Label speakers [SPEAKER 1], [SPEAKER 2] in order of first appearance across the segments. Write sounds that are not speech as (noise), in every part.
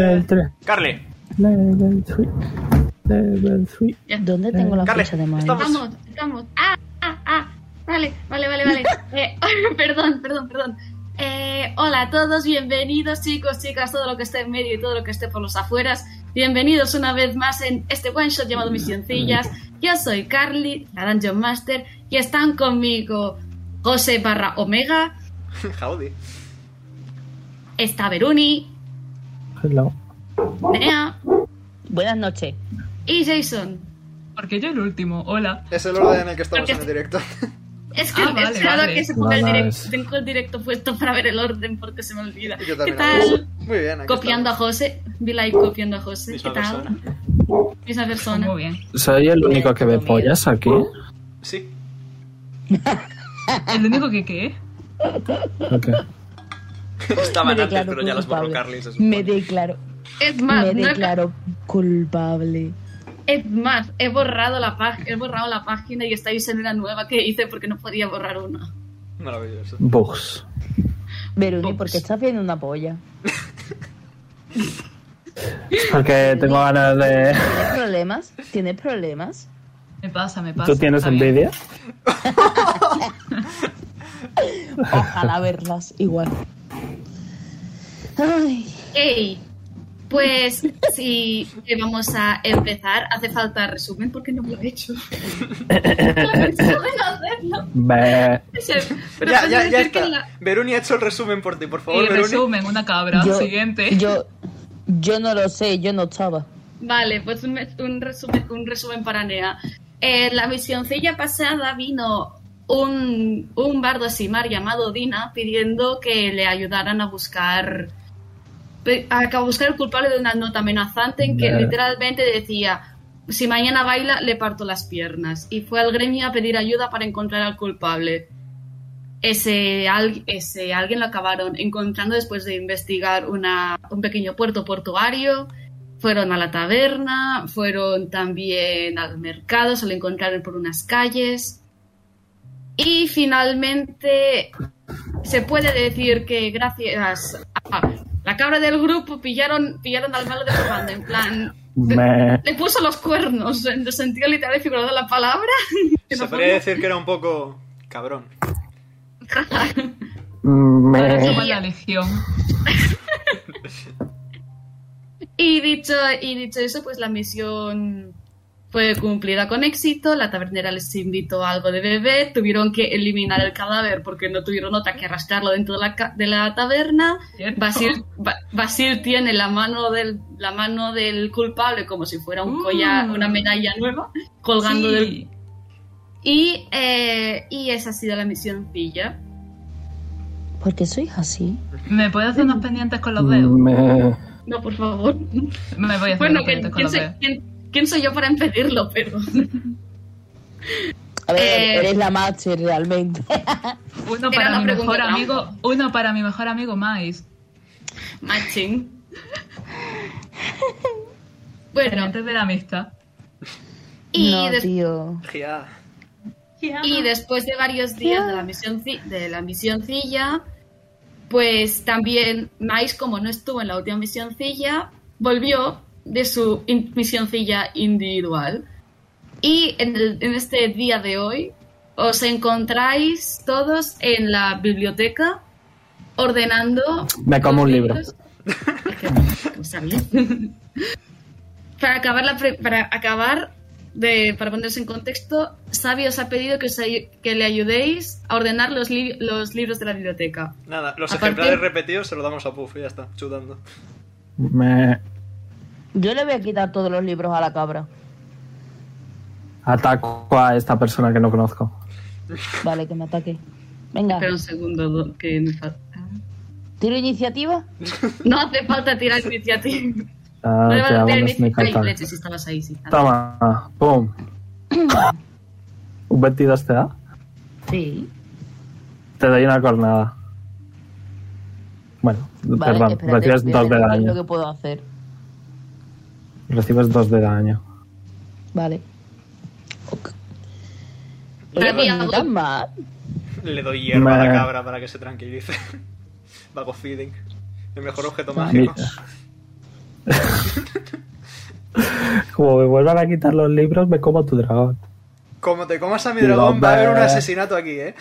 [SPEAKER 1] Level 3.
[SPEAKER 2] Carly, (laughs)
[SPEAKER 1] Level 3. Level 3.
[SPEAKER 3] ¿Dónde tengo la
[SPEAKER 2] Carly,
[SPEAKER 3] fecha de mayo?
[SPEAKER 2] Eh, estamos-
[SPEAKER 4] Estamos, estamos. Ah, ah, ah. Vale, vale, vale, vale. Eh, (laughs) perdón, perdón, perdón. Eh, hola a todos, bienvenidos chicos, chicas, todo lo que esté en medio y todo lo que esté por los afueras. Bienvenidos una vez más en este one shot llamado Misioncillas. Yo soy Carly, la Dungeon Master, y están conmigo José barra Omega,
[SPEAKER 2] howdy.
[SPEAKER 4] está Beruni,
[SPEAKER 1] Hello.
[SPEAKER 4] Nea
[SPEAKER 3] Buenas noches.
[SPEAKER 4] y Jason.
[SPEAKER 5] Porque yo el último, hola.
[SPEAKER 2] Es el orden en el que estamos en
[SPEAKER 4] Porque-
[SPEAKER 2] el directo. (laughs)
[SPEAKER 4] Es que
[SPEAKER 5] Ah, vale,
[SPEAKER 4] he esperado
[SPEAKER 5] vale.
[SPEAKER 4] a que se ponga el
[SPEAKER 1] Nada,
[SPEAKER 4] directo.
[SPEAKER 1] es-
[SPEAKER 4] Tengo el directo puesto para ver el orden porque se me olvida.
[SPEAKER 2] Y yo
[SPEAKER 4] ¿Qué
[SPEAKER 2] también.
[SPEAKER 4] tal?
[SPEAKER 2] Muy bien, aquí
[SPEAKER 4] Copiando a
[SPEAKER 2] estamos.
[SPEAKER 4] José, vi like copiando a José.
[SPEAKER 2] Misma
[SPEAKER 4] ¿Qué tal?
[SPEAKER 2] persona.
[SPEAKER 4] Misma persona.
[SPEAKER 5] Muy bien.
[SPEAKER 1] ¿Soy el único que ve pollas aquí?
[SPEAKER 2] (laughs) Sí.
[SPEAKER 5] El único que qué.
[SPEAKER 1] Ok.
[SPEAKER 3] Me
[SPEAKER 2] Estaban antes,
[SPEAKER 3] declaro
[SPEAKER 2] pero ya las borró
[SPEAKER 3] culpable.
[SPEAKER 2] Carly. se
[SPEAKER 3] Me
[SPEAKER 2] supone.
[SPEAKER 3] declaro,
[SPEAKER 4] Es más,
[SPEAKER 3] me
[SPEAKER 4] no he-
[SPEAKER 3] declaro culpable.
[SPEAKER 4] es más, he borrado la pag- he borrado la página y estáis en una nueva que hice porque no podía borrar una.
[SPEAKER 2] Maravilloso.
[SPEAKER 1] Bugs.
[SPEAKER 3] Veruni,
[SPEAKER 5] Ups.
[SPEAKER 3] ¿por qué estás viendo una polla?
[SPEAKER 1] Porque tengo ganas de.
[SPEAKER 3] ¿Tienes problemas? ¿Tienes problemas?
[SPEAKER 5] Me pasa, me pasa.
[SPEAKER 1] ¿Tú tienes
[SPEAKER 5] Está bien.
[SPEAKER 1] envidia?
[SPEAKER 3] Ojalá verlas igual. Ay,
[SPEAKER 4] Ey, pues si eh, vamos a empezar, hace falta resumen porque no lo
[SPEAKER 2] (laughs)
[SPEAKER 4] he hecho. (laughs) No he pensado en hacerlo.
[SPEAKER 1] Ve.
[SPEAKER 4] Es el- Pero
[SPEAKER 2] Ya,
[SPEAKER 4] tengo
[SPEAKER 2] ya,
[SPEAKER 4] que
[SPEAKER 2] ya
[SPEAKER 4] decir que
[SPEAKER 2] está.
[SPEAKER 4] la-
[SPEAKER 2] Veruni ha hecho el resumen por ti, por favor,
[SPEAKER 5] Y
[SPEAKER 2] Veruni.
[SPEAKER 5] resumen, una cabra.
[SPEAKER 3] yo,
[SPEAKER 5] Siguiente.
[SPEAKER 3] yo, yo no lo sé, yo no estaba.
[SPEAKER 4] Vale, pues un, un resumen, un resumen para Nea. En la misioncilla pasada vino un, un bardo simar llamado Dina pidiendo que le ayudaran a buscar pe- a ca- buscar el culpable de una nota amenazante en que
[SPEAKER 1] Nah.
[SPEAKER 4] literalmente decía si mañana baila le parto las piernas y fue al gremio a pedir ayuda para encontrar al culpable. Ese, al- ese alguien lo acabaron encontrando después de investigar una, un pequeño puerto portuario fueron a la taberna, fueron también al mercado, se lo encontraron por unas calles. Y finalmente se puede decir que gracias a la cabra del grupo pillaron, pillaron al malo de su banda, en plan...
[SPEAKER 1] Me.
[SPEAKER 4] Le puso los cuernos, en el sentido literal y figurado de la palabra. (laughs)
[SPEAKER 2] Se podría decir que era un poco cabrón.
[SPEAKER 5] Ahora
[SPEAKER 1] Me.
[SPEAKER 5] somos la legión.
[SPEAKER 4] Y dicho, y dicho eso, pues la misión fue cumplida con éxito. La tabernera les invitó a algo de bebé. Tuvieron que eliminar el cadáver porque no tuvieron otra que arrastrarlo dentro de la, ca- de la taberna.
[SPEAKER 5] ¿cierto?
[SPEAKER 4] Basil, Ba- Basil tiene la mano, del, la mano del culpable como si fuera un
[SPEAKER 5] Uh.
[SPEAKER 4] collar, una medalla nueva, colgando
[SPEAKER 5] Sí.
[SPEAKER 4] del Y, eh, y esa ha sido la misioncilla.
[SPEAKER 3] ¿Por qué sois así?
[SPEAKER 5] ¿Me puedes hacer unos pendientes con los dedos?
[SPEAKER 1] Me.
[SPEAKER 4] No, por favor.
[SPEAKER 5] Me voy a hacer
[SPEAKER 4] Bueno,
[SPEAKER 5] unos
[SPEAKER 4] ¿quién,
[SPEAKER 5] pendientes con
[SPEAKER 4] quién
[SPEAKER 5] los
[SPEAKER 4] soy,
[SPEAKER 5] dedos.
[SPEAKER 4] quién- quién soy yo para impedirlo? Pero...
[SPEAKER 3] A ver,
[SPEAKER 4] Eh,
[SPEAKER 3] eres la master realmente.
[SPEAKER 5] Uno
[SPEAKER 4] Era
[SPEAKER 5] para
[SPEAKER 4] una
[SPEAKER 5] mi
[SPEAKER 4] pregunta
[SPEAKER 5] mejor
[SPEAKER 4] trampa.
[SPEAKER 5] amigo. Uno para mi mejor amigo Mais.
[SPEAKER 4] Matching. (laughs) Bueno,
[SPEAKER 5] Pendientes de la amistad.
[SPEAKER 4] y,
[SPEAKER 3] no,
[SPEAKER 4] des-
[SPEAKER 3] tío.
[SPEAKER 2] Ya.
[SPEAKER 4] y después de varios días de la, misión de la misioncilla, pues también Mais, como no estuvo en la última misioncilla, volvió de su in- misioncilla individual. Y en, el- en este día de hoy os encontráis todos en la biblioteca ordenando
[SPEAKER 1] Me como un
[SPEAKER 4] los
[SPEAKER 1] libro.
[SPEAKER 4] libros. (laughs) Lo sabía. (laughs) para acabar la pre- para acabar de para ponerse en contexto, Sabi os ha pedido que, os ay- que le ayudéis a ordenar los, li- los libros de la biblioteca.
[SPEAKER 2] Nada, los
[SPEAKER 4] Aparte-
[SPEAKER 2] ejemplares repetidos se los damos a Puff y ya está, chutando. (laughs)
[SPEAKER 1] Me.
[SPEAKER 3] Yo le voy a quitar todos los libros a la cabra.
[SPEAKER 1] Ataco a esta persona que no conozco.
[SPEAKER 3] Vale, que me ataque. Venga,
[SPEAKER 4] Espera un segundo do- que me falta.
[SPEAKER 3] ¿tiro iniciativa?
[SPEAKER 4] No hace falta tirar (laughs) iniciativa.
[SPEAKER 1] Ah,
[SPEAKER 4] No hace
[SPEAKER 1] te
[SPEAKER 4] falta
[SPEAKER 1] hago
[SPEAKER 4] tirar
[SPEAKER 1] un sneak
[SPEAKER 4] iniciativa y
[SPEAKER 1] attack.
[SPEAKER 4] leche si estabas ahí. si estabas.
[SPEAKER 1] Toma. Pum. ¿Un 22 te da?
[SPEAKER 3] Sí.
[SPEAKER 1] Te doy una cornada. Bueno,
[SPEAKER 3] Vale,
[SPEAKER 1] perdón,
[SPEAKER 3] espérate,
[SPEAKER 1] recibes
[SPEAKER 3] voy a
[SPEAKER 1] dos de
[SPEAKER 3] ver qué es
[SPEAKER 1] daño.
[SPEAKER 3] lo que puedo hacer.
[SPEAKER 1] Recibes dos de daño.
[SPEAKER 3] Vale. Ok.
[SPEAKER 4] Pero
[SPEAKER 3] Oye, pues
[SPEAKER 4] mira,
[SPEAKER 3] ni
[SPEAKER 4] voy-
[SPEAKER 3] tan mal.
[SPEAKER 2] Le doy hierba a la
[SPEAKER 1] Me-
[SPEAKER 2] cabra para (laughs)
[SPEAKER 3] (laughs)
[SPEAKER 2] que se tranquilice. Vago feeding. El mejor objeto
[SPEAKER 1] Mi-
[SPEAKER 2] mágico.
[SPEAKER 1] Como me vuelvan a quitar los libros, me como tu dragón.
[SPEAKER 2] Como te comas a mi
[SPEAKER 1] Digo,
[SPEAKER 2] dragón, va a haber un
[SPEAKER 1] "Bah".
[SPEAKER 2] asesinato aquí, ¿eh?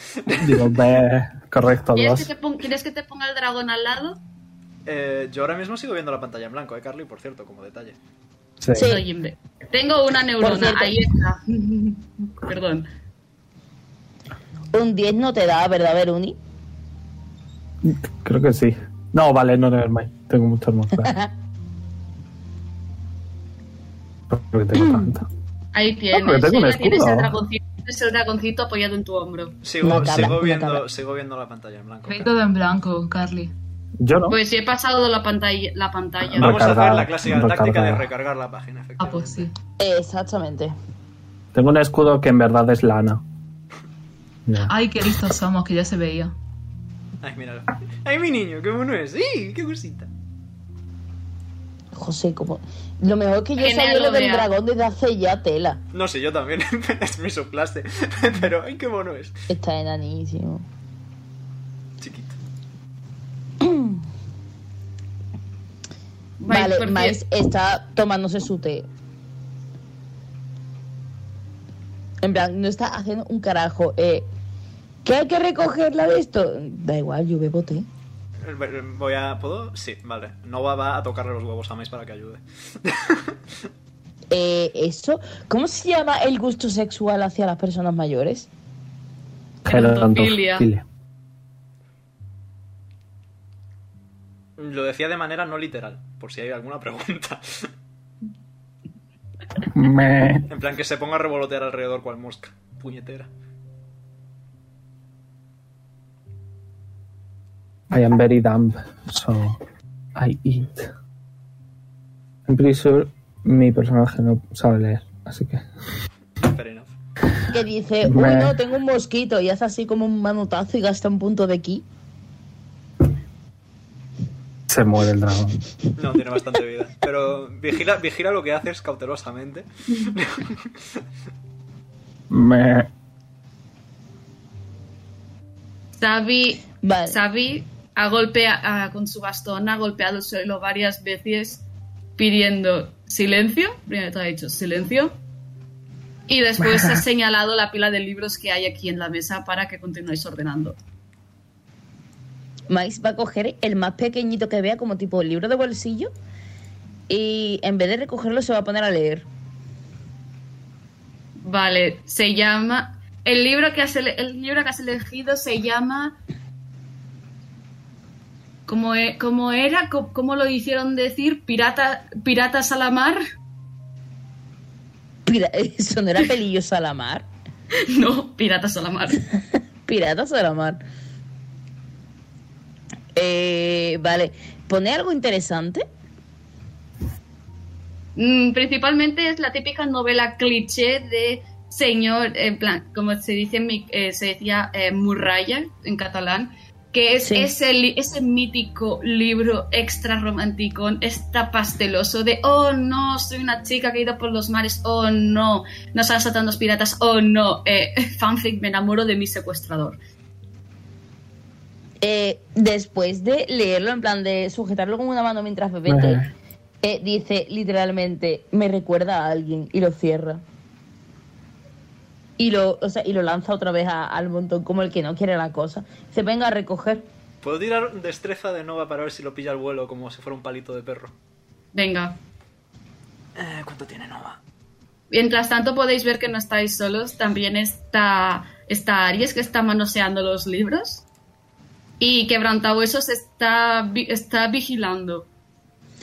[SPEAKER 1] Digo, ve, correcto,
[SPEAKER 4] ¿Quieres que,
[SPEAKER 1] dos.
[SPEAKER 4] te pon- quieres que te ponga el dragón al lado?
[SPEAKER 2] Eh, Yo ahora mismo sigo viendo la pantalla en blanco, ¿eh, Carly? Por cierto, como detalle.
[SPEAKER 1] Sí.
[SPEAKER 6] Sí.
[SPEAKER 4] Soy imbe- Tengo una
[SPEAKER 6] Por
[SPEAKER 4] neurona,
[SPEAKER 6] cierto.
[SPEAKER 4] ahí está. (laughs) Perdón.
[SPEAKER 6] Un 10 no te da, ¿verdad, Veruni?
[SPEAKER 1] Creo que sí. No, vale, no, nevermind. Tengo mucho más.
[SPEAKER 3] (laughs)
[SPEAKER 1] Claro. Porque tengo tanto.
[SPEAKER 4] Ahí tienes.
[SPEAKER 1] pero tengo un
[SPEAKER 4] Ahí tienes
[SPEAKER 1] escudo.
[SPEAKER 4] el dragoncito, tienes el dragoncito apoyado en tu hombro.
[SPEAKER 2] Sigo,
[SPEAKER 6] Una cabra,
[SPEAKER 2] sigo
[SPEAKER 6] una
[SPEAKER 2] viendo,
[SPEAKER 6] cabra.
[SPEAKER 2] sigo viendo la pantalla en blanco.
[SPEAKER 5] Ve
[SPEAKER 2] Carly.
[SPEAKER 5] todo en blanco, Carly.
[SPEAKER 1] Yo no.
[SPEAKER 4] Pues he pasado la pantalla. La pantalla.
[SPEAKER 1] No.
[SPEAKER 2] Vamos a hacer
[SPEAKER 1] Recargar,
[SPEAKER 2] la clásica táctica de
[SPEAKER 1] recargar.
[SPEAKER 2] recargar la página,
[SPEAKER 5] Ah,
[SPEAKER 2] efectivamente.
[SPEAKER 5] pues sí.
[SPEAKER 6] Exactamente.
[SPEAKER 1] Tengo un escudo que en verdad es lana. No.
[SPEAKER 3] Ah,
[SPEAKER 5] Ay, qué listos somos, que ya se veía.
[SPEAKER 2] Ay, míralo. Ay, mi niño, qué bueno es. ¡Sí! ¡Qué cosita!
[SPEAKER 6] José, como... Lo mejor que yo
[SPEAKER 4] Que me
[SPEAKER 6] sabía lo del
[SPEAKER 4] aludea.
[SPEAKER 6] dragón desde hace ya tela.
[SPEAKER 2] No sé, yo también. (laughs) me soplaste. (laughs) Pero, ay, qué bueno es.
[SPEAKER 6] Está enanísimo.
[SPEAKER 2] Chiquito.
[SPEAKER 4] Vai,
[SPEAKER 6] vale,
[SPEAKER 4] por
[SPEAKER 6] Mais
[SPEAKER 4] cier-
[SPEAKER 6] está tomándose su té. En plan, no está haciendo un carajo. Eh, ¿Qué hay que recogerla de esto? Da igual, yo bebo té.
[SPEAKER 2] Eh, Voy a. ¿Puedo? Sí, vale. Nova va a tocarle los huevos a Mais para que ayude.
[SPEAKER 6] Eh, eso, ¿cómo se llama el gusto sexual hacia las personas mayores?
[SPEAKER 4] Gerontofilia.
[SPEAKER 1] Gerontofilia.
[SPEAKER 2] Lo decía de manera no literal, por si hay alguna pregunta. (laughs)
[SPEAKER 1] Meh.
[SPEAKER 2] En plan, que se ponga a revolotear alrededor cual mosca. Puñetera.
[SPEAKER 1] I am very dumb, so I eat. En pretty sure mi personaje no sabe leer, así que.
[SPEAKER 2] Fair enough.
[SPEAKER 6] Que dice, uy,
[SPEAKER 1] Meh.
[SPEAKER 6] no, tengo un mosquito y hace así como un manotazo y gasta un punto de ki.
[SPEAKER 1] Se muere el dragón.
[SPEAKER 2] No, tiene bastante vida. Pero vigila, vigila lo que haces cautelosamente.
[SPEAKER 1] Meh.
[SPEAKER 4] Xavi,
[SPEAKER 6] Vale.
[SPEAKER 4] Xavi ha golpea- ah, con su bastón ha golpeado el suelo varias veces pidiendo silencio. Primero te ha dicho silencio. Y después ha señalado la pila de libros que hay aquí en la mesa para que continuéis ordenando.
[SPEAKER 6] Mais va a coger el más pequeñito que vea, como tipo libro de bolsillo, y en vez de recogerlo se va a poner a leer.
[SPEAKER 4] Vale, se llama. El libro que has, ele- el libro que has elegido se llama. ¿Cómo, e- cómo era? ¿Cómo, cómo lo hicieron decir? ¿Pirata, ¿Piratas a la mar? (laughs)
[SPEAKER 6] Pira- (laughs) Eso no era pelillos a la mar.
[SPEAKER 4] No, Piratas a la mar.
[SPEAKER 6] Piratas a la mar. Eh, vale, pone algo interesante.
[SPEAKER 4] Mm, principalmente es la típica novela cliché de señor, en plan, como se dice, en mi- eh, se decía eh, Murraya en catalán, que es
[SPEAKER 6] Sí.
[SPEAKER 4] ese, li- ese mítico libro extra romántico, está pasteloso de, oh no, soy una chica que ha ido por los mares, oh no, nos han saltado los piratas, oh no, eh, (laughs) fanfic, me enamoro de mi secuestrador.
[SPEAKER 6] Eh, después de leerlo, en plan de sujetarlo con una mano mientras bebe té,
[SPEAKER 1] Ajá.
[SPEAKER 6] eh, dice literalmente, me recuerda a alguien y lo cierra. Y lo, o sea, y lo lanza otra vez a- al montón, como el que no quiere la cosa. Se venga a recoger.
[SPEAKER 2] ¿Puedo tirar destreza de Nova para ver si lo pilla al vuelo como si fuera un palito de perro?
[SPEAKER 4] Venga.
[SPEAKER 2] Eh, ¿Cuánto tiene Nova?
[SPEAKER 4] Mientras tanto podéis ver que no estáis solos, también está, está Aries que está manoseando los libros y Quebrantahuesos está, vi- está vigilando.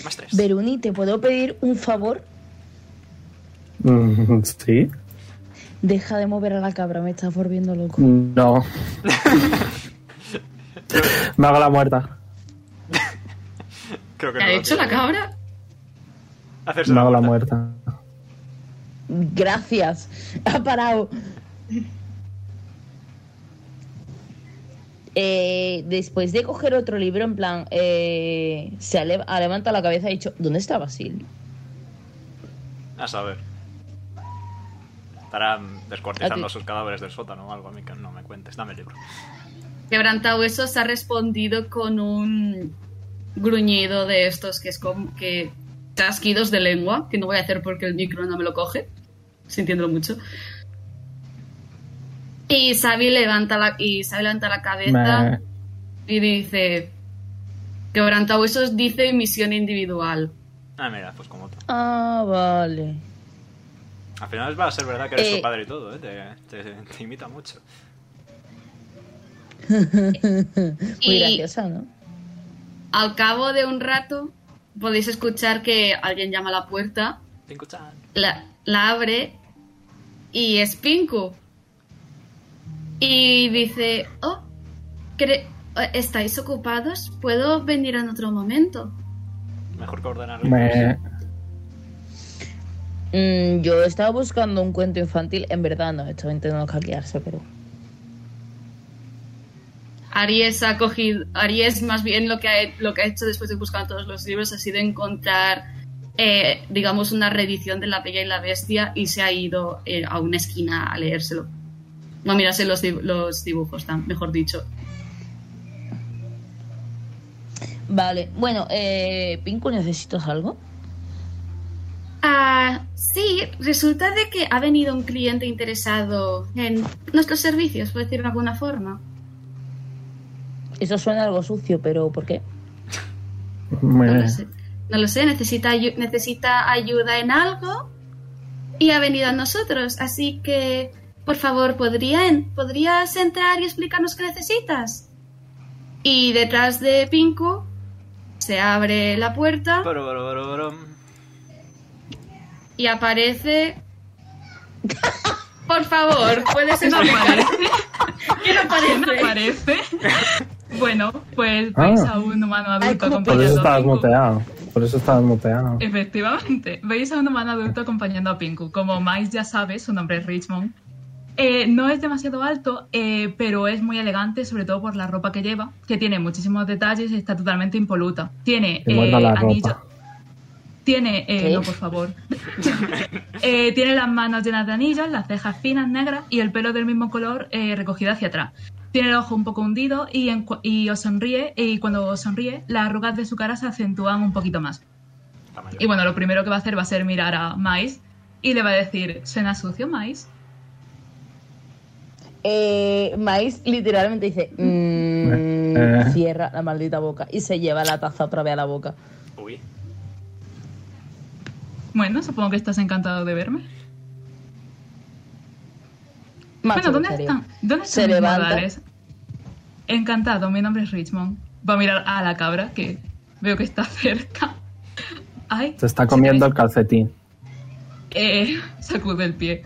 [SPEAKER 2] Más tres.
[SPEAKER 6] Veruni, ¿te puedo pedir un favor?
[SPEAKER 1] Mm, Sí.
[SPEAKER 6] Deja de mover a la cabra, me estás volviendo loco.
[SPEAKER 1] No. Me hago la muerta.
[SPEAKER 2] Creo que
[SPEAKER 4] ¿Qué ha
[SPEAKER 2] no lo
[SPEAKER 4] hecho la
[SPEAKER 2] tiene.
[SPEAKER 4] cabra?
[SPEAKER 2] Hacerse
[SPEAKER 1] Me hago la
[SPEAKER 2] vuelta.
[SPEAKER 1] muerta.
[SPEAKER 6] Gracias. Ha parado. Eh, después de coger otro libro, en plan, eh, se ha, le- ha levantado la cabeza y ha dicho, ¿dónde está Basil?
[SPEAKER 2] A saber. Estarán descuartizando
[SPEAKER 6] Aquí.
[SPEAKER 2] sus cadáveres del sótano o algo, a mí que no me cuentes. Dame el libro.
[SPEAKER 4] Quebrantahuesos ha respondido con un gruñido de estos que es como que trasquidos de lengua, que no voy a hacer porque el micro no me lo coge, sintiéndolo mucho. Y Sabi levanta la, y Sabi levanta la cabeza
[SPEAKER 1] Me-
[SPEAKER 4] y dice, quebrantahuesos dice misión individual.
[SPEAKER 2] Ah, mira, pues como tú.
[SPEAKER 6] Ah, vale.
[SPEAKER 2] Al final va a ser verdad que eres
[SPEAKER 6] Eh.
[SPEAKER 2] tu padre y todo, ¿eh? Te, te- te imita mucho.
[SPEAKER 6] Muy
[SPEAKER 4] Y-
[SPEAKER 6] graciosa, ¿no?
[SPEAKER 4] Al cabo de un rato podéis escuchar que alguien llama a la puerta,
[SPEAKER 2] Pinku-chan.
[SPEAKER 4] la, la abre y es Pinku. Y dice, oh, cre- eh, ¿estáis ocupados? ¿Puedo venir en otro momento?
[SPEAKER 2] Mejor que ordenar
[SPEAKER 1] me-
[SPEAKER 6] Mm, yo estaba buscando un cuento infantil. En verdad, no, estaba intentando hackearse, pero.
[SPEAKER 4] Aries ha cogido, Aries más bien lo que ha, lo que ha hecho después de buscar todos los libros ha sido encontrar, eh, digamos, una reedición de La Bella y la Bestia y se ha ido eh, a una esquina a leérselo. No, a mirarse los, di- los dibujos, tan- mejor dicho.
[SPEAKER 6] Vale, bueno, eh, Pinku, ¿necesitas algo?
[SPEAKER 4] Ah, sí, resulta de que ha venido un cliente interesado en nuestros servicios, por decirlo de alguna forma.
[SPEAKER 6] Eso suena algo sucio, pero ¿por qué?
[SPEAKER 1] me-
[SPEAKER 4] No lo sé. No lo sé, necesita, ayu- necesita ayuda en algo y ha venido a nosotros. Así que, por favor, ¿podría en- ¿podrías entrar y explicarnos qué necesitas? Y detrás de Pinku se abre la puerta
[SPEAKER 2] Pero, pero, pero, pero-
[SPEAKER 4] y aparece... (laughs) Por favor, puedes
[SPEAKER 5] No
[SPEAKER 4] explicar.
[SPEAKER 5] parece,
[SPEAKER 4] ¿Qué no (laughs)
[SPEAKER 5] no
[SPEAKER 4] parece?
[SPEAKER 5] parece. Bueno, pues
[SPEAKER 1] Ah.
[SPEAKER 5] veis a un humano
[SPEAKER 6] Ay,
[SPEAKER 5] adulto
[SPEAKER 6] ¿cómo
[SPEAKER 1] Por eso
[SPEAKER 5] acompañando a
[SPEAKER 1] estabas
[SPEAKER 5] Pinku.
[SPEAKER 1] muteado. Por eso estabas muteado.
[SPEAKER 5] Efectivamente, veis a un humano adulto acompañando a Pinku. Como Mais ya sabe, su nombre es Richmond. Eh, no es demasiado alto, eh, pero es muy elegante, sobre todo por la ropa que lleva, que tiene muchísimos detalles y está totalmente impoluta. Tiene
[SPEAKER 1] Que guarda
[SPEAKER 5] eh,
[SPEAKER 1] la
[SPEAKER 5] anillo-
[SPEAKER 1] ropa.
[SPEAKER 5] Tiene, eh,
[SPEAKER 6] ¿Qué?
[SPEAKER 5] no, por favor. (laughs) Eh, tiene las manos llenas de anillos, las cejas finas, negras y el pelo del mismo color eh, recogido hacia atrás. Tiene el ojo un poco hundido y, en cu- y os sonríe, y cuando os sonríe, las arrugas de su cara se acentúan un poquito más.
[SPEAKER 2] Está mayor.
[SPEAKER 5] Y bueno, lo primero que va a hacer va a ser mirar a Mais y le va a decir, ¿suena sucio, Mais?
[SPEAKER 6] Eh, Maíz literalmente dice: mm,
[SPEAKER 1] Eh.
[SPEAKER 6] Cierra la maldita boca y se lleva la taza otra vez a la boca.
[SPEAKER 2] Uy.
[SPEAKER 5] Bueno, supongo que estás encantado de verme.
[SPEAKER 6] Macho,
[SPEAKER 5] bueno, ¿dónde
[SPEAKER 6] en serio.
[SPEAKER 5] están, ¿dónde
[SPEAKER 6] Se
[SPEAKER 5] están mis
[SPEAKER 6] levanta.
[SPEAKER 5] modales? Encantado, mi nombre es Richmond. Va a mirar a la cabra, que veo que está (laughs) cerca. Ay,
[SPEAKER 1] Te está
[SPEAKER 5] si
[SPEAKER 1] comiendo el
[SPEAKER 5] queréis-
[SPEAKER 1] calcetín.
[SPEAKER 5] Eh, sacude el pie.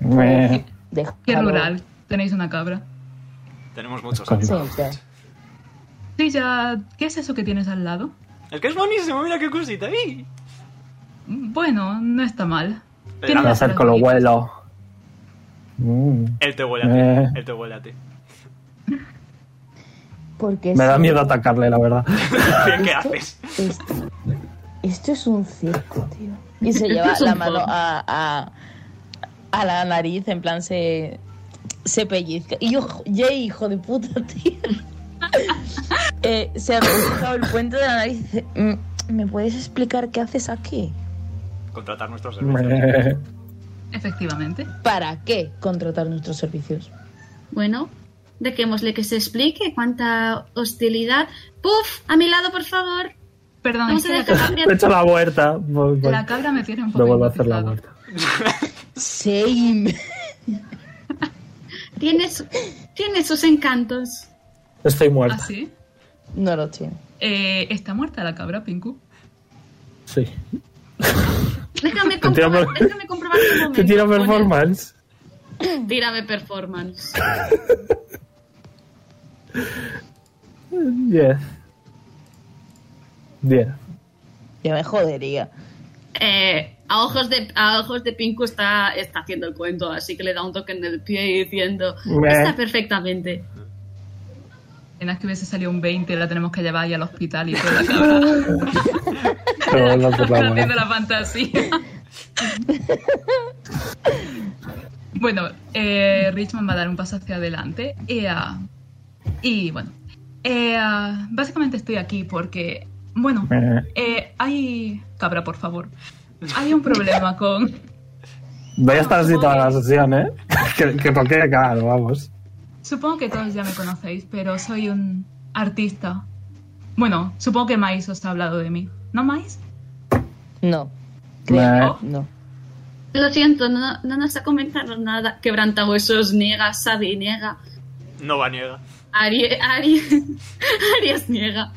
[SPEAKER 5] Bueno,
[SPEAKER 1] Me-
[SPEAKER 6] Déjalo.
[SPEAKER 5] qué rural, tenéis una cabra.
[SPEAKER 2] Tenemos muchos
[SPEAKER 1] Con-
[SPEAKER 6] Sí,
[SPEAKER 2] animales.
[SPEAKER 6] claro.
[SPEAKER 5] Sí, ya, ¿qué es eso que tienes al lado?
[SPEAKER 2] El que es buenísimo, mira qué cosita. ¡ih!
[SPEAKER 5] Bueno, no está mal.
[SPEAKER 2] Pero
[SPEAKER 5] Tiene
[SPEAKER 1] Me
[SPEAKER 5] unas
[SPEAKER 1] acerco, lo
[SPEAKER 5] orejitas.
[SPEAKER 1] vuelo. Mm.
[SPEAKER 2] Él te huele a
[SPEAKER 1] Eh.
[SPEAKER 2] ti. Él te huele a ti.
[SPEAKER 6] Porque
[SPEAKER 1] Me da
[SPEAKER 6] sí.
[SPEAKER 1] miedo atacarle, la verdad. (laughs)
[SPEAKER 2] Bien, (laughs) ¿qué
[SPEAKER 6] Esto-
[SPEAKER 2] haces?
[SPEAKER 6] Esto, esto es un circo, tío. Y se
[SPEAKER 5] Esto
[SPEAKER 6] lleva
[SPEAKER 5] es un
[SPEAKER 6] la mano
[SPEAKER 5] porno.
[SPEAKER 6] a, a, a la nariz, en plan se, se pellizca. Y yo, ye, hijo de puta,
[SPEAKER 5] (laughs)
[SPEAKER 6] tío. Eh, se ha pellizcado el puente de la nariz. y dice, "Mm, ¿Me puedes explicar qué haces aquí?
[SPEAKER 2] Contratar nuestros servicios.
[SPEAKER 1] Me-
[SPEAKER 5] Efectivamente.
[SPEAKER 6] ¿Para qué contratar nuestros servicios?
[SPEAKER 4] Bueno, dejémosle que se explique cuánta hostilidad. ¡Puf! A mi lado, por favor.
[SPEAKER 5] Perdón,
[SPEAKER 4] No
[SPEAKER 5] es
[SPEAKER 4] se
[SPEAKER 5] que la
[SPEAKER 4] deja
[SPEAKER 5] cabra-
[SPEAKER 4] la
[SPEAKER 1] Me he (laughs)
[SPEAKER 4] criatura.
[SPEAKER 1] hecho la vuelta. Voy- voy.
[SPEAKER 5] La cabra me tiene un
[SPEAKER 1] Lo
[SPEAKER 5] poco
[SPEAKER 1] vuelvo a hacer la
[SPEAKER 5] hipnotizado.
[SPEAKER 1] vuelta.
[SPEAKER 6] Same.
[SPEAKER 4] Tiene, su- tiene sus encantos.
[SPEAKER 1] Estoy
[SPEAKER 5] ¿Ah,
[SPEAKER 1] muerta.
[SPEAKER 5] sí?
[SPEAKER 6] No lo tiene.
[SPEAKER 5] Eh, ¿Está muerta la cabra, Pinku?
[SPEAKER 1] Sí.
[SPEAKER 4] Déjame
[SPEAKER 1] Te tiro
[SPEAKER 4] comprobar,
[SPEAKER 1] per-
[SPEAKER 4] déjame comprobar un momento.
[SPEAKER 1] (laughs) Te tiro
[SPEAKER 4] Pone-
[SPEAKER 1] performance.
[SPEAKER 4] Tírame performance.
[SPEAKER 1] Diez. Diez.
[SPEAKER 6] Yo me jodería.
[SPEAKER 4] Eh, a ojos de a ojos de Pinku está, está haciendo el cuento, así que le da un toque en el pie diciendo
[SPEAKER 1] Meh.
[SPEAKER 4] está perfectamente.
[SPEAKER 5] Apenas que hubiese salido un 20, la tenemos que llevar ahí al hospital y toda la cabra.
[SPEAKER 1] Lo vuelvo a
[SPEAKER 6] (laughs)
[SPEAKER 1] hacer la
[SPEAKER 5] (laughs) haciendo
[SPEAKER 1] vuelta.
[SPEAKER 5] la fantasía. (laughs) bueno, eh, Richmond va a dar un paso hacia adelante. Y, ah, y, bueno, eh, ah, básicamente estoy aquí porque Bueno,
[SPEAKER 1] Eh,
[SPEAKER 5] eh, hay... Cabra, por favor. Hay un problema con...
[SPEAKER 1] Voy a estar así toda la sesión, ¿eh? (laughs) que, que toque, claro, vamos.
[SPEAKER 5] Supongo que todos ya me conocéis, pero soy un artista. Bueno, supongo que Mais os ha hablado de mí. ¿No, Mais?
[SPEAKER 6] No,
[SPEAKER 1] Me-
[SPEAKER 6] no.
[SPEAKER 4] Lo siento, no, no nos ha comentado nada. Quebrantahuesos niega, Sabi niega,
[SPEAKER 2] No va niega.
[SPEAKER 4] Ari- (laughs) Ari- Arias niega.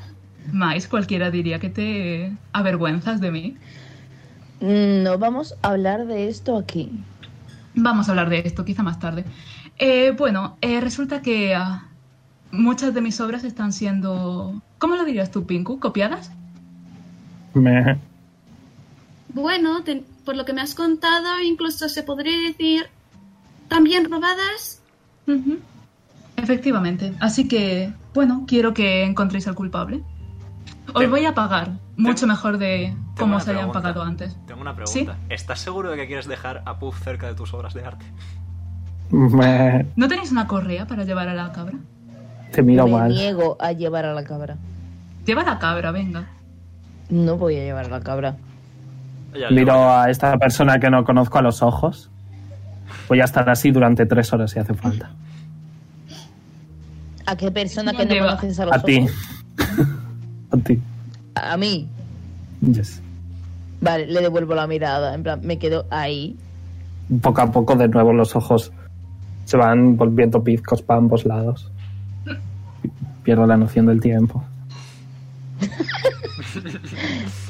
[SPEAKER 5] Mais, cualquiera diría que te avergüenzas de mí.
[SPEAKER 6] No vamos a hablar de esto aquí.
[SPEAKER 5] Vamos a hablar de esto, quizá más tarde. Eh, bueno, eh, resulta que ah, muchas de mis obras están siendo... ¿Cómo lo dirías tú, Pinku? ¿Copiadas?
[SPEAKER 1] me-
[SPEAKER 4] Bueno, te- por lo que me has contado, incluso se podría decir también robadas.
[SPEAKER 5] Ujú. Efectivamente. Así que, bueno, quiero que encontréis al culpable. Os
[SPEAKER 2] Tengo-
[SPEAKER 5] voy a pagar mucho mejor de cómo
[SPEAKER 2] una
[SPEAKER 5] os hayan
[SPEAKER 2] pregunta.
[SPEAKER 5] pagado antes.
[SPEAKER 2] Tengo una pregunta. ¿Estás seguro de que quieres dejar a Puff cerca de tus obras de arte?
[SPEAKER 1] me-
[SPEAKER 5] ¿No tenéis una correa para llevar a la cabra?
[SPEAKER 1] te miro
[SPEAKER 6] me
[SPEAKER 1] mal.
[SPEAKER 6] niego a llevar a la cabra.
[SPEAKER 5] Lleva a la cabra, venga.
[SPEAKER 6] No voy a llevar a la cabra.
[SPEAKER 2] Ya, ya.
[SPEAKER 1] Miro a esta persona que no conozco a los ojos. Voy a estar así durante tres horas si hace falta.
[SPEAKER 6] ¿A qué persona que
[SPEAKER 5] ¿Dónde
[SPEAKER 6] no
[SPEAKER 5] va?
[SPEAKER 6] conoces a los
[SPEAKER 1] A ti.
[SPEAKER 6] ojos?
[SPEAKER 1] (laughs) A ti.
[SPEAKER 6] A mí.
[SPEAKER 1] Yes.
[SPEAKER 6] Vale, le devuelvo la mirada. En plan, me quedo ahí.
[SPEAKER 1] Poco a poco, de nuevo, los ojos se van volviendo pizcos para ambos lados. Pierdo la noción del tiempo.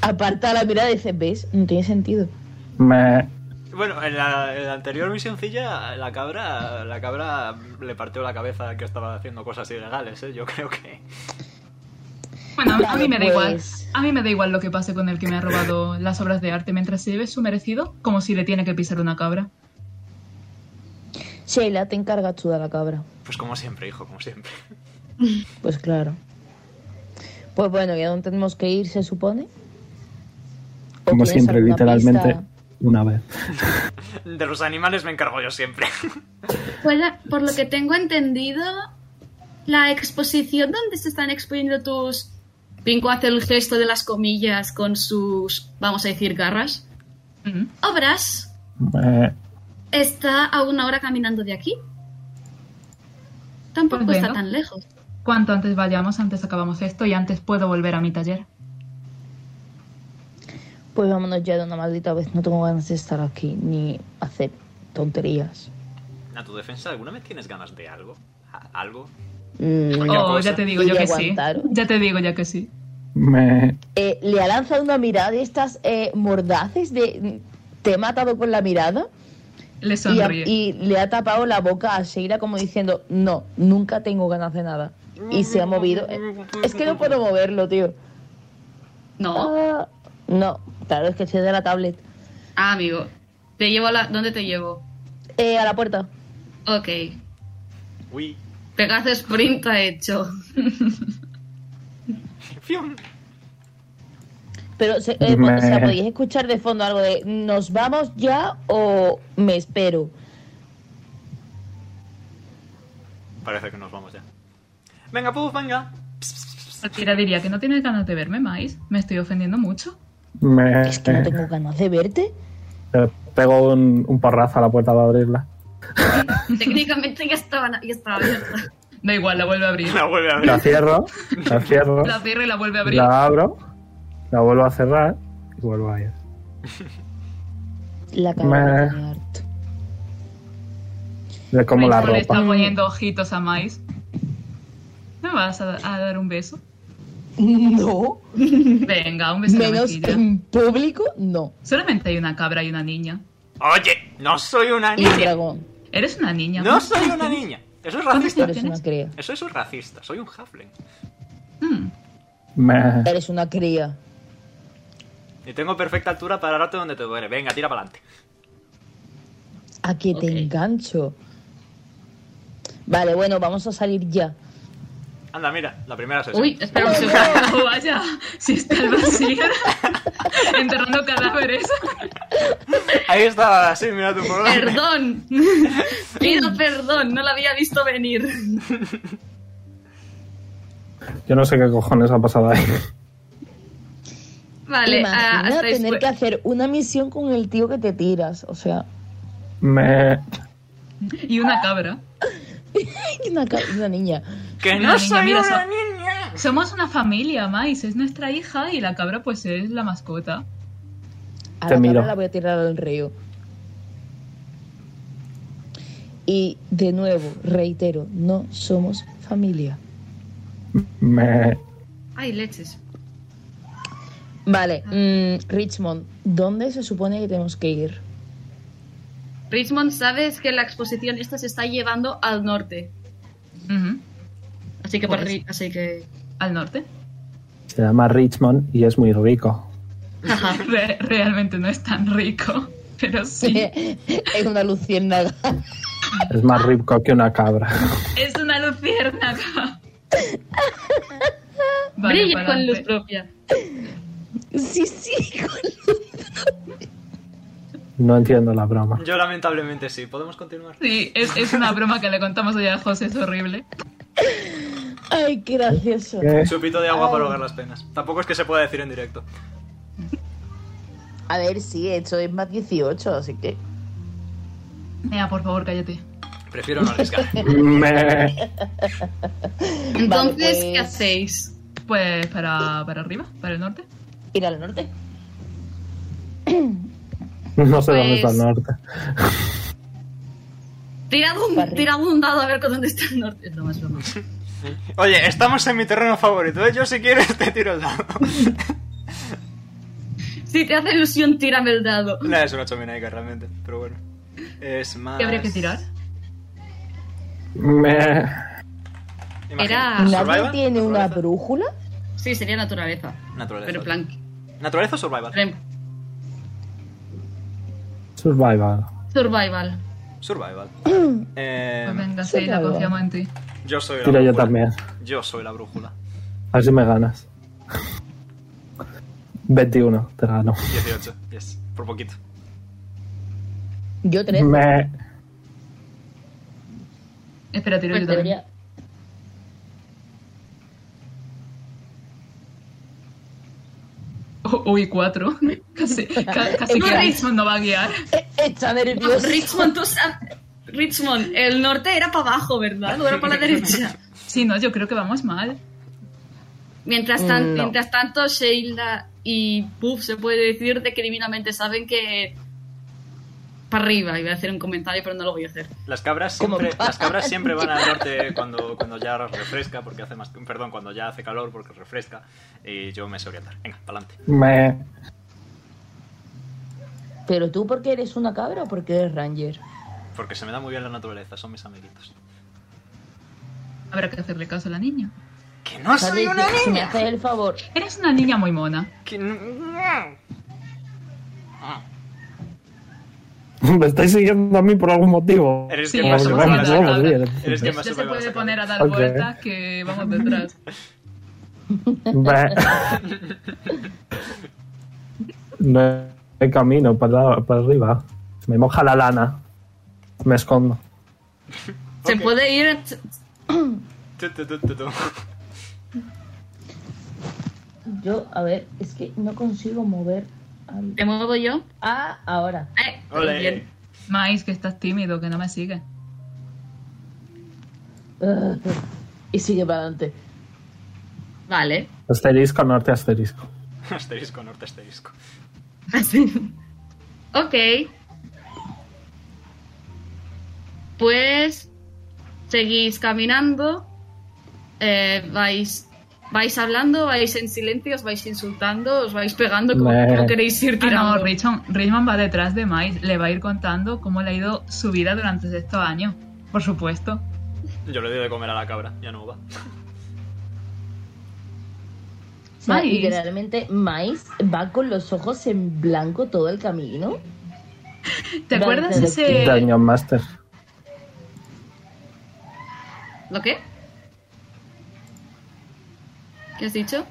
[SPEAKER 6] Aparta la mirada y dice, ¿ves? No tiene sentido.
[SPEAKER 1] Me,
[SPEAKER 2] Bueno, en la, en la anterior misioncilla, la cabra, la cabra le partió la cabeza al que estaba haciendo cosas ilegales, ¿eh? Yo creo que...
[SPEAKER 5] Bueno, a- a mí me da igual.
[SPEAKER 6] Pues-
[SPEAKER 5] A mí me da igual lo que pase con el que me ha robado las obras de arte mientras se lleve su merecido, como si le tiene que pisar una cabra.
[SPEAKER 6] Sheila, te encargas tú de la cabra.
[SPEAKER 2] Pues como siempre, hijo, como siempre.
[SPEAKER 6] Pues claro. Pues bueno, ¿ya dónde tenemos que ir, se supone? ¿O
[SPEAKER 1] como
[SPEAKER 6] tienes
[SPEAKER 1] siempre,
[SPEAKER 6] alguna
[SPEAKER 1] literalmente,
[SPEAKER 6] pista?
[SPEAKER 1] una vez.
[SPEAKER 2] De los animales me encargo yo siempre. (laughs)
[SPEAKER 4] Fuera- pues, por lo que tengo entendido, la exposición donde se están exponiendo tus... Pinco hace el gesto de las comillas con sus, vamos a decir, garras.
[SPEAKER 5] Mm.
[SPEAKER 4] Obras
[SPEAKER 1] Me-
[SPEAKER 4] está a una hora caminando de aquí. Tampoco
[SPEAKER 5] Pues
[SPEAKER 4] está
[SPEAKER 5] bueno.
[SPEAKER 4] tan lejos.
[SPEAKER 5] Cuanto antes vayamos, antes acabamos esto y antes puedo volver a mi taller.
[SPEAKER 6] Pues vámonos ya de una maldita vez. No tengo ganas de estar aquí ni hacer tonterías.
[SPEAKER 2] A tu defensa, ¿alguna vez tienes ganas de algo? A- ¿Algo?
[SPEAKER 6] Mm,
[SPEAKER 2] Otra
[SPEAKER 5] Oh,
[SPEAKER 2] cosa.
[SPEAKER 5] ya te digo
[SPEAKER 6] Y
[SPEAKER 5] yo
[SPEAKER 6] de
[SPEAKER 5] que sí.
[SPEAKER 6] aguantar.
[SPEAKER 5] Ya te digo ya que sí.
[SPEAKER 1] me-
[SPEAKER 6] eh, le ha lanzado una mirada de estas eh, mordaces de... Te he matado con la mirada
[SPEAKER 5] Le
[SPEAKER 6] y, a-
[SPEAKER 5] sonríe.
[SPEAKER 6] y le ha tapado la boca a Sheila como diciendo, no, nunca tengo ganas de nada. Y se ha movido. Eh, Es que no puedo moverlo, tío.
[SPEAKER 4] No.
[SPEAKER 6] Ah, no, claro, es que estoy de la tablet.
[SPEAKER 4] Ah, amigo. Te llevo a la... ¿Dónde te llevo?
[SPEAKER 6] Eh, a la puerta.
[SPEAKER 4] Ok.
[SPEAKER 2] Uy.
[SPEAKER 4] Pegaz sprint ha hecho.
[SPEAKER 2] Fium.
[SPEAKER 6] Pero se, eh,
[SPEAKER 1] Me-
[SPEAKER 6] o sea, podéis escuchar de fondo algo de ¿nos vamos ya o me espero?
[SPEAKER 2] Parece que nos vamos ya. Venga, Puff, venga.
[SPEAKER 5] Cualquiera diría que no tienes ganas de verme, Mais. Me estoy ofendiendo mucho.
[SPEAKER 1] me-
[SPEAKER 6] Es que no
[SPEAKER 1] Eh.
[SPEAKER 6] tengo ganas de verte.
[SPEAKER 1] Le pego un, un porrazo a la puerta para abrirla.
[SPEAKER 4] (laughs) Técnicamente ya estaba, ya estaba (laughs) abierta.
[SPEAKER 5] Da igual, la vuelve
[SPEAKER 2] (laughs)
[SPEAKER 5] a abrir.
[SPEAKER 2] La vuelve a
[SPEAKER 1] La
[SPEAKER 2] ver.
[SPEAKER 1] cierro, la cierro,
[SPEAKER 5] La cierra y la vuelve a abrir.
[SPEAKER 1] la abro, la vuelvo a cerrar y vuelvo a ir.
[SPEAKER 6] La cabra
[SPEAKER 1] Me-
[SPEAKER 6] me tiene harto.
[SPEAKER 1] Le como la
[SPEAKER 5] Maisel Le
[SPEAKER 1] ropa.
[SPEAKER 5] está poniendo ojitos a Mais. ¿Me vas a, a dar un (laughs) beso?
[SPEAKER 6] (laughs) No,
[SPEAKER 5] Venga, un beso en la
[SPEAKER 6] menos
[SPEAKER 5] mejilla.
[SPEAKER 6] en público, no.
[SPEAKER 5] Solamente hay una cabra y una niña.
[SPEAKER 2] Oye, no soy
[SPEAKER 4] Ah,
[SPEAKER 2] una
[SPEAKER 6] Y un
[SPEAKER 2] niña.
[SPEAKER 6] dragón.
[SPEAKER 5] Eres una niña.
[SPEAKER 2] No soy
[SPEAKER 5] (laughs)
[SPEAKER 2] una niña. Eso es racista.
[SPEAKER 6] Eres una cría.
[SPEAKER 2] Eso es un racista. Soy un halfling.
[SPEAKER 5] Mm,
[SPEAKER 1] Me-
[SPEAKER 6] Eres una cría.
[SPEAKER 2] Y tengo perfecta altura para darte donde te duele. Venga, tira para adelante.
[SPEAKER 6] A que
[SPEAKER 4] Ok.
[SPEAKER 6] te engancho. Vale, bueno, vamos a salir ya.
[SPEAKER 2] Anda, mira, la primera sesión.
[SPEAKER 4] Uy, espera un segundo.
[SPEAKER 5] (laughs) Oh, vaya, si está el vacío (laughs) enterrando cadáveres.
[SPEAKER 2] Ahí estaba, así, mira
[SPEAKER 5] (laughs)
[SPEAKER 2] tu problema.
[SPEAKER 4] Perdón. Pido perdón, no la había visto venir.
[SPEAKER 1] Yo no sé qué cojones ha pasado ahí.
[SPEAKER 4] Vale, ah,
[SPEAKER 6] Imagina
[SPEAKER 4] estáis
[SPEAKER 6] tener
[SPEAKER 4] fu-
[SPEAKER 6] que hacer una misión con el tío que te tiras. O sea,
[SPEAKER 1] (laughs)
[SPEAKER 6] (laughs)
[SPEAKER 1] Me...
[SPEAKER 5] Y una cabra.
[SPEAKER 6] una, ca- una niña.
[SPEAKER 2] ¡Que
[SPEAKER 5] Mira,
[SPEAKER 2] no
[SPEAKER 5] niña,
[SPEAKER 2] soy
[SPEAKER 5] mira,
[SPEAKER 2] una
[SPEAKER 5] so-
[SPEAKER 2] niña!
[SPEAKER 5] Somos una familia, Mais. Es nuestra hija y la cabra, pues, es la mascota.
[SPEAKER 6] A
[SPEAKER 1] Te
[SPEAKER 6] la cabra
[SPEAKER 1] miro.
[SPEAKER 6] la voy a tirar al río. Y de nuevo, reitero, no somos familia.
[SPEAKER 1] Me...
[SPEAKER 4] Ay, leches.
[SPEAKER 6] Vale, mm, Richmond, ¿dónde se supone que tenemos que ir?
[SPEAKER 4] Richmond, sabes que la exposición esta se está llevando al norte.
[SPEAKER 5] Ujú.
[SPEAKER 4] Así que, por
[SPEAKER 5] Pues-
[SPEAKER 4] ri- así que...
[SPEAKER 5] Al norte.
[SPEAKER 1] Se llama Richmond y es muy rico.
[SPEAKER 4] Ajá.
[SPEAKER 5] Re- realmente no es tan rico, pero sí.
[SPEAKER 6] (laughs) es una luciérnaga.
[SPEAKER 1] Es más rico que una cabra.
[SPEAKER 5] es una
[SPEAKER 4] (laughs)
[SPEAKER 5] luciérnaga. Vale,
[SPEAKER 4] Brilla con
[SPEAKER 5] pa'lante.
[SPEAKER 4] luz propia.
[SPEAKER 6] (laughs) sí, sí.
[SPEAKER 1] No entiendo la broma.
[SPEAKER 2] Yo lamentablemente sí. ¿Podemos continuar?
[SPEAKER 5] Sí, es, es una broma que le contamos ayer a José, es horrible.
[SPEAKER 6] Ay, qué gracioso.
[SPEAKER 1] ¿Qué?
[SPEAKER 2] Chupito de agua para ahogar las penas. Tampoco es que se pueda decir en directo.
[SPEAKER 6] A ver, sí, esto es más 18, así que.
[SPEAKER 5] Nea, por favor, cállate.
[SPEAKER 2] Prefiero no
[SPEAKER 5] (laughs)
[SPEAKER 2] arriesgar.
[SPEAKER 1] Me...
[SPEAKER 4] Entonces, ¿qué
[SPEAKER 6] pues-
[SPEAKER 4] hacéis?
[SPEAKER 5] Pues para, para arriba, para el norte.
[SPEAKER 6] Ir al norte.
[SPEAKER 1] No sé dónde está el
[SPEAKER 4] Pues-
[SPEAKER 1] norte.
[SPEAKER 4] Tirad un,
[SPEAKER 6] Barrio.
[SPEAKER 4] tirad un dado a ver con dónde está el norte. Es lo más broma.
[SPEAKER 2] Oye, estamos en mi terreno favorito. ¿eh? Yo si quieres te tiro el (laughs) dado.
[SPEAKER 4] Si te hace ilusión, tírame el dado.
[SPEAKER 2] No, es una chominaica realmente, pero bueno. Es más...
[SPEAKER 5] ¿Qué habría que tirar?
[SPEAKER 1] Me...
[SPEAKER 6] Ah.
[SPEAKER 2] Imagina,
[SPEAKER 4] Era-
[SPEAKER 2] ¿survival?
[SPEAKER 6] ¿Nadie tiene una
[SPEAKER 2] ¿Naturaleza?
[SPEAKER 6] brújula?
[SPEAKER 4] Sí, sería naturaleza.
[SPEAKER 2] Naturaleza.
[SPEAKER 4] Pero en plan...
[SPEAKER 2] ¿Naturaleza o survival?
[SPEAKER 4] rem-
[SPEAKER 1] Survival.
[SPEAKER 4] Survival.
[SPEAKER 2] Survival.
[SPEAKER 6] Mm.
[SPEAKER 2] Eh,
[SPEAKER 5] Pues venga,
[SPEAKER 6] sí,
[SPEAKER 5] sí, la
[SPEAKER 6] claro.
[SPEAKER 5] confiamos en ti.
[SPEAKER 2] yo soy la
[SPEAKER 1] Tira yo
[SPEAKER 2] brújula.
[SPEAKER 1] también.
[SPEAKER 2] Yo soy la brújula.
[SPEAKER 1] A ver si me ganas. 21, te gano.
[SPEAKER 2] 18, yes. Por poquito.
[SPEAKER 6] Yo tres.
[SPEAKER 1] Me...
[SPEAKER 5] Espera, tiro
[SPEAKER 4] Pues
[SPEAKER 5] yo también.
[SPEAKER 6] Debería-
[SPEAKER 5] U- Oh, Uy, cuatro. (laughs)
[SPEAKER 4] (laughs)
[SPEAKER 5] Casi, ca- casi
[SPEAKER 4] No,
[SPEAKER 5] que
[SPEAKER 4] Rich.
[SPEAKER 5] Richmond no va a guiar.
[SPEAKER 6] (laughs) Está
[SPEAKER 4] No,
[SPEAKER 6] nervioso.
[SPEAKER 4] Richmond, tú sabes... Richmond, el norte era para abajo, ¿verdad? No era (laughs) para la derecha.
[SPEAKER 5] Sí, no, yo creo que vamos mal.
[SPEAKER 4] Mientras, tan-
[SPEAKER 6] No.
[SPEAKER 4] mientras tanto, Sheila y Puff se puede decir de que divinamente saben que... Para arriba, iba a hacer un comentario, pero no lo voy a hacer.
[SPEAKER 2] Las cabras
[SPEAKER 6] Como
[SPEAKER 2] siempre,
[SPEAKER 6] pan.
[SPEAKER 2] las cabras siempre van al norte
[SPEAKER 6] (laughs)
[SPEAKER 2] cuando, cuando ya refresca, porque hace más... Perdón, cuando ya hace calor, porque refresca. Y yo me sé orientar. Venga, pa'lante.
[SPEAKER 1] Me...
[SPEAKER 6] Pero tú, porque eres una cabra o porque eres ranger?
[SPEAKER 2] Porque se me da muy bien la naturaleza, son mis amiguitos.
[SPEAKER 5] Habrá que hacerle caso a la niña.
[SPEAKER 2] ¡Que no soy
[SPEAKER 6] Charlie,
[SPEAKER 2] una
[SPEAKER 6] si me
[SPEAKER 2] niña!
[SPEAKER 6] haces el favor.
[SPEAKER 5] Eres una niña muy mona.
[SPEAKER 2] Que no-
[SPEAKER 1] Me estáis siguiendo a mí por algún motivo.
[SPEAKER 2] Eres
[SPEAKER 5] Sí,
[SPEAKER 2] quien
[SPEAKER 1] Como
[SPEAKER 2] más
[SPEAKER 5] eso
[SPEAKER 1] que
[SPEAKER 5] me
[SPEAKER 2] survival
[SPEAKER 1] vamos,
[SPEAKER 5] da la
[SPEAKER 2] has
[SPEAKER 1] vamos,
[SPEAKER 5] cabra.
[SPEAKER 1] bien.
[SPEAKER 2] Eres quien
[SPEAKER 5] Ya
[SPEAKER 2] más
[SPEAKER 5] se
[SPEAKER 2] survival has
[SPEAKER 5] puede
[SPEAKER 2] sacado.
[SPEAKER 5] poner a dar
[SPEAKER 1] Ok.
[SPEAKER 5] vueltas
[SPEAKER 6] (laughs)
[SPEAKER 5] que vamos detrás.
[SPEAKER 1] Me- No hay camino para, para arriba. Me moja la lana. Me escondo.
[SPEAKER 4] Se
[SPEAKER 2] Ok.
[SPEAKER 4] puede ir...
[SPEAKER 2] Tu, tu, tu, tu, tu.
[SPEAKER 6] Yo, a ver, es que no consigo mover. al-
[SPEAKER 4] ¿Te muevo yo?
[SPEAKER 6] Ah, ahora.
[SPEAKER 4] Eh,
[SPEAKER 2] Ole.
[SPEAKER 4] bien.
[SPEAKER 5] Mais, que estás tímido, que no me sigue.
[SPEAKER 6] Ugh. Y sigue para adelante.
[SPEAKER 4] Vale.
[SPEAKER 1] Asterisco, norte, asterisco.
[SPEAKER 2] (laughs) Asterisco, norte, asterisco.
[SPEAKER 4] Ok. Pues seguís caminando, eh, vais, vais hablando, vais en silencio, os vais insultando, os vais pegando como,
[SPEAKER 1] Meh.
[SPEAKER 4] como queréis ir
[SPEAKER 5] Ah, no,
[SPEAKER 4] tirando.
[SPEAKER 5] Richmond, Richmond va detrás de Mais. Le va a ir contando cómo le ha ido su vida durante estos años. Por supuesto.
[SPEAKER 2] Yo le doy de comer a la cabra, ya no va.
[SPEAKER 6] O sea,
[SPEAKER 5] Maíz.
[SPEAKER 6] literalmente, Maíz va con los ojos en blanco todo el camino.
[SPEAKER 5] ¿Te
[SPEAKER 6] Vale,
[SPEAKER 5] acuerdas
[SPEAKER 6] pero-
[SPEAKER 5] ese...?
[SPEAKER 1] Dungeon Master.
[SPEAKER 4] ¿Lo qué? ¿Qué has dicho?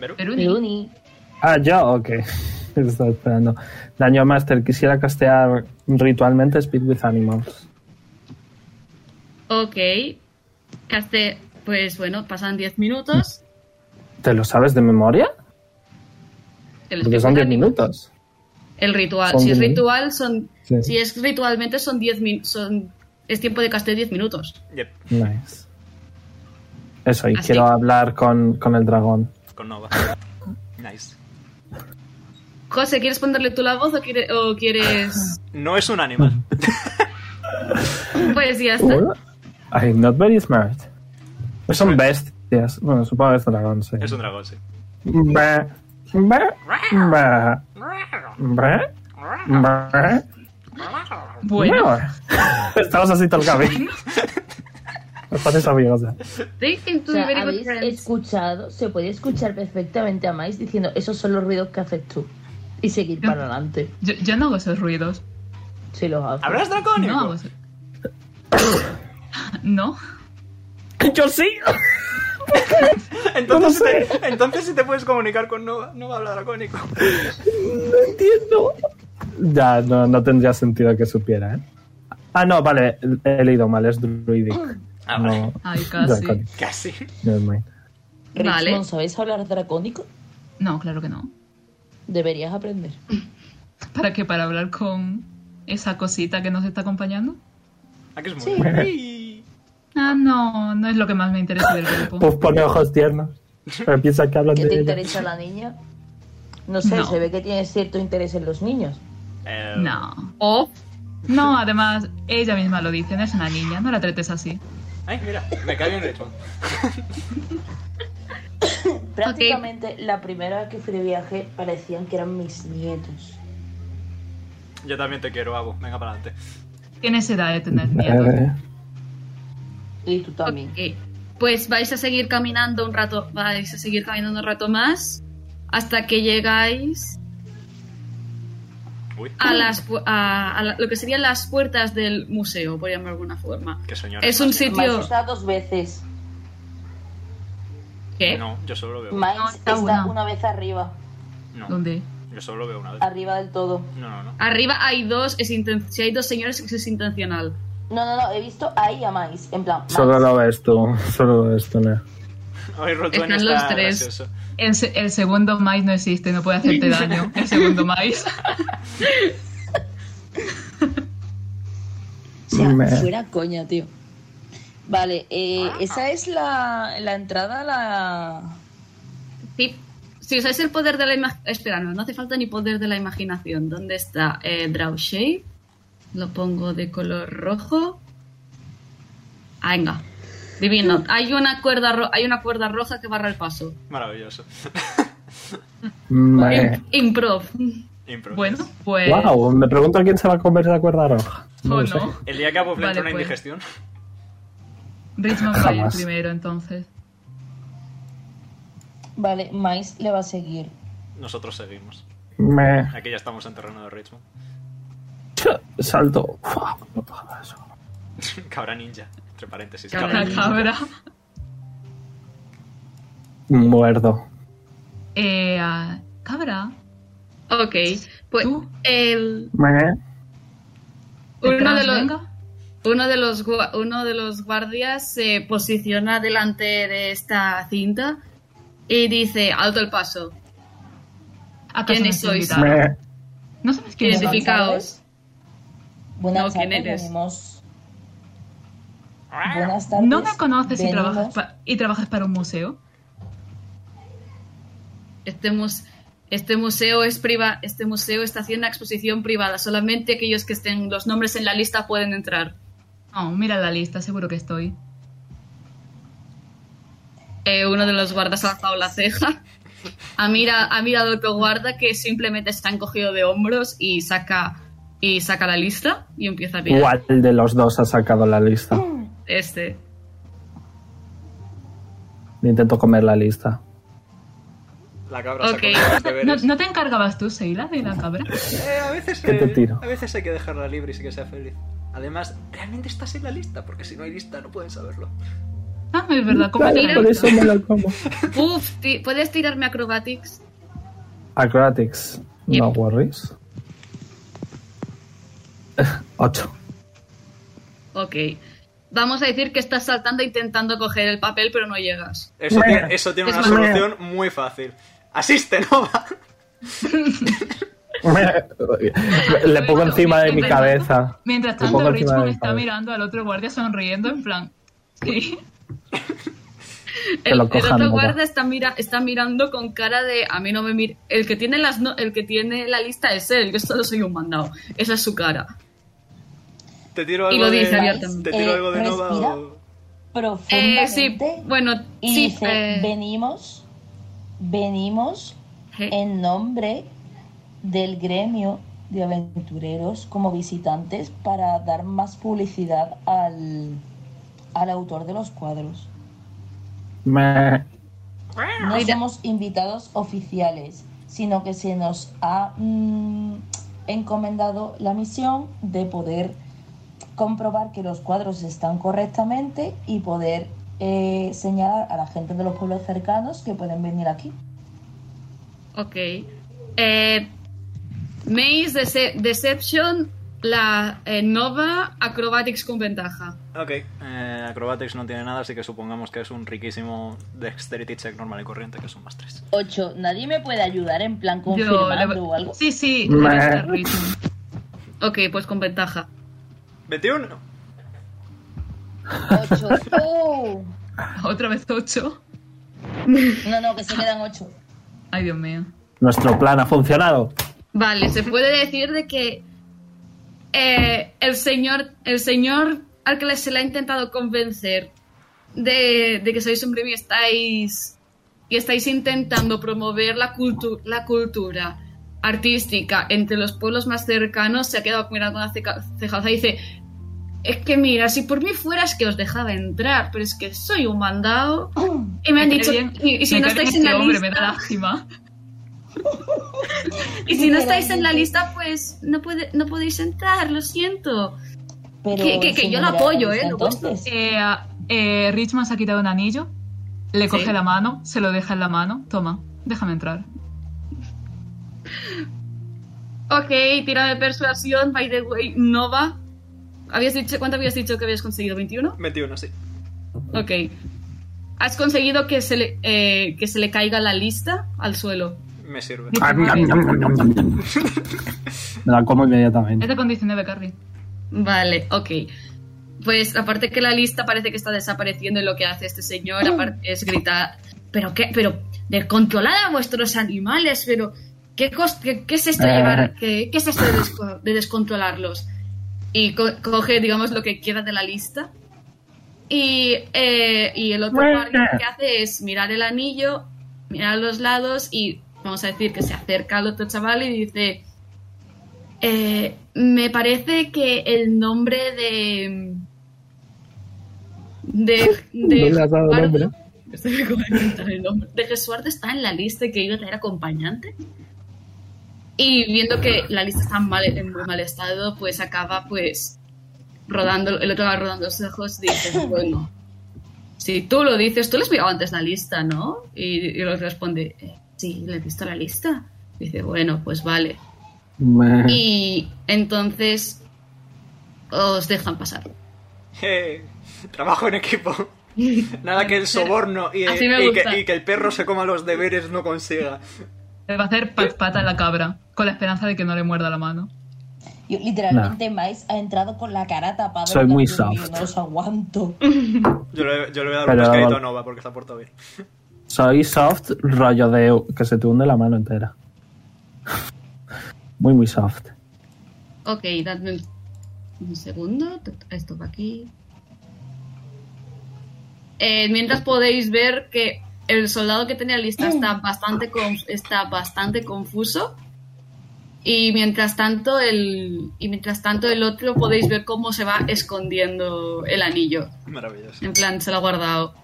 [SPEAKER 2] ¿Meru?
[SPEAKER 5] Peruni.
[SPEAKER 6] Peruni.
[SPEAKER 1] Ah, yo, ok. (laughs) Estaba esperando. Dungeon Master, quisiera castear ritualmente Speed with Animals.
[SPEAKER 4] Ok. Caste, pues bueno, pasan 10 minutos.
[SPEAKER 1] ¿Te lo sabes de memoria?
[SPEAKER 4] Te lo
[SPEAKER 1] Porque
[SPEAKER 4] explico
[SPEAKER 1] Pues son 10
[SPEAKER 4] en anime.
[SPEAKER 1] minutos.
[SPEAKER 4] El ritual.
[SPEAKER 1] Son
[SPEAKER 4] si es
[SPEAKER 1] diez
[SPEAKER 4] ritual, son.
[SPEAKER 1] Sí.
[SPEAKER 4] Si es ritualmente, son 10 min- son Es tiempo de casteo 10 minutos.
[SPEAKER 2] Yep,
[SPEAKER 1] Nice. Eso, y
[SPEAKER 4] Así.
[SPEAKER 1] quiero hablar con, con el dragón.
[SPEAKER 2] con Nova. Nice.
[SPEAKER 4] José, ¿quieres ponerle tú la voz o, quiere- o
[SPEAKER 3] (laughs)
[SPEAKER 4] quieres.?
[SPEAKER 2] No es un animal.
[SPEAKER 4] Pues ya está.
[SPEAKER 1] Hola. I'm not very smart.
[SPEAKER 2] Pues
[SPEAKER 1] Son bestias. Bueno, supongo que es dragón, sí.
[SPEAKER 2] Es un dragón, sí.
[SPEAKER 1] Bah, bah, bah, bah, bah,
[SPEAKER 5] Bueno,
[SPEAKER 1] bah. (laughs) Estamos así todo el camino. Nos pases amigos ya.
[SPEAKER 4] They seem to
[SPEAKER 3] O sea,
[SPEAKER 4] be very good
[SPEAKER 3] habéis
[SPEAKER 4] friends.
[SPEAKER 3] escuchado, se podía escuchar perfectamente a Mais diciendo esos son los ruidos que haces tú. Y seguir para adelante.
[SPEAKER 5] yo, yo no hago esos ruidos.
[SPEAKER 3] Si los hago.
[SPEAKER 2] ¿Hablas dracónico?
[SPEAKER 5] No pues, hago esos... No.
[SPEAKER 1] Yo sí.
[SPEAKER 2] (laughs) entonces,
[SPEAKER 1] No
[SPEAKER 2] si te, entonces si te puedes comunicar con Nova, Nova habla (laughs) dracónico.
[SPEAKER 1] Entiendo. Ya, no, no tendría sentido que supiera, ¿eh? Ah, no, vale, he leído mal, es druidic.
[SPEAKER 2] Ah, vale.
[SPEAKER 1] No,
[SPEAKER 5] Ay, casi.
[SPEAKER 1] draconic,
[SPEAKER 2] Casi.
[SPEAKER 1] nevermind.
[SPEAKER 4] Vale.
[SPEAKER 3] Richmond, ¿sabéis hablar dracónico?
[SPEAKER 5] No, claro que no.
[SPEAKER 3] Deberías aprender.
[SPEAKER 5] ¿Para qué? ¿Para hablar con esa cosita que nos está acompañando?
[SPEAKER 2] Aquí Ah, es muy
[SPEAKER 3] Sí.
[SPEAKER 2] (laughs) Uy.
[SPEAKER 5] Ah, no, no es lo que más me interesa del grupo.
[SPEAKER 1] (laughs) Puff Pues pone ojos tiernos. Pero piensa que hablan
[SPEAKER 3] ¿Qué
[SPEAKER 1] de
[SPEAKER 3] te
[SPEAKER 1] ella.
[SPEAKER 3] interesa la niña? No sé,
[SPEAKER 5] No.
[SPEAKER 3] se ve que tienes cierto interés en los niños.
[SPEAKER 2] Eh,
[SPEAKER 5] No.
[SPEAKER 4] O
[SPEAKER 5] No, además, ella misma lo dice, no es una niña, no la trates así.
[SPEAKER 2] Ay, mira, me cae bien Richmond.
[SPEAKER 3] Prácticamente la primera vez que fui de viaje parecían que eran mis nietos.
[SPEAKER 2] Yo también te quiero, Abu. Venga para adelante.
[SPEAKER 5] Tienes edad de tener miedo.
[SPEAKER 1] Eh,
[SPEAKER 3] Y tú también.
[SPEAKER 4] Ok. Pues vais a seguir caminando un rato, vais a seguir caminando un rato más hasta que llegáis
[SPEAKER 2] Uy,
[SPEAKER 4] a las pu- a, a la- lo que serían las puertas del museo, por llamarlo de alguna forma.
[SPEAKER 2] qué señor.
[SPEAKER 4] Es un
[SPEAKER 3] Miles
[SPEAKER 4] sitio
[SPEAKER 3] está dos veces.
[SPEAKER 4] ¿Qué?
[SPEAKER 2] No, yo solo lo veo.
[SPEAKER 3] Miles
[SPEAKER 5] No, está
[SPEAKER 3] está
[SPEAKER 5] una.
[SPEAKER 3] una vez arriba,
[SPEAKER 2] No,
[SPEAKER 5] ¿Dónde?
[SPEAKER 2] yo solo lo veo una vez.
[SPEAKER 6] Ah.
[SPEAKER 3] arriba del todo.
[SPEAKER 2] No, no, no.
[SPEAKER 4] Arriba hay dos, es inten- si hay dos señores es intencional.
[SPEAKER 3] No, no, no, he visto ahí a Miles, en plan. Miles.
[SPEAKER 1] Solo lo ves tú, solo lo ves tú, ¿no?
[SPEAKER 2] Hoy Rotuan
[SPEAKER 4] Están
[SPEAKER 2] está
[SPEAKER 4] los tres.
[SPEAKER 2] gracioso.
[SPEAKER 5] El, se- el segundo maíz no existe, no puede hacerte daño. El
[SPEAKER 1] (laughs)
[SPEAKER 5] segundo maíz.
[SPEAKER 3] O sea,
[SPEAKER 1] Me-
[SPEAKER 3] fuera coña, tío. Vale, eh, esa es la, la entrada a la.
[SPEAKER 4] Sí. Si usáis el poder de la imaginación... Espera, no, no hace falta ni poder de la imaginación. ¿Dónde está eh, Draw Shape? Lo pongo de color rojo. Ah, venga. Divino. Hay una cuerda, ro- hay una cuerda roja que barra el paso.
[SPEAKER 2] Maravilloso. (laughs)
[SPEAKER 1] Me-
[SPEAKER 4] Im- improv.
[SPEAKER 2] Impro.
[SPEAKER 5] Bueno, pues.
[SPEAKER 1] Wow, me pregunto a quién se va a comer la cuerda roja.
[SPEAKER 5] O
[SPEAKER 1] lo sé.
[SPEAKER 5] no.
[SPEAKER 2] El día que Abu le
[SPEAKER 5] Vale,
[SPEAKER 2] entra una
[SPEAKER 5] pues.
[SPEAKER 2] indigestión.
[SPEAKER 5] Richmond va a ir
[SPEAKER 1] Jamás.
[SPEAKER 5] primero, entonces.
[SPEAKER 3] Vale, Miles le va a seguir.
[SPEAKER 2] Nosotros seguimos.
[SPEAKER 1] Me
[SPEAKER 2] Aquí ya estamos en terreno de Richmond. (laughs)
[SPEAKER 1] salto. Fua, no tocaba eso.
[SPEAKER 2] Cabra ninja. Entre paréntesis.
[SPEAKER 4] Cabra
[SPEAKER 5] La
[SPEAKER 2] ninja.
[SPEAKER 5] cabra.
[SPEAKER 1] Muerdo.
[SPEAKER 5] Eh, ah, cabra.
[SPEAKER 4] Ok. Pues
[SPEAKER 5] ¿Tú?
[SPEAKER 4] el,
[SPEAKER 1] Me-
[SPEAKER 4] uno, de
[SPEAKER 5] detrás,
[SPEAKER 4] los,
[SPEAKER 5] venga.
[SPEAKER 4] uno, de los, gua- uno de los guardias se posiciona delante de esta cinta y dice, alto el paso.
[SPEAKER 5] ¿Acaso
[SPEAKER 4] ¿Quiénes
[SPEAKER 5] no estoy
[SPEAKER 4] sois?
[SPEAKER 5] invitada?
[SPEAKER 1] me-
[SPEAKER 5] No sabes quién es.
[SPEAKER 4] Identifica- Identificaos.
[SPEAKER 3] Buenas
[SPEAKER 4] No,
[SPEAKER 3] tardes.
[SPEAKER 4] ¿quién eres?
[SPEAKER 3] venimos- Buenas tardes.
[SPEAKER 5] No me conoces y
[SPEAKER 3] venimos-
[SPEAKER 5] trabajas, pa- y trabajas para un museo.
[SPEAKER 4] Este, mus- este museo es priva este museo está haciendo una exposición privada. Solamente aquellos que estén los nombres en la lista pueden entrar.
[SPEAKER 5] No, mira la lista, seguro que estoy.
[SPEAKER 4] Eh, uno de los guardas ha alzado la ceja. Ha, mira, ha mirado al otro guarda que simplemente está encogido de hombros y saca y saca la lista y empieza a mirar.
[SPEAKER 1] ¿Cuál de los dos ha sacado la lista?
[SPEAKER 4] Este.
[SPEAKER 1] Intento comer la lista.
[SPEAKER 2] La cabra
[SPEAKER 4] Ok.
[SPEAKER 2] se
[SPEAKER 4] (laughs)
[SPEAKER 2] ha comido los
[SPEAKER 5] ¿No,
[SPEAKER 2] deberes.
[SPEAKER 5] no te encargabas tú, Seila, de la cabra?
[SPEAKER 2] Eh, a veces,
[SPEAKER 1] ¿Qué
[SPEAKER 2] eh,
[SPEAKER 1] te tiro?
[SPEAKER 2] a veces hay que dejarla libre y sí que sea feliz. Además, realmente estás en la lista, porque si no hay lista no pueden saberlo.
[SPEAKER 5] Ah, es verdad, ¿cómo
[SPEAKER 1] Claro,
[SPEAKER 5] te
[SPEAKER 1] por
[SPEAKER 5] la-
[SPEAKER 1] eso me la
[SPEAKER 5] (laughs)
[SPEAKER 1] como.
[SPEAKER 4] Puf, ti- ¿puedes tirarme acrobatics?
[SPEAKER 1] Acrobatics, no
[SPEAKER 4] Yep.
[SPEAKER 1] worries. Ocho.
[SPEAKER 4] Ok. Vamos a decir que estás saltando intentando coger el papel, pero no llegas.
[SPEAKER 2] Eso,
[SPEAKER 1] Bueno,
[SPEAKER 2] tiene, eso tiene
[SPEAKER 4] es
[SPEAKER 2] una
[SPEAKER 4] más-
[SPEAKER 2] solución muy fácil. Asiste, (laughs) Nova.
[SPEAKER 5] (laughs)
[SPEAKER 1] Le pongo encima de mi cabeza.
[SPEAKER 5] Mientras
[SPEAKER 1] Un poco
[SPEAKER 5] tanto,
[SPEAKER 1] encima de
[SPEAKER 5] Richmond
[SPEAKER 1] mi
[SPEAKER 5] está
[SPEAKER 1] cabeza.
[SPEAKER 5] mirando al otro guardia sonriendo en plan... Sí.
[SPEAKER 1] Que lo
[SPEAKER 4] El, el
[SPEAKER 1] cojan,
[SPEAKER 4] otro
[SPEAKER 1] Nova.
[SPEAKER 4] guarda está, mira, está mirando con cara de a mí no me mir el que tiene las no- el que tiene la lista es él, yo solo soy un mandado. Esa es su cara.
[SPEAKER 2] Te tiro
[SPEAKER 4] Y
[SPEAKER 2] algo
[SPEAKER 4] lo
[SPEAKER 2] de,
[SPEAKER 4] dice
[SPEAKER 2] te
[SPEAKER 4] abiertamente.
[SPEAKER 2] tiro
[SPEAKER 6] Eh,
[SPEAKER 2] algo de Nova.
[SPEAKER 6] respira.
[SPEAKER 2] o-
[SPEAKER 6] Profundamente.
[SPEAKER 4] Eh, sí, bueno,
[SPEAKER 6] Y
[SPEAKER 4] sí,
[SPEAKER 6] dice,
[SPEAKER 4] eh,
[SPEAKER 6] venimos, venimos
[SPEAKER 4] eh,
[SPEAKER 6] en nombre del gremio de aventureros como visitantes para dar más publicidad al, al autor de los cuadros.
[SPEAKER 1] Me-
[SPEAKER 6] No
[SPEAKER 4] Mira.
[SPEAKER 6] somos invitados oficiales, sino que se nos ha mm, encomendado la misión de poder comprobar que los cuadros están correctamente y poder eh, señalar a la gente de los pueblos cercanos que pueden venir aquí.
[SPEAKER 4] Ok. Eh, Maze, Dece- Deception, la eh, Nova, Acrobatics con ventaja.
[SPEAKER 2] Ok. Eh, acrobatics no tiene nada, así que supongamos que es un riquísimo dexterity check normal y corriente, que es un más 3.
[SPEAKER 6] 8. Nadie me puede ayudar en plan
[SPEAKER 5] Yo le-
[SPEAKER 6] confirmando o
[SPEAKER 4] (laughs)
[SPEAKER 6] algo.
[SPEAKER 5] Sí, sí.
[SPEAKER 1] Meh.
[SPEAKER 5] debe estar Richmond.
[SPEAKER 4] Ok, pues con ventaja.
[SPEAKER 2] 21.
[SPEAKER 6] 8. ¡Oh!
[SPEAKER 5] (laughs) Otra vez ocho.
[SPEAKER 6] No, no, que se quedan 8.
[SPEAKER 5] Ay, Dios mío.
[SPEAKER 1] Nuestro plan ha funcionado.
[SPEAKER 4] Vale, se puede decir de que eh, el señor el señor al que le- se le ha intentado convencer de, de que sois un gremio y estáis y estáis intentando promover la, cultu- la cultura artística entre los pueblos más cercanos se ha quedado mirando con la ceca- cejaza y dice es que mira, si por mí fuera es que os dejaba entrar, pero es que soy un mandado y me han
[SPEAKER 5] cae
[SPEAKER 4] dicho
[SPEAKER 5] bien-
[SPEAKER 4] y, y si
[SPEAKER 5] Oh, me
[SPEAKER 4] no
[SPEAKER 5] cae bien
[SPEAKER 4] estáis en la
[SPEAKER 5] este hombre, me da
[SPEAKER 4] lista
[SPEAKER 5] lástima.
[SPEAKER 4] y si no estáis en la lista pues no puede, no podéis entrar, lo siento.
[SPEAKER 6] Pero
[SPEAKER 4] Que- que- que
[SPEAKER 6] sin
[SPEAKER 4] yo lo
[SPEAKER 6] mirar
[SPEAKER 4] apoyo,
[SPEAKER 6] a la
[SPEAKER 4] ¿eh?
[SPEAKER 6] lista,
[SPEAKER 4] Lo vuestro.
[SPEAKER 6] entonces.
[SPEAKER 5] Eh, eh, Richmond se ha quitado un anillo, le
[SPEAKER 4] Sí.
[SPEAKER 5] coge la mano, se lo deja en la mano. Toma, déjame entrar.
[SPEAKER 4] Ok, tira de persuasión, by the way, Nova. ¿Habías dicho, ¿Cuánto habías dicho que habías conseguido? ¿21?
[SPEAKER 2] 21, sí.
[SPEAKER 4] Ok. Has conseguido que se le, eh, que se le caiga la lista al suelo.
[SPEAKER 2] Me
[SPEAKER 4] (laughs)
[SPEAKER 2] sirve.
[SPEAKER 1] Me la como
[SPEAKER 5] Es
[SPEAKER 1] inmediatamente.
[SPEAKER 5] de condición de Carrie.
[SPEAKER 4] Vale, ok. Pues aparte que la lista parece que está desapareciendo y lo que hace este señor aparte, es gritar, pero qué, pero descontrolad a vuestros animales, pero qué, cos- qué, qué es esto de llevar, qué, qué es esto de, desco- de descontrolarlos. Y co- coge, digamos, lo que quiera de la lista. Y, eh, y el otro
[SPEAKER 1] Bueno.
[SPEAKER 4] guardia lo que hace es mirar el anillo, mirar a los lados y vamos a decir que se acerca al otro chaval y dice, eh, me parece que el nombre de. De. De.
[SPEAKER 1] (laughs) No le has dado
[SPEAKER 4] Jesuardo-
[SPEAKER 1] nombre.
[SPEAKER 4] (laughs) Estoy conectada el nombre. De Jesuardo está en la lista y que iba a traer acompañante. Y viendo que la lista está en mal, en muy mal estado, pues acaba, pues. Rodando, el otro va rodando los ojos
[SPEAKER 1] (laughs)
[SPEAKER 4] y dice: Bueno, si tú lo dices, tú le has mirado antes la lista, ¿no? Y, y el otro responde: "Eh, Sí, le he visto la lista. Dice: Bueno, pues vale.
[SPEAKER 1] Me-
[SPEAKER 4] Y entonces os dejan pasar.
[SPEAKER 2] (laughs) Eh, trabajo en
[SPEAKER 4] (laughs)
[SPEAKER 2] equipo. Nada que el soborno y,
[SPEAKER 4] Así me
[SPEAKER 2] y
[SPEAKER 4] gusta.
[SPEAKER 2] que, y que el perro se coma los deberes no consiga.
[SPEAKER 5] Le va a hacer pat pata a la cabra, con la esperanza de que no le muerda la mano.
[SPEAKER 6] Yo, literalmente Mais ha entrado con la cara tapada.
[SPEAKER 1] Soy muy
[SPEAKER 6] Yo no
[SPEAKER 1] soft.
[SPEAKER 6] los aguanto.
[SPEAKER 2] Yo le, yo le voy a dar
[SPEAKER 1] Pero-
[SPEAKER 2] un pescadito a Nova porque se ha portado bien.
[SPEAKER 1] Soy soft, rollo de que se te hunde la mano entera. Muy, muy soft.
[SPEAKER 4] Ok, dadme un- un segundo. Esto va aquí. Eh, mientras podéis ver que el soldado que tenía lista está bastante, con- está bastante confuso. Y mientras tanto el y mientras tanto el otro podéis ver cómo se va escondiendo el anillo.
[SPEAKER 2] Maravilloso.
[SPEAKER 4] En plan, se lo ha guardado.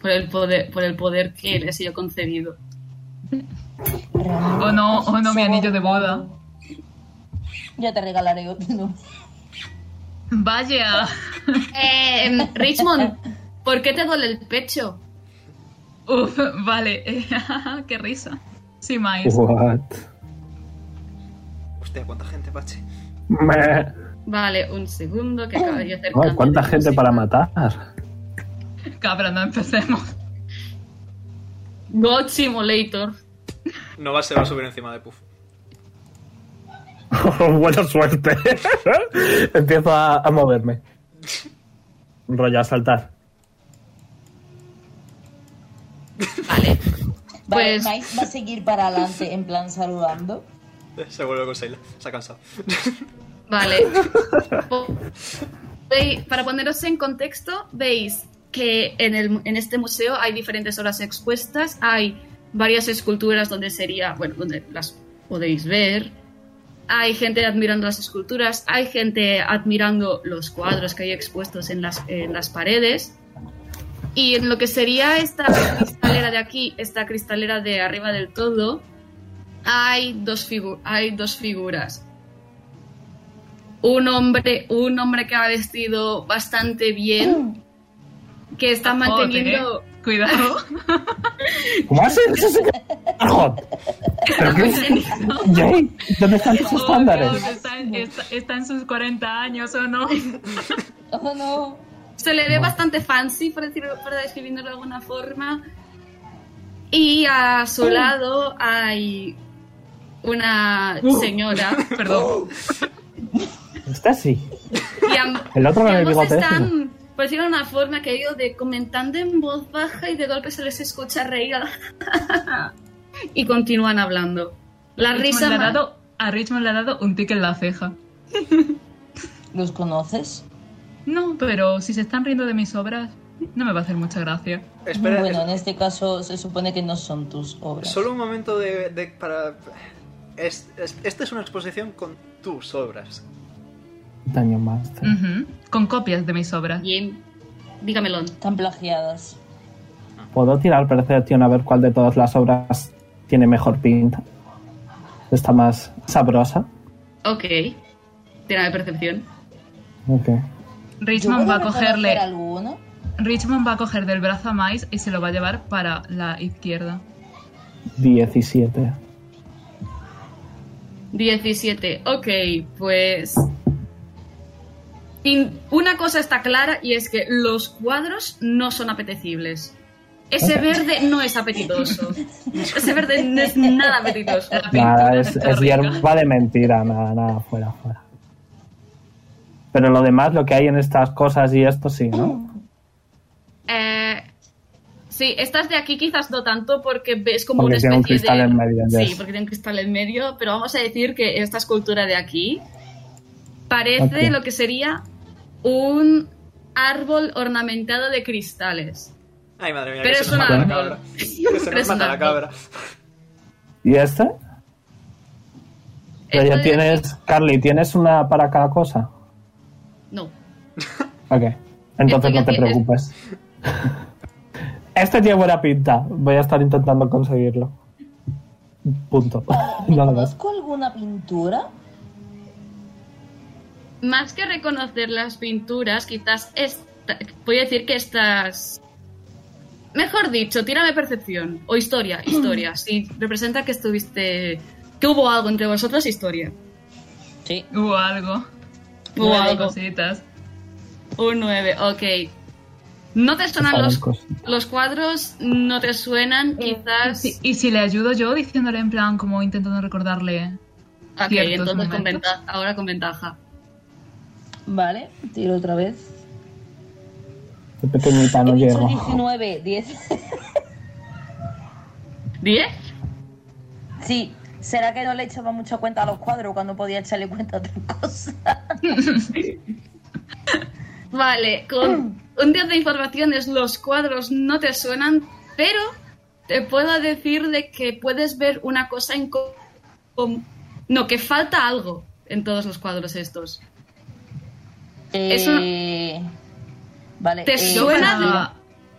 [SPEAKER 4] Por el poder, por el poder que le ha sido concedido.
[SPEAKER 5] O Oh, no, o no, mi anillo de boda.
[SPEAKER 6] Ya te regalaré otro.
[SPEAKER 5] Vaya.
[SPEAKER 4] Eh, Richmond, ¿por qué te duele el pecho?
[SPEAKER 5] Uf, vale. (laughs) Qué risa. Sí, Mais.
[SPEAKER 1] What?
[SPEAKER 2] Hostia, cuánta gente, Pache.
[SPEAKER 1] Me-
[SPEAKER 4] Vale, un segundo que acabo de hacer.
[SPEAKER 1] Ay, ¿Cuánta gente para matar? (laughs)
[SPEAKER 5] Cabrón, no empecemos.
[SPEAKER 4] God Simulator.
[SPEAKER 2] No va, se va a subir encima de Puff.
[SPEAKER 1] Buena suerte. (laughs) Empiezo a, a moverme. Rollo a saltar.
[SPEAKER 6] Vale,
[SPEAKER 4] Pues-
[SPEAKER 6] Mike va a seguir para adelante en plan saludando.
[SPEAKER 2] Eh, Se vuelve con Seila. Se ha cansado.
[SPEAKER 4] Vale. Po- Ve- Para poneros en contexto, veis que en, el- en este museo hay diferentes obras expuestas, hay varias esculturas donde sería, bueno, donde las podéis ver, hay gente admirando las esculturas, hay gente admirando los cuadros que hay expuestos en las, en las paredes. Y en lo que sería esta cristalera de aquí, esta cristalera de arriba del todo, hay dos, figu- hay dos figuras un hombre, un hombre que va vestido bastante bien, que está manteniendo.
[SPEAKER 5] Joder, ¿eh? Cuidado.
[SPEAKER 1] ¿Cómo haces eso? (laughs) carajo? ¿Pero qué es? Jay, ¿dónde están tus
[SPEAKER 5] Oh, Dios,
[SPEAKER 1] estándares?
[SPEAKER 5] está, en- está- está en sus 40 años o
[SPEAKER 4] (laughs)
[SPEAKER 5] no.
[SPEAKER 6] Oh no.
[SPEAKER 4] Se le ve bastante fancy, por decirlo, para describirlo de alguna forma. Y a
[SPEAKER 1] Uh.
[SPEAKER 4] su lado hay una
[SPEAKER 1] Uh.
[SPEAKER 4] señora.
[SPEAKER 1] (laughs)
[SPEAKER 5] Perdón.
[SPEAKER 1] Está así.
[SPEAKER 4] Y am-
[SPEAKER 1] El otro con
[SPEAKER 4] y
[SPEAKER 1] el
[SPEAKER 4] ambos
[SPEAKER 1] bigote.
[SPEAKER 4] están, por decirlo de una forma, que ellos de comentando en voz baja y de golpe se les escucha reír. (laughs) y continúan hablando. La risa.
[SPEAKER 5] Richmond le ha
[SPEAKER 4] ma-
[SPEAKER 5] dado- a Richmond le ha dado un tic en la ceja.
[SPEAKER 6] ¿Los conoces?
[SPEAKER 5] No, pero si se están riendo de mis obras, no me va a hacer mucha gracia.
[SPEAKER 2] Espera,
[SPEAKER 6] bueno, en este caso se supone que no son tus obras.
[SPEAKER 2] Solo un momento de, de- para... Es, es- esta es una exposición con tus obras.
[SPEAKER 1] Daño Master.
[SPEAKER 5] Ujú, Con copias de mis obras.
[SPEAKER 4] Bien. Dígamelo.
[SPEAKER 6] Están plagiadas.
[SPEAKER 1] ¿Puedo tirar percepción a ver cuál de todas las obras tiene mejor pinta? Está más sabrosa.
[SPEAKER 4] Ok. Tira de percepción.
[SPEAKER 1] Ok.
[SPEAKER 5] Richmond va a
[SPEAKER 6] puedo
[SPEAKER 5] cogerle.
[SPEAKER 6] reconocer alguno?
[SPEAKER 5] Richmond va a coger del brazo a Mais y se lo va a llevar para la izquierda.
[SPEAKER 1] 17.
[SPEAKER 4] 17. Ok, pues... In- una cosa está clara y es que los cuadros no son apetecibles. Ese verde no es apetitoso. Ese verde no es nada
[SPEAKER 1] (laughs)
[SPEAKER 4] apetitoso.
[SPEAKER 5] La
[SPEAKER 1] Nada,
[SPEAKER 5] pintura
[SPEAKER 1] es,
[SPEAKER 5] está
[SPEAKER 1] es
[SPEAKER 5] rica.
[SPEAKER 1] hierba de mentira. Nada, nada, fuera, fuera. Pero lo demás, lo que hay en estas cosas y esto sí, ¿no?
[SPEAKER 5] Mm.
[SPEAKER 4] Eh, sí, estas de aquí quizás no tanto porque ves como
[SPEAKER 1] Porque
[SPEAKER 4] una
[SPEAKER 1] tiene
[SPEAKER 4] especie
[SPEAKER 1] un cristal
[SPEAKER 4] de...
[SPEAKER 1] en medio, ya
[SPEAKER 4] Sí,
[SPEAKER 1] es.
[SPEAKER 4] porque tiene un cristal en medio, pero vamos a decir que esta escultura de aquí parece
[SPEAKER 1] Ok.
[SPEAKER 4] lo que sería un árbol ornamentado de cristales.
[SPEAKER 2] Ay, madre mía,
[SPEAKER 4] Pero
[SPEAKER 2] que
[SPEAKER 4] es
[SPEAKER 2] se nos
[SPEAKER 4] un
[SPEAKER 2] mata la
[SPEAKER 4] (laughs) árbol.
[SPEAKER 2] cabra. Que se
[SPEAKER 4] Pero
[SPEAKER 2] nos
[SPEAKER 4] es un
[SPEAKER 2] mata la
[SPEAKER 4] árbol.
[SPEAKER 2] cabra.
[SPEAKER 1] ¿Y este?
[SPEAKER 5] Este
[SPEAKER 1] Pero
[SPEAKER 4] Esto
[SPEAKER 1] ya
[SPEAKER 4] de
[SPEAKER 1] tienes, Carly, ¿tienes una para cada cosa?
[SPEAKER 4] No.
[SPEAKER 1] Ok.
[SPEAKER 4] Esto
[SPEAKER 1] Entonces
[SPEAKER 4] ya
[SPEAKER 1] no te
[SPEAKER 4] tiene-
[SPEAKER 1] preocupes. Este tiene buena pinta. Voy a estar intentando conseguirlo. Punto.
[SPEAKER 6] ¿Me
[SPEAKER 1] No lo ves.
[SPEAKER 6] conozco alguna pintura?
[SPEAKER 4] Más que reconocer las pinturas, quizás esta, voy a decir que estas... Mejor dicho, tírame percepción
[SPEAKER 1] (clears throat)
[SPEAKER 4] o historia, historia. Si representa que estuviste... que hubo algo entre vosotros, historia.
[SPEAKER 6] Sí.
[SPEAKER 5] Hubo algo.
[SPEAKER 4] Hubo
[SPEAKER 5] Hubo
[SPEAKER 4] algo.
[SPEAKER 5] cositas.
[SPEAKER 4] Un 9, ok. No te sonan
[SPEAKER 1] Saben
[SPEAKER 4] los,
[SPEAKER 1] cosas.
[SPEAKER 4] los cuadros, no te suenan, quizás...
[SPEAKER 5] Sí, y si le ayudo yo diciéndole en plan, como intentando recordarle.
[SPEAKER 4] Ok,
[SPEAKER 5] ciertos
[SPEAKER 4] entonces con
[SPEAKER 5] momentos.
[SPEAKER 4] ventaja, ahora con ventaja.
[SPEAKER 6] Vale, tiro otra vez.
[SPEAKER 1] De pequeñita no
[SPEAKER 6] He dicho
[SPEAKER 1] llego.
[SPEAKER 6] 19, 10.
[SPEAKER 4] ¿10?
[SPEAKER 6] (laughs) Sí. ¿Será que no le echaba mucha cuenta a los cuadros cuando podía echarle cuenta a otras cosas?
[SPEAKER 4] Vale, con un 10 de informaciones los cuadros no te suenan, pero te puedo decir de que puedes ver una cosa en... co- com- no, que falta algo en todos los cuadros estos. Eso-
[SPEAKER 6] Eh, Vale.
[SPEAKER 4] ¿Te
[SPEAKER 5] Yo
[SPEAKER 4] suena?
[SPEAKER 6] mira.
[SPEAKER 5] para-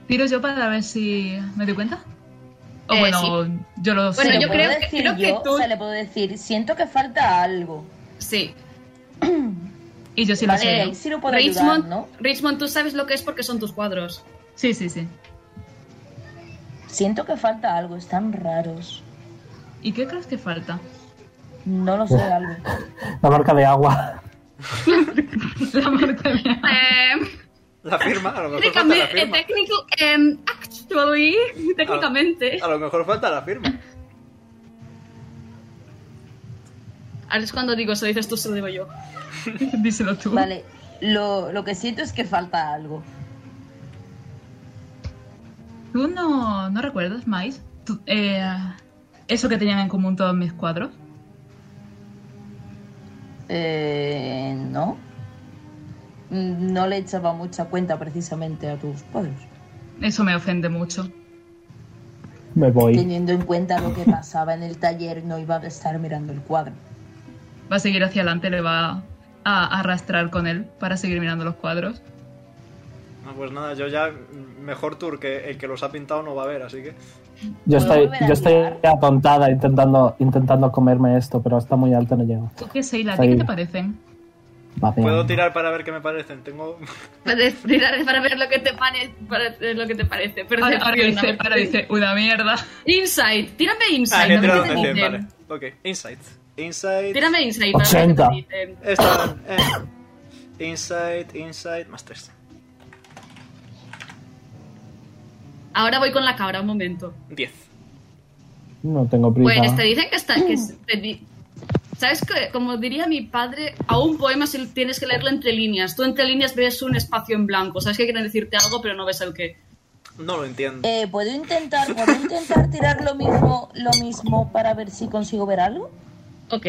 [SPEAKER 5] Tiro yo para ver si me doy cuenta. O
[SPEAKER 4] Eh,
[SPEAKER 5] bueno, yo lo
[SPEAKER 4] Bueno,
[SPEAKER 5] sé.
[SPEAKER 6] se
[SPEAKER 4] yo
[SPEAKER 6] lo puedo
[SPEAKER 4] creo que-
[SPEAKER 6] decir
[SPEAKER 4] creo que
[SPEAKER 6] yo,
[SPEAKER 4] tú-
[SPEAKER 6] se le puedo decir, siento que falta algo.
[SPEAKER 4] Sí.
[SPEAKER 5] Y yo sí lo
[SPEAKER 6] vale,
[SPEAKER 5] sé.
[SPEAKER 6] ahí sí lo puedo
[SPEAKER 4] Richmond,
[SPEAKER 6] ayudar, ¿no?
[SPEAKER 4] Richmond, tú sabes lo que es porque son tus cuadros.
[SPEAKER 5] Sí, sí, sí.
[SPEAKER 6] Siento que falta algo, están raros.
[SPEAKER 5] ¿Y qué crees que falta? (laughs)
[SPEAKER 4] (laughs)
[SPEAKER 6] No lo sé, algo.
[SPEAKER 1] La marca de agua. (laughs)
[SPEAKER 5] La marca mía.
[SPEAKER 4] Eh,
[SPEAKER 2] La firma, a lo mejor falta la
[SPEAKER 4] técnicamente,
[SPEAKER 2] firma.
[SPEAKER 4] eh, technical- em, actually, técnicamente.
[SPEAKER 2] A lo mejor falta la firma.
[SPEAKER 4] Ahora es cuando digo, se lo dices tú, se lo digo yo.
[SPEAKER 5] Díselo tú.
[SPEAKER 6] Vale, lo, lo que siento es que falta algo.
[SPEAKER 5] ¿Tú no, no recuerdas, Mais? tú- eh, eso que tenían en común todos mis cuadros.
[SPEAKER 6] Eh, no. Mm, No le echaba mucha cuenta precisamente a tus cuadros.
[SPEAKER 5] Eso me ofende mucho.
[SPEAKER 1] Me voy.
[SPEAKER 6] Teniendo en cuenta lo que pasaba en el taller, no iba a estar mirando el cuadro.
[SPEAKER 5] Va a seguir hacia adelante, le va a arrastrar con él para seguir mirando los cuadros.
[SPEAKER 2] No, pues nada, yo ya mm, mejor tour que el que los ha pintado no va a ver, así que.
[SPEAKER 1] Yo
[SPEAKER 6] ¿Puedo
[SPEAKER 1] estoy,
[SPEAKER 6] volver a
[SPEAKER 1] yo estoy
[SPEAKER 6] mirar?
[SPEAKER 1] atontada intentando, intentando comerme esto, pero está muy alto, no llego.
[SPEAKER 5] ¿Tú qué, Seila? ¿A ti qué
[SPEAKER 1] Ahí.
[SPEAKER 5] te parecen?
[SPEAKER 1] Va bien.
[SPEAKER 2] Puedo tirar para ver qué me parecen. Tengo.
[SPEAKER 4] Puedes tirar para ver lo que te, pare- para ver lo que te parece. Pero
[SPEAKER 5] Ahora, ahora dice, ahora dice, una mierda.
[SPEAKER 4] Insight, tírame
[SPEAKER 2] (laughs)
[SPEAKER 4] insight.
[SPEAKER 2] Ah, que he
[SPEAKER 4] a ver
[SPEAKER 2] tirado
[SPEAKER 4] qué te
[SPEAKER 2] de 100,
[SPEAKER 4] dicen.
[SPEAKER 2] vale. Ok, Insight. Insight.
[SPEAKER 4] Tírame insight. para ver qué te
[SPEAKER 1] 80.
[SPEAKER 4] dicen.
[SPEAKER 2] Esta. eh. Insight, Insight, más 3.
[SPEAKER 4] Ahora voy con la cabra, un momento.
[SPEAKER 2] 10.
[SPEAKER 1] No tengo prisa.
[SPEAKER 4] Pues te dicen que está. Que es- te di- ¿Sabes que Como diría mi padre, a un poema si tienes que leerlo entre líneas. Tú entre líneas ves un espacio en blanco. Sabes que quieren decirte algo, pero no ves el qué.
[SPEAKER 2] No lo entiendo.
[SPEAKER 6] Eh, ¿puedo, intentar, ¿Puedo intentar tirar lo mismo, lo mismo para ver si consigo ver algo?
[SPEAKER 4] Ok.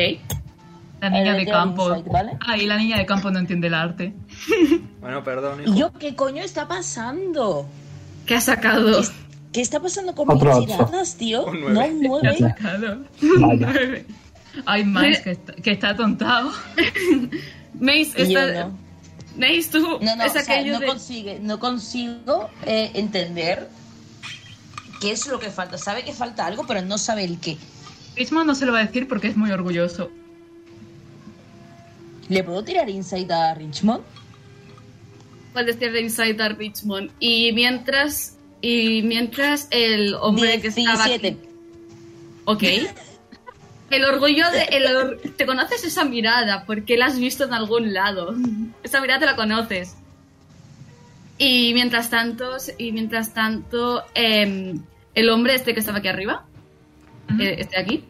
[SPEAKER 5] La niña
[SPEAKER 6] Eh,
[SPEAKER 5] de
[SPEAKER 6] de
[SPEAKER 5] campo.
[SPEAKER 6] Insight, ¿vale?
[SPEAKER 5] Ay, la niña de campo no entiende el arte. Eh,
[SPEAKER 2] Bueno, perdón, hijo.
[SPEAKER 6] ¿Y yo qué coño está pasando?
[SPEAKER 4] ¿Qué has sacado?
[SPEAKER 6] ¿Qué está pasando con
[SPEAKER 1] Otro
[SPEAKER 6] mis
[SPEAKER 1] ocho.
[SPEAKER 6] tiradas, tío?
[SPEAKER 2] Un
[SPEAKER 6] No,
[SPEAKER 2] nueve.
[SPEAKER 6] un
[SPEAKER 5] Ya has
[SPEAKER 6] nueve.
[SPEAKER 5] sacado.
[SPEAKER 1] Vaya.
[SPEAKER 5] Ay, más, que está, que está atontado.
[SPEAKER 4] Mace,
[SPEAKER 6] Y yo
[SPEAKER 4] está-
[SPEAKER 6] no.
[SPEAKER 4] Mace, tú.
[SPEAKER 6] No, no,
[SPEAKER 4] es
[SPEAKER 6] o sea,
[SPEAKER 4] aquello
[SPEAKER 6] no
[SPEAKER 4] de-
[SPEAKER 6] consigue, no consigo eh, entender qué es lo que falta. Sabe que falta algo, pero no sabe el qué.
[SPEAKER 5] Mismo no se lo va a decir porque es muy orgulloso.
[SPEAKER 6] ¿Le puedo tirar insight a Richmond?
[SPEAKER 4] Puedes tirar Inside a Richmond. Y mientras. Y mientras el hombre que estaba. aquí- Ok. El orgullo de. el or- Te conoces esa mirada porque la has visto en algún lado. Esa mirada te la conoces. Y mientras tanto. Y mientras tanto. em, el hombre este que estaba aquí arriba. eh, este de aquí.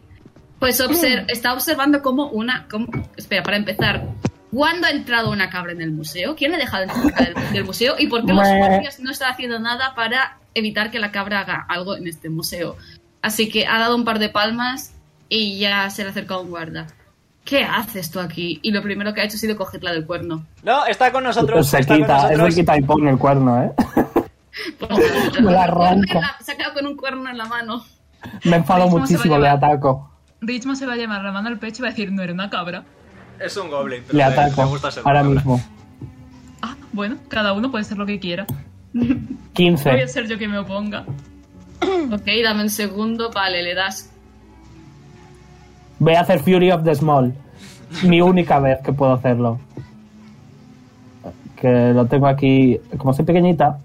[SPEAKER 4] Pues obser- está observando como una. como- espera, para empezar. ¿Cuándo ha entrado una cabra en el museo? ¿Quién le ha dejado entrar del, (laughs) del museo? ¿Y por qué los
[SPEAKER 1] Bueh.
[SPEAKER 4] guardias no están haciendo nada para evitar que la cabra haga algo en este museo? Así que ha dado un par de palmas y ya se le acerca un guarda. ¿Qué haces tú aquí? Y lo primero que ha hecho ha sido cogerla del cuerno.
[SPEAKER 2] No, está con nosotros.
[SPEAKER 1] Pues se
[SPEAKER 2] está con
[SPEAKER 1] quita,
[SPEAKER 2] nosotros.
[SPEAKER 1] se quita y pone el cuerno, ¿eh? (laughs)
[SPEAKER 5] (laughs)
[SPEAKER 4] Pues, se
[SPEAKER 1] Me la
[SPEAKER 4] ha quedado con
[SPEAKER 1] arranca.
[SPEAKER 4] la- Se ha quedado con un cuerno en la mano.
[SPEAKER 1] Me enfado
[SPEAKER 5] ¿Cómo se va a
[SPEAKER 1] muchísimo, le
[SPEAKER 5] llamar?
[SPEAKER 1] ataco.
[SPEAKER 5] Richmo se va a llevar la mano al pecho y va a decir, no era una cabra.
[SPEAKER 2] Es un goblin. pero
[SPEAKER 1] Le
[SPEAKER 2] me- me
[SPEAKER 1] ataco.
[SPEAKER 2] gusta ser
[SPEAKER 1] Ahora
[SPEAKER 2] una cabra.
[SPEAKER 1] mismo.
[SPEAKER 5] Ah, bueno, cada uno puede ser lo que quiera. No voy a
[SPEAKER 1] 15.
[SPEAKER 5] ser yo que me oponga.
[SPEAKER 4] Ok, dame un segundo. Vale, le das.
[SPEAKER 1] Voy a hacer Fury of the Small. Mi única vez que puedo hacerlo. Que lo tengo aquí. Como soy pequeñita.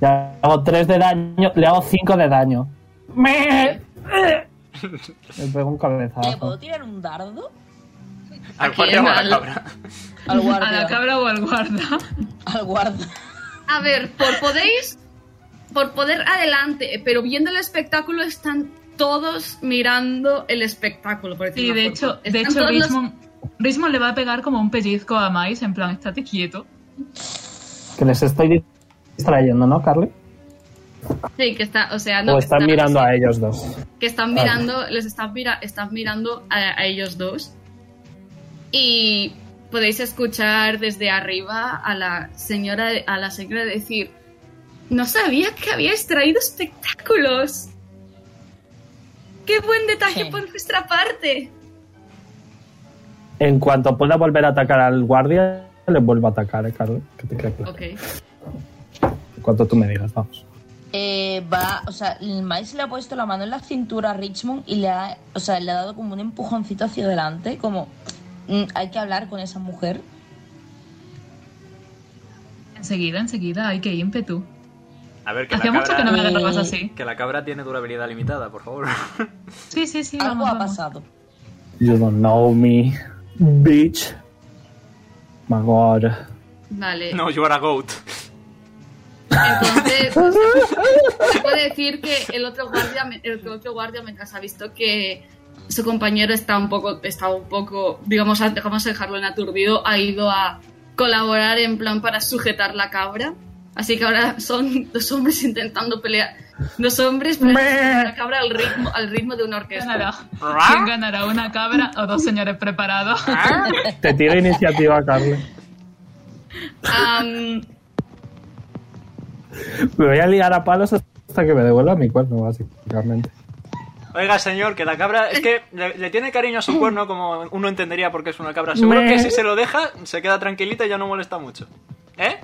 [SPEAKER 1] Le hago 3 de daño. Le hago 5 de daño. Le pego un
[SPEAKER 6] ¿Le puedo
[SPEAKER 1] cabezazo.
[SPEAKER 6] tirar un dardo?
[SPEAKER 2] Al
[SPEAKER 4] Aquí,
[SPEAKER 2] guardia o a
[SPEAKER 4] al-
[SPEAKER 2] la cabra.
[SPEAKER 4] (laughs)
[SPEAKER 6] Al guardia.
[SPEAKER 5] A la cabra o al guarda.
[SPEAKER 6] Al guarda.
[SPEAKER 4] A ver, por podéis, por poder adelante, pero viendo el espectáculo están todos mirando el espectáculo. Por
[SPEAKER 5] Y
[SPEAKER 4] decirlo
[SPEAKER 5] de
[SPEAKER 4] por-
[SPEAKER 5] hecho, de
[SPEAKER 4] pues, están
[SPEAKER 5] hecho
[SPEAKER 4] todos los-
[SPEAKER 5] Richmond, Richmond le va a pegar como un pellizco a Mais, en plan, estate quieto.
[SPEAKER 1] Que les estoy distrayendo, ¿no, Carly?
[SPEAKER 4] Sí, que está, o sea, no.
[SPEAKER 1] O
[SPEAKER 4] que
[SPEAKER 1] están mirando a ellos dos.
[SPEAKER 4] Que están mirando, les están, mira, están mirando a, a ellos dos. Y podéis escuchar desde arriba a la señora, a la señora decir, no sabía que habíais traído espectáculos. ¡Qué buen detalle
[SPEAKER 6] Sí.
[SPEAKER 4] por vuestra parte!
[SPEAKER 1] En cuanto pueda volver a atacar al guardia, le vuelvo a atacar, ¿eh, Carly? Que te quede claro.
[SPEAKER 4] Ok.
[SPEAKER 1] En cuanto tú me digas, vamos.
[SPEAKER 6] Eh, va, o sea, el maíz le ha puesto la mano en la cintura a Richmond y le ha, o sea, le ha dado como un empujoncito hacia adelante, como mm, hay que hablar con esa mujer.
[SPEAKER 5] Enseguida, enseguida, ay, qué ímpetu.
[SPEAKER 2] A ver, que la
[SPEAKER 5] Hacía mucho
[SPEAKER 2] cabra.
[SPEAKER 5] que no me
[SPEAKER 6] cabra-
[SPEAKER 5] agarrabas
[SPEAKER 6] y-
[SPEAKER 5] así.
[SPEAKER 2] Que la cabra tiene durabilidad limitada, por favor.
[SPEAKER 5] Sí, sí, sí.
[SPEAKER 6] Algo
[SPEAKER 5] vamos,
[SPEAKER 6] ha
[SPEAKER 5] vamos.
[SPEAKER 6] pasado.
[SPEAKER 1] You don't know me, bitch. My God.
[SPEAKER 5] Eh.
[SPEAKER 4] Vale.
[SPEAKER 2] No, you are a goat.
[SPEAKER 4] Entonces, pues, se puede decir que el otro guardia, me- el otro guardia mientras ha visto que su compañero está un poco, está un poco, digamos, a- vamos a dejarlo en aturdido, ha ido a colaborar en plan para sujetar la cabra. Así que ahora son dos hombres intentando pelear, dos hombres peleando la cabra al ritmo, al ritmo de una
[SPEAKER 5] ganará?
[SPEAKER 4] orquesta.
[SPEAKER 5] ¿Quién ganará? ¿Una cabra o dos señores preparados?
[SPEAKER 2] Ah.
[SPEAKER 1] Te tiro iniciativa, Carlos.
[SPEAKER 4] Am,
[SPEAKER 1] Me voy a liar a palos hasta que me devuelva mi cuerno, básicamente.
[SPEAKER 2] Oiga, señor, que la cabra. Es que le, le tiene cariño a su cuerno, como uno entendería porque es una cabra. Seguro
[SPEAKER 1] Me-
[SPEAKER 2] que si se lo deja, se queda tranquilita y ya no molesta mucho. ¿Eh?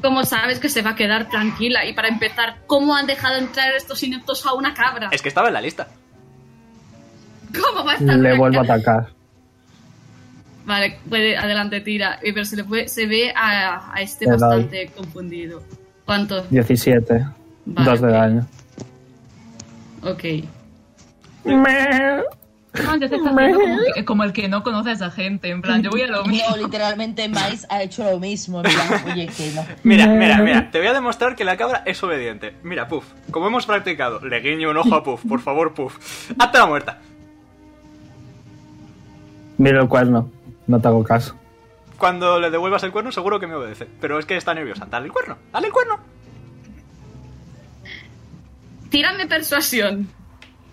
[SPEAKER 4] ¿Cómo sabes que se va a quedar tranquila? Y para empezar, ¿cómo han dejado entrar estos ineptos a una cabra?
[SPEAKER 2] Es que estaba en la lista.
[SPEAKER 4] ¿Cómo va a estar
[SPEAKER 1] Le
[SPEAKER 4] una
[SPEAKER 1] vuelvo a
[SPEAKER 4] cabra?
[SPEAKER 1] atacar.
[SPEAKER 4] Vale, puede, adelante, tira. Eh, Pero se, le puede- se ve a, a este
[SPEAKER 1] Le doy.
[SPEAKER 4] bastante confundido. ¿Cuánto?
[SPEAKER 1] 17.
[SPEAKER 4] Vale,
[SPEAKER 1] Dos de
[SPEAKER 4] ok.
[SPEAKER 1] daño.
[SPEAKER 4] Ok.
[SPEAKER 5] No, ya te estás viendo como, (laughs) que- como el que no conoce a esa gente. En plan, yo voy a lo mío.
[SPEAKER 6] No, literalmente Mais ha hecho lo mismo. En plan,
[SPEAKER 5] (laughs)
[SPEAKER 6] oye, que no.
[SPEAKER 2] Mira, mira, mira. Te voy a demostrar que la cabra es obediente. Mira, Puff. Como hemos practicado, le guiño un ojo a Puff. Por favor, Puff. Hazte la muerta.
[SPEAKER 1] Miro el cuerno. No te hago caso.
[SPEAKER 2] Cuando le devuelvas el cuerno, seguro que me obedece. Pero es que está nerviosa. Dale el cuerno. Dale el cuerno.
[SPEAKER 4] Tírame persuasión.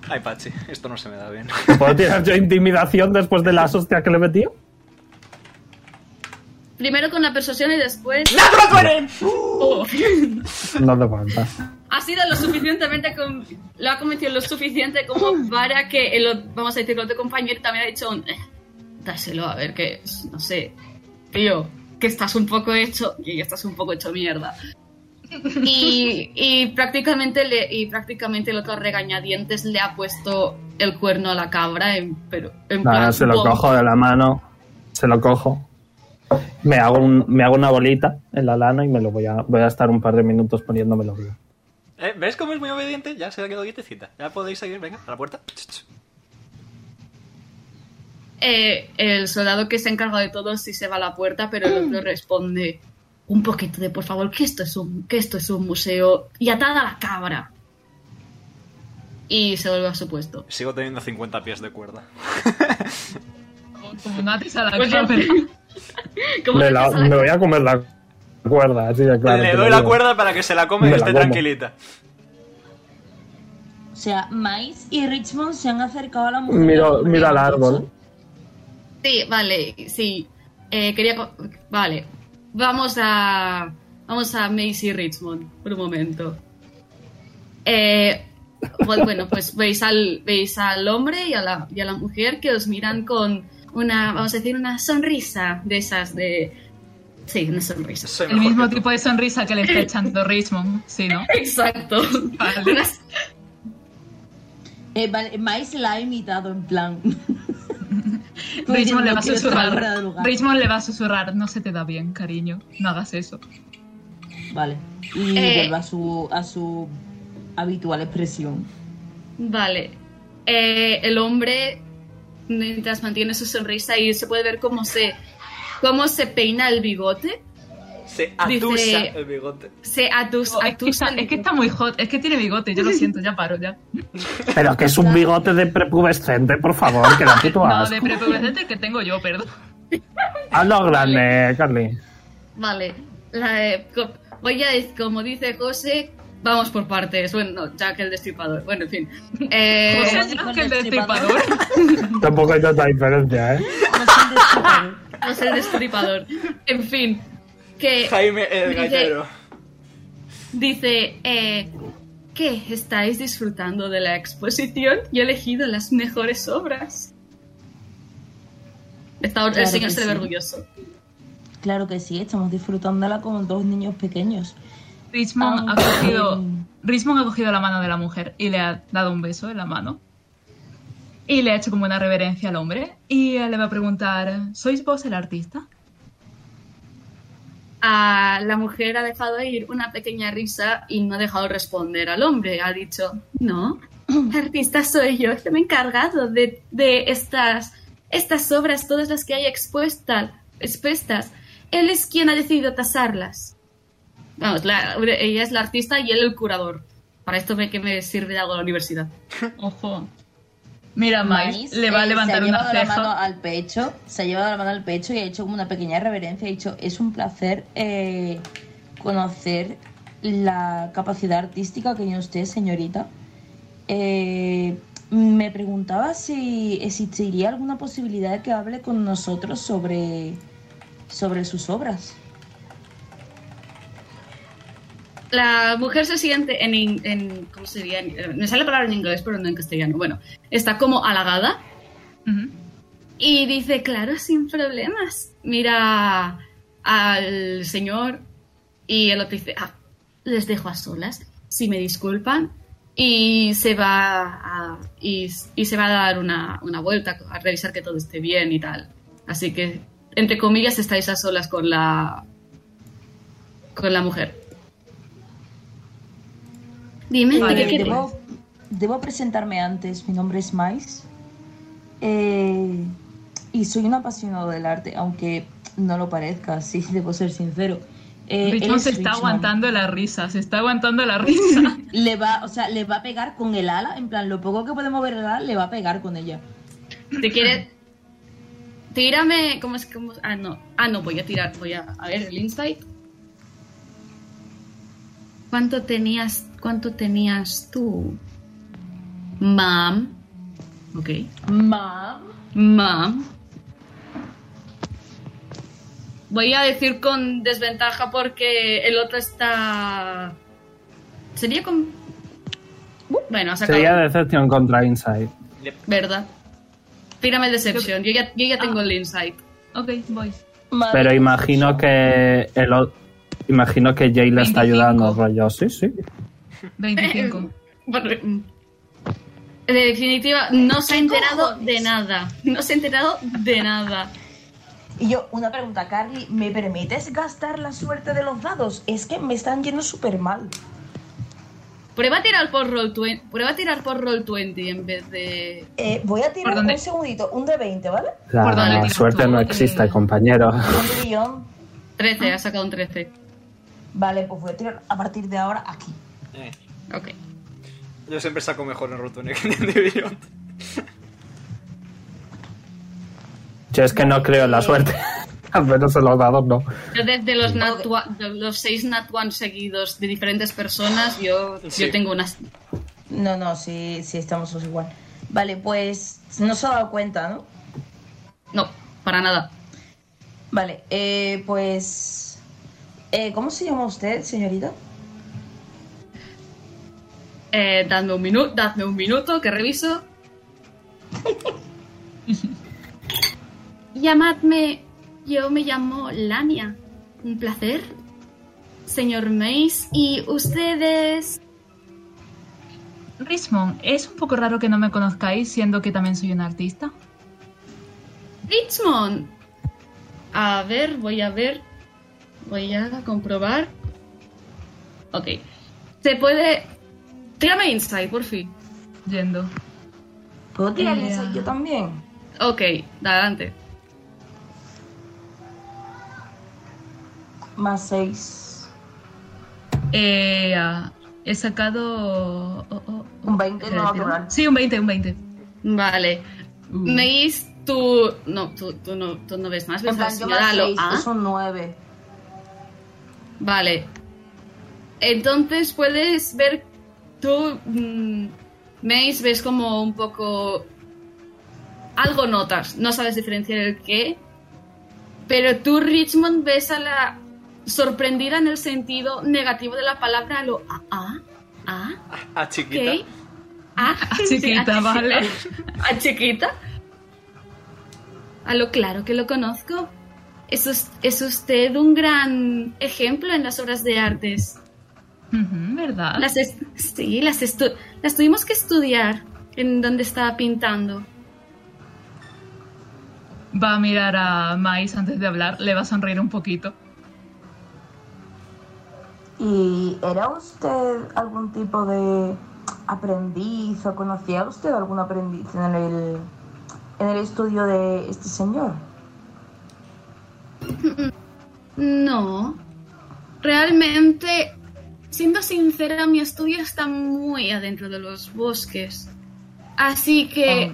[SPEAKER 2] Ay, Pachi, esto no se me da bien.
[SPEAKER 1] ¿Puedo tirar yo intimidación después de las hostias que le metí?
[SPEAKER 4] Primero con la persuasión y después.
[SPEAKER 2] ¡Natural 20!
[SPEAKER 4] Oh.
[SPEAKER 1] No te falta.
[SPEAKER 4] ha sido lo suficientemente. Con, lo ha convencido lo suficiente como para que el, ot- vamos a decir, el otro compañero también ha dicho un. "Eh, Dáselo, a ver que. No sé. Tío, que estás un poco hecho. Y estás un poco hecho mierda. y, y prácticamente le, y prácticamente el otro regañadientes le ha puesto el cuerno a la cabra en, pero en
[SPEAKER 1] Nada,
[SPEAKER 4] plan,
[SPEAKER 1] se lo
[SPEAKER 4] ¡pum!
[SPEAKER 1] cojo de la mano. Se lo cojo. Me hago, un- me hago una bolita en la lana y me lo voy a, voy a estar un par de minutos poniéndomelo bien.
[SPEAKER 2] ¿Eh? ¿Ves cómo es muy obediente? Ya se ha quedado quietecita. Ya podéis seguir, venga, a la puerta.
[SPEAKER 4] Eh, el soldado que se encarga de todo sí se va a la puerta, pero el otro responde un poquito de por favor, que esto es un, que esto es un museo y atada a la cabra. Y se vuelve a su puesto.
[SPEAKER 2] Sigo teniendo 50 pies de cuerda.
[SPEAKER 5] Como mates a la
[SPEAKER 4] Pues ya-
[SPEAKER 5] cabra.
[SPEAKER 4] ¿Cómo
[SPEAKER 1] Me,
[SPEAKER 4] le
[SPEAKER 1] la-
[SPEAKER 4] pasa a la
[SPEAKER 1] me voy a comer la cuerda, así de claro. te
[SPEAKER 2] Le
[SPEAKER 1] lo
[SPEAKER 2] doy la
[SPEAKER 1] digo.
[SPEAKER 2] cuerda para que se la come
[SPEAKER 1] Me
[SPEAKER 2] y
[SPEAKER 1] la
[SPEAKER 2] esté
[SPEAKER 1] como.
[SPEAKER 2] tranquilita.
[SPEAKER 6] O sea, Mais y Richmond se han acercado a la mujer.
[SPEAKER 1] Miro,
[SPEAKER 6] Porque
[SPEAKER 1] miro al
[SPEAKER 6] han
[SPEAKER 1] árbol.
[SPEAKER 6] dicho,
[SPEAKER 4] Sí, vale, sí. Eh, quería. co- Vale. Vamos a. Vamos a Macy Richmond por un momento. Eh, pues, bueno, pues veis al, veis al hombre y a, la, y a la mujer que os miran con una, vamos a decir, una sonrisa de esas de. Sí, una sonrisa.
[SPEAKER 2] Soy
[SPEAKER 5] El
[SPEAKER 2] mejor
[SPEAKER 5] mismo
[SPEAKER 2] que tú.
[SPEAKER 5] tipo de sonrisa que le está echando Richmond. Sí, ¿no?
[SPEAKER 4] Exacto.
[SPEAKER 5] Vale.
[SPEAKER 4] Una-
[SPEAKER 6] eh, vale, Mais la ha imitado en plan. (laughs)
[SPEAKER 5] (laughs)
[SPEAKER 6] Pues
[SPEAKER 5] Richmond le va a
[SPEAKER 6] Quiero estar fuera de
[SPEAKER 5] susurrar.
[SPEAKER 6] lugar.
[SPEAKER 5] Richmond le va a susurrar. No se te da bien, cariño. No hagas eso.
[SPEAKER 6] Vale. Y
[SPEAKER 4] Eh.
[SPEAKER 6] vuelve a su, a su habitual expresión. (laughs)
[SPEAKER 4] Vale. Eh, el hombre, mientras mantiene su sonrisa y se puede ver cómo se, cómo se peina el bigote,
[SPEAKER 2] Se atusa
[SPEAKER 4] Dice-
[SPEAKER 2] el bigote.
[SPEAKER 4] se atus,
[SPEAKER 5] Es que,
[SPEAKER 4] atusa
[SPEAKER 5] está,
[SPEAKER 4] el
[SPEAKER 5] es
[SPEAKER 4] bigote.
[SPEAKER 5] que está muy hot. Es que tiene bigote. Yo lo siento, ya paro, ya.
[SPEAKER 1] Pero que es un bigote de prepubescente, por favor, que la puto
[SPEAKER 5] No, de
[SPEAKER 1] asco.
[SPEAKER 5] prepubescente que tengo
[SPEAKER 6] (laughs)
[SPEAKER 5] yo, perdón.
[SPEAKER 1] Hazlo grande, Carly.
[SPEAKER 4] Vale. La, eh, co- voy a decir, como dice José, vamos por partes. Bueno, no, Jack el destripador. Bueno, en fin. Eh,
[SPEAKER 5] José
[SPEAKER 6] dijo
[SPEAKER 5] Jack,
[SPEAKER 6] el
[SPEAKER 5] el
[SPEAKER 6] destripador. (laughs)
[SPEAKER 5] destripador.
[SPEAKER 1] Tampoco hay tanta diferencia, ¿eh?
[SPEAKER 6] No sé el destripador.
[SPEAKER 4] José el destripador. En fin.
[SPEAKER 5] eh,
[SPEAKER 4] Que
[SPEAKER 2] Jaime el
[SPEAKER 4] dice-
[SPEAKER 2] gallero.
[SPEAKER 4] Dice, eh, ¿qué? ¿Estáis disfrutando de la exposición? Yo he elegido las mejores obras. Está, el
[SPEAKER 6] Claro
[SPEAKER 4] señor
[SPEAKER 6] que
[SPEAKER 4] se le ve
[SPEAKER 6] sí.
[SPEAKER 4] orgulloso.
[SPEAKER 6] Claro que sí, estamos disfrutándola como dos niños pequeños.
[SPEAKER 5] Richmond ha
[SPEAKER 6] Aunque-
[SPEAKER 5] cogido, Richmond ha cogido la mano de la mujer y le ha dado un beso en la mano. Y le ha hecho como una reverencia al hombre. Y él le va a preguntar, ¿sois vos
[SPEAKER 6] (laughs)
[SPEAKER 5] el artista?
[SPEAKER 4] Ah, la mujer ha dejado ir una pequeña risa y no ha dejado responder al hombre. Ha dicho, no, artista soy yo, yo me he encargado de, de estas, estas obras, todas las que hay expuestas, expuestas. Él es quien ha decidido tasarlas. Vamos, la- ella es la artista y él el curador. Para esto ve que me sirve de algo la universidad.
[SPEAKER 5] Ojo. Mira, Miles,
[SPEAKER 6] Miles,
[SPEAKER 5] le va a
[SPEAKER 6] eh,
[SPEAKER 5] levantar
[SPEAKER 6] se ha
[SPEAKER 5] una
[SPEAKER 6] llevado la mano
[SPEAKER 5] ceja.
[SPEAKER 6] al pecho, se ha llevado la mano al pecho y ha hecho como una pequeña reverencia. Ha dicho, es un placer eh, conocer la capacidad artística que tiene usted, señorita. Eh, me preguntaba si existiría alguna posibilidad de que hable con nosotros sobre, sobre sus obras.
[SPEAKER 4] La mujer se siente en, in- en- ¿cómo se diría? En- eh, Me sale la palabra en inglés, pero no en castellano. Bueno, está como halagada
[SPEAKER 5] Ujú.
[SPEAKER 6] Eh,
[SPEAKER 4] y dice, claro, sin problemas. Mira al señor y el otro dice, "Ah, les dejo a solas, si me disculpan. Y se va a, y, y se va a dar una, una vuelta a revisar que todo esté bien y tal. Así que, entre comillas, estáis a solas con la, con la mujer. Dime, ¿de
[SPEAKER 5] Vale,
[SPEAKER 4] qué queréis?
[SPEAKER 6] debo, debo presentarme antes. Mi nombre es Miles. Eh, y soy un apasionado del arte, aunque no lo parezca, (laughs) sí, debo ser sincero. Eh, él
[SPEAKER 5] Richmond
[SPEAKER 6] es
[SPEAKER 5] se está
[SPEAKER 6] Richmond.
[SPEAKER 5] aguantando la risa, se está aguantando
[SPEAKER 6] (laughs)
[SPEAKER 5] la risa.
[SPEAKER 6] Le va, o sea, le va a pegar con el ala, en plan, lo poco que puede mover el ala, le va a pegar con ella.
[SPEAKER 4] ¿Te quieres? Tírame. ¿Cómo es? Cómo, es? ah, no. Ah, no, voy a tirar. Voy a. A ver, el insight. ¿Cuánto tenías? ¿Cuánto tenías tú? Mam. Ok.
[SPEAKER 6] Mam.
[SPEAKER 4] Mam. Voy a decir con desventaja porque el otro está. Sería con. Bueno, ha sacado.
[SPEAKER 1] Sería decepción contra Inside.
[SPEAKER 4] ¿Verdad? Tírame Deception. Yo ya, yo ya tengo el insight.
[SPEAKER 5] ok, voy.
[SPEAKER 6] Madre
[SPEAKER 1] Pero
[SPEAKER 6] mía.
[SPEAKER 1] imagino que el o- imagino que Jay le está
[SPEAKER 5] 25.
[SPEAKER 1] ayudando, rollo. Sí, sí.
[SPEAKER 5] 25.
[SPEAKER 4] Bueno, mm. en definitiva, no se ha enterado
[SPEAKER 6] cojones?
[SPEAKER 4] de nada. No se ha enterado de nada.
[SPEAKER 6] Y yo, una pregunta, Carly, ¿me permites gastar la suerte de los dados? Es que me están yendo súper mal.
[SPEAKER 4] Prueba a tirar por roll 20, prueba a tirar por roll 20 en vez de
[SPEAKER 6] Eh, voy a tirar
[SPEAKER 5] dónde?
[SPEAKER 6] un segundito, un de 20, ¿vale?
[SPEAKER 1] La
[SPEAKER 5] Por donde tiras
[SPEAKER 1] suerte
[SPEAKER 5] tú,
[SPEAKER 1] no
[SPEAKER 5] que-
[SPEAKER 1] existe, compañero.
[SPEAKER 6] Un guión.
[SPEAKER 4] 13, ha sacado un 13.
[SPEAKER 6] Vale, pues voy a tirar a partir de ahora aquí.
[SPEAKER 2] Eh,
[SPEAKER 4] Ok.
[SPEAKER 2] yo siempre saco mejor en Rotune que en Division.
[SPEAKER 1] Yo es que no creo en la suerte. (laughs) Al menos en los dados no. (laughs)
[SPEAKER 4] Entonces, de los, natua- de los 6 Natuan seguidos de diferentes personas, yo,
[SPEAKER 2] Sí.
[SPEAKER 4] yo tengo unas.
[SPEAKER 6] No, no, sí, sí estamos todos igual. Vale, pues no se ha dado cuenta, ¿no?
[SPEAKER 4] No, para nada.
[SPEAKER 6] Vale, eh, pues... eh, ¿Cómo se llama usted, señorita?
[SPEAKER 4] Eh, dadme, un minuto dadme un minuto que reviso. (laughs) Llamadme. Yo me llamo Lania. Un placer. Señor Mace, y ustedes.
[SPEAKER 5] Richmond, es un poco raro que no me conozcáis, siendo que también soy una artista.
[SPEAKER 4] Richmond. A ver, voy a ver. Voy a comprobar. Ok. Se puede. Tírame Insight, por fin.
[SPEAKER 5] Yendo.
[SPEAKER 6] ¿Puedo tirar
[SPEAKER 5] Eh,
[SPEAKER 6] eso yo también?
[SPEAKER 4] Ok, adelante.
[SPEAKER 6] Más seis.
[SPEAKER 5] Eh, ah, he sacado. oh, oh, oh.
[SPEAKER 6] Un 20 no va a
[SPEAKER 5] Espera, espera.
[SPEAKER 6] durar.
[SPEAKER 5] Sí, un 20, un 20.
[SPEAKER 4] Vale.
[SPEAKER 5] Uh.
[SPEAKER 4] Mace, tú. No, tú, tú no, tú no ves más.
[SPEAKER 6] En
[SPEAKER 4] ¿Ves a la
[SPEAKER 6] plan, yo más
[SPEAKER 4] señora Lo-
[SPEAKER 6] seis,
[SPEAKER 4] Pues ah,
[SPEAKER 6] es un 9.
[SPEAKER 4] Vale. Entonces puedes ver. Tú. mm, Mace, ves como un poco. Algo notas. No sabes diferenciar el qué. Pero tú, Richmond, ves a la. Sorprendida en el sentido negativo de la palabra lo. Ah, ah, ah.
[SPEAKER 2] A chiquita.
[SPEAKER 4] Ok. Ah, (laughs)
[SPEAKER 5] chiquita,
[SPEAKER 4] a
[SPEAKER 5] vale.
[SPEAKER 4] A chiquita. A lo claro que lo conozco. Es, us- es usted un gran ejemplo en las obras de artes.
[SPEAKER 5] Ujú, ¿Verdad?
[SPEAKER 4] Las es- sí, las, estu- las tuvimos que estudiar en donde estaba pintando.
[SPEAKER 5] Va a mirar a Mais antes de hablar, le va a sonreír un poquito.
[SPEAKER 6] ¿Y era usted algún tipo de aprendiz o conocía usted algún aprendiz en el, en el estudio de este señor?
[SPEAKER 4] No. Realmente, siendo sincera, mi estudio está muy adentro de los bosques. Así
[SPEAKER 6] Ah.
[SPEAKER 4] que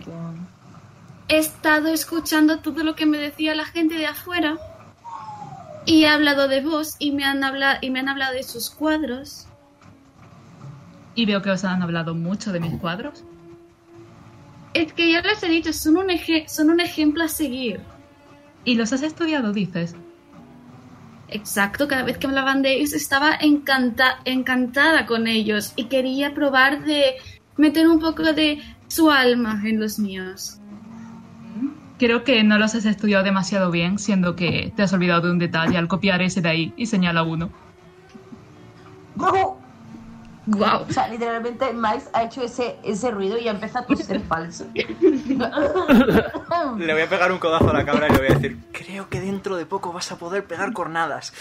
[SPEAKER 4] he estado escuchando todo lo que me decía la gente de afuera y he hablado de vos y me han hablado y me han hablado de sus cuadros.
[SPEAKER 5] Y veo que os han hablado mucho de mis cuadros.
[SPEAKER 4] Es que ya les he dicho, son un, eje- son un ejemplo a seguir.
[SPEAKER 5] Y los has estudiado, dices.
[SPEAKER 4] Exacto, cada vez que hablaban de ellos estaba encanta- encantada con ellos y quería probar de meter un poco de su alma en los míos.
[SPEAKER 5] Creo que no los has estudiado demasiado bien, siendo que te has olvidado de un detalle al copiar ese de ahí y señala uno.
[SPEAKER 6] ¡Guau!
[SPEAKER 4] ¡Guau!
[SPEAKER 6] O sea, literalmente Max ha hecho ese, ese ruido y ha empezado a ser falso. (laughs)
[SPEAKER 2] Le voy a pegar un codazo a la cabra y le voy a decir, creo que dentro de poco vas a poder pegar cornadas.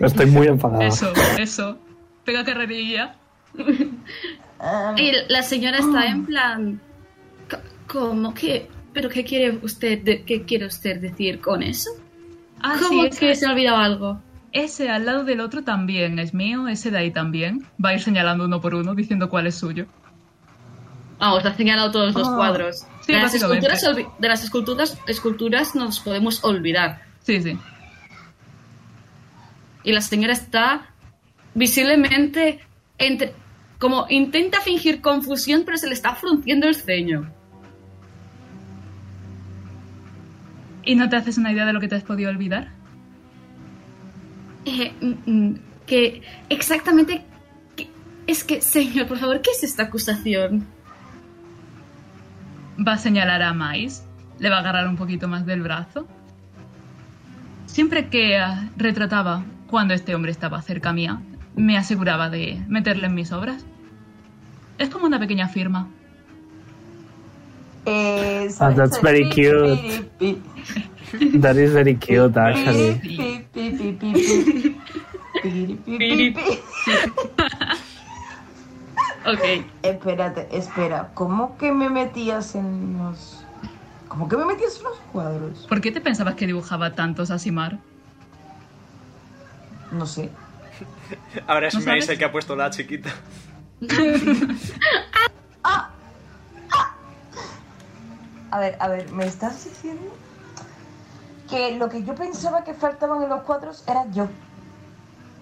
[SPEAKER 1] Estoy muy enfadado.
[SPEAKER 5] Eso, eso. Pega carrerilla.
[SPEAKER 6] Um,
[SPEAKER 4] Y la señora está en plan, "C- ¿cómo que? ¿Pero qué quiere usted, de- qué quiere usted decir con eso?
[SPEAKER 5] Ah,
[SPEAKER 4] ¿Cómo
[SPEAKER 5] sí,
[SPEAKER 4] es que
[SPEAKER 5] ese,
[SPEAKER 4] se ha olvidado algo?
[SPEAKER 5] ese al lado del otro también es mío, ese de ahí también. Va a ir señalando uno por uno, diciendo cuál es suyo.
[SPEAKER 4] Vamos, ha señalado todos los
[SPEAKER 6] Ah.
[SPEAKER 4] cuadros.
[SPEAKER 5] Sí,
[SPEAKER 4] de, las
[SPEAKER 5] básicamente.
[SPEAKER 4] esculturas, olvi- de las esculturas, esculturas nos podemos olvidar.
[SPEAKER 5] Sí, sí.
[SPEAKER 4] y la señora está visiblemente entre como intenta fingir confusión pero se le está frunciendo el ceño
[SPEAKER 5] ¿Y no te haces una idea de lo que te has podido olvidar?
[SPEAKER 4] Eh, mm, mm, que exactamente que- es que señor por favor qué es esta acusación
[SPEAKER 5] Va a señalar a Mais, le va a agarrar un poquito más del brazo. Siempre que ah, retrataba cuando este hombre estaba cerca mía, me aseguraba de meterle en mis obras. Es como una pequeña firma.
[SPEAKER 6] eh,
[SPEAKER 1] Ah, that's very cute.
[SPEAKER 6] pi,
[SPEAKER 1] That is very cute, actually.
[SPEAKER 6] pi, pi, pi, pi, pi. Pi, pi, pi, pi.
[SPEAKER 4] ok
[SPEAKER 6] Espérate, espera. ¿Cómo que me metías en los... ¿Cómo que me metías en los cuadros?
[SPEAKER 5] ¿Por qué te pensabas que dibujaba tantos Asimar?
[SPEAKER 6] No sé.
[SPEAKER 2] Ahora es
[SPEAKER 5] ¿No
[SPEAKER 2] Mace
[SPEAKER 5] sabes?
[SPEAKER 2] el que ha puesto la chiquita.
[SPEAKER 6] A ver, a ver, ¿me estás diciendo que lo que yo pensaba que faltaban en los cuadros era yo?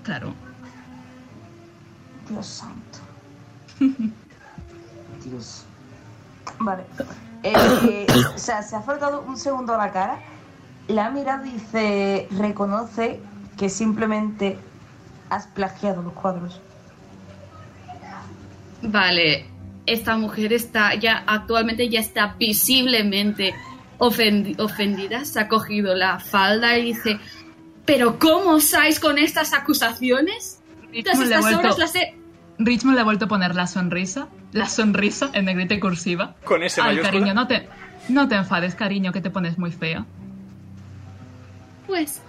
[SPEAKER 5] Claro.
[SPEAKER 6] Dios santo. Dios. Vale. Eh, eh, o sea, se ha faltado un segundo a la cara. La mirada dice, reconoce que simplemente has plagiado los cuadros.
[SPEAKER 4] vale esta mujer está ya actualmente ya está visiblemente ofendi- ofendida se ha cogido la falda y dice pero cómo osáis con estas acusaciones todas
[SPEAKER 5] Richmond le, ha
[SPEAKER 4] estas obras
[SPEAKER 5] vuelto,
[SPEAKER 4] las he
[SPEAKER 5] Richmond le ha vuelto a poner la sonrisa, la sonrisa en negrita y cursiva.
[SPEAKER 2] Con ese
[SPEAKER 5] Ay,
[SPEAKER 2] mayúscula.
[SPEAKER 5] Ah, cariño, no te, no te enfades, cariño, que te pones muy fea.
[SPEAKER 4] Pues.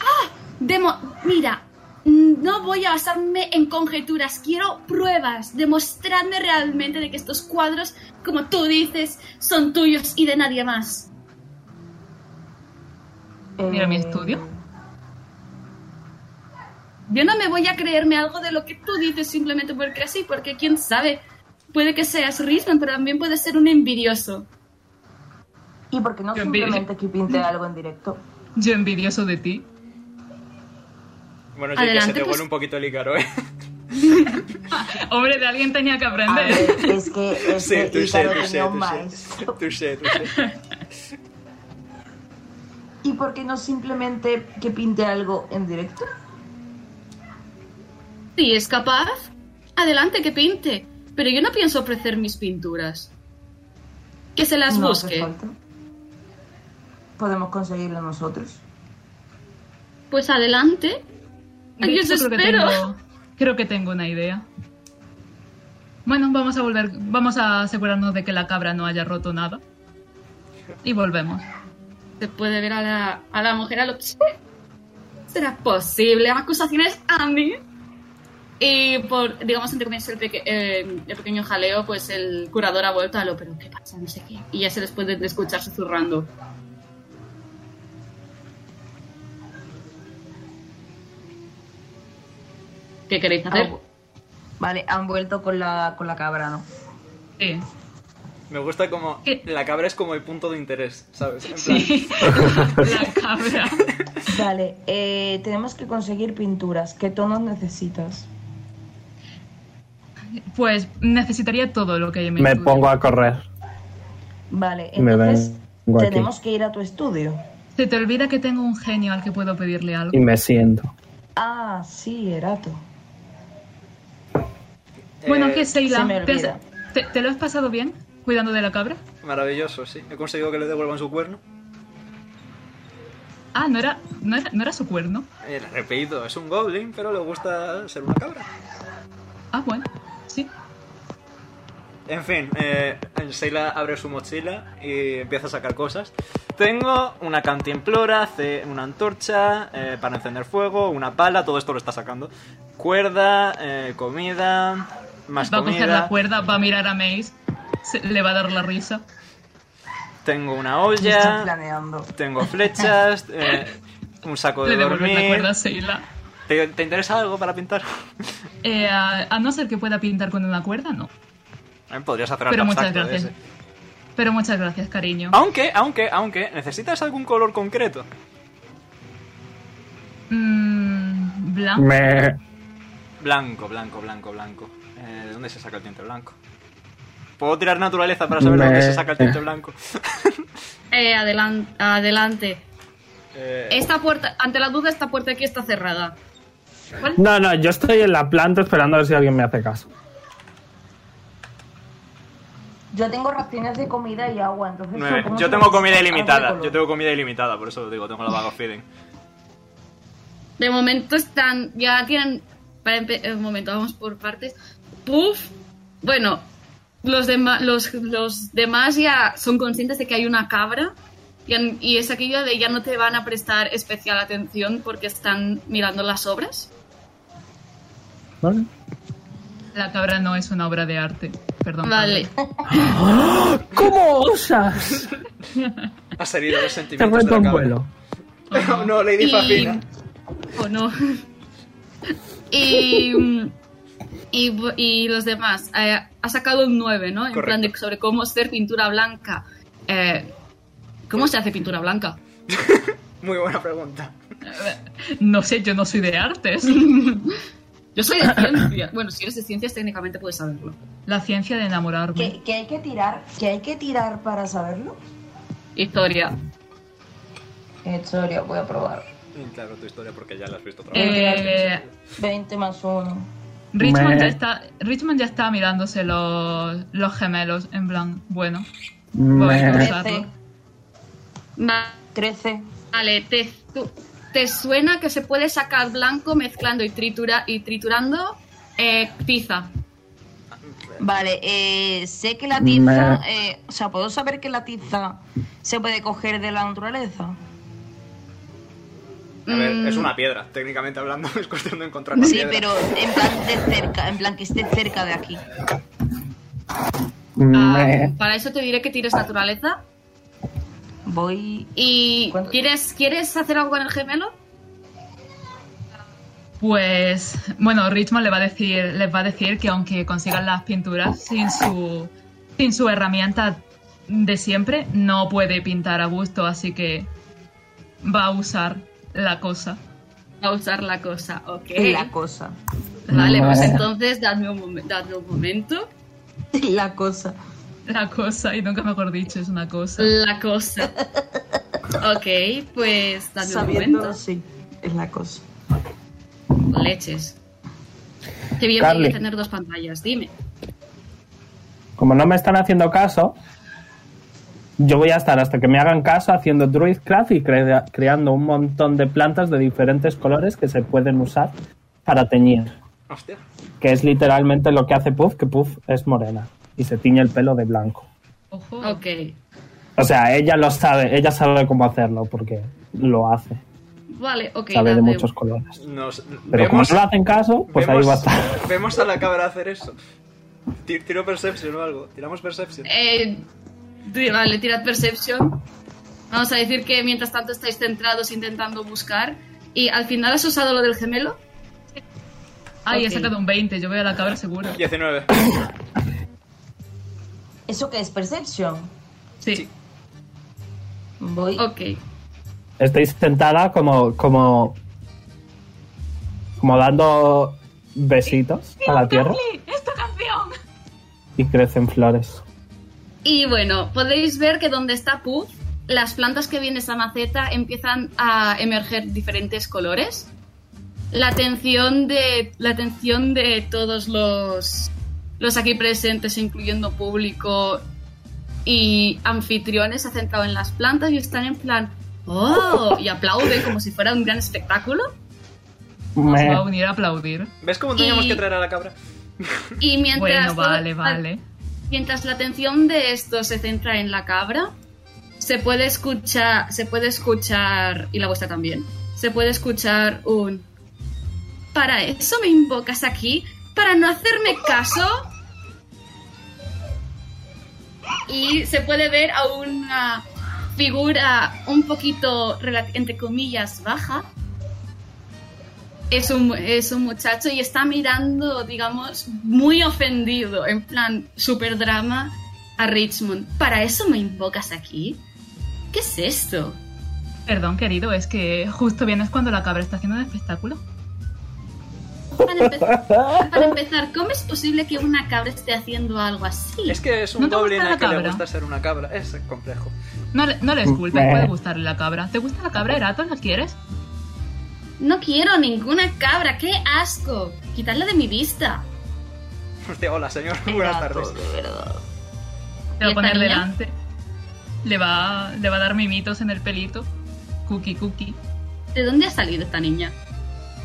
[SPEAKER 4] ¡Ah! Demo- Mira, no voy a basarme en conjeturas, quiero pruebas. Demostradme realmente de que estos cuadros, como tú dices, son tuyos y de nadie más.
[SPEAKER 5] Mira mi
[SPEAKER 6] Eh,
[SPEAKER 5] estudio.
[SPEAKER 4] Yo no me voy a creerme algo de lo que tú dices simplemente porque así, porque quién sabe. Puede que seas Risman, pero también puede ser un envidioso.
[SPEAKER 6] Y porque no
[SPEAKER 5] Yo envidio.
[SPEAKER 6] simplemente que pinte algo en directo.
[SPEAKER 5] Yo envidioso de ti.
[SPEAKER 2] Bueno, Jake, que se
[SPEAKER 4] Adelante,
[SPEAKER 2] te
[SPEAKER 4] pues.
[SPEAKER 2] vuelve un poquito el ícaro,
[SPEAKER 5] (laughs)
[SPEAKER 2] ¿eh?
[SPEAKER 5] Hombre, de alguien tenía que
[SPEAKER 6] A
[SPEAKER 5] aprender.
[SPEAKER 6] ver, Ah,
[SPEAKER 2] (laughs)
[SPEAKER 6] es que es
[SPEAKER 2] Sí,
[SPEAKER 6] que
[SPEAKER 2] tú sé,
[SPEAKER 6] Ícaro
[SPEAKER 2] tú sé,
[SPEAKER 6] tenía un
[SPEAKER 2] tú sé.
[SPEAKER 6] maestro.
[SPEAKER 2] Tú sé, tú sé.
[SPEAKER 6] ¿Y por qué no simplemente que pinte algo en directo?
[SPEAKER 4] Si es capaz, adelante que pinte. Pero yo no pienso ofrecer mis pinturas. Que se las
[SPEAKER 6] no hace
[SPEAKER 4] busque.
[SPEAKER 6] falta. Podemos conseguirlo nosotros.
[SPEAKER 4] Pues adelante.
[SPEAKER 5] De
[SPEAKER 4] Yo
[SPEAKER 5] hecho,
[SPEAKER 4] os
[SPEAKER 5] creo que,
[SPEAKER 4] espero.
[SPEAKER 5] tengo, creo que tengo una idea. Bueno, vamos a volver, vamos a asegurarnos de que la cabra no haya roto nada. Y volvemos.
[SPEAKER 4] Se puede ver a la, a la mujer a lo... ¿Será posible? ¿Acusaciones a mí? Y por, digamos, entre comillas, el, peque- eh, el pequeño jaleo, pues el curador ha vuelto a lo, pero ¿qué pasa? No sé qué. Y ya se les puede escuchar susurrando. ¿Qué queréis hacer?
[SPEAKER 6] Ah, Vale, han vuelto con la, con la cabra, ¿no?
[SPEAKER 5] Sí.
[SPEAKER 2] Me gusta como.
[SPEAKER 5] ¿Qué?
[SPEAKER 2] La cabra es como el punto de interés, ¿sabes? En plan,
[SPEAKER 5] Sí.
[SPEAKER 1] (laughs)
[SPEAKER 5] la cabra.
[SPEAKER 6] Vale, eh, tenemos que conseguir pinturas. ¿Qué tonos necesitas?
[SPEAKER 5] Pues necesitaría todo lo que hay en mi
[SPEAKER 1] Me
[SPEAKER 5] estudio.
[SPEAKER 1] pongo a correr.
[SPEAKER 6] Vale,
[SPEAKER 1] Me
[SPEAKER 6] entonces
[SPEAKER 1] vengo aquí.
[SPEAKER 6] tenemos que ir a tu estudio.
[SPEAKER 5] Se te olvida que tengo un genio al que puedo pedirle algo.
[SPEAKER 1] Y me siento.
[SPEAKER 6] Ah, sí, Erato.
[SPEAKER 5] Bueno,
[SPEAKER 2] eh,
[SPEAKER 5] que Seila,
[SPEAKER 6] se me
[SPEAKER 5] ¿te, has-
[SPEAKER 6] olvida.
[SPEAKER 5] te- te lo has pasado bien cuidando de la cabra?
[SPEAKER 2] Maravilloso, sí. He conseguido que le devuelvan su cuerno.
[SPEAKER 5] Ah, no era, no era, no era su cuerno.
[SPEAKER 2] Eh, repito, es un goblin, pero le gusta ser una cabra.
[SPEAKER 5] Ah, bueno, sí.
[SPEAKER 2] En fin, eh, Seila abre su mochila y empieza a sacar cosas. Tengo una cantimplora, ce- una antorcha eh, para encender fuego, una pala, todo esto lo está sacando. Cuerda, eh, comida, más
[SPEAKER 5] va a coger la
[SPEAKER 2] comida.
[SPEAKER 5] cuerda, va a mirar a Maze, se- le va a dar la risa.
[SPEAKER 2] Tengo una
[SPEAKER 6] Están
[SPEAKER 2] olla,
[SPEAKER 6] planeando.
[SPEAKER 2] tengo
[SPEAKER 5] (laughs)
[SPEAKER 2] flechas, eh, un saco de
[SPEAKER 5] Le devuelve la cuerda a
[SPEAKER 2] dormir.
[SPEAKER 5] Seila.
[SPEAKER 2] ¿Te, te interesa algo para pintar? (laughs)
[SPEAKER 5] Eh, a, a no ser que pueda pintar con una cuerda, no.
[SPEAKER 2] Eh, Podrías hacer
[SPEAKER 5] Pero
[SPEAKER 2] algo
[SPEAKER 5] muchas
[SPEAKER 2] exacto de
[SPEAKER 5] gracias.
[SPEAKER 2] ese.
[SPEAKER 5] Pero muchas gracias, cariño.
[SPEAKER 2] Aunque, aunque, aunque, ¿necesitas algún color concreto?
[SPEAKER 5] Mm, blanco.
[SPEAKER 1] Me...
[SPEAKER 2] Blanco, blanco, blanco, blanco. Eh, ¿De dónde se saca el tinte blanco? ¿Puedo tirar naturaleza para saber de dónde se saca el tinte blanco?
[SPEAKER 4] Eh, adelan- adelante.
[SPEAKER 2] Eh,
[SPEAKER 4] Esta puerta, ante la duda, esta puerta aquí está cerrada.
[SPEAKER 1] No, no, yo estoy en la planta esperando a ver si alguien me hace caso.
[SPEAKER 6] Yo tengo raciones de comida y agua, entonces...
[SPEAKER 2] nueve.
[SPEAKER 6] supongo
[SPEAKER 2] Yo
[SPEAKER 6] que
[SPEAKER 2] tengo
[SPEAKER 6] necesitas
[SPEAKER 2] comida
[SPEAKER 6] algo de
[SPEAKER 2] ilimitada.
[SPEAKER 6] color.
[SPEAKER 2] Yo tengo comida ilimitada, por eso digo, tengo la vaga feeling.
[SPEAKER 4] De momento están, ya tienen, para empe- eh, un momento, vamos por partes. Puff, bueno, los, dema- los, los demás ya son conscientes de que hay una cabra y, han- y es aquello de ya no te van a prestar especial atención porque están mirando las obras.
[SPEAKER 1] ¿Vale?
[SPEAKER 5] La cabra no es una obra de arte. Perdón.
[SPEAKER 4] Vale,
[SPEAKER 1] ¿Cómo osas?
[SPEAKER 2] Has herido los
[SPEAKER 1] Te
[SPEAKER 2] sentimientos de
[SPEAKER 1] reto
[SPEAKER 2] la
[SPEAKER 1] un
[SPEAKER 2] cabra.
[SPEAKER 1] vuelo.
[SPEAKER 2] No, no, Lady
[SPEAKER 4] Y-
[SPEAKER 2] Fafina.
[SPEAKER 4] o no. (laughs) y, mm, y, bu- y los demás. eh, ha sacado un 9, ¿no? En
[SPEAKER 2] Correcto.
[SPEAKER 4] plan de sobre cómo hacer pintura blanca. Eh, ¿Cómo se hace pintura blanca?
[SPEAKER 2] Muy buena pregunta.
[SPEAKER 5] vale. No sé, yo no soy de artes.
[SPEAKER 4] Yo soy de ciencia. bueno, si eres de ciencias, técnicamente puedes saberlo.
[SPEAKER 5] La ciencia de enamorarme.
[SPEAKER 6] ¿Qué, qué hay que tirar? ¿Qué hay que tirar para saberlo?
[SPEAKER 4] Historia.
[SPEAKER 6] En serio, voy a probar.
[SPEAKER 2] Y Mm, claro, tu historia porque ya la has visto otra vez.
[SPEAKER 5] Eh,
[SPEAKER 6] 20 más 1.
[SPEAKER 5] Richmond,
[SPEAKER 1] Me-
[SPEAKER 5] ya está, Richmond ya está mirándose los, los gemelos en plan, bueno. voy
[SPEAKER 1] Me...
[SPEAKER 5] a
[SPEAKER 1] Este.
[SPEAKER 5] usarlo.
[SPEAKER 6] Trece.
[SPEAKER 4] Va-
[SPEAKER 6] 13.
[SPEAKER 4] Vale, te, tú- te suena que se puede sacar blanco mezclando y, tritura, y triturando eh, tiza.
[SPEAKER 6] Vale, eh, sé que la
[SPEAKER 1] Me-
[SPEAKER 6] tiza... eh, o sea, ¿puedo saber que la tiza se puede coger de la naturaleza?
[SPEAKER 2] A ver,
[SPEAKER 4] Mm,
[SPEAKER 2] es una piedra, técnicamente hablando, (laughs) es cuestión de encontrar la
[SPEAKER 6] Sí,
[SPEAKER 2] piedra.
[SPEAKER 6] pero en plan de cerca, en plan que esté cerca de aquí.
[SPEAKER 4] ah,
[SPEAKER 1] Me...
[SPEAKER 4] para eso te diré que tires naturaleza.
[SPEAKER 6] Voy...
[SPEAKER 4] ¿Y
[SPEAKER 6] ¿Cuánto?
[SPEAKER 4] quieres, quieres hacer algo con el gemelo?
[SPEAKER 5] Pues, bueno, Richmond le va a decir, les va a decir que aunque consigan las pinturas sin su, sin su herramienta de siempre, no puede pintar a gusto, así que va a usar la cosa.
[SPEAKER 4] Va a usar la cosa, ok.
[SPEAKER 6] La cosa.
[SPEAKER 4] Vale, pues
[SPEAKER 1] Vale.
[SPEAKER 4] entonces dadme un, momen- dadme un momento.
[SPEAKER 6] La cosa.
[SPEAKER 5] La cosa, y nunca mejor dicho, es una cosa.
[SPEAKER 4] La cosa. Ok, pues dadme un
[SPEAKER 6] Sabiendo,
[SPEAKER 4] momento.
[SPEAKER 6] sí, es la cosa.
[SPEAKER 4] Leches. Qué bien
[SPEAKER 1] Carly.
[SPEAKER 4] podría tener dos pantallas, dime.
[SPEAKER 1] Como no me están haciendo caso, yo voy a estar hasta que me hagan caso haciendo Druidcraft y crea- creando un montón de plantas de diferentes colores que se pueden usar para teñir.
[SPEAKER 2] Hostia.
[SPEAKER 1] Que es literalmente lo que hace Puff, que Puff es morena y se tiñe el pelo de blanco.
[SPEAKER 5] Ojo.
[SPEAKER 4] Ok,
[SPEAKER 1] O sea, ella lo sabe, ella sabe cómo hacerlo porque lo hace.
[SPEAKER 4] vale, ok.
[SPEAKER 1] sabe de
[SPEAKER 4] dadme-
[SPEAKER 1] muchos colores.
[SPEAKER 2] Nos,
[SPEAKER 1] Pero como
[SPEAKER 2] vemos-
[SPEAKER 1] no le hacen caso, pues ahí
[SPEAKER 2] vemos-
[SPEAKER 1] va a estar. (laughs)
[SPEAKER 2] (laughs) Vemos a la cabra hacer eso. Ti- Tiro Perception o algo. Tiramos Perception.
[SPEAKER 4] Eh, di- vale, tirad Perception. Vamos a decir que mientras tanto estáis centrados intentando buscar. Y al final has usado lo del gemelo.
[SPEAKER 5] Ay, he
[SPEAKER 6] Ok.
[SPEAKER 5] sacado un 20, yo voy a la cabra seguro.
[SPEAKER 2] 19.
[SPEAKER 6] ¿Eso qué es? ¿Perception?
[SPEAKER 5] Sí.
[SPEAKER 6] Voy.
[SPEAKER 4] Ok.
[SPEAKER 1] Estáis sentada como, como, como dando besitos a la tierra
[SPEAKER 5] Carly, ¡Es tu canción!
[SPEAKER 1] y crecen
[SPEAKER 4] (laughs)
[SPEAKER 1] flores.
[SPEAKER 4] Y bueno, podéis ver que donde está Puff, las plantas que viene esa maceta empiezan a emerger diferentes colores. La atención de, la atención de todos los, los aquí presentes, incluyendo público y anfitriones, se ha centrado en las plantas y están en plan ¡Oh! Y aplauden como si fuera un gran espectáculo.
[SPEAKER 5] Se
[SPEAKER 1] Me-
[SPEAKER 5] va a unir a aplaudir.
[SPEAKER 2] ¿Ves cómo teníamos
[SPEAKER 4] Y-
[SPEAKER 2] que traer a la cabra?
[SPEAKER 4] Y mientras
[SPEAKER 5] Bueno,
[SPEAKER 4] todo-
[SPEAKER 5] vale, vale.
[SPEAKER 4] Mientras la atención de esto se centra en la cabra, se puede escuchar, se puede escuchar, y la vuestra también, se puede escuchar un... ¿Para eso me invocas aquí? ¿Para no hacerme caso? Y se puede ver a una figura un poquito, rela- entre comillas, baja. Es un, es un muchacho y está mirando, digamos, muy ofendido, en plan super drama, a Richmond. ¿Para eso me invocas aquí? ¿Qué es esto?
[SPEAKER 5] Perdón, querido, es que justo vienes cuando la cabra está haciendo un espectáculo.
[SPEAKER 4] Para empezar, para empezar, ¿cómo es posible que una cabra esté haciendo algo así?
[SPEAKER 2] Es que es un
[SPEAKER 5] ¿No te
[SPEAKER 2] goblin
[SPEAKER 5] gusta la
[SPEAKER 2] al que le
[SPEAKER 5] cabra?
[SPEAKER 2] gusta ser una cabra. Es complejo. (laughs)
[SPEAKER 5] No le, no le es culpa,
[SPEAKER 1] Meh.
[SPEAKER 5] puede gustarle la cabra. ¿Te gusta la cabra, Erato? ¿La quieres?
[SPEAKER 4] No quiero ninguna cabra, qué asco. Quitarla de mi vista.
[SPEAKER 2] Hostia, hola, señor. Buenas tardes.
[SPEAKER 5] Te va
[SPEAKER 4] ¿Y
[SPEAKER 5] a
[SPEAKER 4] esta
[SPEAKER 5] poner
[SPEAKER 4] niña?
[SPEAKER 5] delante. Le va, le va a dar mimitos en el pelito. Cookie, cookie.
[SPEAKER 4] ¿De dónde ha salido esta niña?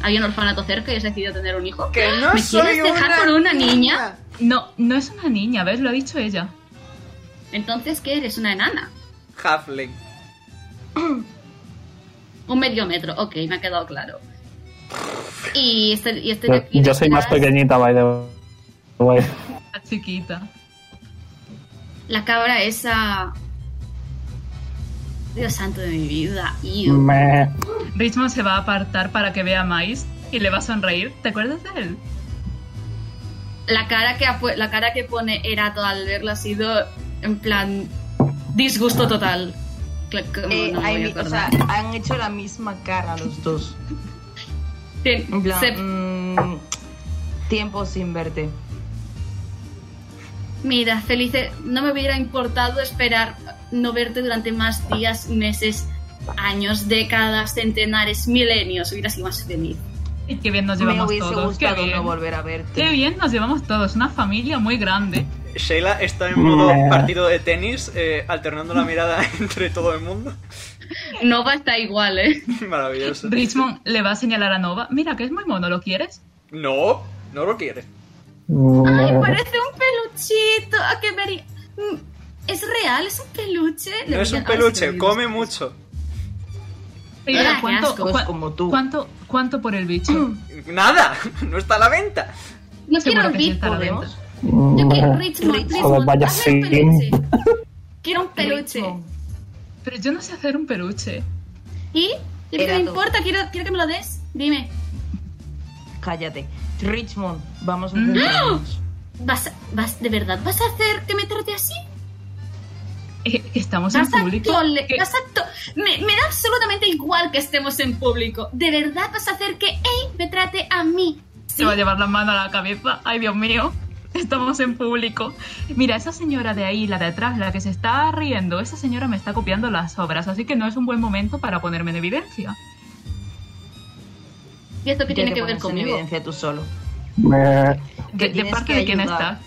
[SPEAKER 4] ¿Hay un orfanato cerca y has decidido tener un hijo?
[SPEAKER 2] Que no
[SPEAKER 4] ¿Me
[SPEAKER 2] soy
[SPEAKER 4] quieres dejar por una niña?
[SPEAKER 5] No, no es una niña, ¿ves? Lo ha dicho ella.
[SPEAKER 4] Entonces, ¿qué eres? ¿Una enana?
[SPEAKER 2] Halfling.
[SPEAKER 4] Un medio metro, ok, me ha quedado claro. Y este, y este de
[SPEAKER 1] Yo,
[SPEAKER 4] aquí
[SPEAKER 1] yo soy más
[SPEAKER 4] detrás,
[SPEAKER 1] pequeñita, by the way.
[SPEAKER 5] La chiquita.
[SPEAKER 4] La cabra esa. Dios santo de mi vida. iu.
[SPEAKER 1] Me-
[SPEAKER 5] Richmond se va a apartar para que vea a Mais y le va a sonreír. ¿Te acuerdas de él?
[SPEAKER 4] La, cara que ha pu- la cara que pone Erato al verlo ha sido en plan. disgusto total. Cla- cómo
[SPEAKER 7] Eh,
[SPEAKER 4] no me
[SPEAKER 7] hay
[SPEAKER 4] voy a
[SPEAKER 7] mi- o sea,
[SPEAKER 4] acordar.
[SPEAKER 7] han hecho la misma cara los dos.
[SPEAKER 4] Tien-
[SPEAKER 7] En plan,
[SPEAKER 4] se-
[SPEAKER 7] mm, tiempo sin verte.
[SPEAKER 4] Mira, Felice, no me hubiera importado esperar no verte durante más días, meses, años, décadas, centenares, milenios. Hubiera sido más feliz.
[SPEAKER 5] Y qué bien nos
[SPEAKER 7] Me
[SPEAKER 5] llevamos
[SPEAKER 7] hubiese
[SPEAKER 5] todos. Qué
[SPEAKER 7] gustado no
[SPEAKER 5] bien.
[SPEAKER 7] volver a
[SPEAKER 5] qué
[SPEAKER 7] verte.
[SPEAKER 5] bien nos llevamos todos. Una familia muy grande.
[SPEAKER 2] Sheila está en modo
[SPEAKER 1] Meh.
[SPEAKER 2] partido de tenis, eh, alternando la mirada (laughs) entre todo el mundo. (laughs)
[SPEAKER 4] Nova está igual, ¿eh?
[SPEAKER 2] Maravilloso.
[SPEAKER 5] Richmond le va a señalar a Nova. Mira, que es muy mono, ¿lo quieres?
[SPEAKER 2] No, no lo quiere.
[SPEAKER 4] Ay,
[SPEAKER 1] me-
[SPEAKER 4] parece un peluchito. ¿A qué vería? Mm, ¿Es real? ¿Es un peluche? Le
[SPEAKER 2] No es
[SPEAKER 4] diría-
[SPEAKER 2] un
[SPEAKER 4] Ay,
[SPEAKER 2] peluche,
[SPEAKER 4] sí,
[SPEAKER 2] come mucho.
[SPEAKER 5] Mira,
[SPEAKER 4] Ah,
[SPEAKER 5] ¿cuánto,
[SPEAKER 4] qué asco,
[SPEAKER 7] Pues
[SPEAKER 5] cua-
[SPEAKER 7] como tú. Mm.
[SPEAKER 5] cuánto, cuánto por el bicho?
[SPEAKER 2] Nada, (laughs) no está a la venta.
[SPEAKER 4] No quiero
[SPEAKER 5] Seguro
[SPEAKER 4] un
[SPEAKER 5] que sí está a la
[SPEAKER 4] bico.
[SPEAKER 5] venta.
[SPEAKER 7] ¿Podemos?
[SPEAKER 4] Yo quiero
[SPEAKER 1] me-
[SPEAKER 4] Richmond,
[SPEAKER 1] Joder,
[SPEAKER 4] Richmond.
[SPEAKER 1] vaya
[SPEAKER 4] hazme un
[SPEAKER 1] sim.
[SPEAKER 4] peluche. Quiero un peluche.
[SPEAKER 7] Richmond,
[SPEAKER 5] Pero yo no sé hacer un peluche.
[SPEAKER 4] ¿Y? ¿Y qué
[SPEAKER 7] Era
[SPEAKER 4] me
[SPEAKER 7] todo.
[SPEAKER 4] importa? Quiero, quiero que me lo des. Dime.
[SPEAKER 7] Cállate. Richmond, vamos a
[SPEAKER 5] No.
[SPEAKER 7] centrarnos.
[SPEAKER 4] ¿Vas, a- vas, ¿De verdad vas a hacer que me trate así?
[SPEAKER 5] Eh, que estamos en
[SPEAKER 4] Vas a
[SPEAKER 5] público.
[SPEAKER 4] tole-
[SPEAKER 5] que-
[SPEAKER 4] vas a to- me, me da absolutamente igual que estemos en público. ¿De verdad vas a hacer que él me trate a mí?
[SPEAKER 5] Se va a llevar la mano a la cabeza. Ay, Dios mío. (laughs) Estamos en público. Mira, esa señora de ahí, la de atrás, la que se está riendo, esa señora me está copiando las obras, así que no es un buen momento para ponerme en evidencia.
[SPEAKER 4] ¿Y esto qué
[SPEAKER 7] Ya
[SPEAKER 4] tiene
[SPEAKER 7] te
[SPEAKER 4] que ver
[SPEAKER 7] pones en
[SPEAKER 4] conmigo?
[SPEAKER 7] evidencia tú solo.
[SPEAKER 1] me-
[SPEAKER 5] De,
[SPEAKER 7] Que
[SPEAKER 5] de
[SPEAKER 7] tienes
[SPEAKER 5] parte
[SPEAKER 7] que
[SPEAKER 5] de quién
[SPEAKER 7] ayudar.
[SPEAKER 5] está.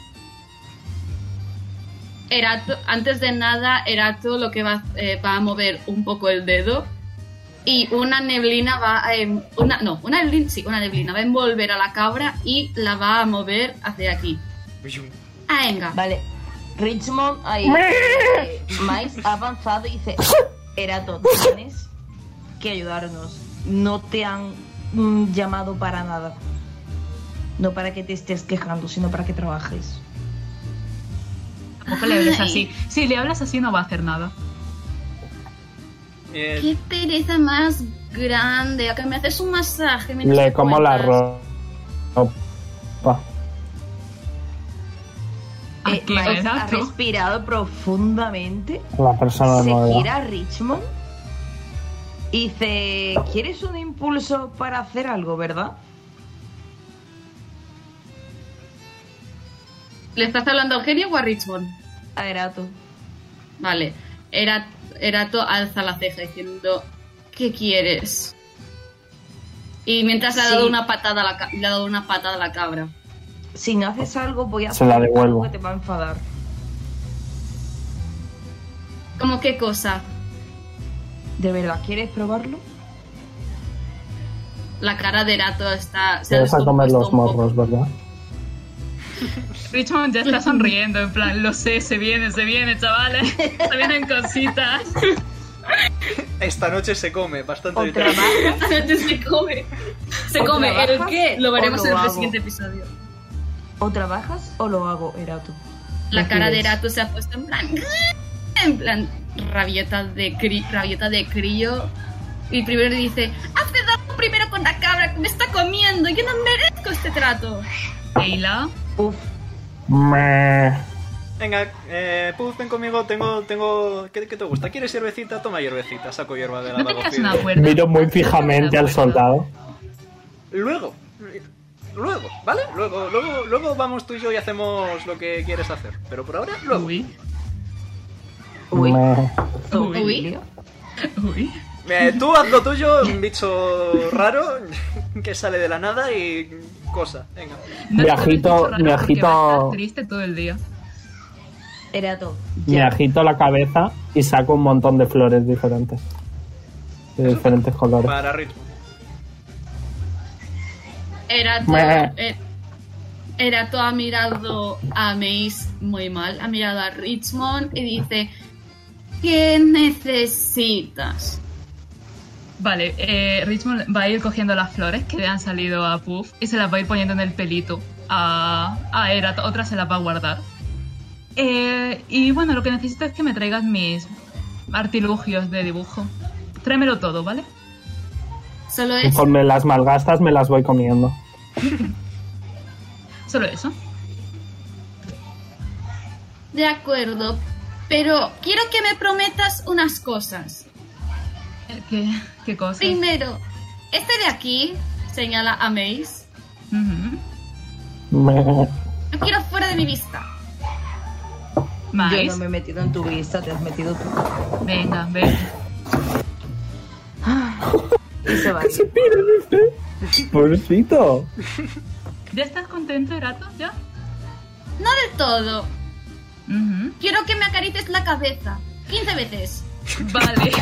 [SPEAKER 4] Erato, antes de nada, Erato lo que va, eh, va a mover un poco el dedo y una neblina va a... em- una, no, una neblina, sí, una neblina. Va a envolver a la cabra y la va a mover hacia aquí. Ah, venga.
[SPEAKER 7] Vale. Richmond, ahí. eh, Mais ha avanzado y dice: Erato, tienes que ayudarnos. No te han mm, llamado para nada. No para que te estés quejando, sino para que trabajes.
[SPEAKER 5] Tampoco le hables
[SPEAKER 4] Ay.
[SPEAKER 5] así. Si le hablas así no va a hacer nada.
[SPEAKER 2] Eh,
[SPEAKER 4] Qué pereza más grande. A que me haces un masaje. mientras
[SPEAKER 1] le
[SPEAKER 4] te
[SPEAKER 1] como la
[SPEAKER 4] cuentas.
[SPEAKER 1] ropa. Pa.
[SPEAKER 6] Eh,
[SPEAKER 5] Aquí,
[SPEAKER 6] Miles ha
[SPEAKER 5] Ah, exacto.
[SPEAKER 6] respirado profundamente.
[SPEAKER 1] La persona
[SPEAKER 6] se
[SPEAKER 1] nueva.
[SPEAKER 6] gira a Richmond y dice, ¿quieres un impulso para hacer algo, verdad?
[SPEAKER 4] ¿Le estás hablando al genio o a Richmond?
[SPEAKER 6] A Erato.
[SPEAKER 4] Vale. Era- Erato alza la ceja diciendo, ¿qué quieres? Y mientras le ha dado
[SPEAKER 6] Sí.
[SPEAKER 4] una patada a la, ca- le ha dado una patada a la cabra.
[SPEAKER 6] Si no haces algo, voy a
[SPEAKER 1] Se
[SPEAKER 6] hacer
[SPEAKER 1] la
[SPEAKER 6] algo
[SPEAKER 1] devuelvo.
[SPEAKER 6] que te va a enfadar.
[SPEAKER 4] ¿Cómo qué cosa?
[SPEAKER 6] ¿De verdad quieres probarlo?
[SPEAKER 4] La cara de Erato está... se
[SPEAKER 1] Te
[SPEAKER 4] ha
[SPEAKER 1] vas a comer
[SPEAKER 4] descompuesto
[SPEAKER 1] los
[SPEAKER 4] un poco.
[SPEAKER 1] morros, ¿verdad?
[SPEAKER 5] Richmond ya
[SPEAKER 7] (laughs)
[SPEAKER 5] está sonriendo, en plan, lo sé, se viene, se viene, chavales. Se vienen
[SPEAKER 7] (laughs)
[SPEAKER 5] cositas.
[SPEAKER 2] Esta noche se come bastante
[SPEAKER 6] O
[SPEAKER 2] literal.
[SPEAKER 6] trabajas,
[SPEAKER 4] Esta noche (laughs) se come. Se
[SPEAKER 6] ¿O
[SPEAKER 4] come. ¿El
[SPEAKER 6] trabajas
[SPEAKER 4] qué? Lo
[SPEAKER 6] o
[SPEAKER 4] veremos
[SPEAKER 6] lo
[SPEAKER 4] en el
[SPEAKER 6] hago?
[SPEAKER 4] siguiente episodio.
[SPEAKER 6] o trabajas o lo hago, Erato.
[SPEAKER 4] La
[SPEAKER 6] ¿Qué
[SPEAKER 4] cara de
[SPEAKER 6] quieres?
[SPEAKER 4] Erato se ha puesto en plan. (laughs) En plan, rabieta de, cri- rabieta de crío. Y primero dice: Hazme algo primero con la cabra que me está comiendo. Yo no merezco este trato.
[SPEAKER 5] Leila,
[SPEAKER 6] Uf,
[SPEAKER 1] Me...
[SPEAKER 2] Venga, eh, Puff, ven conmigo, tengo, tengo... ¿Qué, qué te gusta? ¿Quieres hierbecita? Toma hierbecita, saco hierba de la
[SPEAKER 5] ¿no tenías
[SPEAKER 2] bagofila.
[SPEAKER 5] una cuerda?
[SPEAKER 1] Miro muy
[SPEAKER 5] ¿No tenías
[SPEAKER 1] fijamente
[SPEAKER 5] una
[SPEAKER 1] al
[SPEAKER 5] cuerda?
[SPEAKER 1] soldado.
[SPEAKER 2] Luego, luego, ¿vale? Luego, luego, luego vamos tú y yo y hacemos lo que quieres hacer. Pero por ahora, luego.
[SPEAKER 5] Uy,
[SPEAKER 6] uy,
[SPEAKER 1] Me-
[SPEAKER 5] Uy.
[SPEAKER 6] Toribio.
[SPEAKER 5] uy.
[SPEAKER 2] Eh, tú haz lo tuyo, un bicho raro (laughs) que sale de la nada y cosa. Venga.
[SPEAKER 5] No
[SPEAKER 1] Me
[SPEAKER 5] te
[SPEAKER 1] agito-
[SPEAKER 5] pongas mucho raro
[SPEAKER 1] me
[SPEAKER 5] porque
[SPEAKER 1] agito-
[SPEAKER 5] vas a estar triste todo el día.
[SPEAKER 6] Erato,
[SPEAKER 1] Me agito la cabeza y saco un montón de flores diferentes. De diferentes colores.
[SPEAKER 2] Para ritmo.
[SPEAKER 4] Erato.
[SPEAKER 1] Meh.
[SPEAKER 4] eh, Erato ha mirado a Mace muy mal. Ha mirado a Richmond y dice: ¿Qué necesitas?
[SPEAKER 5] Vale, eh, Richmond va a ir cogiendo las flores que le han salido a Puff y se las va a ir poniendo en el pelito a, a Erat, otra se las va a guardar. Eh, y bueno, lo que necesito es que me traigas mis artilugios de dibujo. Tráemelo todo, ¿vale?
[SPEAKER 4] Solo es.
[SPEAKER 1] Conforme las malgastas me las voy comiendo.
[SPEAKER 5] Solo eso.
[SPEAKER 4] De acuerdo, pero quiero que me prometas unas cosas.
[SPEAKER 5] Eh, ¿Qué, qué cosa?
[SPEAKER 4] Primero, este de aquí, señala a Mace,
[SPEAKER 5] Ujú.
[SPEAKER 1] Me-
[SPEAKER 4] lo quiero fuera de mi vista.
[SPEAKER 5] Maíz.
[SPEAKER 6] yo no me he metido en tu vista, te has metido tú.
[SPEAKER 5] Venga, ven.
[SPEAKER 6] Y se va. a ir.
[SPEAKER 1] Pobrecito.
[SPEAKER 5] ¿Ya estás contento, Erato? ¿Ya?
[SPEAKER 4] No del todo,
[SPEAKER 5] Ujú.
[SPEAKER 4] quiero que me acarices la cabeza. 15 veces.
[SPEAKER 6] (laughs)
[SPEAKER 5] Vale.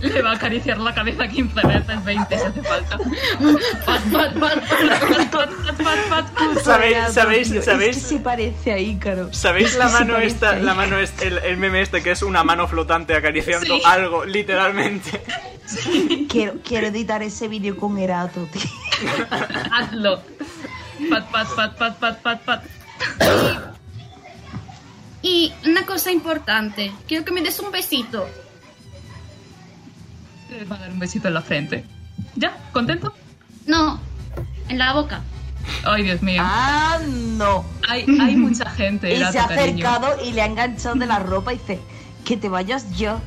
[SPEAKER 5] Le va a acariciar la cabeza 15 veces, 20 si hace falta.
[SPEAKER 4] Pat, pat, pat, pat.
[SPEAKER 5] Pat, pat, pat, pat, pat.
[SPEAKER 2] (laughs) ¿Sabéis-
[SPEAKER 6] Erato,
[SPEAKER 2] sabéis-
[SPEAKER 6] tío, es
[SPEAKER 2] sabéis?
[SPEAKER 6] que se parece a Ícaro. (laughs)
[SPEAKER 2] ¿Sabéis la
[SPEAKER 6] Sí,
[SPEAKER 2] mano
[SPEAKER 6] parece,
[SPEAKER 2] esta?
[SPEAKER 6] ¿eh?
[SPEAKER 2] La mano es el, el meme este que es una mano flotante acariciando
[SPEAKER 5] Sí.
[SPEAKER 2] algo, literalmente.
[SPEAKER 6] Quiero, quiero editar ese vídeo con Erato, tío.
[SPEAKER 5] Hazlo. Pat, pat, pat, pat, pat, pat, pat.
[SPEAKER 4] Y una cosa importante, quiero que me des un besito.
[SPEAKER 5] Le va a dar un besito en la frente. ¿Ya? ¿Contento?
[SPEAKER 4] No, en la boca.
[SPEAKER 5] Ay, Dios mío.
[SPEAKER 6] Ah, no.
[SPEAKER 5] Hay, hay mucha gente,
[SPEAKER 6] Y se
[SPEAKER 5] Erato,
[SPEAKER 6] ha
[SPEAKER 5] cariño.
[SPEAKER 6] acercado y le ha enganchado de la ropa y dice, que te vayas yo.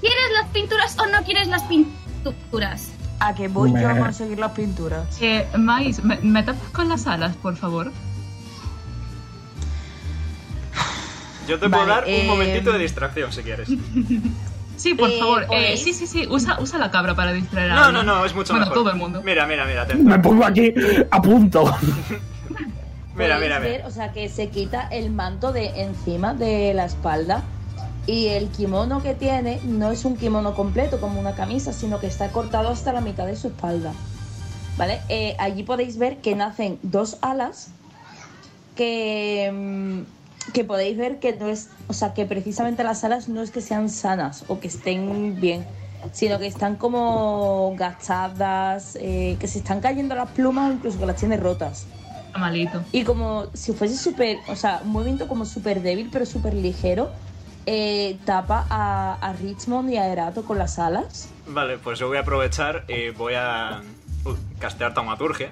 [SPEAKER 4] ¿Quieres las pinturas o no quieres las pinturas?
[SPEAKER 6] ¿A que voy yo a
[SPEAKER 1] Meh.
[SPEAKER 6] conseguir las pinturas?
[SPEAKER 5] Eh, Maíz, ¿me, me tapas con las alas, por favor?
[SPEAKER 2] Yo te puedo
[SPEAKER 6] Vale,
[SPEAKER 2] dar un
[SPEAKER 6] eh,
[SPEAKER 2] momentito de distracción si quieres.
[SPEAKER 5] Sí, por
[SPEAKER 6] Eh,
[SPEAKER 5] favor. Eh,
[SPEAKER 6] ¿podéis?
[SPEAKER 5] sí, sí, sí. Usa, usa la cabra para distraer a
[SPEAKER 2] No, no,
[SPEAKER 5] alguien.
[SPEAKER 2] no, es mucho
[SPEAKER 5] bueno,
[SPEAKER 2] mejor.
[SPEAKER 5] todo el mundo.
[SPEAKER 2] Mira, mira, mira, atento.
[SPEAKER 1] Me pongo aquí a punto.
[SPEAKER 2] Mira,
[SPEAKER 7] Podéis
[SPEAKER 2] mira,
[SPEAKER 7] ver,
[SPEAKER 2] mira.
[SPEAKER 7] O sea, que se quita el manto de encima de la espalda y el kimono que tiene no es un kimono completo como una camisa, sino que está cortado hasta la mitad de su espalda. ¿Vale? Eh, allí podéis ver que nacen dos alas que, mm, que podéis ver que no es, o sea, que precisamente las alas no es que sean sanas o que estén bien, sino que están como gastadas, eh, que se están cayendo las plumas, incluso que las tiene rotas.
[SPEAKER 5] Está malito.
[SPEAKER 7] Y como si fuese súper, o sea, un movimiento como súper débil, pero súper ligero, eh, tapa a, a Richmond y a Erato con las alas.
[SPEAKER 2] eh, Vale, pues yo voy a aprovechar y voy a uh, castear taumaturgia.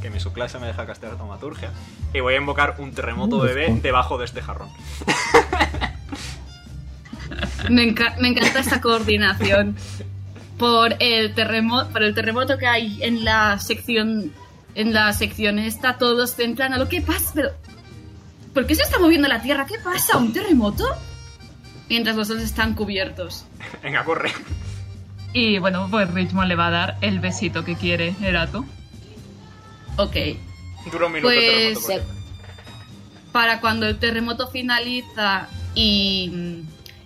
[SPEAKER 2] que mi subclase me deja castear taumaturgia. Y voy a invocar un terremoto bebé debajo de este jarrón.
[SPEAKER 4] Me, enca- me encanta esta coordinación. Por el terremoto, por el terremoto que hay en la sección en la sección esta, todos se entran a lo que pasa, pero ¿por qué se está moviendo la Tierra? ¿Qué pasa? ¿Un terremoto? Mientras los dos están cubiertos.
[SPEAKER 2] Venga, corre.
[SPEAKER 5] Y bueno, pues Richmond le va a dar el besito que quiere Erato.
[SPEAKER 4] Ok.
[SPEAKER 2] Dura un minuto el terremoto.
[SPEAKER 4] Pues,
[SPEAKER 2] por
[SPEAKER 4] eh,
[SPEAKER 2] cierto.
[SPEAKER 4] Para cuando el terremoto finaliza y,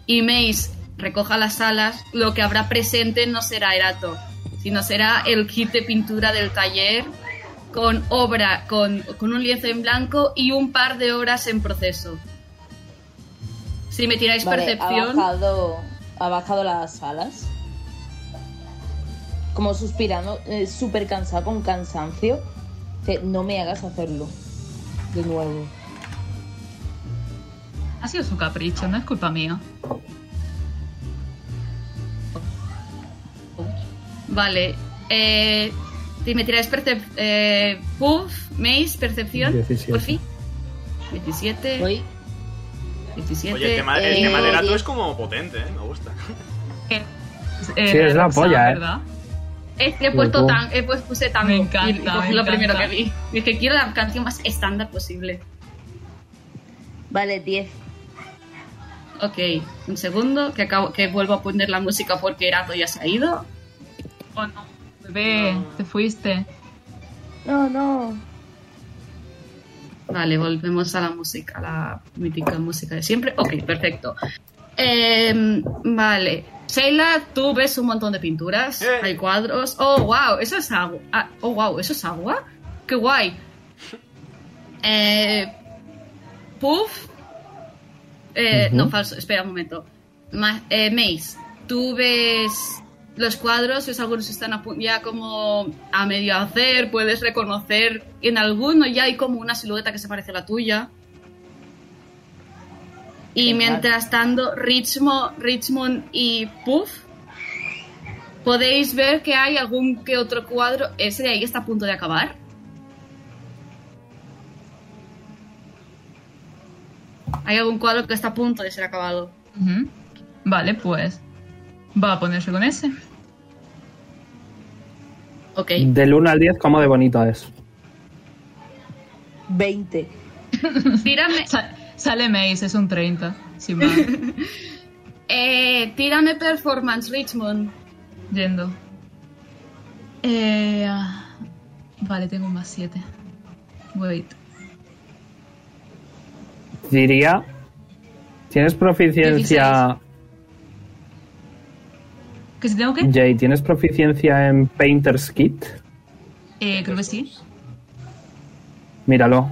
[SPEAKER 4] y Mace recoja las alas, lo que habrá presente no será Erato, sino será el kit de pintura del taller con obra, con, con un lienzo en blanco y un par de horas en proceso. Si me tiráis
[SPEAKER 6] Vale, ha
[SPEAKER 4] percepción,
[SPEAKER 6] bajado, ha bajado las alas. Como suspirando, eh, súper cansado, con cansancio. Dice, no me hagas hacerlo. De nuevo.
[SPEAKER 5] Ha sido su capricho, no es culpa mía.
[SPEAKER 4] vale. eh, si me tiráis percepción, eh, Puff, Mace, percepción, por
[SPEAKER 1] 17.
[SPEAKER 4] fin. 17,
[SPEAKER 6] Voy
[SPEAKER 4] 17.
[SPEAKER 2] Oye, el tema, el
[SPEAKER 6] eh,
[SPEAKER 2] tema del ato
[SPEAKER 6] diez.
[SPEAKER 2] es como potente, ¿eh? Me gusta.
[SPEAKER 5] Eh,
[SPEAKER 1] Sí, es la polla, eh.
[SPEAKER 5] ¿verdad?
[SPEAKER 4] Es que he puesto
[SPEAKER 1] Ujú.
[SPEAKER 4] tan, he puesto, puse tango
[SPEAKER 5] Me encanta,
[SPEAKER 4] y- y cogí
[SPEAKER 5] me
[SPEAKER 4] lo primero que
[SPEAKER 5] encanta.
[SPEAKER 4] vi. Y es que quiero la canción más estándar posible.
[SPEAKER 7] Vale, 10.
[SPEAKER 4] Ok, un segundo, que acabo, que vuelvo a poner la música porque Erato ya se ha ido.
[SPEAKER 5] Oh no, bebé, te fuiste.
[SPEAKER 7] No, no.
[SPEAKER 4] Vale, volvemos a la música, a la mítica música de siempre. Ok, perfecto. Em, vale. Sheila, tú ves un montón de pinturas,
[SPEAKER 2] Eh.
[SPEAKER 4] hay cuadros. Oh, wow, eso es agua. Ah, oh, wow, eso es agua. Qué guay. Eh, Puff. Eh, No, falso, espera un momento. Ma- eh, Mace, tú ves los cuadros, ves algunos están a pu- ya como a medio hacer, puedes reconocer. En alguno ya hay como una silueta que se parece a la tuya. Y
[SPEAKER 6] Qué
[SPEAKER 4] mientras tanto, Richmo- Richmond y Puff, podéis ver que hay algún que otro cuadro. Ese de ahí está a punto de acabar. Hay algún cuadro que está a punto de ser acabado.
[SPEAKER 5] Ujú. Vale, pues va a ponerse con ese.
[SPEAKER 4] Ok.
[SPEAKER 1] Del 1 al 10, ¿cómo de bonito es?
[SPEAKER 6] 20.
[SPEAKER 4] Tírame,
[SPEAKER 5] Sa- sale Mace, es un 30.
[SPEAKER 1] (laughs)
[SPEAKER 5] Sin más.
[SPEAKER 4] eh, tírame performance, Richmond.
[SPEAKER 5] Yendo. Eh, ah, vale, tengo un más 7. Wait.
[SPEAKER 1] Diría. ¿Tienes proficiencia.
[SPEAKER 5] ¿Que si tengo que?
[SPEAKER 1] Jay, ¿tienes proficiencia en Painter's Kit?
[SPEAKER 5] Eh, creo que sí.
[SPEAKER 1] Míralo.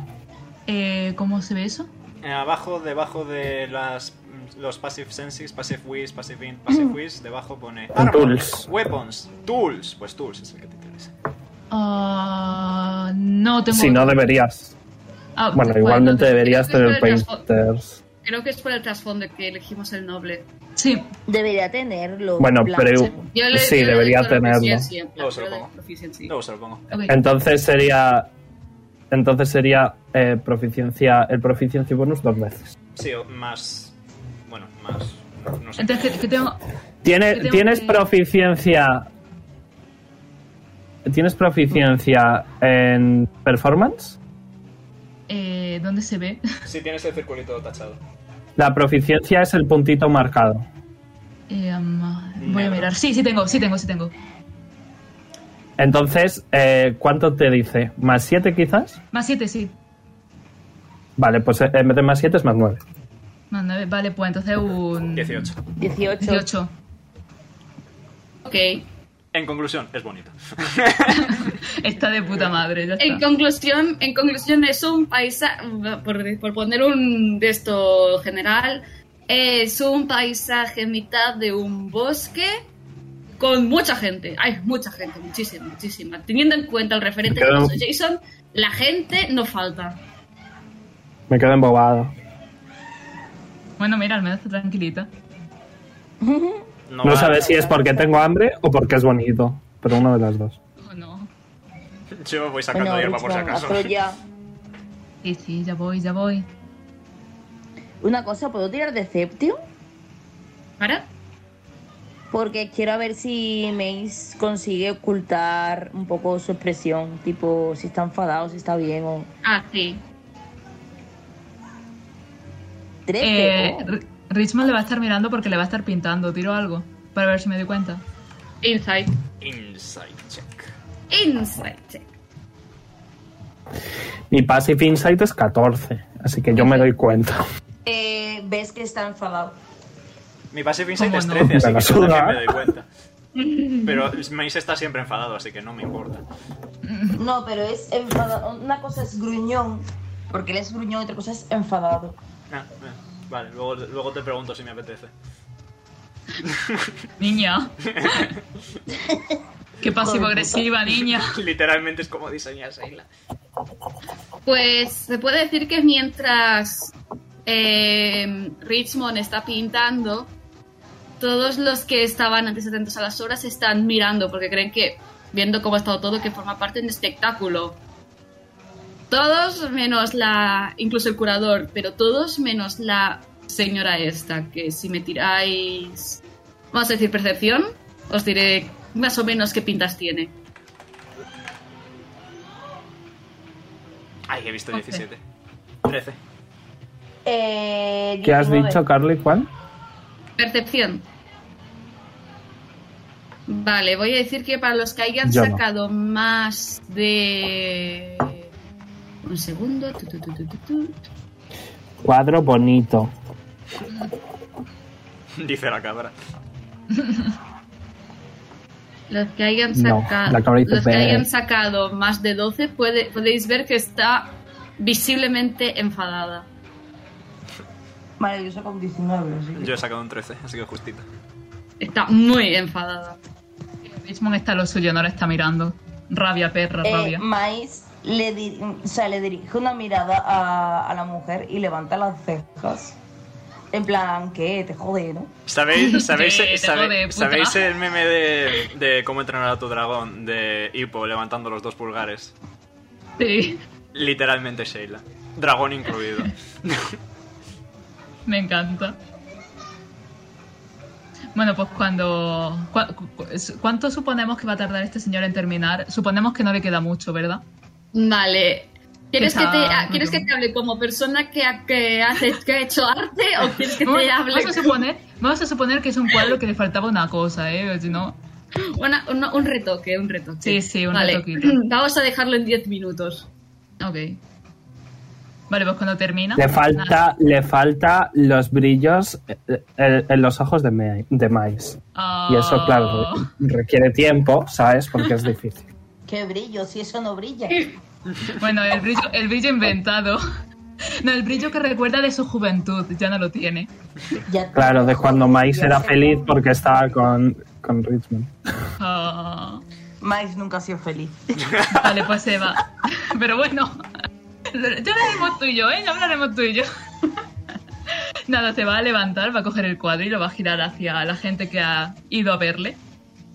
[SPEAKER 5] Eh, ¿Cómo se ve eso?
[SPEAKER 2] Eh, abajo, debajo de las, mm, los Passive Senses, Passive Whiz, Passive Int, Passive Whiz, debajo pone armas,
[SPEAKER 1] Tools.
[SPEAKER 2] Weapons, Tools. Pues Tools es el que te interesa.
[SPEAKER 5] Ah, no tengo.
[SPEAKER 1] Si no, deberías.
[SPEAKER 5] Ah,
[SPEAKER 1] Bueno,
[SPEAKER 5] pues,
[SPEAKER 1] igualmente
[SPEAKER 5] no tengo-
[SPEAKER 1] deberías tener
[SPEAKER 4] Deberías-
[SPEAKER 1] Painters.
[SPEAKER 4] Creo que es por el trasfondo que elegimos el noble.
[SPEAKER 5] Sí,
[SPEAKER 7] Debería tenerlo.
[SPEAKER 1] Bueno,
[SPEAKER 7] Blanca.
[SPEAKER 1] pero.
[SPEAKER 4] Yo le-
[SPEAKER 1] Sí,
[SPEAKER 4] yo le
[SPEAKER 1] debería
[SPEAKER 4] doy proficiency
[SPEAKER 1] tenerlo.
[SPEAKER 4] en plan,
[SPEAKER 2] Luego se lo
[SPEAKER 4] yo le doy
[SPEAKER 2] pongo.
[SPEAKER 4] proficiency.
[SPEAKER 2] Luego se lo pongo.
[SPEAKER 4] Ok.
[SPEAKER 1] Entonces sería. Entonces sería eh, proficiencia, el proficiency bonus dos veces.
[SPEAKER 2] Sí, o más. Bueno, más. no- No sé.
[SPEAKER 5] entonces, ¿qué- ¿qué tengo?
[SPEAKER 1] Tiene-
[SPEAKER 5] Yo tengo
[SPEAKER 1] tienes
[SPEAKER 5] que-
[SPEAKER 1] proficiencia. ¿Tienes proficiencia en performance?
[SPEAKER 5] Eh, ¿Dónde se ve? (laughs)
[SPEAKER 2] Sí, tienes el circulito tachado.
[SPEAKER 1] La proficiencia es el puntito marcado.
[SPEAKER 5] Eh, um, voy a
[SPEAKER 2] Negro.
[SPEAKER 5] mirar. Sí, sí tengo, sí tengo, sí tengo.
[SPEAKER 1] Entonces, eh, ¿cuánto te dice? ¿Más 7 quizás?
[SPEAKER 5] Más 7, sí.
[SPEAKER 1] Vale, pues eh, en vez de más 7 es más 9.
[SPEAKER 5] Más nueve. Vale, pues entonces un.
[SPEAKER 2] 18.
[SPEAKER 6] 18.
[SPEAKER 5] 18.
[SPEAKER 4] Ok.
[SPEAKER 2] En conclusión, es bonito.
[SPEAKER 5] Está de puta madre, ya
[SPEAKER 4] En
[SPEAKER 5] está.
[SPEAKER 4] conclusión, en conclusión es un paisaje, por, por poner un de esto general, es un paisaje en mitad de un bosque con mucha gente. Hay mucha gente, muchísima, muchísima. Teniendo en cuenta el referente que
[SPEAKER 1] Queda-
[SPEAKER 4] pasó Jason, la gente no falta.
[SPEAKER 1] Me quedo embobado.
[SPEAKER 5] Bueno, mira, al menos está tranquilita.
[SPEAKER 1] No
[SPEAKER 2] va-
[SPEAKER 1] sabes si es porque tengo hambre o porque es bonito, pero una de las dos.
[SPEAKER 5] Oh, no.
[SPEAKER 2] Yo voy sacando hierba por si
[SPEAKER 6] Richmond,
[SPEAKER 2] acaso.
[SPEAKER 6] hazlo ya.
[SPEAKER 5] Sí, sí, ya voy, ya voy.
[SPEAKER 6] Una cosa, ¿puedo tirar Deception?
[SPEAKER 4] ¿Para?
[SPEAKER 6] Porque quiero ver si Mace consigue ocultar un poco su expresión, tipo si está enfadado, si está bien o...
[SPEAKER 4] Ah, sí.
[SPEAKER 6] 13.
[SPEAKER 5] Eh, Ri- Richmond le va a estar mirando porque le va a estar pintando. Tiro algo para ver si me doy cuenta.
[SPEAKER 4] Insight.
[SPEAKER 2] Inside check.
[SPEAKER 4] Insight. check.
[SPEAKER 1] Mi Passive Insight es 14, así que yo me doy cuenta.
[SPEAKER 7] Eh, ves que está enfadado.
[SPEAKER 2] Mi passive insight
[SPEAKER 5] ¿Cómo
[SPEAKER 2] es
[SPEAKER 5] no?
[SPEAKER 2] 13, así
[SPEAKER 1] Me la
[SPEAKER 2] que yo también
[SPEAKER 1] suda.
[SPEAKER 2] me doy cuenta.
[SPEAKER 5] (laughs)
[SPEAKER 2] Pero Mace está siempre enfadado, así que no me importa.
[SPEAKER 7] No, pero es enfadado. Una cosa es gruñón, porque él es gruñón, otra cosa es enfadado.
[SPEAKER 2] Ah, eh, vale, luego, luego te pregunto si me apetece. (laughs)
[SPEAKER 5] Niña. Qué pasivo-agresiva, niña.
[SPEAKER 2] Literalmente es como diseña Sheila.
[SPEAKER 4] Pues se puede decir que mientras eh, Richmond está pintando, todos los que estaban antes atentos a las obras están mirando porque creen que, viendo cómo ha estado todo, que forma parte de un espectáculo. Todos menos la. incluso el curador, pero todos menos la señora esta, que si me tiráis. vamos a decir percepción, os diré más o menos qué pintas tiene.
[SPEAKER 2] Ay, he visto
[SPEAKER 4] Once.
[SPEAKER 2] 17. 13.
[SPEAKER 7] Eh,
[SPEAKER 1] ¿Qué has
[SPEAKER 7] 19.
[SPEAKER 1] dicho, Carly? ¿Cuál?
[SPEAKER 4] Percepción. Vale, voy a decir que para los que hayan
[SPEAKER 1] Yo no.
[SPEAKER 4] sacado más de... Un segundo. tu, tu, tu, tu, tu, tu.
[SPEAKER 1] Cuadro bonito.
[SPEAKER 2] Dice la cabra.
[SPEAKER 4] Los que hayan
[SPEAKER 1] No,
[SPEAKER 4] sacado,
[SPEAKER 1] la cabra dice
[SPEAKER 4] los que
[SPEAKER 1] "Ve".
[SPEAKER 4] hayan sacado más de 12 puede- podéis ver que está visiblemente enfadada.
[SPEAKER 7] Vale, yo saco un 19. así que-
[SPEAKER 2] Yo he sacado un 13, así que justito.
[SPEAKER 4] Está muy enfadada.
[SPEAKER 5] Richmond está a lo suyo, no le está mirando. Rabia, perra,
[SPEAKER 7] Eh,
[SPEAKER 5] rabia.
[SPEAKER 7] Mais le, di- o sea, le dirige una mirada a, a la mujer y levanta las cejas. En plan, ¿qué? Te jode, ¿no?
[SPEAKER 4] (laughs)
[SPEAKER 2] ¿Sabéis, sabéis,
[SPEAKER 5] Te- te
[SPEAKER 2] sabe-
[SPEAKER 5] jode, puta.
[SPEAKER 2] sabéis el meme de, de cómo entrenar a tu dragón de Hippo levantando los dos pulgares?
[SPEAKER 5] Sí,
[SPEAKER 2] Literalmente Sheila. Dragón incluido.
[SPEAKER 5] me encanta. Bueno, pues cuando... cua- cu- cu- su- ¿Cuánto suponemos que va a tardar este señor en terminar? Suponemos que no le queda mucho, ¿verdad?
[SPEAKER 4] Vale. ¿Quieres,
[SPEAKER 5] Está
[SPEAKER 4] que te, ah,
[SPEAKER 5] muy
[SPEAKER 4] ¿quieres que
[SPEAKER 5] bien.
[SPEAKER 4] te hable como persona que ha, que hace- que ha hecho arte o quieres que
[SPEAKER 5] Vamos,
[SPEAKER 4] te hable
[SPEAKER 5] vamos a suponer, vamos a suponer que es un cuadro que le faltaba una cosa, ¿eh? Si no,
[SPEAKER 4] Una- una- un retoque, un retoque.
[SPEAKER 5] Sí, sí, un
[SPEAKER 4] Vale,
[SPEAKER 5] retoquito.
[SPEAKER 4] (clears throat) Vamos a dejarlo en 10 minutos.
[SPEAKER 5] ok. Vale, pues cuando termina...
[SPEAKER 1] Le falta, le falta los brillos eh, eh, en los ojos de, Mai- de Mais.
[SPEAKER 5] Ah,
[SPEAKER 1] Y eso, claro, re- requiere tiempo, ¿sabes? Porque es difícil.
[SPEAKER 7] ¿Qué brillo? Si eso no brilla.
[SPEAKER 5] Bueno, el brillo, el brillo inventado. No, el brillo que recuerda de su juventud, ya no lo tiene.
[SPEAKER 7] Ya te-
[SPEAKER 1] Claro, de cuando Mais
[SPEAKER 7] Ya
[SPEAKER 1] era
[SPEAKER 7] sé.
[SPEAKER 1] feliz porque estaba con, con Richmond.
[SPEAKER 5] Ah,
[SPEAKER 7] Mais nunca ha
[SPEAKER 6] (laughs)
[SPEAKER 7] sido feliz.
[SPEAKER 5] vale, pues se va. (laughs) Pero bueno, ya hablaremos tú y yo, ¿eh? Ya hablaremos tú y yo. (laughs) Nada, se va a levantar, va a coger el cuadro y lo va a girar hacia la gente que ha ido a verle.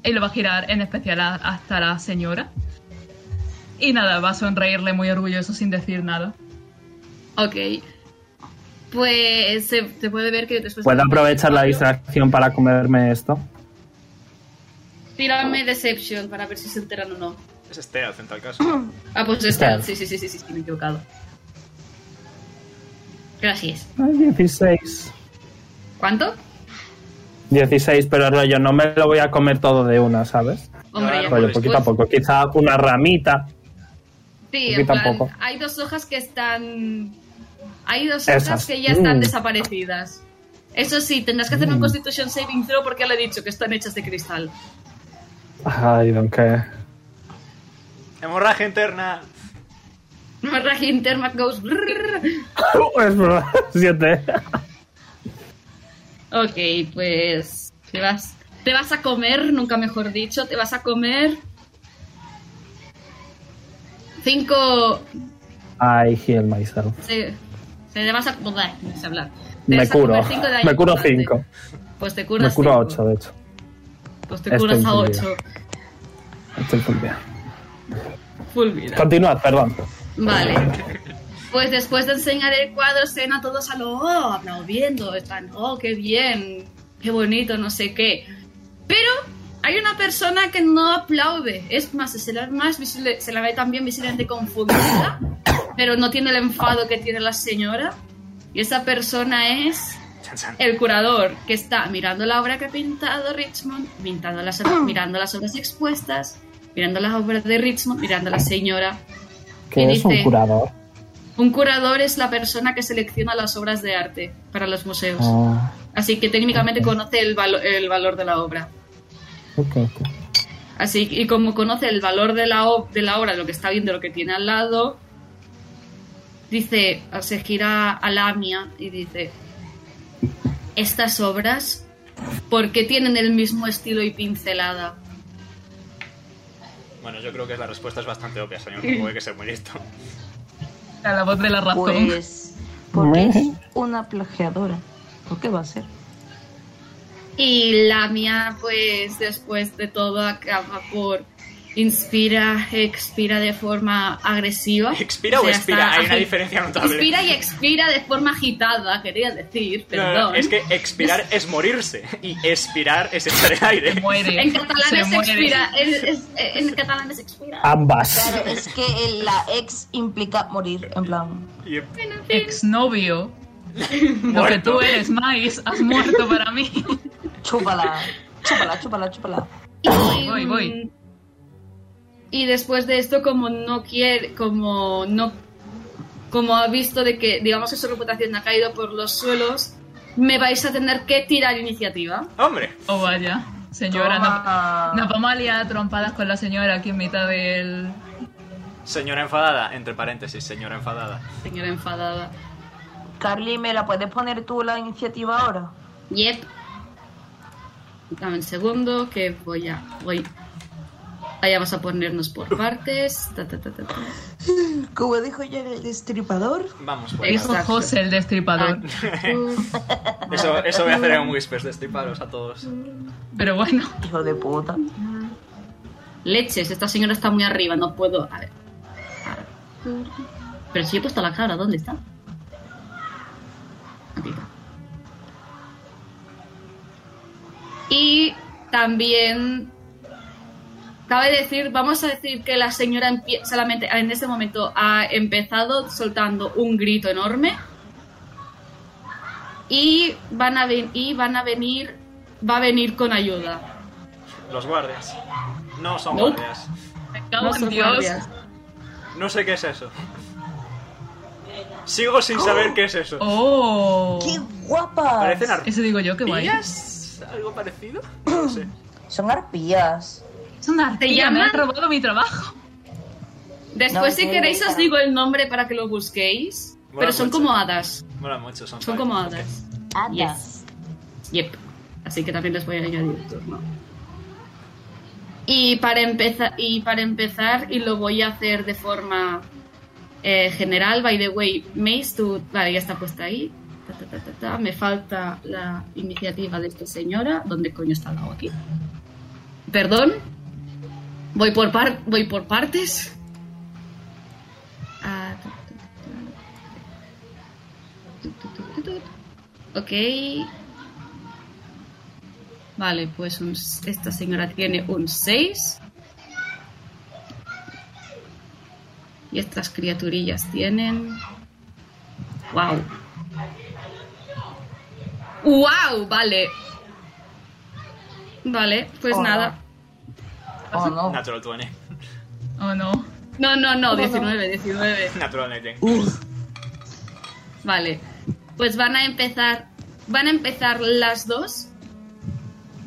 [SPEAKER 5] Y lo va a girar en especial a- hasta la señora. Y nada, va a sonreírle muy orgulloso sin decir nada.
[SPEAKER 4] Ok. Pues se, se puede ver que después...
[SPEAKER 1] ¿Puedo aprovechar la distracción para comerme esto?
[SPEAKER 4] Tírame Deception para ver si se enteran o no.
[SPEAKER 2] Es Stealth en tal caso.
[SPEAKER 4] Ah, pues
[SPEAKER 1] Está.
[SPEAKER 4] está. Sí, sí, sí, sí, sí, sí, me he equivocado. Gracias.
[SPEAKER 1] Ay, 16.
[SPEAKER 4] ¿Cuánto?
[SPEAKER 1] 16, pero rollo, no me lo voy a comer todo de una, ¿sabes?
[SPEAKER 4] Hombre,
[SPEAKER 2] Claro,
[SPEAKER 1] Rollo,
[SPEAKER 4] ya puedes.
[SPEAKER 1] poquito a
[SPEAKER 4] Pues,
[SPEAKER 1] poco. Quizá una ramita.
[SPEAKER 4] Sí,
[SPEAKER 1] poquito
[SPEAKER 4] en
[SPEAKER 1] a
[SPEAKER 4] plan,
[SPEAKER 1] poco.
[SPEAKER 4] hay dos hojas que están... Hay dos hojas
[SPEAKER 1] Esas.
[SPEAKER 4] que ya están
[SPEAKER 1] Mm.
[SPEAKER 4] desaparecidas. Eso sí, tendrás que hacer un Constitution Saving Throw porque ya le he dicho que están hechas de cristal.
[SPEAKER 1] Ay, don qué.
[SPEAKER 2] (clears throat)
[SPEAKER 1] (laughs)
[SPEAKER 2] Hemorragia interna.
[SPEAKER 4] Hemorragia interna goes... brrr.
[SPEAKER 1] es verdad, (laughs) 7.
[SPEAKER 4] Ok, pues te vas, te vas a comer, nunca mejor dicho, te vas a comer cinco.
[SPEAKER 1] I heal myself.
[SPEAKER 4] Se, se te vas a pues, mudar, no sé hablar. Te
[SPEAKER 1] Me
[SPEAKER 4] vas a
[SPEAKER 1] curo.
[SPEAKER 4] comer cinco de daño
[SPEAKER 1] Me curo
[SPEAKER 4] importante.
[SPEAKER 1] 5.
[SPEAKER 4] Pues te
[SPEAKER 1] Me
[SPEAKER 4] curas
[SPEAKER 1] curo
[SPEAKER 4] cinco.
[SPEAKER 1] 8, de hecho.
[SPEAKER 4] Pues te
[SPEAKER 1] Estoy
[SPEAKER 4] curas a
[SPEAKER 1] fundida.
[SPEAKER 4] ocho.
[SPEAKER 1] Estoy fundida.
[SPEAKER 4] Full vida.
[SPEAKER 1] Continuad, perdón.
[SPEAKER 4] Vale. Pues después de enseñar el cuadro, cena todos a lo oh, aplaudiendo. Están, oh, qué bien, qué bonito, no sé qué. Pero hay una persona que no aplaude. Es más, se la, más visible- se la ve también visiblemente confundida, pero no tiene el enfado que tiene la señora. Y esa persona es
[SPEAKER 3] Chan, chan.
[SPEAKER 4] el curador que está mirando la obra que ha pintado Richmond, pintando las, mirando las obras expuestas, mirando las obras de Richmond, mirando a la señora.
[SPEAKER 1] Que es un
[SPEAKER 4] dice?
[SPEAKER 1] curador.
[SPEAKER 4] Un curador es la persona que selecciona las obras de arte para los museos.
[SPEAKER 1] Ah,
[SPEAKER 4] Así que técnicamente conoce el, valo- el valor de la obra.
[SPEAKER 1] ok, ok.
[SPEAKER 4] Así y como conoce el valor de la, o- de la obra, de lo que está viendo, lo que tiene al lado, dice, se gira a Lamia y dice, estas obras, porque tienen el mismo estilo y pincelada?
[SPEAKER 3] Bueno, yo creo que la respuesta es bastante obvia, señor. Puede que sea muy listo.
[SPEAKER 5] A la voz de la razón.
[SPEAKER 6] Pues. Porque es
[SPEAKER 1] Meh.
[SPEAKER 6] una plagiadora. ¿Por qué va a ser?
[SPEAKER 4] Y Lamia, pues después de todo, acaba por inspira, expira de forma agresiva.
[SPEAKER 3] ¿Expira o
[SPEAKER 4] sea,
[SPEAKER 3] expira?
[SPEAKER 4] está
[SPEAKER 3] Hay una
[SPEAKER 4] agi-
[SPEAKER 3] diferencia notable.
[SPEAKER 4] Inspira y expira de forma agitada, quería decir,
[SPEAKER 3] No, no,
[SPEAKER 4] perdón.
[SPEAKER 3] no, es que expirar es morirse y expirar es echar el
[SPEAKER 4] (laughs)
[SPEAKER 5] Se (laughs)
[SPEAKER 3] aire.
[SPEAKER 5] muere.
[SPEAKER 4] En catalán
[SPEAKER 5] se
[SPEAKER 4] es
[SPEAKER 5] muere. Ah,
[SPEAKER 4] expira. es- es- en catalán es expira.
[SPEAKER 1] Ambas.
[SPEAKER 6] Claro, es que el- la ex implica morir, en plan.
[SPEAKER 3] Y
[SPEAKER 4] (laughs)
[SPEAKER 5] Exnovio. Lo que
[SPEAKER 3] Muerto.
[SPEAKER 5] tú eres, Mais, has muerto para mí. (laughs)
[SPEAKER 6] Chúpala, chúpala, chúpala, chúpala.
[SPEAKER 4] Y,
[SPEAKER 5] voy, voy.
[SPEAKER 4] y después de esto, como no quiere, como no, como ha visto de que, digamos que su reputación ha caído por los suelos, me vais a tener que tirar iniciativa.
[SPEAKER 3] ¡Hombre!
[SPEAKER 5] Oh, vaya. Señora,
[SPEAKER 6] Toma.
[SPEAKER 5] no- nos vamos a liar a trompadas con la señora aquí en mitad del.
[SPEAKER 3] Señora enfadada, entre paréntesis, señora enfadada.
[SPEAKER 4] Señora enfadada.
[SPEAKER 6] Carly, ¿me la puedes poner tú la iniciativa ahora?
[SPEAKER 4] Yep. Dame un segundo que voy a. Voy. Allá vas a ponernos por partes. Ta, ta, ta, ta, ta.
[SPEAKER 6] Como dijo ya el destripador.
[SPEAKER 3] Vamos,
[SPEAKER 5] Dijo
[SPEAKER 3] pues.
[SPEAKER 4] Exacto.
[SPEAKER 5] José el destripador.
[SPEAKER 4] Ah.
[SPEAKER 3] Eso, eso voy a hacer en un Whispers, destriparos a todos.
[SPEAKER 5] Pero bueno,
[SPEAKER 6] Hijo de puta.
[SPEAKER 4] Leches, esta señora está muy arriba, no puedo. A ver. Pero si he puesto la cara, ¿dónde está? Aquí está. Y también. Cabe decir, vamos a decir que la señora empie- solamente en este momento ha empezado soltando un grito enorme. Y van a, ven- y van a venir. Va a venir con ayuda.
[SPEAKER 3] Los guardias. No son
[SPEAKER 4] Nope.
[SPEAKER 3] guardias.
[SPEAKER 5] me cago
[SPEAKER 4] No
[SPEAKER 5] en
[SPEAKER 4] son
[SPEAKER 5] Dios.
[SPEAKER 4] guardias.
[SPEAKER 3] No sé qué es eso. Sigo sin saber qué es eso.
[SPEAKER 5] Oh.
[SPEAKER 6] ¡Qué guapa!
[SPEAKER 3] Parecen
[SPEAKER 5] Eso digo yo, qué guay.
[SPEAKER 3] arpillas. ¿Algo parecido? No lo sé.
[SPEAKER 6] Son arpías.
[SPEAKER 5] Es una arpilla, me
[SPEAKER 4] llaman?
[SPEAKER 5] han robado mi trabajo.
[SPEAKER 4] Después,
[SPEAKER 6] No,
[SPEAKER 4] si
[SPEAKER 6] sí,
[SPEAKER 4] queréis,
[SPEAKER 6] claro.
[SPEAKER 4] os digo el nombre para que lo busquéis.
[SPEAKER 3] Mola
[SPEAKER 4] pero son
[SPEAKER 3] mucho.
[SPEAKER 4] como hadas.
[SPEAKER 3] Mola mucho, son
[SPEAKER 4] Son
[SPEAKER 3] fire.
[SPEAKER 4] como
[SPEAKER 3] Ok.
[SPEAKER 4] hadas.
[SPEAKER 6] Hadas.
[SPEAKER 4] Yes. Yep. Así que también les voy a añadir turno. Y para empezar, y para empezar, y lo voy a hacer de forma eh, general, by the way, Mace, tú. Vale, ya está puesta ahí. Ta, ta, ta, ta, ta. Me falta la iniciativa de esta señora. ¿Dónde coño está la aquí? Perdón. Voy por par voy por partes. Ah, ta, ta, ta, ta. Tu, tu, tu, tu, tu. Ok. Vale, pues un- esta señora tiene un 6. Y estas criaturillas tienen. ¡Wow! ¡Wow! Vale. Vale, pues
[SPEAKER 6] Hola.
[SPEAKER 4] nada.
[SPEAKER 6] Oh, no.
[SPEAKER 3] Natural 20.
[SPEAKER 5] Oh no.
[SPEAKER 4] No, no, no, 19, 19.
[SPEAKER 3] Natural 19.
[SPEAKER 4] Uh. Vale. Pues van a empezar. Van a empezar las dos.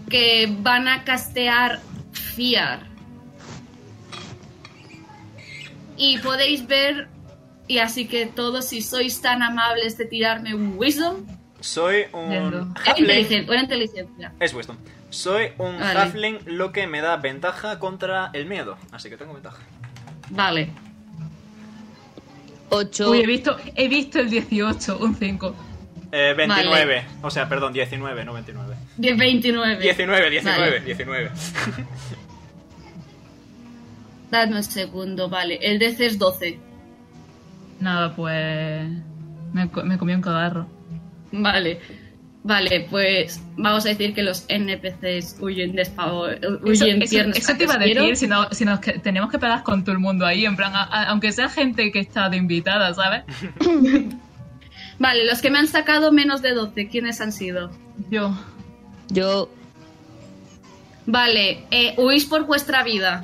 [SPEAKER 4] Que van a castear Fiar. Y podéis ver. Y así que todos, si sois tan amables de tirarme un Wisdom.
[SPEAKER 3] Soy un.
[SPEAKER 5] Entiendo.
[SPEAKER 4] eh,
[SPEAKER 3] Halfling.
[SPEAKER 4] inteligen- Una inteligencia.
[SPEAKER 3] Es Wisdom. Soy un
[SPEAKER 4] Vale.
[SPEAKER 3] Halfling, lo que me da ventaja contra el miedo. Así que tengo ventaja.
[SPEAKER 4] Vale.
[SPEAKER 7] 8.
[SPEAKER 5] Uy, he visto, he visto el 18, un 5.
[SPEAKER 3] Eh, 29. O sea, perdón, 19, no 29.
[SPEAKER 4] De 29.
[SPEAKER 3] 19, 19,
[SPEAKER 4] Vale.
[SPEAKER 3] 19.
[SPEAKER 4] Dame un segundo, vale. El DC es 12.
[SPEAKER 5] Nada, pues. Me, co- me comí un cagarro.
[SPEAKER 4] Vale. Vale, pues vamos a decir que los NPCs huyen despavor,
[SPEAKER 5] Eso,
[SPEAKER 4] eh, huyen
[SPEAKER 5] eso-
[SPEAKER 4] tiernos
[SPEAKER 5] eso te iba a
[SPEAKER 4] caceros.
[SPEAKER 5] decir, si, no- si nos que- tenemos que pegar con todo el mundo ahí, en plan, a- a- aunque sea gente que está de invitada, ¿sabes?
[SPEAKER 4] Vale, los que me han sacado menos de 12, ¿quiénes han sido?
[SPEAKER 5] Yo.
[SPEAKER 3] Yo,
[SPEAKER 4] Vale, eh, huís por vuestra vida.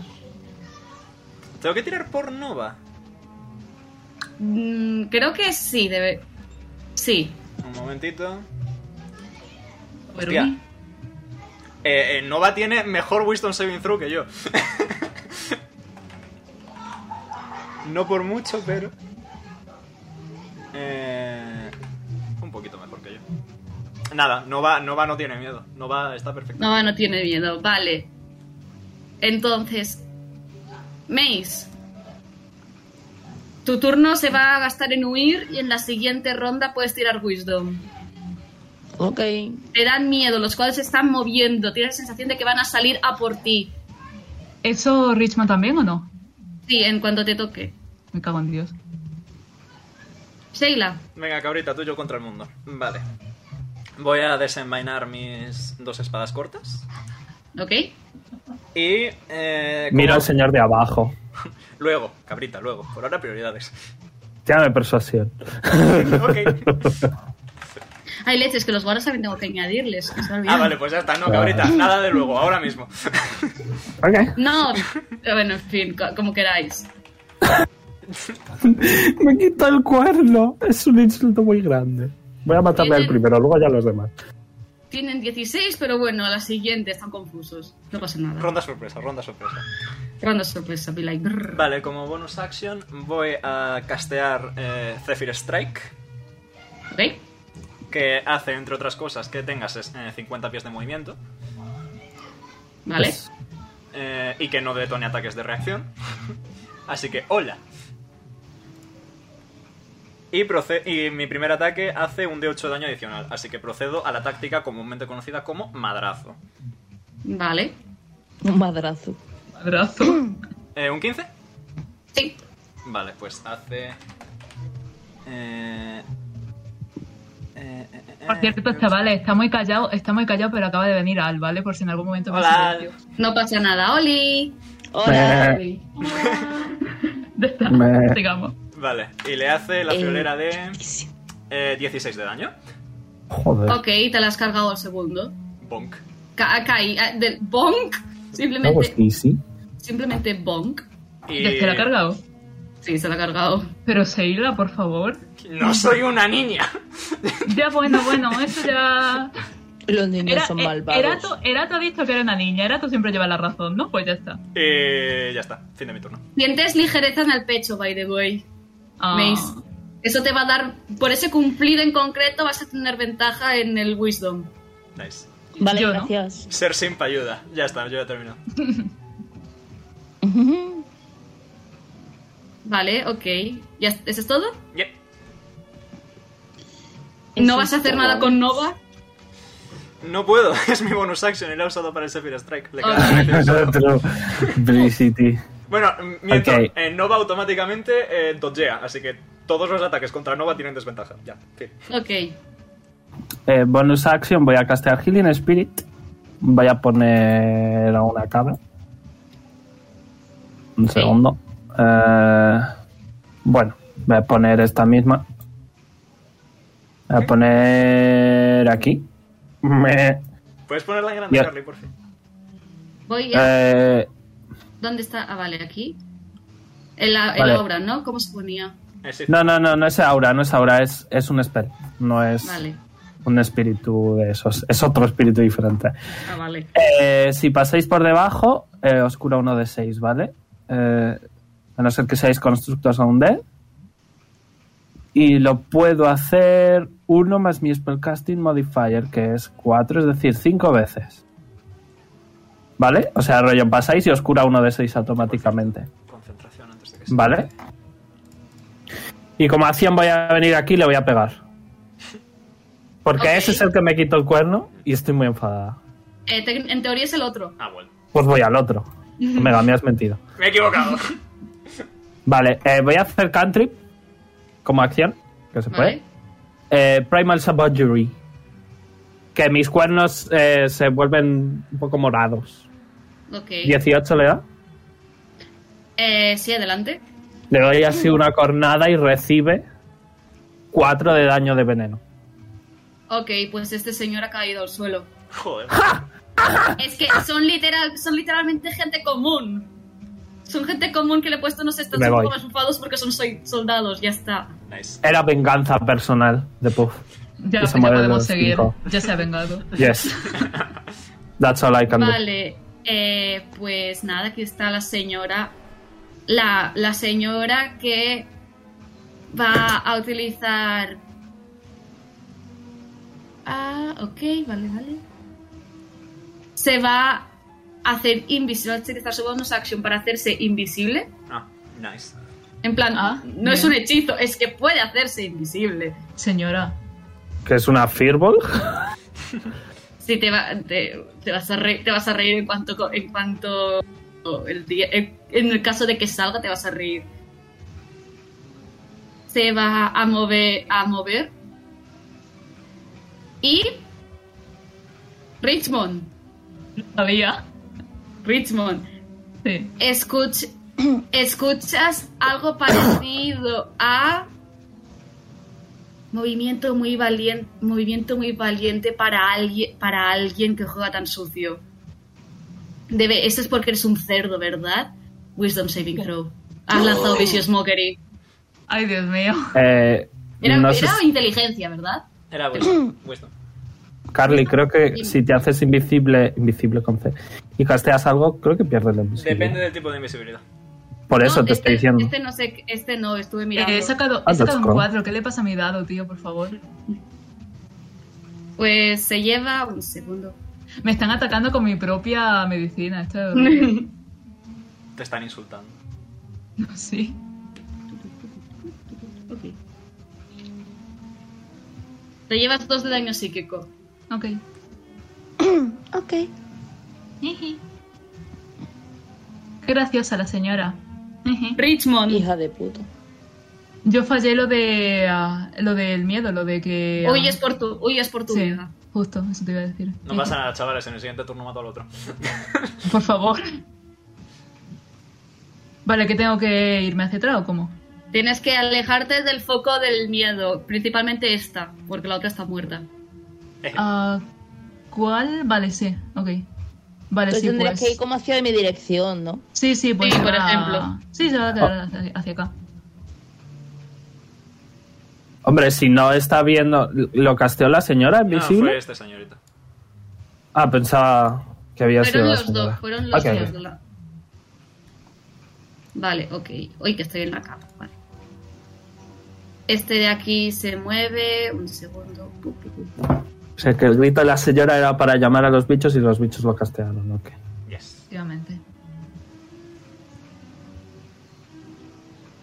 [SPEAKER 2] Tengo que tirar por Nova.
[SPEAKER 4] Mm, creo que sí, debe. Sí.
[SPEAKER 2] Un momentito.
[SPEAKER 5] Pero
[SPEAKER 2] Hostia.
[SPEAKER 5] uy,
[SPEAKER 2] Eh, eh, Nova tiene mejor Winston Saving Throw que yo. (laughs) no por mucho, pero. Eh, un poquito mejor que yo. Nada, Nova, Nova no tiene miedo. Nova está perfecta.
[SPEAKER 4] No, no tiene miedo. Vale. Entonces, Mace, tu turno se va a gastar en huir y en la siguiente ronda puedes tirar Wisdom.
[SPEAKER 3] ok.
[SPEAKER 4] Te dan miedo, los cuadros se están moviendo, tienes la sensación de que van a salir a por ti.
[SPEAKER 5] ¿Eso Richmond también o no?
[SPEAKER 4] Sí, en cuanto te toque.
[SPEAKER 5] Me cago en Dios.
[SPEAKER 4] Sheila,
[SPEAKER 2] Venga, cabrita, tuyo contra el mundo. Vale. Voy a desenvainar mis dos espadas cortas.
[SPEAKER 4] ¿ok?
[SPEAKER 2] Y. Eh,
[SPEAKER 1] Miro al
[SPEAKER 2] como-
[SPEAKER 1] señor de abajo.
[SPEAKER 2] Luego, cabrita, luego. Por ahora, prioridades.
[SPEAKER 1] Llame persuasión.
[SPEAKER 2] ok.
[SPEAKER 4] Hay leches que los guardas también tengo que añadirles. que se me
[SPEAKER 2] Ah,
[SPEAKER 4] ha olvidado.
[SPEAKER 2] vale, pues ya está. No, cabrita, nada de luego, ahora mismo.
[SPEAKER 1] Ok. (laughs)
[SPEAKER 2] (laughs)
[SPEAKER 4] No, bueno, en fin, co- como queráis.
[SPEAKER 1] Me quito el cuerno. Es un insulto muy grande. Voy a matarle al primero, luego ya los demás.
[SPEAKER 4] Tienen 16, pero bueno, a la siguiente están confusos. No pasa nada.
[SPEAKER 2] Ronda sorpresa, ronda sorpresa.
[SPEAKER 4] Ronda sorpresa, be like. brrr.
[SPEAKER 2] Vale, como bonus action voy a castear eh, Zephyr Strike,
[SPEAKER 4] ¿Ok?
[SPEAKER 2] que hace, entre otras cosas, que tengas eh, 50 pies de movimiento
[SPEAKER 4] Vale.
[SPEAKER 2] Pues- eh, y que no detone ataques de (laughs) reacción. Así que, hola. Y, proce- y mi primer ataque hace un D8 de daño adicional, así que procedo a la táctica comúnmente conocida como madrazo.
[SPEAKER 4] Vale.
[SPEAKER 3] Un madrazo.
[SPEAKER 5] Madrazo.
[SPEAKER 2] Eh, ¿Un 15?
[SPEAKER 4] Sí.
[SPEAKER 2] Vale, pues hace... eh, eh, eh, eh,
[SPEAKER 5] Por cierto,
[SPEAKER 2] eh,
[SPEAKER 5] chavales, está muy callado, está muy callado, pero acaba de venir Al, ¿vale? Por si en algún momento... me
[SPEAKER 2] Hola.
[SPEAKER 5] silencio.
[SPEAKER 4] No pasa nada. ¡Oli!
[SPEAKER 3] Hola.
[SPEAKER 1] Me-
[SPEAKER 5] Ya está,
[SPEAKER 1] Me-
[SPEAKER 5] digamos.
[SPEAKER 2] Vale, y le hace la
[SPEAKER 3] Eh,
[SPEAKER 2] friolera de eh, 16 de daño.
[SPEAKER 1] Joder.
[SPEAKER 4] Ok, te la has cargado al segundo.
[SPEAKER 2] Bonk.
[SPEAKER 4] Ca- Caí. ah, Del bonk.
[SPEAKER 1] No, pues
[SPEAKER 4] Simplemente,
[SPEAKER 1] easy.
[SPEAKER 4] simplemente bonk.
[SPEAKER 2] Y...
[SPEAKER 5] ¿Desde la ha cargado?
[SPEAKER 4] Sí, se la ha cargado.
[SPEAKER 5] Pero Seila, por favor.
[SPEAKER 2] No soy una niña.
[SPEAKER 5] Ya, bueno, bueno, eso ya...
[SPEAKER 3] Los niños
[SPEAKER 5] Era,
[SPEAKER 3] son
[SPEAKER 5] eh,
[SPEAKER 3] malvados.
[SPEAKER 5] Erato, Erato ha visto que era una niña, Erato siempre lleva la razón, ¿no? Pues ya está.
[SPEAKER 2] Y ya está, fin de mi turno.
[SPEAKER 4] Sientes ligereza en el pecho, by the way.
[SPEAKER 5] Ah,
[SPEAKER 4] Mace. Eso te va a dar. Por ese cumplido en concreto vas a tener ventaja en el Wisdom.
[SPEAKER 2] Nice.
[SPEAKER 3] Vale,
[SPEAKER 5] Yo, ¿no?
[SPEAKER 3] gracias.
[SPEAKER 2] Ser simp ayuda. Ya está, yo ya he terminado.
[SPEAKER 4] Vale, ok. ¿Ya, ¿Eso es todo?
[SPEAKER 2] Yep.
[SPEAKER 4] ¿No
[SPEAKER 3] Eso
[SPEAKER 4] vas a
[SPEAKER 3] es
[SPEAKER 4] hacer
[SPEAKER 3] todo.
[SPEAKER 4] nada con Nova?
[SPEAKER 2] No puedo, (laughs) es mi bonus action y la he usado para el Sephiroth Strike. Le queda
[SPEAKER 4] Ok.
[SPEAKER 2] gracia solo.
[SPEAKER 1] Felicity.
[SPEAKER 2] bueno, m- mientras
[SPEAKER 1] Ok.
[SPEAKER 2] eh, Nova automáticamente eh, dodgea, así que todos los ataques contra Nova tienen desventaja. Ya, fin.
[SPEAKER 4] Ok.
[SPEAKER 1] Eh, bonus action, voy a castear Healing Spirit. Voy a poner a una cabra. Un segundo. Eh, bueno, voy a poner esta misma. Voy a poner aquí. Me-
[SPEAKER 2] Puedes ponerla en grande,
[SPEAKER 1] Ya.
[SPEAKER 2] Charlie, por fin.
[SPEAKER 4] Voy a.
[SPEAKER 1] eh,
[SPEAKER 4] ¿Dónde está? Ah, vale, aquí. En la, en
[SPEAKER 1] Vale.
[SPEAKER 4] la obra, ¿no? ¿Cómo se ponía?
[SPEAKER 2] Eh, sí.
[SPEAKER 1] no, no, no, no es aura, no es aura, es, es un spell. No es
[SPEAKER 4] Vale.
[SPEAKER 1] un espíritu de esos. Es otro espíritu diferente.
[SPEAKER 4] Ah, vale.
[SPEAKER 1] Eh, si pasáis por debajo, eh, os cura uno de 6, ¿vale? Eh, a no ser que seáis constructos a un D. Y lo puedo hacer uno más mi spellcasting modifier, que es 4, es decir, 5 veces. ¿Vale? O sea, rollo, pasáis y os cura uno de 6 automáticamente.
[SPEAKER 2] Concentración antes de que se...
[SPEAKER 1] ¿Vale? Y como acción voy a venir aquí y le voy a pegar. Porque
[SPEAKER 4] Ok.
[SPEAKER 1] ese es el que me quitó el cuerno y estoy muy enfadada.
[SPEAKER 4] Eh, te- en teoría es el otro.
[SPEAKER 2] Ah, bueno.
[SPEAKER 1] Pues voy al otro. Omega, me has mentido.
[SPEAKER 2] Me he equivocado.
[SPEAKER 1] Vale, eh, voy a hacer country como acción, que se puede.
[SPEAKER 4] Vale.
[SPEAKER 1] Eh, Primal Savagery. Que mis cuernos eh, se vuelven un poco morados.
[SPEAKER 4] Ok.
[SPEAKER 1] 18 le da.
[SPEAKER 4] Eh, sí, adelante.
[SPEAKER 1] Le doy así una cornada y recibe 4 de daño de veneno.
[SPEAKER 4] Ok, pues este señor ha caído al suelo.
[SPEAKER 2] Joder.
[SPEAKER 4] Es que son literal, son literalmente gente común. Son gente común que le he puesto unos stats
[SPEAKER 1] Me
[SPEAKER 4] un
[SPEAKER 1] voy.
[SPEAKER 4] poco más bufados porque son soy- soldados, ya está.
[SPEAKER 2] Nice.
[SPEAKER 1] Era venganza personal de Puff.
[SPEAKER 5] Ya,
[SPEAKER 1] Esa
[SPEAKER 5] ya
[SPEAKER 1] madre de
[SPEAKER 5] podemos
[SPEAKER 1] los
[SPEAKER 5] seguir.
[SPEAKER 1] cinco.
[SPEAKER 5] Ya se ha vengado.
[SPEAKER 1] Yes.
[SPEAKER 4] (laughs)
[SPEAKER 1] That's all I can do.
[SPEAKER 4] Vale, eh, pues nada, aquí está la señora. La, la señora que va a utilizar. Ah, ok, vale, vale. Se va a hacer invisible, va a utilizar su bonus action para hacerse invisible.
[SPEAKER 2] (laughs) Ah, nice.
[SPEAKER 4] En plan,
[SPEAKER 5] Ah,
[SPEAKER 4] no
[SPEAKER 5] bien.
[SPEAKER 4] es un hechizo, es que puede hacerse invisible.
[SPEAKER 5] Señora.
[SPEAKER 1] Que es una Fearball.
[SPEAKER 4] Sí, te, va- te, te vas, a re- te vas a reír en cuanto, co- en cuanto el día, en, en el caso de que salga te vas a reír. Se va a mover, a mover. Y Richmond,
[SPEAKER 5] ¿Sabía?
[SPEAKER 4] Richmond,
[SPEAKER 5] Sí.
[SPEAKER 4] escuch- (clears throat) escuchas algo parecido a movimiento muy valiente, movimiento muy valiente para alguien, para alguien que juega tan sucio. Debe, eso es porque eres un cerdo, ¿verdad? Wisdom Saving Throw. Has lanzado Vicious Mockery.
[SPEAKER 5] Ay, Dios mío.
[SPEAKER 1] Eh,
[SPEAKER 4] Era,
[SPEAKER 1] no sé
[SPEAKER 4] era
[SPEAKER 1] si-
[SPEAKER 4] inteligencia, ¿verdad?
[SPEAKER 2] Era wisdom. wisdom.
[SPEAKER 1] Carly, creo que si te haces invisible, invisible con C, y casteas algo, creo que pierdes la invisibilidad.
[SPEAKER 2] Depende del tipo de invisibilidad.
[SPEAKER 1] Por eso
[SPEAKER 4] No,
[SPEAKER 1] te estoy
[SPEAKER 4] este,
[SPEAKER 1] diciendo.
[SPEAKER 4] Este no sé, este no, estuve mirando.
[SPEAKER 5] Eh, he sacado,
[SPEAKER 1] Ah,
[SPEAKER 5] he sacado
[SPEAKER 1] that's
[SPEAKER 5] un
[SPEAKER 1] cool.
[SPEAKER 5] 4. ¿Qué le pasa a mi dado, tío, por favor?
[SPEAKER 4] Pues se lleva un segundo.
[SPEAKER 5] Me están atacando con mi propia medicina. Esto es horrible.
[SPEAKER 2] Te están insultando.
[SPEAKER 5] Sí.
[SPEAKER 4] Ok. Te llevas dos de daño psíquico.
[SPEAKER 5] Ok.
[SPEAKER 7] Ok.
[SPEAKER 5] Jiji. Qué graciosa la señora. Jiji.
[SPEAKER 4] Richmond.
[SPEAKER 7] Hija de puta.
[SPEAKER 5] Yo fallé lo de ah, lo del miedo, lo de que. ah,
[SPEAKER 4] Huyes por tu, huyes por tu
[SPEAKER 5] sí,
[SPEAKER 4] vida.
[SPEAKER 5] Justo, eso te iba a decir.
[SPEAKER 2] No pasa nada, chavales. En el siguiente turno mato al otro.
[SPEAKER 5] Por favor. Vale, que tengo que irme hacia atrás o cómo?
[SPEAKER 4] Tienes que alejarte del foco del miedo, principalmente esta, porque la otra está muerta.
[SPEAKER 2] Eh.
[SPEAKER 5] Ah, ¿Cuál? Vale, sí, ok. Vale,
[SPEAKER 7] Entonces
[SPEAKER 5] sí,
[SPEAKER 7] tendrías
[SPEAKER 5] pues.
[SPEAKER 7] que ir como hacia mi dirección, ¿no?
[SPEAKER 5] Sí, sí, pues.
[SPEAKER 4] Sí, por
[SPEAKER 5] ahora-
[SPEAKER 4] ejemplo.
[SPEAKER 5] Sí, se va a quedar hacia, hacia acá.
[SPEAKER 1] Hombre, si no está viendo. ¿Lo casteó la señora
[SPEAKER 2] No,
[SPEAKER 1] invisible?
[SPEAKER 2] fue este señorita.
[SPEAKER 1] Ah, pensaba que había sido.
[SPEAKER 4] Fueron
[SPEAKER 1] la
[SPEAKER 4] los
[SPEAKER 1] señora.
[SPEAKER 4] dos, fueron los
[SPEAKER 1] Ok,
[SPEAKER 4] dos.
[SPEAKER 1] ok.
[SPEAKER 4] de la- Vale, ok. Hoy que estoy en la cama. Vale. Este de aquí se mueve. Un segundo. Pu, pu, pu.
[SPEAKER 1] O sea, que el grito de la señora era para llamar a los bichos y los bichos lo castearon. Ok.
[SPEAKER 2] Yes.
[SPEAKER 5] Efectivamente.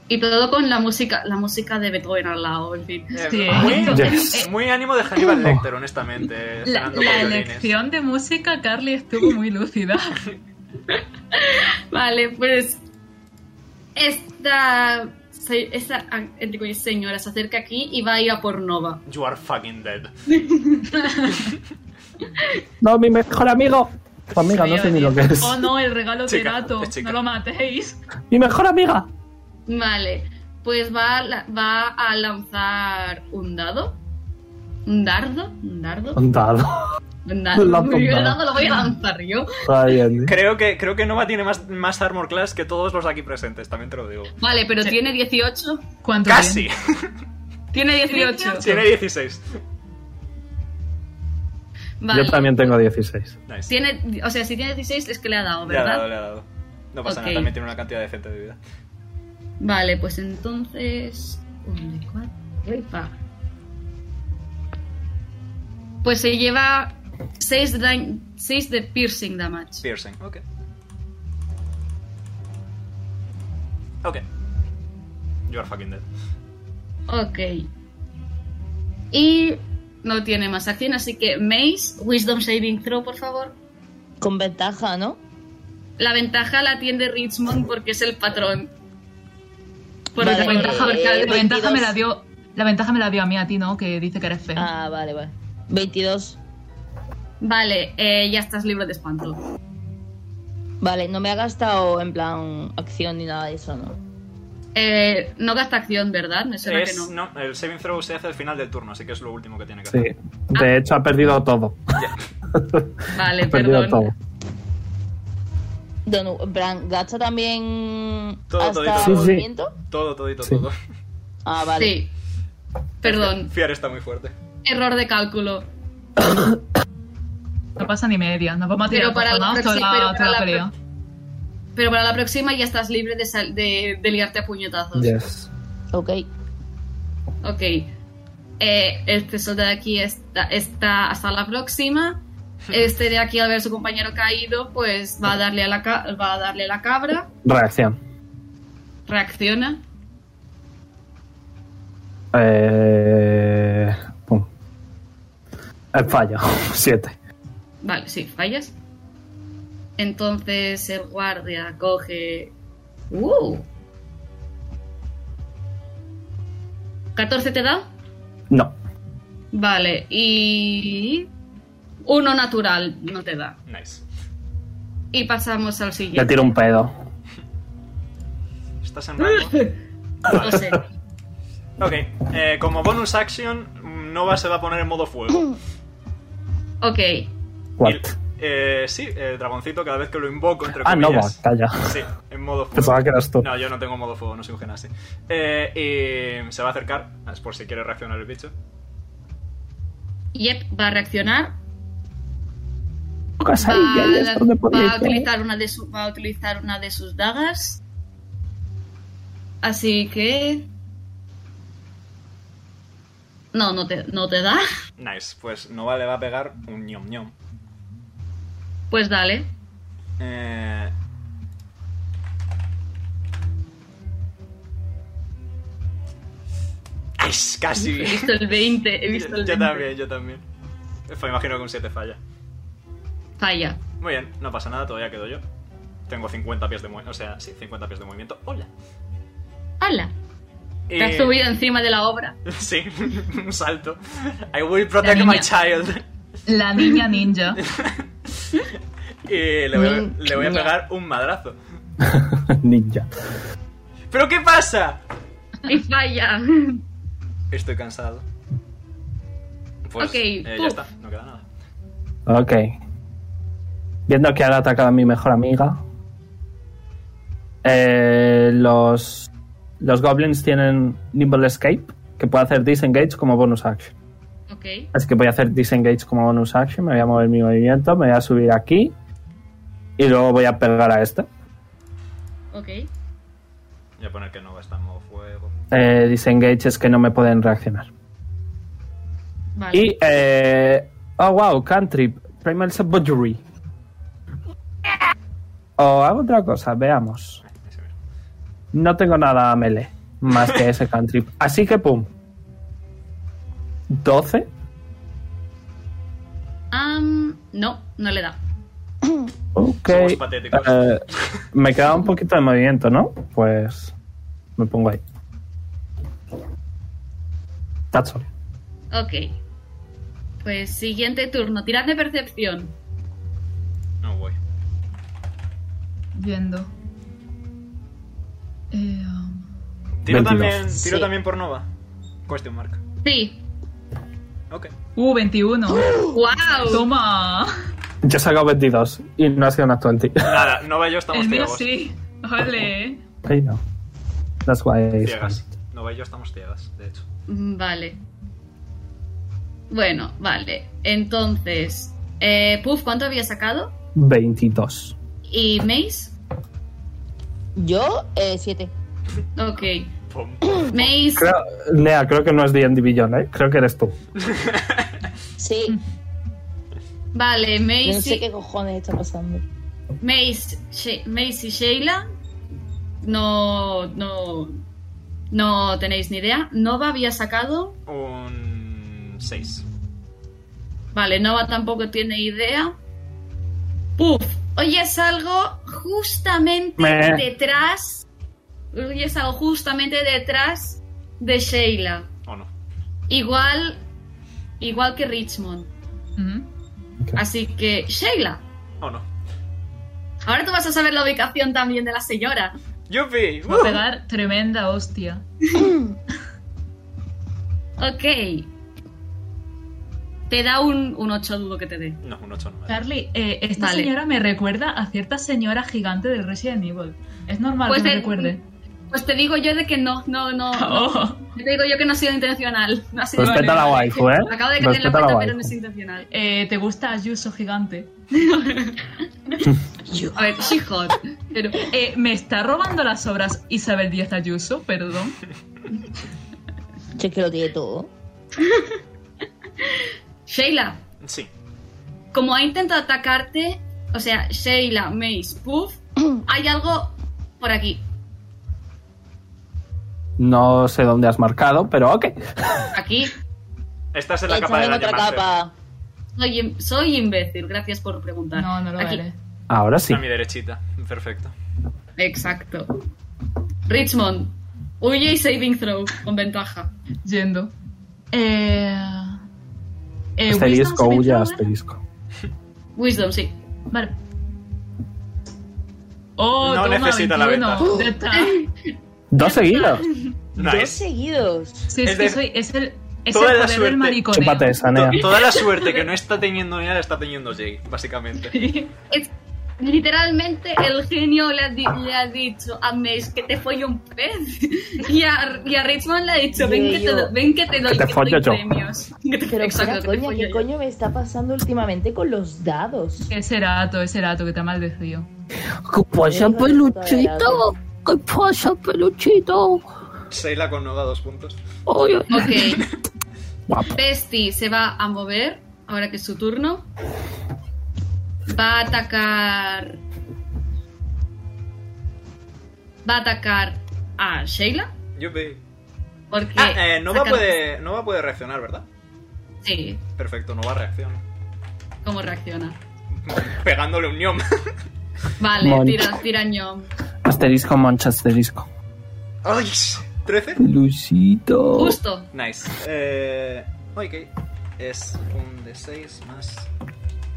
[SPEAKER 4] Y todo con la música, la música de Beethoven al lado, en fin.
[SPEAKER 2] Eh,
[SPEAKER 5] Sí.
[SPEAKER 2] muy,
[SPEAKER 1] Yes. Oh.
[SPEAKER 2] muy ánimo de Hannibal Lecter, honestamente.
[SPEAKER 5] eh, La,
[SPEAKER 2] sonando
[SPEAKER 5] la
[SPEAKER 2] violines.
[SPEAKER 5] elección de música, Carly, estuvo muy lúcida.
[SPEAKER 4] Vale, pues esta, se- esta ah, entre comillas, señora se acerca aquí y va a ir a por Nova.
[SPEAKER 2] You are fucking dead.
[SPEAKER 1] No, mi mejor amigo. Tu amiga, no sé ni lo que es.
[SPEAKER 5] Oh no, el regalo de
[SPEAKER 2] Chica,
[SPEAKER 5] gato.
[SPEAKER 2] es chica.
[SPEAKER 5] No lo matéis.
[SPEAKER 1] Mi mejor amiga.
[SPEAKER 4] Vale, pues va, a la- va a lanzar un dado. Un dardo, un dardo.
[SPEAKER 1] Un dado.
[SPEAKER 4] (laughs) Un
[SPEAKER 1] (laughs)
[SPEAKER 4] dardo.
[SPEAKER 1] Lanza un
[SPEAKER 4] Yo el
[SPEAKER 1] dado.
[SPEAKER 4] dado lo voy a lanzar yo.
[SPEAKER 1] Está bien. ¿eh?
[SPEAKER 2] Creo que, creo que Nova tiene más, más armor class que todos los aquí presentes, también te lo digo.
[SPEAKER 4] Vale, pero
[SPEAKER 5] Sí.
[SPEAKER 4] tiene 18.
[SPEAKER 5] ¿Cuánto
[SPEAKER 2] ¡Casi!
[SPEAKER 4] Tiene 18.
[SPEAKER 2] tiene 16.
[SPEAKER 4] Vale.
[SPEAKER 1] Yo también tengo 16.
[SPEAKER 2] Nice.
[SPEAKER 4] Tiene, o sea, si tiene 16 es que le ha dado,
[SPEAKER 2] Le ha
[SPEAKER 4] ¿verdad?
[SPEAKER 2] dado, le ha dado. No pasa
[SPEAKER 4] Ok.
[SPEAKER 2] nada, también tiene una cantidad decente de vida.
[SPEAKER 4] Vale, pues entonces. un de cuatro, epa. Pues se lleva 6 de, seis de piercing damage.
[SPEAKER 2] Piercing, ok. Ok. You are fucking dead.
[SPEAKER 4] Ok. Y no tiene más acción, así que Mace, Wisdom Saving Throw, por favor.
[SPEAKER 7] Con ventaja, ¿no?
[SPEAKER 4] La ventaja la tiene Richmond porque es el patrón. Por
[SPEAKER 5] Porque la
[SPEAKER 7] Vale,
[SPEAKER 5] ventaja,
[SPEAKER 7] eh,
[SPEAKER 5] la ventaja
[SPEAKER 7] 22.
[SPEAKER 5] me la dio. La ventaja me la dio a mí, a ti, ¿no? Que dice que eres feo.
[SPEAKER 7] Ah, vale, vale. 22.
[SPEAKER 4] Vale, eh, ya estás libre de espanto.
[SPEAKER 7] Vale, no me ha gastado en plan acción ni nada de eso, ¿no?
[SPEAKER 4] Eh, no gasta acción, ¿verdad? Me suena que no.
[SPEAKER 3] Es- no, el saving throw se hace al final del turno, así que es lo último que tiene que
[SPEAKER 1] Sí.
[SPEAKER 3] hacer.
[SPEAKER 1] De hecho, ha perdido todo.
[SPEAKER 4] Ah. Vale,
[SPEAKER 1] Ha perdido
[SPEAKER 4] perdón.
[SPEAKER 1] todo.
[SPEAKER 7] Donu, en plan, ¿gasta también
[SPEAKER 3] Todo,
[SPEAKER 7] hasta
[SPEAKER 3] todito.
[SPEAKER 1] Sí, sí.
[SPEAKER 7] movimiento?
[SPEAKER 3] Todo, todito,
[SPEAKER 1] Sí.
[SPEAKER 3] todo.
[SPEAKER 7] Ah, vale.
[SPEAKER 4] Sí. Perdón,
[SPEAKER 3] Fiar está muy fuerte.
[SPEAKER 4] error de cálculo.
[SPEAKER 5] No pasa ni media. Nos vamos a tirar
[SPEAKER 4] Pero para
[SPEAKER 5] por
[SPEAKER 4] la
[SPEAKER 5] todas,
[SPEAKER 4] próxima-
[SPEAKER 5] toda
[SPEAKER 4] pero
[SPEAKER 5] la,
[SPEAKER 4] para
[SPEAKER 5] toda la
[SPEAKER 4] la
[SPEAKER 5] pelea.
[SPEAKER 4] Pero para la próxima ya estás libre de, sal- de, de liarte a puñetazos.
[SPEAKER 1] Yes.
[SPEAKER 7] Ok.
[SPEAKER 4] Ok. Eh, este soldado de aquí está, está hasta la próxima. Este de aquí, al ver su compañero caído, pues va a darle a la, ca- va a darle a la cabra.
[SPEAKER 1] Reacción.
[SPEAKER 4] Reacciona.
[SPEAKER 1] Eh, pum. Eh, Falla. (laughs) Siete.
[SPEAKER 4] Vale, sí, fallas. Entonces el guardia coge. ¡Uh! ¿14 te da?
[SPEAKER 1] No.
[SPEAKER 4] Vale, y. Uno natural no te da.
[SPEAKER 3] Nice.
[SPEAKER 4] Y pasamos al
[SPEAKER 1] Le
[SPEAKER 4] siguiente.
[SPEAKER 1] tiro un pedo.
[SPEAKER 3] Estás en rango.
[SPEAKER 4] No sé.
[SPEAKER 3] Ok, eh, como bonus action, Nova se va a poner en modo fuego.
[SPEAKER 4] Ok,
[SPEAKER 1] What?
[SPEAKER 3] Y, eh, sí, el dragoncito, cada vez que lo invoco, entre
[SPEAKER 1] Ah, Nova,
[SPEAKER 3] comillas.
[SPEAKER 1] calla. (laughs)
[SPEAKER 3] Sí, en modo fuego.
[SPEAKER 1] Pensaba que eras tú.
[SPEAKER 3] No, yo no tengo modo fuego, no soy un genasi. Eh, y se va a acercar, es por si quiere reaccionar el bicho.
[SPEAKER 4] Yep, va a reaccionar.
[SPEAKER 1] Cosas
[SPEAKER 4] Va,
[SPEAKER 1] ahí, ya, ya, ¿dónde podía
[SPEAKER 4] va a
[SPEAKER 1] ir? ¿eh?
[SPEAKER 4] utilizar una de su- va a utilizar una de sus dagas. Así que. No, no te, no te da.
[SPEAKER 3] Nice, pues Nova le va a pegar un ñom ñom.
[SPEAKER 4] Pues dale.
[SPEAKER 3] Eh... Ay, es Casi.
[SPEAKER 4] He visto el 20. (laughs) He visto el
[SPEAKER 3] Yo
[SPEAKER 4] 20.
[SPEAKER 3] también, yo también. Fue, imagino que un 7 falla.
[SPEAKER 4] Falla.
[SPEAKER 3] Muy bien, no pasa nada, todavía quedo yo. Tengo 50 pies de movimiento, o sea, sí, 50 pies de movimiento. Hola.
[SPEAKER 4] ¡Hala!
[SPEAKER 3] Y...
[SPEAKER 4] Te has subido encima de la obra.
[SPEAKER 3] (laughs)
[SPEAKER 4] (laughs)
[SPEAKER 3] Sí, (laughs) un salto. I will protect my
[SPEAKER 4] niña.
[SPEAKER 3] child.
[SPEAKER 5] La niña ninja.
[SPEAKER 3] Y le voy, a-
[SPEAKER 7] Mm,
[SPEAKER 3] le voy a
[SPEAKER 7] niña.
[SPEAKER 3] pegar un madrazo.
[SPEAKER 1] (laughs) Ninja.
[SPEAKER 3] ¿Pero qué pasa?
[SPEAKER 4] Y falla.
[SPEAKER 3] Estoy cansado. Pues
[SPEAKER 4] Ok,
[SPEAKER 3] eh, ya
[SPEAKER 4] puf.
[SPEAKER 3] está, no queda nada.
[SPEAKER 1] Ok. Viendo que han atacado a mi mejor amiga. eh, los, los goblins tienen Nimble Escape, que puede hacer disengage como bonus action.
[SPEAKER 4] Ok.
[SPEAKER 1] Así que voy a hacer disengage como bonus action, me voy a mover mi movimiento, me voy a subir aquí y luego voy a pegar a este.
[SPEAKER 4] Ok.
[SPEAKER 3] Voy a poner que no va a estar en modo fuego.
[SPEAKER 1] Eh, disengage es que no me pueden reaccionar.
[SPEAKER 4] Vale.
[SPEAKER 1] Y... eh, oh, wow, cantrip. Primal Savagery. O hago otra cosa, veamos.
[SPEAKER 3] Ay, ese mismo.
[SPEAKER 1] No tengo nada a melee más que ese cantrip. Así que pum. 12.
[SPEAKER 4] Am, no, no le da.
[SPEAKER 1] Ok.
[SPEAKER 3] Somos patéticos.
[SPEAKER 1] Eh, me queda un poquito de movimiento, ¿no? Pues me pongo ahí. That's all.
[SPEAKER 4] Ok. Pues siguiente turno. Tirad de percepción.
[SPEAKER 3] No voy.
[SPEAKER 5] Yendo. Eh, um,
[SPEAKER 3] Tiro
[SPEAKER 1] 22.
[SPEAKER 3] también, tiro
[SPEAKER 7] Sí.
[SPEAKER 3] también por Nova. Question mark.
[SPEAKER 4] Sí.
[SPEAKER 3] Ok.
[SPEAKER 5] uh, 21.
[SPEAKER 4] ¡Wow!
[SPEAKER 5] Toma.
[SPEAKER 1] Yo he sacado 22 y no ha sido una (laughs) 20.
[SPEAKER 3] Nada, Nova y yo estamos
[SPEAKER 5] El mío
[SPEAKER 3] ciegos.
[SPEAKER 5] sí. Ole.
[SPEAKER 1] Ahí no. That's why I
[SPEAKER 3] Ciegas. Nova y yo estamos ciegas, de hecho.
[SPEAKER 4] Mm, Vale. Bueno, vale. Entonces, eh, Puff, ¿cuánto había sacado?
[SPEAKER 1] 22.
[SPEAKER 4] ¿Y Mace?
[SPEAKER 7] Yo,
[SPEAKER 3] eh,
[SPEAKER 7] 7.
[SPEAKER 4] Ok.
[SPEAKER 3] Pum.
[SPEAKER 4] Mace.
[SPEAKER 1] Creo, Nea, creo que no es D&D Beyond, ¿eh? Creo que eres tú.
[SPEAKER 7] sí,
[SPEAKER 4] Vale,
[SPEAKER 7] no
[SPEAKER 4] Mace.
[SPEAKER 7] sé qué cojones está pasando.
[SPEAKER 4] Mace, She- Mace y Sheila no, no, no tenéis ni idea. Nova había sacado.
[SPEAKER 3] Un 6.
[SPEAKER 4] Vale, Nova tampoco tiene idea. Puff, Oyes algo justamente
[SPEAKER 1] Me.
[SPEAKER 4] detrás. Oyes algo justamente detrás de Sheila.
[SPEAKER 2] ¿O no?
[SPEAKER 4] Igual. Igual que Richmond.
[SPEAKER 5] Ujú.
[SPEAKER 4] Así que, Sheila,
[SPEAKER 2] ¿O no?
[SPEAKER 4] ahora tú vas a saber la ubicación también de la señora.
[SPEAKER 2] ¡Yupi!
[SPEAKER 5] Va a
[SPEAKER 2] ¡Uh!
[SPEAKER 5] pegar tremenda hostia.
[SPEAKER 4] Ok. Te da un, un 8 dudo que te dé.
[SPEAKER 2] No, un 8 no. vale.
[SPEAKER 5] Carly, eh, esta
[SPEAKER 4] Vale.
[SPEAKER 5] señora me recuerda a cierta señora gigante del Resident Evil. Es normal
[SPEAKER 4] Pues
[SPEAKER 5] que me
[SPEAKER 4] el-
[SPEAKER 5] recuerde. (laughs)
[SPEAKER 4] Pues te digo yo de que no, no, no.
[SPEAKER 1] (laughs)
[SPEAKER 5] Oh.
[SPEAKER 4] Te digo yo que no ha sido intencional. No ha sido
[SPEAKER 5] Respeta
[SPEAKER 1] a la waifu, ¿eh?
[SPEAKER 4] Acabo de tener la
[SPEAKER 1] Respeta a la
[SPEAKER 4] cuenta, pero no
[SPEAKER 1] waifu.
[SPEAKER 4] es intencional.
[SPEAKER 5] Eh, ¿Te gusta Ayuso gigante?
[SPEAKER 4] A ver, she hot. Pero,
[SPEAKER 5] Eh, me está robando las obras Isabel Díaz Ayuso, perdón.
[SPEAKER 3] Che, que lo tiene todo.
[SPEAKER 4] Sheila,
[SPEAKER 2] Sí.
[SPEAKER 4] como ha intentado atacarte, o sea, Sheila, Mace, Puff, hay algo por aquí.
[SPEAKER 1] No sé dónde has marcado, pero ok.
[SPEAKER 4] Aquí.
[SPEAKER 2] Esta es la capa
[SPEAKER 3] Échame
[SPEAKER 2] de la
[SPEAKER 3] otra capa.
[SPEAKER 4] Soy, im- soy imbécil, gracias por preguntar.
[SPEAKER 5] No, no lo
[SPEAKER 4] Aquí.
[SPEAKER 5] vale.
[SPEAKER 1] Ahora sí.
[SPEAKER 2] A mi derechita. Perfecto.
[SPEAKER 4] Exacto. Richmond, huye y saving throw, con ventaja.
[SPEAKER 5] Yendo. Eh, eh,
[SPEAKER 1] Asterisco,
[SPEAKER 5] Wisdom
[SPEAKER 1] huya,
[SPEAKER 5] saving throw, ¿eh?
[SPEAKER 1] asterisco.
[SPEAKER 4] Wisdom, sí.
[SPEAKER 5] Vale. Oh,
[SPEAKER 2] No
[SPEAKER 5] toma,
[SPEAKER 2] necesita la
[SPEAKER 5] 21.
[SPEAKER 2] ventaja.
[SPEAKER 5] Ya está.
[SPEAKER 1] Dos seguidos.
[SPEAKER 3] Dos
[SPEAKER 2] Nice.
[SPEAKER 3] seguidos.
[SPEAKER 5] Sí, es,
[SPEAKER 2] Es
[SPEAKER 5] que
[SPEAKER 2] de-
[SPEAKER 5] soy, es el, es
[SPEAKER 2] Toda
[SPEAKER 5] el
[SPEAKER 2] la
[SPEAKER 5] poder
[SPEAKER 2] suerte.
[SPEAKER 5] del mariconeo.
[SPEAKER 1] Chúpate esa, Nea.
[SPEAKER 2] To- Toda la suerte que no está teniendo Nea la está teniendo Jay, básicamente.
[SPEAKER 4] Es- literalmente el genio le ha, di- le ha dicho a Mace que te folle un pez. (laughs) Y a, y a Richmond le ha dicho, ven
[SPEAKER 3] Y
[SPEAKER 4] que, te
[SPEAKER 3] yo.
[SPEAKER 4] do- ven que te doy,
[SPEAKER 1] Que te
[SPEAKER 4] que
[SPEAKER 1] follo
[SPEAKER 4] doy
[SPEAKER 1] yo.
[SPEAKER 4] premios. (laughs) Que te-
[SPEAKER 3] Pero
[SPEAKER 4] exacto,
[SPEAKER 3] espera,
[SPEAKER 4] que te
[SPEAKER 3] coña,
[SPEAKER 4] follo
[SPEAKER 3] ¿qué
[SPEAKER 4] yo.
[SPEAKER 3] coño me está pasando últimamente con los dados?
[SPEAKER 5] Ese rato, ese rato que te ha maldecido.
[SPEAKER 1] ¿Qué
[SPEAKER 7] Pues
[SPEAKER 1] pasa,
[SPEAKER 3] peluchito?
[SPEAKER 1] ¿Qué pasa, peluchito?
[SPEAKER 2] Seila con Noga, dos puntos.
[SPEAKER 4] Ok,
[SPEAKER 1] (laughs) Guapo.
[SPEAKER 4] Pesti se va a mover ahora que es su turno. Va a atacar. Va a atacar a Sheila.
[SPEAKER 2] Yupi.
[SPEAKER 4] Porque.
[SPEAKER 2] Ah, eh, Nova,
[SPEAKER 4] saca-
[SPEAKER 2] puede, Nova puede reaccionar, ¿verdad?
[SPEAKER 4] Sí,
[SPEAKER 2] Perfecto, Nova reacciona.
[SPEAKER 4] cómo reacciona.
[SPEAKER 2] (laughs) Pegándole un ñom.
[SPEAKER 4] Vale,
[SPEAKER 1] Mon.
[SPEAKER 4] tira, tira ñom.
[SPEAKER 1] Asterisco, mancha, asterisco.
[SPEAKER 2] (laughs) ¡Ay! ¿13?
[SPEAKER 1] Peluchito.
[SPEAKER 4] Justo.
[SPEAKER 2] Nice. Eh, ok. Es un de 6 más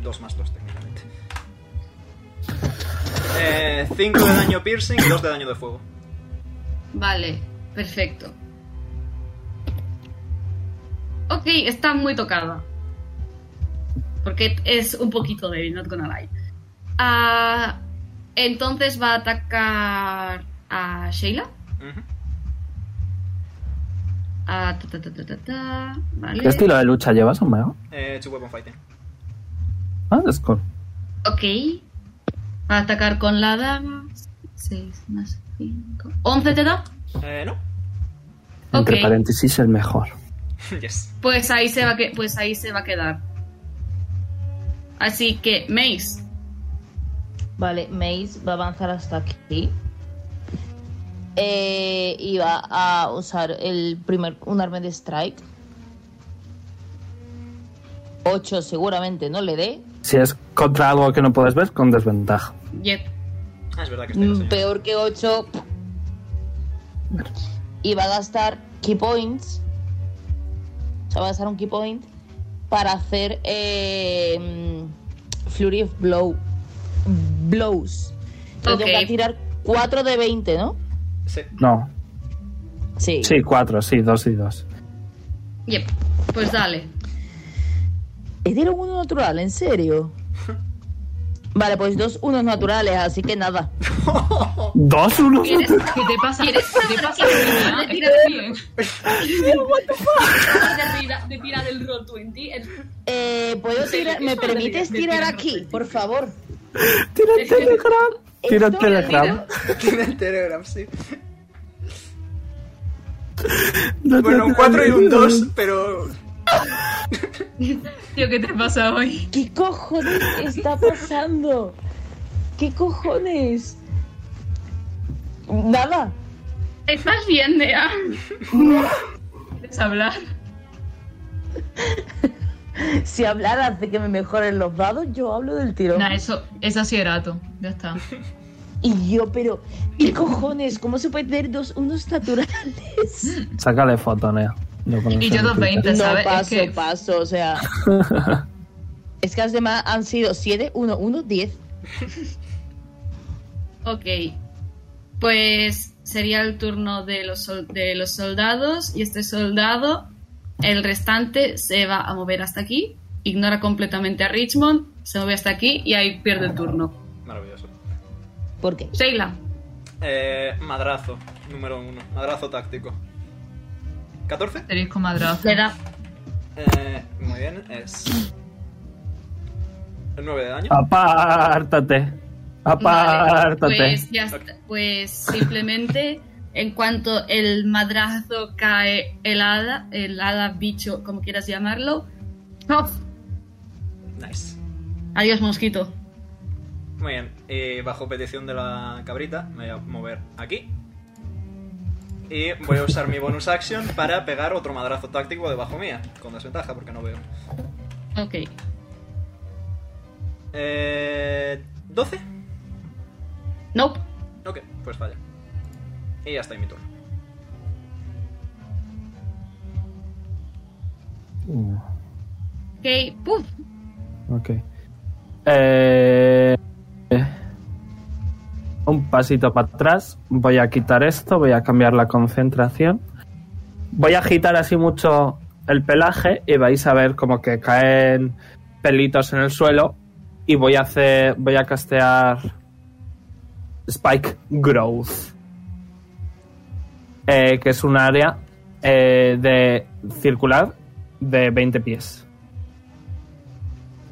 [SPEAKER 2] 2 más 2 técnicamente. 5 de daño piercing y 2 de daño de fuego.
[SPEAKER 4] Vale, perfecto. Ok, está muy tocada. Porque es un poquito débil, not gonna lie. Ah, entonces va a atacar a Sheila.
[SPEAKER 2] Ujú.
[SPEAKER 4] Ah, ta, ta, ta, ta, ta, ta, Vale.
[SPEAKER 1] ¿Qué estilo de lucha llevas, Omega?
[SPEAKER 2] eh, two weapon fighting.
[SPEAKER 1] Ah, es cool.
[SPEAKER 4] Ok. Va a atacar con la daga. 6 más 5. ¿11 te da?
[SPEAKER 2] Eh, no. (laughs)
[SPEAKER 1] Entre
[SPEAKER 4] Ok.
[SPEAKER 1] paréntesis, el mejor.
[SPEAKER 2] yes.
[SPEAKER 4] Pues ahí se va a, que- pues ahí se va a quedar. Así que, Mace.
[SPEAKER 7] Vale, Maze va a avanzar hasta aquí. Eh, y va a usar el primer, un arma de strike. 8 seguramente no le dé.
[SPEAKER 1] Si es contra algo que no puedes ver, con desventaja.
[SPEAKER 4] Yep.
[SPEAKER 2] Ah, es verdad que estoy
[SPEAKER 7] Mm,
[SPEAKER 2] enseñando.
[SPEAKER 7] Peor que 8. Y va a gastar key points. O sea, va a gastar un key point para hacer eh, mm, Flurry of Blow. Blows. Entonces tengo
[SPEAKER 4] Ok.
[SPEAKER 7] que tirar 4 de 20, ¿no?
[SPEAKER 2] Sí.
[SPEAKER 1] No.
[SPEAKER 7] Sí.
[SPEAKER 1] Sí, cuatro, sí, dos y dos.
[SPEAKER 4] Yep. Pues dale.
[SPEAKER 7] ¿Es de uno natural, en serio? Vale, pues dos unos naturales, así que nada.
[SPEAKER 1] ¿Dos, uno?
[SPEAKER 4] ¿Quieres,
[SPEAKER 5] ¿Qué te pasa? ¿Qué
[SPEAKER 4] ¿Quieres-
[SPEAKER 5] te pasa? niña?
[SPEAKER 4] ¿Quieres-
[SPEAKER 5] Estás bien.
[SPEAKER 4] de, tirar, de tirar el roll 20? El-
[SPEAKER 7] Eh, ¿puedo
[SPEAKER 4] Sí,
[SPEAKER 7] tirar?
[SPEAKER 4] sí,
[SPEAKER 7] ¿Me
[SPEAKER 4] sí,
[SPEAKER 7] permites
[SPEAKER 4] sí, sí,
[SPEAKER 7] tirar
[SPEAKER 4] sí, sí,
[SPEAKER 7] aquí,
[SPEAKER 4] sí.
[SPEAKER 7] por favor?
[SPEAKER 1] Tira el telegram. Tira el telegram.
[SPEAKER 2] (laughs) Tiene el Telegram, sí.
[SPEAKER 1] No,
[SPEAKER 2] Bueno,
[SPEAKER 1] no,
[SPEAKER 2] un
[SPEAKER 1] no,
[SPEAKER 2] 4 y un
[SPEAKER 1] no,
[SPEAKER 2] 2, pero.
[SPEAKER 5] Tío, ¿qué te pasa hoy?
[SPEAKER 7] ¿Qué cojones está pasando? ¿Qué cojones? Nada.
[SPEAKER 4] ¿Estás bien, Nea?
[SPEAKER 5] ¿Quieres hablar?
[SPEAKER 3] (laughs) Si hablaras de que me mejoren los dados, yo hablo del tirón.
[SPEAKER 5] Nah, eso, eso sí era Ato. Ya está.
[SPEAKER 3] Y yo, pero, ¿qué cojones? ¿Cómo se puede tener dos unos naturales?
[SPEAKER 1] Sácale foto, Nea. Lo pones
[SPEAKER 5] Y yo
[SPEAKER 1] en
[SPEAKER 5] dos
[SPEAKER 1] Twitter.
[SPEAKER 5] veinte. Ya
[SPEAKER 3] No,
[SPEAKER 5] sabes, es
[SPEAKER 3] paso,
[SPEAKER 5] que-
[SPEAKER 3] paso, o sea. es que las demás han sido 7, 1, 1, 10.
[SPEAKER 4] Ok. Pues sería el turno de los, sol- de los soldados. Y este soldado, el restante, se va a mover hasta aquí. Ignora completamente a Richmond. Se mueve hasta aquí y ahí pierde el turno.
[SPEAKER 2] Maravilloso.
[SPEAKER 3] ¿Por qué?
[SPEAKER 4] Sheila.
[SPEAKER 2] Eh, madrazo, número uno. Madrazo táctico. ¿14?
[SPEAKER 5] Tenéis con madrazo.
[SPEAKER 4] Le da.
[SPEAKER 2] Eh, muy bien, es. 9 de daño.
[SPEAKER 1] Ah. Apártate. Apártate.
[SPEAKER 4] Vale, pues, ya está. Pues simplemente en cuanto el madrazo cae el hada, el hada bicho, como quieras llamarlo. ¡Prof!
[SPEAKER 2] Nice.
[SPEAKER 4] Adiós, mosquito.
[SPEAKER 2] Muy bien, y bajo petición de la cabrita, me voy a mover aquí. Y voy a usar mi bonus action para pegar otro madrazo táctico debajo mía, con desventaja porque no veo.
[SPEAKER 4] Ok.
[SPEAKER 2] Eh, ¿12?
[SPEAKER 4] Nope.
[SPEAKER 2] Ok, pues falla. Y ya está ahí mi turno.
[SPEAKER 5] pues,
[SPEAKER 1] Uh,
[SPEAKER 4] Ok. ¡Puf!
[SPEAKER 1] ok. Eh, eh. un pasito para atrás. Voy a quitar esto. Voy a cambiar la concentración. Voy a agitar así mucho el pelaje y vais a ver como que caen pelitos en el suelo. Y voy a hacer. Voy a castear. Spike Growth. Eh, que es un área eh, de circular de 20 pies.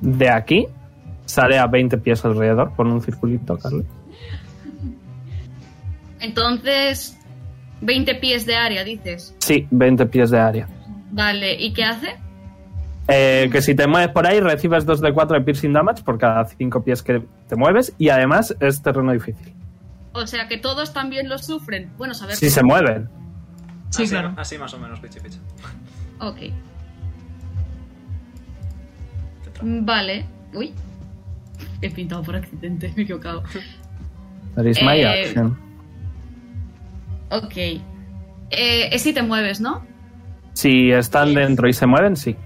[SPEAKER 1] De aquí sale a 20 pies alrededor. Pon un circulito, Carlos.
[SPEAKER 4] Entonces, 20 pies de área, dices.
[SPEAKER 1] Sí, 20 pies de área.
[SPEAKER 4] Vale, ¿y qué hace?
[SPEAKER 1] Eh, que si te mueves por ahí recibes 2 de 4 de piercing damage por cada 5 pies que te mueves y además es terreno difícil.
[SPEAKER 4] O sea que todos también lo sufren. Bueno, saber.
[SPEAKER 1] Si se mueven.
[SPEAKER 5] Sí,
[SPEAKER 2] así,
[SPEAKER 5] claro.
[SPEAKER 2] Así más o menos, pichi pichi.
[SPEAKER 4] Ok. Vale. Uy. He pintado por accidente, (laughs) me he equivocado.
[SPEAKER 1] That is my
[SPEAKER 4] Eh,
[SPEAKER 1] action.
[SPEAKER 4] Ok. Eh, es si te mueves, ¿no?
[SPEAKER 1] Si están dentro y se mueven, sí.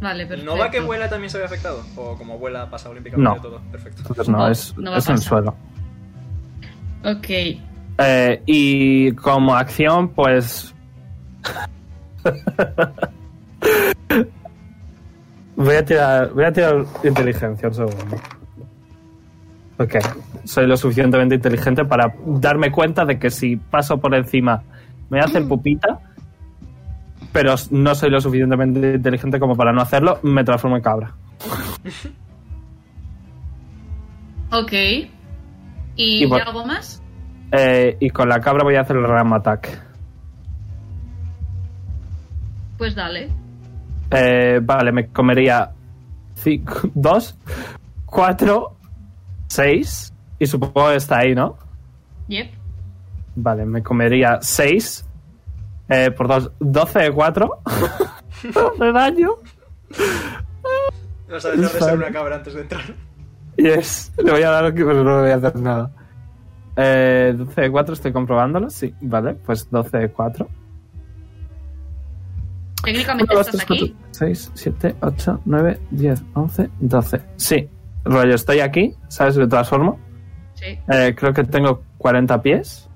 [SPEAKER 4] Vale, perfecto.
[SPEAKER 2] ¿No va que vuela también se ve afectado? ¿O como vuela pasa olímpicamente
[SPEAKER 1] No.
[SPEAKER 2] y todo? Perfecto.
[SPEAKER 1] Entonces no,
[SPEAKER 4] No,
[SPEAKER 1] es,
[SPEAKER 4] no va a
[SPEAKER 1] es en el
[SPEAKER 4] pasar.
[SPEAKER 1] suelo.
[SPEAKER 4] Ok.
[SPEAKER 1] Eh, y como acción, pues. voy, a tirar, voy a tirar inteligencia un segundo. Ok. Soy lo suficientemente inteligente para darme cuenta de que si paso por encima me hace pupita, pero no soy lo suficientemente inteligente como para no hacerlo, me transformo en cabra.
[SPEAKER 4] Ok. ¿Y,
[SPEAKER 1] Y
[SPEAKER 4] ¿y
[SPEAKER 1] por-
[SPEAKER 4] algo más?
[SPEAKER 1] Eh, y con la cabra voy a hacer el ram attack.
[SPEAKER 4] Pues dale.
[SPEAKER 1] Eh, vale, me comería (laughs) 2, 4, 6. Y supongo que está ahí, ¿no?
[SPEAKER 4] Yep.
[SPEAKER 1] Vale, me comería 6. por 2, 12 de 4. (laughs) de daño.
[SPEAKER 2] Vas a dejar de ser
[SPEAKER 1] Vale.
[SPEAKER 2] una cabra antes de entrar.
[SPEAKER 1] Yes, le voy a dar aquí, pero no le voy a hacer nada. Eh, 12 de 4, estoy comprobándolo. Sí, vale, pues 12 de 4.
[SPEAKER 4] Técnicamente estás aquí.
[SPEAKER 1] 6, 7, 8, 9, 10, 11, 12. Sí, rollo, estoy aquí, ¿sabes? Lo transformo.
[SPEAKER 4] Sí.
[SPEAKER 1] Eh, creo que tengo 40 pies.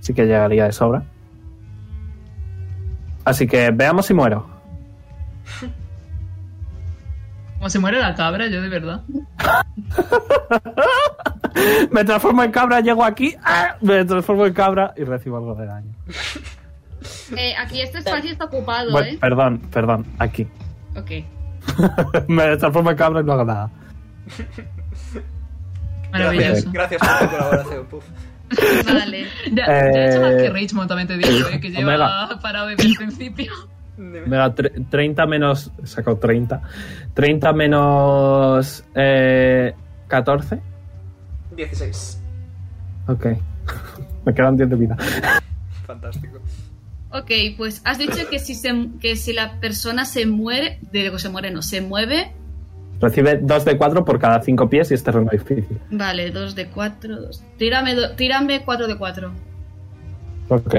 [SPEAKER 1] Así que llegaría de sobra. Así que veamos si muero. (laughs)
[SPEAKER 5] Como se muere la cabra, yo de verdad.
[SPEAKER 1] Me transformo en cabra, llego aquí, ¡ah! me transformo en cabra y recibo algo de daño.
[SPEAKER 4] Eh, aquí este espacio está ocupado,
[SPEAKER 1] Bueno,
[SPEAKER 4] ¿eh?
[SPEAKER 1] perdón, perdón, aquí. (laughs)
[SPEAKER 4] Ok.
[SPEAKER 1] me transformo en cabra y no hago nada.
[SPEAKER 5] Maravilloso.
[SPEAKER 2] Gracias, gracias por tu colaboración, Puff.
[SPEAKER 4] ¿eh? Vale.
[SPEAKER 5] Ya, ya he hecho más
[SPEAKER 1] Eh,
[SPEAKER 5] que Richmond, también te digo, eh, que lleva
[SPEAKER 1] Omega.
[SPEAKER 5] parado desde el principio.
[SPEAKER 2] Dime.
[SPEAKER 1] Me da tre- 30 menos. He sacado 30. 30 menos. eh, 14.
[SPEAKER 2] 16.
[SPEAKER 1] Ok. (laughs) me quedan 10 de vida.
[SPEAKER 2] Fantástico.
[SPEAKER 4] Ok, pues has dicho que si, se, que si la persona se muere, digo se muere, no, se mueve,
[SPEAKER 1] Recibe 2 de 4 por cada 5 pies y este es terreno difícil.
[SPEAKER 4] vale, 2 de 4, dos. Tírame, do- tírame 4 de 4.
[SPEAKER 1] Ok.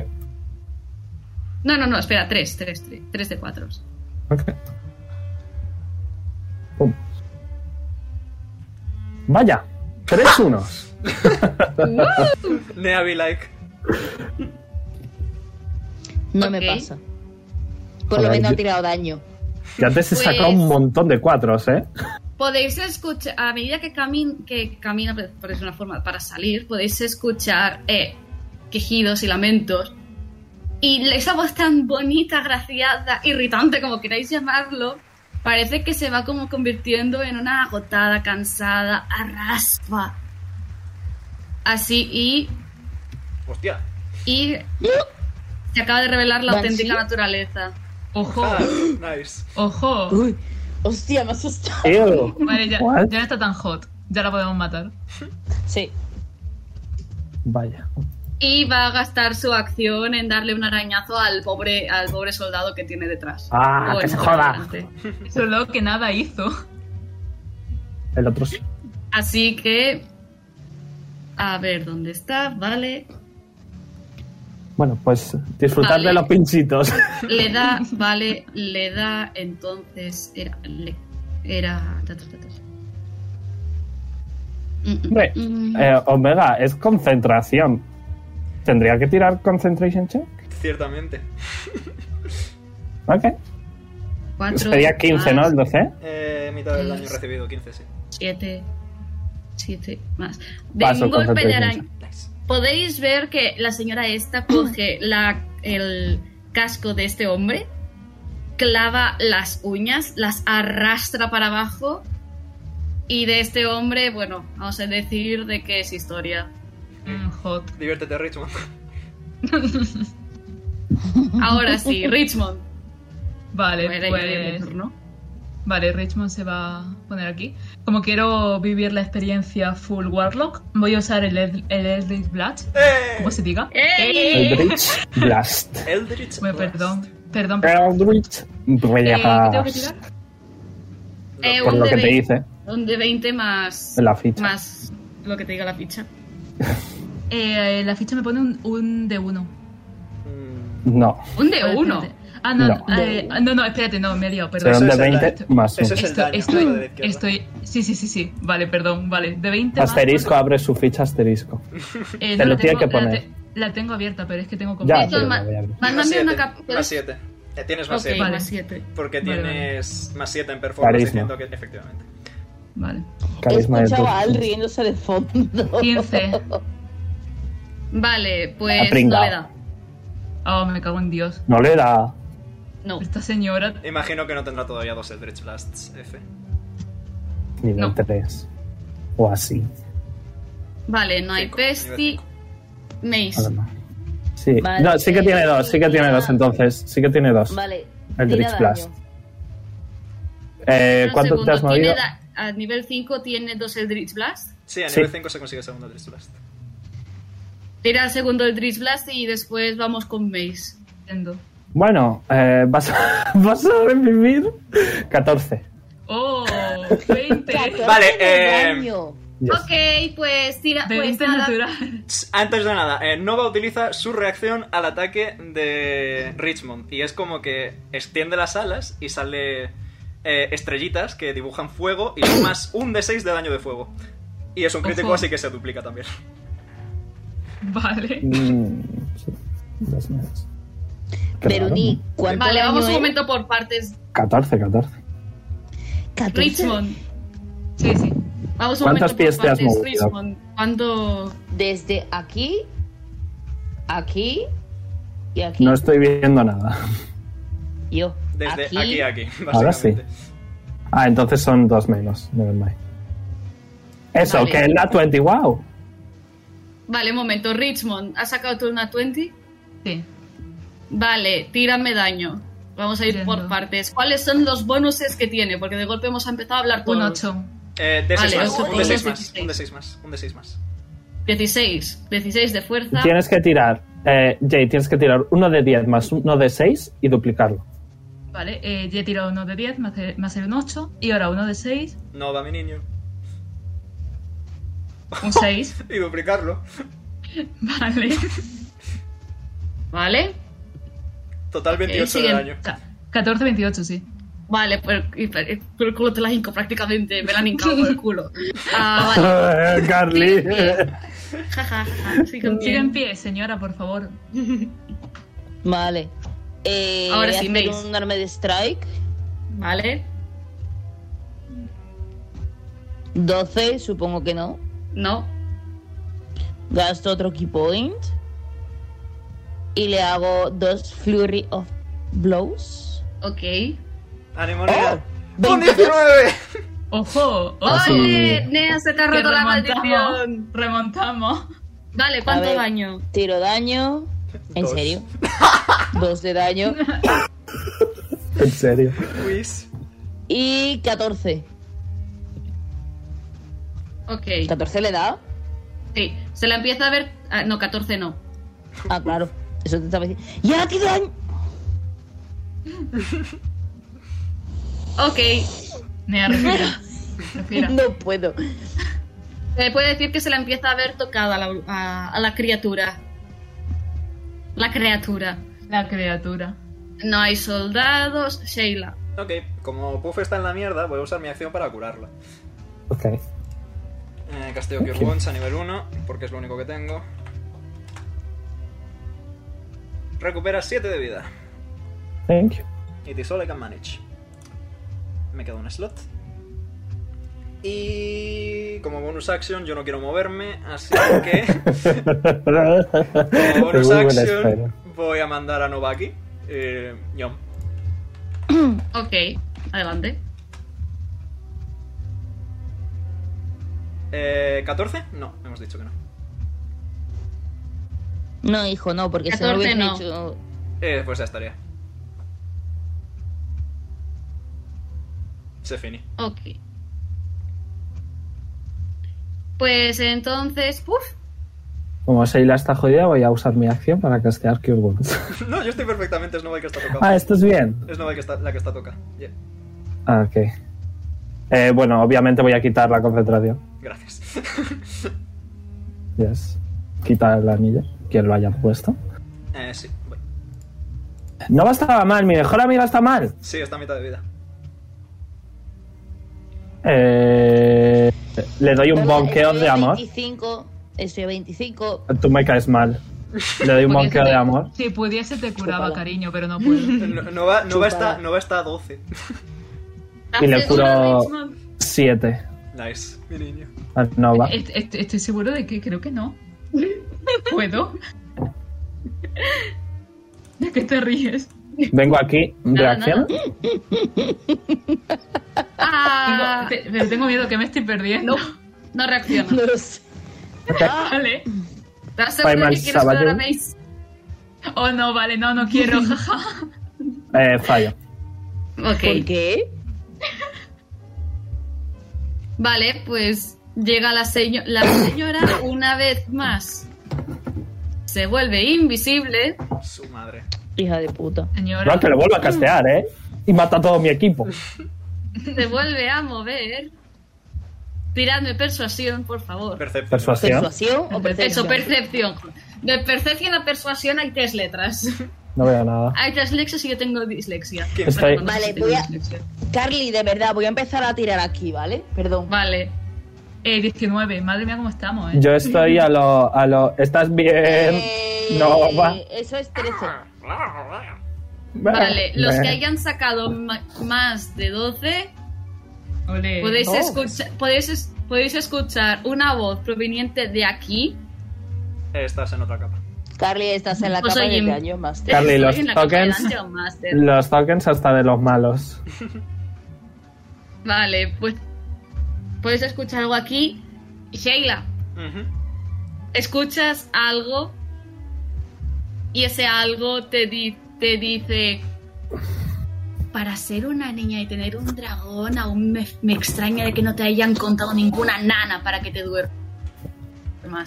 [SPEAKER 4] No, no, no, espera, 3, 3, 3, 3 de 4.
[SPEAKER 1] Ok. Pum. Vaya, 3 unos.
[SPEAKER 2] Nea be like.
[SPEAKER 7] No
[SPEAKER 4] Ok.
[SPEAKER 7] me pasa. Por
[SPEAKER 1] Joder,
[SPEAKER 7] lo menos
[SPEAKER 1] yo-
[SPEAKER 7] ha tirado daño.
[SPEAKER 1] Y antes he
[SPEAKER 4] Pues-
[SPEAKER 1] sacado un montón de cuatros, ¿eh?
[SPEAKER 4] Podéis escuchar, a medida que, camin, que camina, por es una forma para salir, podéis escuchar eh, quejidos y lamentos. Y esa voz tan bonita, graciada, irritante, como queráis llamarlo, parece que se va como convirtiendo en una agotada, cansada, arraspa. Así, y,
[SPEAKER 2] Hostia.
[SPEAKER 4] y se acaba de revelar la
[SPEAKER 7] ¿Banshee?
[SPEAKER 4] auténtica naturaleza.
[SPEAKER 5] Ojo,
[SPEAKER 2] Ah, nice.
[SPEAKER 5] ojo.
[SPEAKER 7] Hostia, me asusta.
[SPEAKER 1] Ew.
[SPEAKER 5] Vale, ya,
[SPEAKER 1] What?
[SPEAKER 5] ya no está tan hot. Ya la podemos matar.
[SPEAKER 7] Sí.
[SPEAKER 1] Vaya.
[SPEAKER 4] Y va a gastar su acción en darle un arañazo al pobre, al pobre soldado que tiene detrás.
[SPEAKER 1] Ah, que se
[SPEAKER 4] está
[SPEAKER 1] joda.
[SPEAKER 4] delante.
[SPEAKER 5] Eso es lo que nada hizo.
[SPEAKER 1] El otro sí.
[SPEAKER 4] Así que. A ver dónde está, vale.
[SPEAKER 1] Bueno, pues disfrutar
[SPEAKER 4] Vale.
[SPEAKER 1] de los pinchitos. (laughs)
[SPEAKER 4] Le da, vale, le da, entonces. Era. le- era. ta, ta, ta, ta. Mm, mm,
[SPEAKER 1] Hombre,
[SPEAKER 4] mm.
[SPEAKER 1] eh, Omega, es concentración. ¿Tendría que tirar concentration check?
[SPEAKER 2] Ciertamente.
[SPEAKER 1] Ok.
[SPEAKER 4] Cuatro
[SPEAKER 1] Sería 15, ¿no?
[SPEAKER 4] más
[SPEAKER 1] El
[SPEAKER 4] (laughs)
[SPEAKER 1] 12.
[SPEAKER 2] Eh, mitad del daño recibido, 15, sí.
[SPEAKER 4] Siete. Siete más. De
[SPEAKER 1] Paso
[SPEAKER 4] un golpe de
[SPEAKER 1] concentration
[SPEAKER 4] araña.
[SPEAKER 2] Nice.
[SPEAKER 4] Podéis ver que la señora esta coge la, el casco de este hombre, clava las uñas, las arrastra para abajo y de este hombre, bueno, vamos a decir de qué es historia.
[SPEAKER 5] Mm, hot.
[SPEAKER 2] Diviértete, Richmond.
[SPEAKER 4] Ahora
[SPEAKER 5] (laughs)
[SPEAKER 4] sí, Richmond.
[SPEAKER 5] Vale,
[SPEAKER 4] Bueno, ya viene mi
[SPEAKER 5] pues.
[SPEAKER 4] turno.
[SPEAKER 5] Vale, Richmond se va a poner aquí. Como quiero vivir la experiencia full Warlock, voy a usar el, Eld- el Eldritch Blast.
[SPEAKER 2] ¡Eh!
[SPEAKER 5] ¿Cómo se diga?
[SPEAKER 4] ¡Ey!
[SPEAKER 1] Eldritch Blast.
[SPEAKER 2] Eldritch.
[SPEAKER 5] Bueno,
[SPEAKER 2] Blast.
[SPEAKER 5] perdón, perdón. perdón.
[SPEAKER 1] Eldritch
[SPEAKER 5] Eh, ¿Qué tengo que
[SPEAKER 1] Blast.
[SPEAKER 5] tirar?
[SPEAKER 4] Eh,
[SPEAKER 1] Por
[SPEAKER 4] un
[SPEAKER 1] lo
[SPEAKER 4] de
[SPEAKER 1] que te
[SPEAKER 4] 20,
[SPEAKER 1] hice
[SPEAKER 4] un de 20 más,
[SPEAKER 1] en la ficha.
[SPEAKER 4] más lo que te diga la ficha.
[SPEAKER 5] Eh, la ficha me pone un, un de uno.
[SPEAKER 2] Mm,
[SPEAKER 1] No,
[SPEAKER 4] Un de uno.
[SPEAKER 5] Ah, no,
[SPEAKER 1] No.
[SPEAKER 5] eh, no, no, espérate, no, me he liado, perdón.
[SPEAKER 1] será un
[SPEAKER 2] Eso
[SPEAKER 1] de
[SPEAKER 2] es el
[SPEAKER 1] 20
[SPEAKER 5] daño.
[SPEAKER 1] más 1.
[SPEAKER 2] Eso es el daño.
[SPEAKER 5] Estoy, estoy,
[SPEAKER 2] lo de la izquierda.
[SPEAKER 5] estoy- sí, sí, sí, sí, vale, perdón, vale, de 20 más-
[SPEAKER 1] Asterisco abre su ficha asterisco. te
[SPEAKER 5] Eh, no,
[SPEAKER 1] lo
[SPEAKER 5] la
[SPEAKER 1] tiene
[SPEAKER 5] tengo-
[SPEAKER 1] que poner.
[SPEAKER 5] La, te- la tengo abierta, pero es que tengo como...
[SPEAKER 1] Ya,
[SPEAKER 4] Eso,
[SPEAKER 1] pero
[SPEAKER 4] ma-
[SPEAKER 1] lo Ah, voy a abrir.
[SPEAKER 2] Más
[SPEAKER 4] Mándame
[SPEAKER 2] 7.
[SPEAKER 4] una capa.
[SPEAKER 2] Más 7. Eh, tienes más
[SPEAKER 4] Ok,
[SPEAKER 2] 7.
[SPEAKER 5] Vale.
[SPEAKER 4] más 7.
[SPEAKER 2] Porque
[SPEAKER 5] Vale,
[SPEAKER 2] tienes más 7 en performance,
[SPEAKER 1] Carisma.
[SPEAKER 2] diciendo que efectivamente.
[SPEAKER 5] Vale.
[SPEAKER 1] Carisma
[SPEAKER 7] He
[SPEAKER 1] de
[SPEAKER 7] escuchado a Al
[SPEAKER 1] tu-
[SPEAKER 7] riéndose de fondo.
[SPEAKER 5] 15.
[SPEAKER 4] Vale,
[SPEAKER 1] Ha
[SPEAKER 4] pues no
[SPEAKER 1] pringao.
[SPEAKER 4] le da.
[SPEAKER 5] Oh, me cago en Dios.
[SPEAKER 1] No le da.
[SPEAKER 4] No.
[SPEAKER 5] Esta señora...
[SPEAKER 2] Imagino que no tendrá todavía dos Eldritch Blasts, F.
[SPEAKER 1] Nivel
[SPEAKER 5] No.
[SPEAKER 1] 3. O así.
[SPEAKER 4] Vale, no hay
[SPEAKER 2] Cinco, nivel
[SPEAKER 4] Pesti.
[SPEAKER 2] cinco.
[SPEAKER 1] Ahora
[SPEAKER 4] Mace.
[SPEAKER 1] no. Sí.
[SPEAKER 7] Vale. eh,
[SPEAKER 1] No, sí que tiene dos, sí que tiene dos entonces. Sí que tiene dos.
[SPEAKER 7] Vale.
[SPEAKER 1] Eldritch
[SPEAKER 7] tira
[SPEAKER 1] Blast.
[SPEAKER 7] daño.
[SPEAKER 1] Eh,
[SPEAKER 4] Un
[SPEAKER 1] ¿Cuánto te
[SPEAKER 4] segundo,
[SPEAKER 1] has movido?
[SPEAKER 4] tiene da- a nivel 5 tiene dos Eldritch Blast.
[SPEAKER 2] Sí, a
[SPEAKER 1] Sí.
[SPEAKER 2] nivel 5 se consigue el segundo Eldritch Blast.
[SPEAKER 4] Tira el segundo Eldritch Blast y después vamos con Mace.
[SPEAKER 5] Nintendo.
[SPEAKER 1] Bueno, eh, vas, a, (laughs) vas a revivir 14.
[SPEAKER 5] Oh, 20.
[SPEAKER 4] pues,
[SPEAKER 2] Vale,
[SPEAKER 7] Tiene
[SPEAKER 2] eh,
[SPEAKER 7] daño.
[SPEAKER 1] Yes.
[SPEAKER 4] Ok, pues tira.
[SPEAKER 5] De
[SPEAKER 4] Pues,
[SPEAKER 5] 20
[SPEAKER 4] nada.
[SPEAKER 5] natural.
[SPEAKER 2] Tss, Antes de nada, eh, Nova utiliza su reacción al ataque de Richmond. Y es como que extiende las alas y sale eh, estrellitas que dibujan fuego y son más un de 6 de daño de fuego. Y es un crítico,
[SPEAKER 5] Ojo.
[SPEAKER 2] así que se duplica también. (laughs)
[SPEAKER 5] Vale.
[SPEAKER 1] Mm, sí. Dos menos. Qué raro,
[SPEAKER 7] Veruni,
[SPEAKER 1] ¿no?
[SPEAKER 7] ¿cuánto
[SPEAKER 4] Vale,
[SPEAKER 7] daño
[SPEAKER 4] vamos un
[SPEAKER 5] ¿eh?
[SPEAKER 7] es?
[SPEAKER 4] momento por partes.
[SPEAKER 1] 14, 14.
[SPEAKER 7] 14.
[SPEAKER 4] Richmond.
[SPEAKER 5] Sí, sí.
[SPEAKER 4] Vamos
[SPEAKER 1] ¿Cuántos
[SPEAKER 4] un momento
[SPEAKER 1] pies
[SPEAKER 4] por
[SPEAKER 1] te has
[SPEAKER 4] partes.
[SPEAKER 1] movido?
[SPEAKER 4] Richmond. ¿Cuánto?
[SPEAKER 7] Desde aquí, aquí y aquí.
[SPEAKER 1] No estoy viendo nada.
[SPEAKER 7] Yo.
[SPEAKER 2] Desde
[SPEAKER 7] aquí,
[SPEAKER 2] aquí a aquí, básicamente.
[SPEAKER 1] Ahora sí. Ah, entonces son dos menos. Nevermind. Eso,
[SPEAKER 4] Vale.
[SPEAKER 1] que es la 20, wow.
[SPEAKER 4] Vale, un momento. Richmond, ¿has sacado tú una 20?
[SPEAKER 5] Sí.
[SPEAKER 4] Vale, tírame daño. Vamos a ir
[SPEAKER 5] Entiendo.
[SPEAKER 4] por partes. ¿Cuáles son los bonuses que tiene? Porque de golpe hemos empezado a hablar todos.
[SPEAKER 5] Un 8.
[SPEAKER 2] Eh, de 6
[SPEAKER 4] Vale,
[SPEAKER 2] más,
[SPEAKER 4] ojo,
[SPEAKER 2] un de 6
[SPEAKER 4] ojo,
[SPEAKER 2] más, un de 6 más, un de 6 más.
[SPEAKER 4] 16. 16 de fuerza.
[SPEAKER 2] Ah.
[SPEAKER 1] Tienes que tirar Eh, Jay, tienes que tirar uno de 10 más uno de 6 y duplicarlo.
[SPEAKER 5] Vale, eh, ya he tirado uno de 10 más, de- más el un 8 y ahora uno de 6,
[SPEAKER 2] No va mi niño.
[SPEAKER 4] (laughs)
[SPEAKER 5] un 6.
[SPEAKER 2] Y duplicarlo.
[SPEAKER 5] vale.
[SPEAKER 4] ¿Vale?
[SPEAKER 2] Total 28 de
[SPEAKER 4] siguiente.
[SPEAKER 2] daño.
[SPEAKER 5] Ca- 14, 28, sí.
[SPEAKER 4] Vale, pues y- y- por el culo te la hinco prácticamente. Me la han hincado
[SPEAKER 5] (laughs)
[SPEAKER 4] por el culo. Ah,
[SPEAKER 1] (laughs)
[SPEAKER 4] vale.
[SPEAKER 1] Carly.
[SPEAKER 2] (laughs)
[SPEAKER 4] Ja, ja, ja. Siguen
[SPEAKER 5] Sigue en
[SPEAKER 4] bien.
[SPEAKER 5] pie, señora, por favor.
[SPEAKER 7] Vale. Eh,
[SPEAKER 4] Ahora
[SPEAKER 7] voy a
[SPEAKER 4] sí,
[SPEAKER 7] hacer
[SPEAKER 4] Mace.
[SPEAKER 7] un arma de strike.
[SPEAKER 4] Vale.
[SPEAKER 7] 12, supongo que no.
[SPEAKER 4] No.
[SPEAKER 7] Gasto otro key point. Y le hago dos flurry of blows.
[SPEAKER 4] Ok.
[SPEAKER 2] Ánimo, Nea.
[SPEAKER 7] ¡Oh!
[SPEAKER 2] ¡Un (laughs) 19!
[SPEAKER 5] ¡Ojo!
[SPEAKER 1] Así.
[SPEAKER 5] ¡Ojo!
[SPEAKER 4] ¡Ole! Nea, se te ha
[SPEAKER 5] Que
[SPEAKER 4] roto la
[SPEAKER 5] remontamos,
[SPEAKER 4] maldición.
[SPEAKER 5] remontamos.
[SPEAKER 4] Vale,
[SPEAKER 7] A
[SPEAKER 4] ¿cuánto
[SPEAKER 7] ver.
[SPEAKER 4] daño?
[SPEAKER 7] Tiro daño. ¿En
[SPEAKER 2] Dos.
[SPEAKER 7] serio? Dos de daño.
[SPEAKER 1] En serio.
[SPEAKER 2] Whis.
[SPEAKER 7] Y 14.
[SPEAKER 4] Ok.
[SPEAKER 7] 14 le da.
[SPEAKER 4] Sí. Se la empieza a ver. ah, no, 14 no.
[SPEAKER 7] Ah, claro. Eso te estaba diciendo. ¡Ya, tiro daño!
[SPEAKER 4] Ok.
[SPEAKER 5] Nea, respira.
[SPEAKER 4] (laughs)
[SPEAKER 5] Respira.
[SPEAKER 7] No puedo.
[SPEAKER 4] Se le puede decir que se la empieza a ver tocada a la, a- a la criatura. La criatura.
[SPEAKER 5] La criatura.
[SPEAKER 4] No hay soldados. Sheila.
[SPEAKER 2] Ok, como Puff está en la mierda, voy a usar mi acción para curarla.
[SPEAKER 1] Ok.
[SPEAKER 2] Eh, casteo Cure Wounds a nivel 1, porque es lo único que tengo. Recupera 7 de vida.
[SPEAKER 1] Thank you.
[SPEAKER 2] It is all I can manage. Me queda un slot. Y como bonus action, yo no quiero moverme,
[SPEAKER 1] (laughs)
[SPEAKER 2] así que como
[SPEAKER 1] Muy
[SPEAKER 2] bonus
[SPEAKER 1] buena
[SPEAKER 2] action
[SPEAKER 1] espera.
[SPEAKER 2] voy a mandar a Novaki. Eh, Yom.
[SPEAKER 4] Ok. Adelante.
[SPEAKER 2] Eh, ¿14? No, hemos dicho que no.
[SPEAKER 7] No, hijo, no, porque si no lo
[SPEAKER 4] 14
[SPEAKER 7] hubiese
[SPEAKER 4] no.
[SPEAKER 7] hecho.
[SPEAKER 2] Eh, pues ya estaría. Se fini. (laughs)
[SPEAKER 4] Ok. Pues entonces. Uf.
[SPEAKER 1] Como Sheila está jodida, voy a usar mi acción para castear Cure Wounds.
[SPEAKER 2] No, yo estoy perfectamente, es Novaki que está tocando.
[SPEAKER 1] ah, esto es bien.
[SPEAKER 2] Es Novaki que está, la que está toca. Yeah.
[SPEAKER 1] Ah, ok. Eh, bueno, obviamente voy a quitar la concentración.
[SPEAKER 2] Gracias. (laughs)
[SPEAKER 1] Yes. Quitar el anillo, quien lo haya puesto.
[SPEAKER 2] eh, sí, voy.
[SPEAKER 1] No va estaba mal, mi mejor amiga está mal.
[SPEAKER 2] Sí, está a mitad de vida.
[SPEAKER 1] Eh, le doy un
[SPEAKER 7] Bueno,
[SPEAKER 1] bonqueo
[SPEAKER 7] estoy
[SPEAKER 1] de
[SPEAKER 7] a
[SPEAKER 1] amor.
[SPEAKER 7] 25, estoy a 25.
[SPEAKER 1] Tú me caes mal. Le doy un
[SPEAKER 4] (laughs) Porque
[SPEAKER 1] bonqueo
[SPEAKER 4] es
[SPEAKER 1] de
[SPEAKER 4] que-
[SPEAKER 1] amor.
[SPEAKER 5] Si pudiese te curaba,
[SPEAKER 7] Chúpala.
[SPEAKER 5] cariño, pero no puedo.
[SPEAKER 2] No, no va, no va
[SPEAKER 7] Chupada.
[SPEAKER 2] está, no va está a 12.
[SPEAKER 1] Y le
[SPEAKER 4] haces
[SPEAKER 1] curo-
[SPEAKER 4] una Richmond.
[SPEAKER 1] 7.
[SPEAKER 2] Nice, mi niño.
[SPEAKER 1] Ah, No
[SPEAKER 4] (laughs)
[SPEAKER 1] va.
[SPEAKER 5] Est- est- Estoy seguro de que creo que no. ¿Puedo? ¿De qué te ríes?
[SPEAKER 1] Vengo aquí,
[SPEAKER 4] Nada,
[SPEAKER 1] reacción.
[SPEAKER 4] Ah,
[SPEAKER 5] Te- pero tengo miedo que me estoy perdiendo.
[SPEAKER 4] no reacciona.
[SPEAKER 7] No lo sé.
[SPEAKER 5] Vale.
[SPEAKER 4] ¿Estás segura
[SPEAKER 1] Primal
[SPEAKER 4] que quieres curar a
[SPEAKER 1] Savage.
[SPEAKER 4] Mace?
[SPEAKER 5] Oh, no, vale, no, no
[SPEAKER 4] (laughs)
[SPEAKER 5] quiero, jaja.
[SPEAKER 1] Eh, fallo.
[SPEAKER 7] ¿Por
[SPEAKER 4] Ok.
[SPEAKER 7] qué?
[SPEAKER 4] Vale, pues llega la, seño- la señora una vez más. Se vuelve invisible.
[SPEAKER 2] Su madre.
[SPEAKER 7] Hija de puta.
[SPEAKER 5] Señora.
[SPEAKER 1] No, que lo vuelvo a castear, ¿eh? Y mata a todo mi equipo.
[SPEAKER 4] Se vuelve a mover. Tiradme persuasión, por favor.
[SPEAKER 2] Perfecto.
[SPEAKER 1] Persuasión.
[SPEAKER 7] ¿Persuasión o percepción?
[SPEAKER 4] Eso, percepción. De percepción a persuasión hay tres letras. (laughs)
[SPEAKER 1] No veo nada.
[SPEAKER 4] Hay tres lexos y yo tengo dislexia.
[SPEAKER 2] ¿Quién?
[SPEAKER 1] Estoy-
[SPEAKER 4] Reconozco
[SPEAKER 7] Vale,
[SPEAKER 4] si tengo
[SPEAKER 7] voy a-
[SPEAKER 4] dislexia.
[SPEAKER 7] Carly, de verdad, voy a empezar a tirar aquí, ¿vale? Perdón.
[SPEAKER 4] Vale.
[SPEAKER 5] Eh, 19, madre mía, cómo estamos, eh.
[SPEAKER 1] Yo estoy a lo. A lo ¿Estás bien?
[SPEAKER 7] Eh,
[SPEAKER 1] No va.
[SPEAKER 7] Eso es 13.
[SPEAKER 4] Vale, los
[SPEAKER 1] Eh,
[SPEAKER 4] que hayan sacado ma- más de 12
[SPEAKER 5] Ole.
[SPEAKER 4] podéis,
[SPEAKER 7] no.
[SPEAKER 4] escuchar, podéis, es- podéis escuchar una voz proveniente de aquí.
[SPEAKER 2] Estás en otra capa.
[SPEAKER 7] Carly, estás en la
[SPEAKER 4] Pues
[SPEAKER 7] capa
[SPEAKER 4] oye,
[SPEAKER 7] de daño más.
[SPEAKER 1] Carly,
[SPEAKER 4] Estoy
[SPEAKER 1] los
[SPEAKER 4] en la capa de
[SPEAKER 1] tokens-
[SPEAKER 4] Dungeon Master.
[SPEAKER 1] Los tokens hasta de los malos.
[SPEAKER 4] Vale, pues podéis escuchar algo aquí. Sheila,
[SPEAKER 2] Ujú.
[SPEAKER 4] escuchas algo y ese algo te, di- te dice... Para ser una niña y tener un dragón, aún me, me extraña de que no te hayan contado ninguna nana para que te duermas.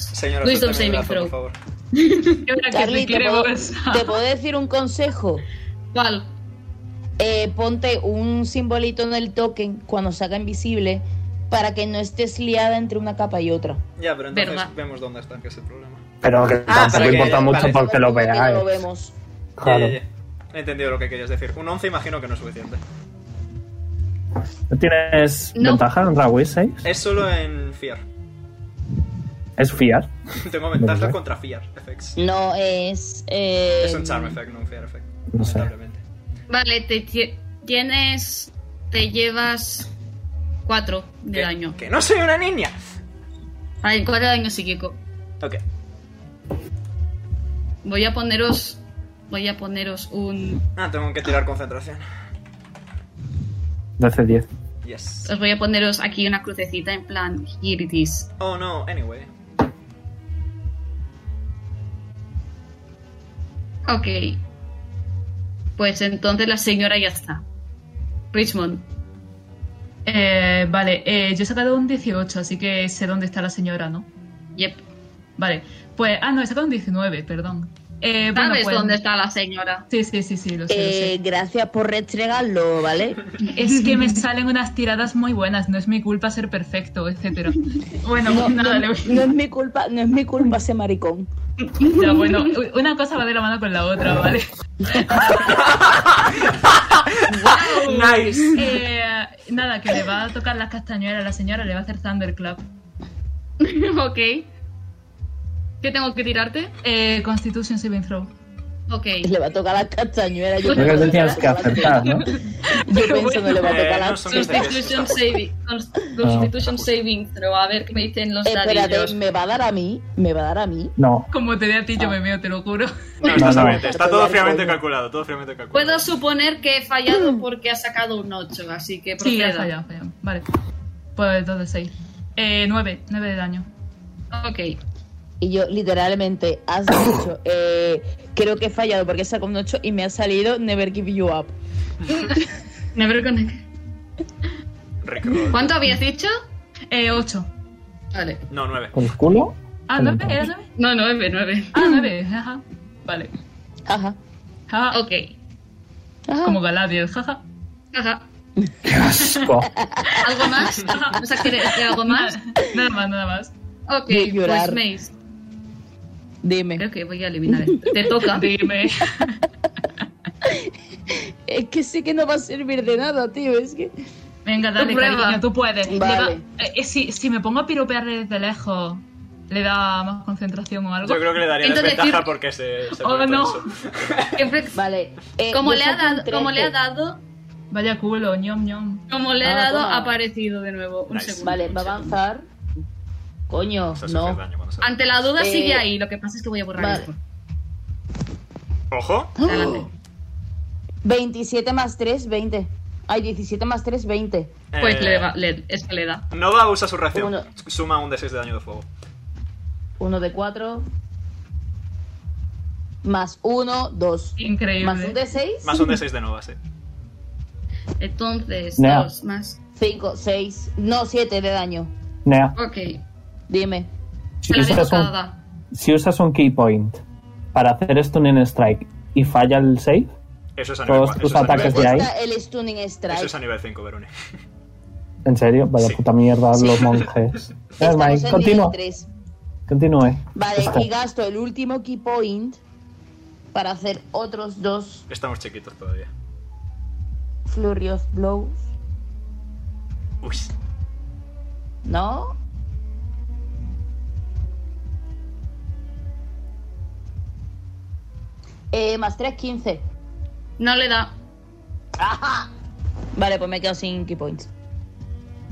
[SPEAKER 2] Señora,
[SPEAKER 4] Wisdom
[SPEAKER 2] suéltame el brazo,
[SPEAKER 4] saving throw.
[SPEAKER 2] por favor.
[SPEAKER 5] Yo la que
[SPEAKER 7] Charlie,
[SPEAKER 5] te
[SPEAKER 7] te
[SPEAKER 5] quiere
[SPEAKER 7] puedo-
[SPEAKER 5] bolsa.
[SPEAKER 7] ¿te puedo decir un consejo?
[SPEAKER 4] ¿Cuál?
[SPEAKER 7] eh, ponte un simbolito en el token cuando se haga invisible para que no estés liada entre una capa y otra.
[SPEAKER 2] Ya, pero entonces
[SPEAKER 4] Verdad.
[SPEAKER 2] vemos dónde está, que es el problema.
[SPEAKER 1] Pero que
[SPEAKER 2] Ah,
[SPEAKER 1] tampoco
[SPEAKER 2] para que-
[SPEAKER 1] importa mucho
[SPEAKER 2] vale.
[SPEAKER 1] porque lo
[SPEAKER 7] Como que no
[SPEAKER 1] veáis.
[SPEAKER 7] lo vemos.
[SPEAKER 2] Ya,
[SPEAKER 1] Claro.
[SPEAKER 2] ya, ya. He entendido lo que querías decir. Un 11 imagino que no es suficiente.
[SPEAKER 1] ¿No ¿Tienes
[SPEAKER 4] No.
[SPEAKER 1] ventaja en Raw 6?
[SPEAKER 2] Es solo en Fear.
[SPEAKER 1] Es fiar.
[SPEAKER 2] (laughs) Tengo ventaja
[SPEAKER 1] Vale.
[SPEAKER 2] contra Fear Effects.
[SPEAKER 7] No es. eh,
[SPEAKER 2] Es un Charm Effect, no un Fear Effect.
[SPEAKER 1] No sé.
[SPEAKER 2] Lamentablemente.
[SPEAKER 4] Vale, te tie- tienes. Te llevas. 4 de
[SPEAKER 2] Que-
[SPEAKER 4] daño.
[SPEAKER 2] Que no soy una niña.
[SPEAKER 4] Vale, 4 de daño psíquico.
[SPEAKER 2] Ok.
[SPEAKER 4] Voy a poneros. Voy a poneros un.
[SPEAKER 2] Ah, tengo que tirar concentración.
[SPEAKER 1] 12, 10.
[SPEAKER 2] Yes.
[SPEAKER 4] Os voy a poneros aquí una crucecita en plan. Here it is.
[SPEAKER 2] Oh no, anyway.
[SPEAKER 4] Ok. Pues entonces la señora ya está. Richmond.
[SPEAKER 5] Eh, vale, eh, yo he sacado un 18, así que sé dónde está la señora, ¿no?
[SPEAKER 4] Yep.
[SPEAKER 5] Vale, pues. Ah, no, he sacado un 19, perdón. Eh, bueno,
[SPEAKER 4] ¿Sabes
[SPEAKER 5] pues-
[SPEAKER 4] dónde está la señora?
[SPEAKER 5] Sí, sí, sí, sí, lo sé, lo sé.
[SPEAKER 7] eh, gracias por restregarlo, ¿vale?
[SPEAKER 5] Es que me (laughs) salen unas tiradas muy buenas, no es mi culpa ser perfecto, etcétera. Bueno, pues nada, le voy-
[SPEAKER 7] No es mi culpa, no es mi culpa ese maricón.
[SPEAKER 5] (laughs) Ya, bueno, u- una cosa va de la mano con la otra, ¿vale?
[SPEAKER 2] Nice.
[SPEAKER 5] Eh, nada, que le va a tocar las castañuelas a la señora, le va a hacer Thunderclap.
[SPEAKER 4] (laughs) ok. ¿Qué tengo que tirarte?
[SPEAKER 5] Eh, Constitution Saving Throw.
[SPEAKER 4] Ok.
[SPEAKER 7] Le va a tocar la castañuera. Yo,
[SPEAKER 1] Creo que
[SPEAKER 7] pienso,
[SPEAKER 1] te tienes que acertar, ¿no?
[SPEAKER 7] yo pienso no le va a
[SPEAKER 2] Eh,
[SPEAKER 7] tocar la
[SPEAKER 2] no son
[SPEAKER 4] Constitution saving, cons- Constitution saving throw. A ver qué me dicen los
[SPEAKER 7] Ah. Espérate,
[SPEAKER 4] dadillos.
[SPEAKER 7] me va Eh, a dar a mí, me va a dar a mí.
[SPEAKER 1] No.
[SPEAKER 5] Como te dé a ti,
[SPEAKER 4] Ah.
[SPEAKER 5] yo me meo, te lo juro.
[SPEAKER 2] No,
[SPEAKER 1] No,
[SPEAKER 2] está
[SPEAKER 1] no.
[SPEAKER 2] solamente. Está todo fríamente
[SPEAKER 7] Coño.
[SPEAKER 2] calculado, todo fríamente calculado.
[SPEAKER 4] Puedo suponer que he fallado
[SPEAKER 7] Mm.
[SPEAKER 4] porque ha sacado un 8, así que
[SPEAKER 5] Sí, ha
[SPEAKER 4] proceda.
[SPEAKER 5] fallado, ha fallado. Vale. Pues 2 de 6. Eh, 9, 9 de daño.
[SPEAKER 4] Ok.
[SPEAKER 7] Y yo, literalmente,
[SPEAKER 1] (coughs)
[SPEAKER 7] has dicho, eh, creo que he fallado porque he sacado un 8 y me ha salido Never Give You Up.
[SPEAKER 4] Never gonna-
[SPEAKER 2] Rick roll.
[SPEAKER 4] ¿Cuánto habías dicho?
[SPEAKER 5] Eh, 8.
[SPEAKER 4] Vale.
[SPEAKER 2] No, 9.
[SPEAKER 1] ¿Con culo?
[SPEAKER 5] Ah, 9,
[SPEAKER 1] (laughs)
[SPEAKER 5] ¿era 9?
[SPEAKER 4] No, 9, 9.
[SPEAKER 5] Ah, 9, jaja. Vale.
[SPEAKER 7] Ajá.
[SPEAKER 5] Jaja.
[SPEAKER 4] Ok.
[SPEAKER 7] ajá.
[SPEAKER 5] Como Galadriel, jaja.
[SPEAKER 4] Ajá.
[SPEAKER 1] ¡Qué asco!
[SPEAKER 4] ¿Algo más? (laughs) O sea, ¿quiere- quiere algo más?
[SPEAKER 5] Nada más, nada más.
[SPEAKER 4] Ok,
[SPEAKER 7] Voy a llorar.
[SPEAKER 4] pues Mace.
[SPEAKER 7] Dime.
[SPEAKER 4] Creo que voy a eliminar esto. Te toca.
[SPEAKER 5] (laughs)
[SPEAKER 7] (laughs)
[SPEAKER 5] Dime.
[SPEAKER 7] Es que sé que no va a servir de nada, tío. Es que.
[SPEAKER 5] Venga, dale,
[SPEAKER 4] Tú prueba.
[SPEAKER 5] cariño, tú puedes. Le
[SPEAKER 7] Vale.
[SPEAKER 5] va- eh, eh, si, si me pongo a piropearle desde lejos, ¿le da más concentración o algo?
[SPEAKER 2] Yo creo que le daría
[SPEAKER 4] Siento
[SPEAKER 2] desventaja
[SPEAKER 4] decir-
[SPEAKER 2] porque se, se
[SPEAKER 5] Oh,
[SPEAKER 2] pone
[SPEAKER 5] no.
[SPEAKER 2] tenso.
[SPEAKER 4] Siempre-
[SPEAKER 7] Vale. eh,
[SPEAKER 4] como,
[SPEAKER 7] yo
[SPEAKER 4] le ha
[SPEAKER 7] saqué un
[SPEAKER 4] dado, como le ha
[SPEAKER 7] 13.
[SPEAKER 4] dado,
[SPEAKER 5] Vaya culo, ñom ñom.
[SPEAKER 4] como le ha
[SPEAKER 7] Ah,
[SPEAKER 4] dado,
[SPEAKER 7] toma.
[SPEAKER 4] ha aparecido de nuevo. Un
[SPEAKER 2] Nice.
[SPEAKER 4] segundo.
[SPEAKER 7] Vale, va a avanzar. Coño,
[SPEAKER 2] Se hace
[SPEAKER 7] no.
[SPEAKER 2] daño cuando se-
[SPEAKER 4] Ante la duda
[SPEAKER 7] Eh,
[SPEAKER 4] sigue ahí. Lo que pasa es que voy a borrar
[SPEAKER 7] vale.
[SPEAKER 4] esto.
[SPEAKER 2] Ojo.
[SPEAKER 4] Adelante.
[SPEAKER 2] Oh.
[SPEAKER 7] 27 más 3, 20. Ay, 17 más 3, 20.
[SPEAKER 4] Pues
[SPEAKER 2] Eh,
[SPEAKER 4] le, va- le, esta le da.
[SPEAKER 2] Nova usa su reacción.
[SPEAKER 7] Uno.
[SPEAKER 2] Suma un D6 de daño de fuego.
[SPEAKER 7] 1 de 4. Más 1, 2.
[SPEAKER 5] Increíble.
[SPEAKER 7] Más un de 6,
[SPEAKER 2] Más un D6 de Nova, sí.
[SPEAKER 4] Entonces,
[SPEAKER 1] No.
[SPEAKER 4] dos más.
[SPEAKER 7] 5, 6. No, 7 de daño.
[SPEAKER 1] Nea,
[SPEAKER 4] Ok.
[SPEAKER 7] Dime.
[SPEAKER 1] si
[SPEAKER 4] Se la había
[SPEAKER 1] usas, un,
[SPEAKER 4] tocado.
[SPEAKER 1] si usas un key point para hacer stunning strike y falla el save,
[SPEAKER 2] Eso es a nivel
[SPEAKER 1] Todos
[SPEAKER 2] 4.
[SPEAKER 1] tus
[SPEAKER 2] Eso, es a nivel
[SPEAKER 1] ataques Pues de
[SPEAKER 2] cuatro.
[SPEAKER 1] ahí.
[SPEAKER 7] Está el Stunning Strike.
[SPEAKER 2] eso es a nivel 5, Verone.
[SPEAKER 1] ¿en serio? Vaya
[SPEAKER 2] Sí.
[SPEAKER 1] puta mierda los monjes. Nevermind,
[SPEAKER 7] Estamos en nivel
[SPEAKER 1] continúa,
[SPEAKER 7] 3.
[SPEAKER 1] continúe.
[SPEAKER 7] Vale,
[SPEAKER 1] Está.
[SPEAKER 7] y gasto el último key point para hacer otros dos
[SPEAKER 2] Estamos chiquitos todavía.
[SPEAKER 7] Flurry of Blows.
[SPEAKER 2] Uy.
[SPEAKER 7] ¿No? Eh, más 3, 15.
[SPEAKER 4] No le da.
[SPEAKER 7] Vale, pues me quedo sin key points.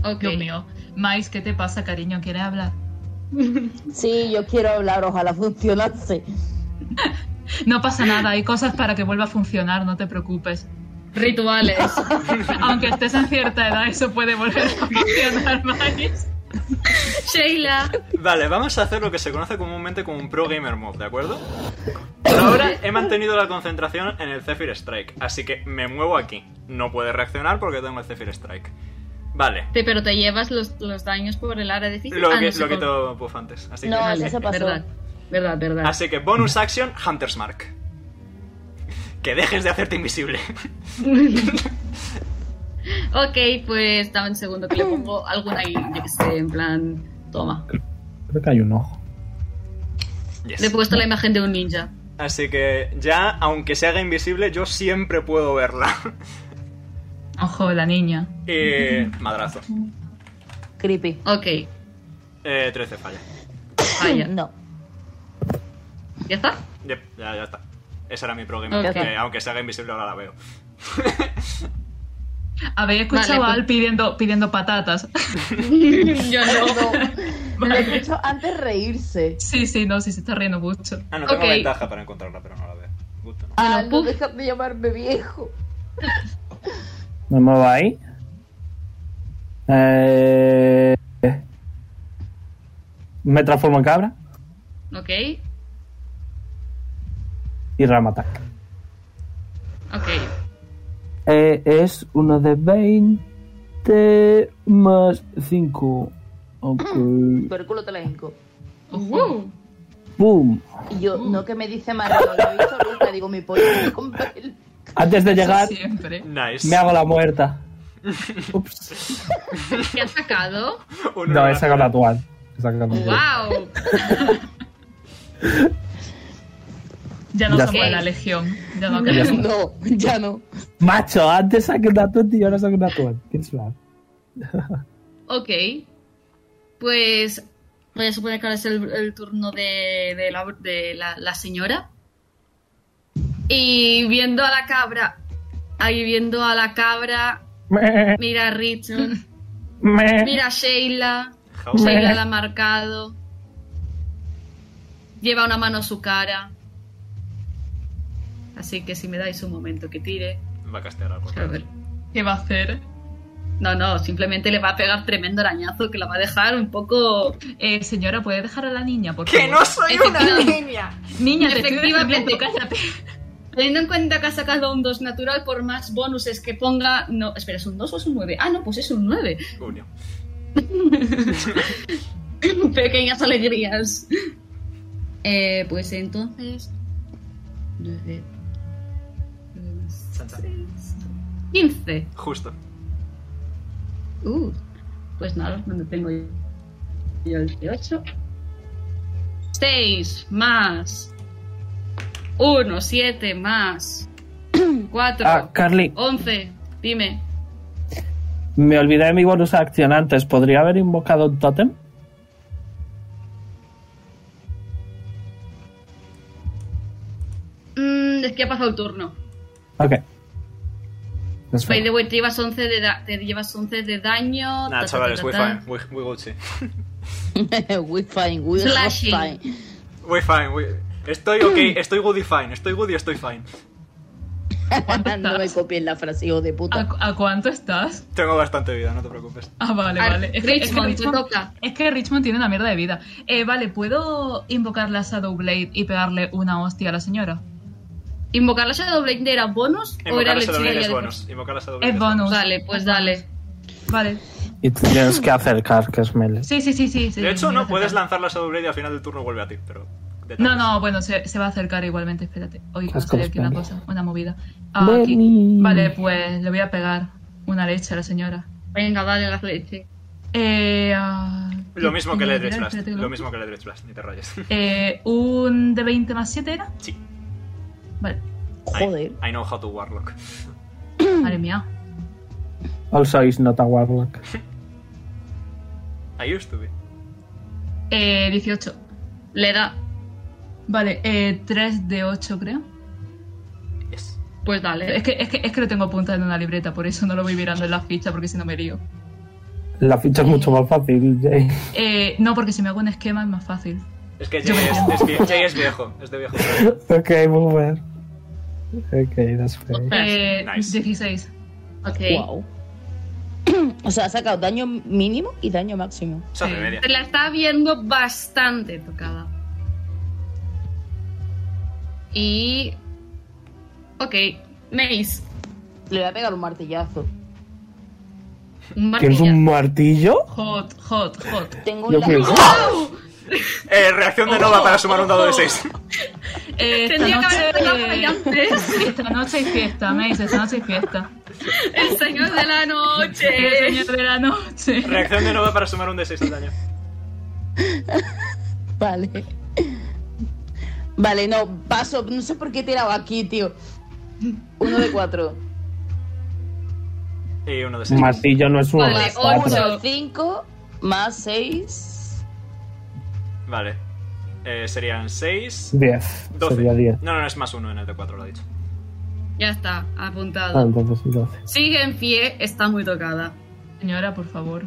[SPEAKER 4] Ok.
[SPEAKER 5] Dios mío. Mais, ¿qué te pasa, cariño? ¿Quieres hablar?
[SPEAKER 7] Sí, yo quiero hablar, ojalá funcionase.
[SPEAKER 5] No pasa nada, hay cosas para que vuelva a funcionar, no te preocupes.
[SPEAKER 2] (laughs)
[SPEAKER 4] Rituales.
[SPEAKER 5] Aunque estés en cierta edad, eso puede volver a (laughs) funcionar, Mais.
[SPEAKER 4] Sheila.
[SPEAKER 2] Vale, vamos a hacer lo que se conoce comúnmente como un pro gamer mod, ¿de acuerdo? Por ahora he mantenido la concentración en el Zephyr Strike, así que me muevo aquí. No puede reaccionar porque tengo el Zephyr Strike. Vale,
[SPEAKER 4] Te- pero te llevas los, los daños por el área difícil.
[SPEAKER 2] lo,
[SPEAKER 4] Ah,
[SPEAKER 2] que,
[SPEAKER 4] no sé
[SPEAKER 2] lo que
[SPEAKER 4] cómo.
[SPEAKER 2] todo puff antes. Así
[SPEAKER 7] No,
[SPEAKER 2] que
[SPEAKER 7] eso se pasó.
[SPEAKER 4] ¿verdad? Verdad, verdad.
[SPEAKER 2] Así que bonus action, Hunter's Mark. Que dejes de hacerte invisible.
[SPEAKER 4] ok, pues dame un segundo que le pongo alguna ahí, yo que sé, en plan, toma.
[SPEAKER 1] Creo que hay un ojo.
[SPEAKER 2] Yes.
[SPEAKER 4] Le he puesto la imagen de un ninja.
[SPEAKER 2] Así que ya, aunque se haga invisible, yo siempre puedo verla.
[SPEAKER 5] Ojo, la niña.
[SPEAKER 2] Y madrazo.
[SPEAKER 7] Creepy.
[SPEAKER 4] Ok,
[SPEAKER 2] Eh, 13 falla.
[SPEAKER 5] (clears throat)
[SPEAKER 4] vaya.
[SPEAKER 7] No.
[SPEAKER 4] ¿Ya está?
[SPEAKER 2] Yep, ya, ya está. Esa era mi progame.
[SPEAKER 4] Ok.
[SPEAKER 2] que aunque se haga invisible, ahora la veo.
[SPEAKER 5] Habéis escuchado
[SPEAKER 4] Vale, pues
[SPEAKER 5] a Al pidiendo, pidiendo patatas. (laughs)
[SPEAKER 4] yo no.
[SPEAKER 6] Me lo he hecho antes reírse.
[SPEAKER 5] sí, sí, no, sí, se está riendo mucho.
[SPEAKER 2] Ah, no tengo
[SPEAKER 4] Ok.
[SPEAKER 2] ventaja para encontrarla, pero no la veo. Gusto, ¿no?
[SPEAKER 6] Ah,
[SPEAKER 4] Bueno,
[SPEAKER 6] no
[SPEAKER 4] puf.
[SPEAKER 6] dejas de llamarme viejo.
[SPEAKER 1] Me muevo ahí. Eh, me transformo en cabra
[SPEAKER 4] Ok,
[SPEAKER 1] y ramatac.
[SPEAKER 4] ok.
[SPEAKER 1] Eh, es uno de 20 más 5. Ok.
[SPEAKER 6] Mm.
[SPEAKER 7] Pero el culo te la hinco. Mm.
[SPEAKER 4] Ujú.
[SPEAKER 1] Boom.
[SPEAKER 7] Y yo, no que me dice Mario, no lo he visto nunca. Digo, mi pollo me compra el-
[SPEAKER 1] Antes de
[SPEAKER 5] Eso
[SPEAKER 1] llegar,
[SPEAKER 5] Siempre.
[SPEAKER 2] Nice.
[SPEAKER 1] me hago la muerta. Ups.
[SPEAKER 4] ¿Te has sacado?
[SPEAKER 2] Un
[SPEAKER 1] No,
[SPEAKER 2] uno
[SPEAKER 1] he sacado la actual. He sacado la actual.
[SPEAKER 4] ¡Wow!
[SPEAKER 5] Ya no
[SPEAKER 1] Ya
[SPEAKER 5] somos
[SPEAKER 1] está.
[SPEAKER 5] la legión. Ya no
[SPEAKER 1] (laughs)
[SPEAKER 5] queremos.
[SPEAKER 6] No, ya no.
[SPEAKER 1] Macho, antes saqué una 20 y ahora saqué una 20. It's bad.
[SPEAKER 4] Ok. Pues voy a suponer que ahora es el, el turno de, de la, de la- la señora. Y viendo a la cabra, ahí viendo a la cabra,
[SPEAKER 1] Me,
[SPEAKER 4] mira a Richard,
[SPEAKER 1] me.
[SPEAKER 4] mira a Sheila,
[SPEAKER 2] House.
[SPEAKER 4] Sheila la ha marcado, lleva una mano a su cara. Así que si me dais un momento que tire.
[SPEAKER 2] Va a castear algo.
[SPEAKER 4] A ver.
[SPEAKER 5] ¿Qué va a hacer?
[SPEAKER 4] No, no, simplemente le va a pegar tremendo arañazo que la va a dejar un poco
[SPEAKER 5] Eh, señora, ¿puede dejar a la niña?
[SPEAKER 2] (laughs)
[SPEAKER 5] Por
[SPEAKER 2] ¡Que
[SPEAKER 5] favor?
[SPEAKER 2] no soy una
[SPEAKER 4] Efectivamente.
[SPEAKER 2] niña!
[SPEAKER 5] Niña, te estoy
[SPEAKER 4] Efectivamente.
[SPEAKER 5] defendiendo, cállate.
[SPEAKER 4] Teniendo en cuenta que ha sacado un 2 natural, por más bonuses que ponga. No, espera, ¿es un 2 o es un 9? Ah, no, pues es un 9.
[SPEAKER 2] Coño.
[SPEAKER 4] (laughs) Pequeñas alegrías. Eh, pues entonces. 9. 15.
[SPEAKER 2] Justo.
[SPEAKER 4] Uh, pues nada, donde tengo yo yo el de 8. 6 más 1, 7 más 4,
[SPEAKER 1] Ah, Carly,
[SPEAKER 4] 11. Dime.
[SPEAKER 1] me olvidé de mi bonus acción antes. ¿Podría haber invocado un tótem?
[SPEAKER 4] Mm, es que ha pasado el turno.
[SPEAKER 1] Ok. That's
[SPEAKER 4] By
[SPEAKER 1] fine.
[SPEAKER 4] the way, te llevas 11 de, da- te llevas 11 de daño.
[SPEAKER 2] Nah,
[SPEAKER 4] ta, ta,
[SPEAKER 2] chavales,
[SPEAKER 4] ta,
[SPEAKER 2] we
[SPEAKER 4] ta,
[SPEAKER 2] fine.
[SPEAKER 4] ta.
[SPEAKER 2] We, we Gucci.
[SPEAKER 7] (laughs) we fine, we are
[SPEAKER 4] Slashing.
[SPEAKER 7] fine.
[SPEAKER 2] We fine. We... Estoy ok, estoy goody fine. Estoy goody, estoy fine.
[SPEAKER 7] (laughs) no me copien la frase, hijo de puta.
[SPEAKER 5] ¿A, a cuánto estás?
[SPEAKER 2] Tengo bastante vida, no te preocupes.
[SPEAKER 5] Ah, vale,
[SPEAKER 4] Ar-
[SPEAKER 5] vale. Es que- es que
[SPEAKER 4] Richmond, te
[SPEAKER 5] Richmond-
[SPEAKER 4] toca.
[SPEAKER 5] Es que Richmond tiene una mierda de vida. Eh, vale, ¿puedo invocar la Shadow Blade y pegarle una hostia a la señora?
[SPEAKER 4] ¿Invocar la Shadow Blade era bonus o era
[SPEAKER 2] Invocar a
[SPEAKER 4] el
[SPEAKER 2] doble
[SPEAKER 4] hechizo
[SPEAKER 2] es
[SPEAKER 4] de-
[SPEAKER 2] bonus. Invocar a doble
[SPEAKER 5] Es bonus.
[SPEAKER 4] Vale, pues dale.
[SPEAKER 5] Vale.
[SPEAKER 1] Y te tienes que acercar, que es melee.
[SPEAKER 5] Sí, sí, sí, sí. sí,
[SPEAKER 2] De hecho,
[SPEAKER 5] me
[SPEAKER 2] no,
[SPEAKER 5] acerco.
[SPEAKER 2] puedes lanzar la Shadow Blade y al final del turno vuelve a ti, pero... detalles.
[SPEAKER 5] No, no, bueno, se, se va a acercar igualmente, espérate. Oye,
[SPEAKER 1] Casco
[SPEAKER 5] conseguí aquí una
[SPEAKER 1] Hispania.
[SPEAKER 5] cosa, una movida. Ah, aquí.
[SPEAKER 1] Benny.
[SPEAKER 5] Vale, pues le voy a pegar una leche a la señora.
[SPEAKER 4] Venga, dale la leche.
[SPEAKER 5] Eh, ah,
[SPEAKER 2] Lo mismo que el
[SPEAKER 5] tengo
[SPEAKER 2] Eldritch
[SPEAKER 5] tirar,
[SPEAKER 2] Blast.
[SPEAKER 5] espérate
[SPEAKER 2] Lo mismo que el Eldritch Blast, ni te rayes.
[SPEAKER 5] Eh, un de 20 más 7 era.
[SPEAKER 2] Sí.
[SPEAKER 5] Vale,
[SPEAKER 2] I-
[SPEAKER 7] Joder.
[SPEAKER 2] I, know how to warlock.
[SPEAKER 5] madre mía.
[SPEAKER 1] Also is not a warlock.
[SPEAKER 2] I used to be.
[SPEAKER 5] Eh, 18.
[SPEAKER 4] Le da.
[SPEAKER 5] Vale, eh, 3 de 8 creo.
[SPEAKER 2] Yes.
[SPEAKER 4] Pues dale.
[SPEAKER 5] Es que, es, que, es que lo tengo apuntado en una libreta, por eso no lo voy mirando en la ficha, porque si no me lío.
[SPEAKER 1] La ficha es mucho más fácil, Jay.
[SPEAKER 5] Eh, no, porque si me hago un esquema es más fácil.
[SPEAKER 2] Es que Jay es, es vie- Jay es viejo. Es de viejo.
[SPEAKER 1] ok, boomer. Ok, that's fine.
[SPEAKER 5] Eh,
[SPEAKER 2] Nice.
[SPEAKER 5] 16.
[SPEAKER 4] Ok.
[SPEAKER 7] Wow. (clears throat) O sea, ha sacado daño mínimo y daño máximo.
[SPEAKER 2] Esa remedia.
[SPEAKER 4] Se la está viendo bastante tocada. Y. Ok. Mace.
[SPEAKER 7] Le voy a pegar un martillazo.
[SPEAKER 4] Un
[SPEAKER 1] ¿Tienes
[SPEAKER 4] martillo.
[SPEAKER 1] un martillo?
[SPEAKER 5] Hot, hot, hot.
[SPEAKER 7] Tengo
[SPEAKER 1] Yo
[SPEAKER 7] (laughs) un
[SPEAKER 1] fui-
[SPEAKER 7] lazo.
[SPEAKER 2] Eh, reacción de Nova para sumar un dado de 6.
[SPEAKER 5] Eh, esta,
[SPEAKER 4] (laughs) Tendría que haber pegado
[SPEAKER 5] noche,
[SPEAKER 4] por allá antes.
[SPEAKER 5] (laughs) esta noche hay fiesta, Mace, esta noche
[SPEAKER 4] (laughs)
[SPEAKER 5] hay fiesta.
[SPEAKER 4] El señor de la
[SPEAKER 5] El
[SPEAKER 4] noche.
[SPEAKER 5] señor de la noche.
[SPEAKER 2] Reacción de Nova para sumar un de 6 al daño.
[SPEAKER 7] Vale. Vale, no, paso. No sé por qué he tirado aquí, tío. Uno de cuatro.
[SPEAKER 2] Y uno de 6.
[SPEAKER 1] Un martillo no es uno
[SPEAKER 4] Vale,
[SPEAKER 1] más
[SPEAKER 4] ocho.
[SPEAKER 1] cuatro.
[SPEAKER 7] Uno, cinco, más seis.
[SPEAKER 2] Vale. Eh, serían 6.
[SPEAKER 1] Diez.
[SPEAKER 2] 12.
[SPEAKER 1] Sería diez.
[SPEAKER 2] No, no, no, es más uno en el de 4, lo he dicho.
[SPEAKER 4] Ya está,
[SPEAKER 1] Ah,
[SPEAKER 4] apuntado.
[SPEAKER 1] entonces es doce.
[SPEAKER 4] Sigue en pie, está muy tocada.
[SPEAKER 5] Señora, por favor.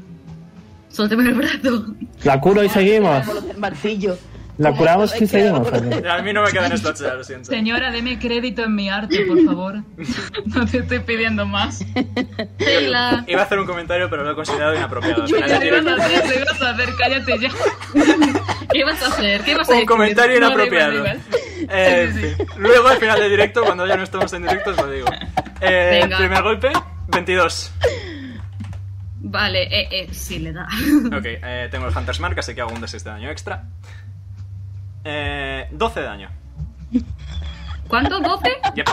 [SPEAKER 4] Suélteme el brazo.
[SPEAKER 1] La curo y seguimos.
[SPEAKER 7] Con el martillo.
[SPEAKER 1] La curamos y
[SPEAKER 7] Es que-
[SPEAKER 1] seguimos. ¿o qué?
[SPEAKER 2] A mí no me quedan slots, ya lo siento.
[SPEAKER 5] Señora, deme crédito en mi arte, por favor. No te estoy pidiendo más.
[SPEAKER 4] Sheila.
[SPEAKER 2] Iba a hacer un comentario, pero lo he considerado inapropiado. Al
[SPEAKER 5] ¿Qué
[SPEAKER 2] final
[SPEAKER 5] ibas
[SPEAKER 2] diré-
[SPEAKER 5] a hacer? ¿Qué ibas a hacer? Cállate ya.
[SPEAKER 4] ¿Qué vas a hacer? ¿Qué vas a
[SPEAKER 2] Un
[SPEAKER 4] decir?
[SPEAKER 2] comentario
[SPEAKER 5] No, da igual, da
[SPEAKER 2] inapropiado.
[SPEAKER 5] igual.
[SPEAKER 2] Eh, en fin. Luego al final del directo, cuando ya no estamos en directo, os lo digo. Eh,
[SPEAKER 4] Venga.
[SPEAKER 2] primer golpe, 22.
[SPEAKER 4] Vale, eh, eh, sí le da.
[SPEAKER 2] Ok, eh, tengo el Hunter's Mark, así que hago un D6 de daño extra. Eh, 12 de daño.
[SPEAKER 4] ¿Cuánto? ¿12?
[SPEAKER 5] (laughs)
[SPEAKER 2] Yep.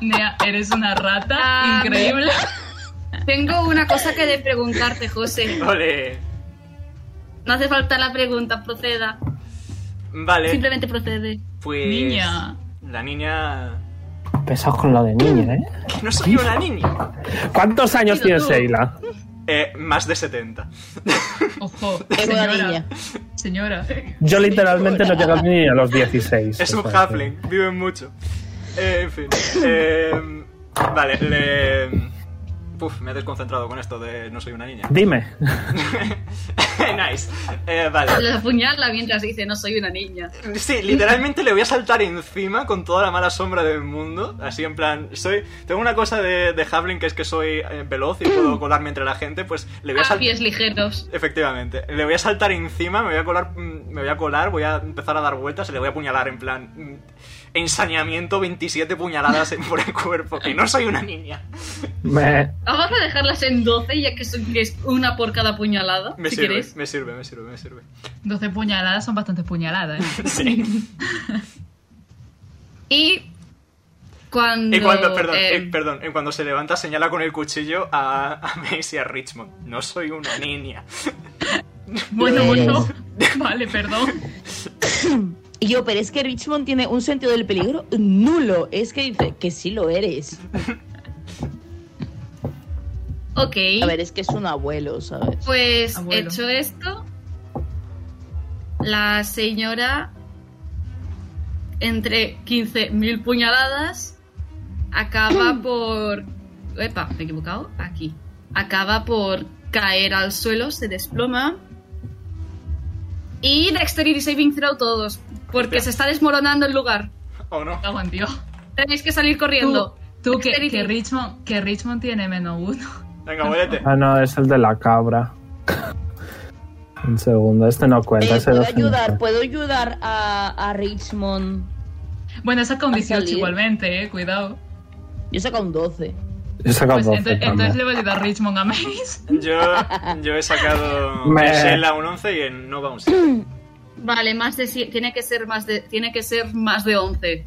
[SPEAKER 5] Nea, eres una rata
[SPEAKER 4] Ah,
[SPEAKER 5] increíble.
[SPEAKER 4] Tengo una cosa que de preguntarte, José.
[SPEAKER 2] Ole.
[SPEAKER 4] No hace falta la pregunta, proceda.
[SPEAKER 2] Vale,
[SPEAKER 4] Simplemente procede.
[SPEAKER 2] pues.
[SPEAKER 5] Niña.
[SPEAKER 2] La niña.
[SPEAKER 1] Pesados con lo de niña, ¿eh?
[SPEAKER 2] Que no soy una niña.
[SPEAKER 1] ¿Cuántos años tiene
[SPEAKER 4] tú.
[SPEAKER 1] Sheila?
[SPEAKER 2] Eh, más de 70.
[SPEAKER 5] Ojo,
[SPEAKER 7] Es una
[SPEAKER 5] señora.
[SPEAKER 7] niña.
[SPEAKER 5] Señora.
[SPEAKER 1] Yo literalmente no llego ni a los 16.
[SPEAKER 2] Es
[SPEAKER 1] o
[SPEAKER 2] un
[SPEAKER 1] sea que-
[SPEAKER 2] halfling, viven mucho. Eh, en fin. Eh, vale, le. Puf, me he desconcentrado con esto de no soy una niña. (laughs)
[SPEAKER 1] Dime.
[SPEAKER 2] nice. Eh, vale.
[SPEAKER 4] La apuñala mientras dice, no soy una niña.
[SPEAKER 2] Sí, literalmente le voy a saltar encima con toda la mala sombra del mundo. Así en plan, soy. Tengo una cosa de, de Halfling que es que soy eh, veloz y puedo colarme entre la gente. Pues le voy a
[SPEAKER 4] A
[SPEAKER 2] saltar.
[SPEAKER 4] pies ligeros.
[SPEAKER 2] Efectivamente, le voy a saltar encima, me voy a colar, mm, me voy a colar, voy a empezar a dar vueltas y le voy a apuñalar en plan mm, ensañamiento 27 puñaladas en- (laughs) por el cuerpo, que no soy una niña.
[SPEAKER 1] Me-
[SPEAKER 4] Vamos a dejarlas en 12, ya que son- que es una por cada puñalada,
[SPEAKER 2] Me
[SPEAKER 4] si
[SPEAKER 2] sirve,
[SPEAKER 4] queréis.
[SPEAKER 2] me sirve, me sirve, me sirve.
[SPEAKER 5] 12 puñaladas son bastantes puñaladas. ¿eh?
[SPEAKER 2] (laughs) Sí.
[SPEAKER 4] Y cuando...
[SPEAKER 2] Y cuando, perdón,
[SPEAKER 4] eh,
[SPEAKER 5] em.
[SPEAKER 2] eh, perdón, en cuando se levanta señala con el cuchillo a, a Mace y a Richmond. No soy una niña. (laughs)
[SPEAKER 5] Bueno, bueno. (laughs) Vale, perdón.
[SPEAKER 7] Y yo, pero es que Richmond tiene un sentido del peligro nulo. Es que dice que sí lo eres.
[SPEAKER 4] Ok,
[SPEAKER 7] A ver, es que es un abuelo, ¿sabes?
[SPEAKER 4] pues
[SPEAKER 5] Abuelo.
[SPEAKER 4] hecho esto, la señora, entre 15.000 puñaladas,
[SPEAKER 2] (clears throat)
[SPEAKER 4] acaba por... Epa, me he equivocado. Aquí. Acaba por caer al suelo, se desploma. Y Dexter y Saving Throw todos, porque
[SPEAKER 2] Hostia.
[SPEAKER 4] se está desmoronando el lugar.
[SPEAKER 2] ¿O Oh, no?
[SPEAKER 5] Cago en Dios.
[SPEAKER 4] Tenéis que Este salir
[SPEAKER 5] Tú,
[SPEAKER 4] corriendo.
[SPEAKER 5] tú que,
[SPEAKER 4] Dexterity.
[SPEAKER 5] que, Richmond, que Richmond tiene menos uno.
[SPEAKER 2] Venga, muérete.
[SPEAKER 1] Ah, no, es el de la cabra. Un segundo, este no cuenta.
[SPEAKER 7] Eh,
[SPEAKER 1] ese
[SPEAKER 7] puedo
[SPEAKER 1] doce no
[SPEAKER 7] ayudar,
[SPEAKER 1] cuenta.
[SPEAKER 7] puedo ayudar a, a Richmond.
[SPEAKER 5] Bueno, saca un
[SPEAKER 7] Ha
[SPEAKER 5] 18
[SPEAKER 7] salido.
[SPEAKER 5] igualmente, eh. Cuidado.
[SPEAKER 7] Yo he sacado un 12.
[SPEAKER 1] He sacado
[SPEAKER 5] Pues
[SPEAKER 1] doce
[SPEAKER 5] entonces,
[SPEAKER 1] también.
[SPEAKER 5] entonces le voy a ayudar a Richmond
[SPEAKER 4] (laughs)
[SPEAKER 5] a Mace.
[SPEAKER 2] Yo, yo he sacado
[SPEAKER 1] Me-
[SPEAKER 2] en Sheila un 11 y en Nova un 7.
[SPEAKER 4] Vale, más de sie- tiene que ser más de tiene que ser más de 11.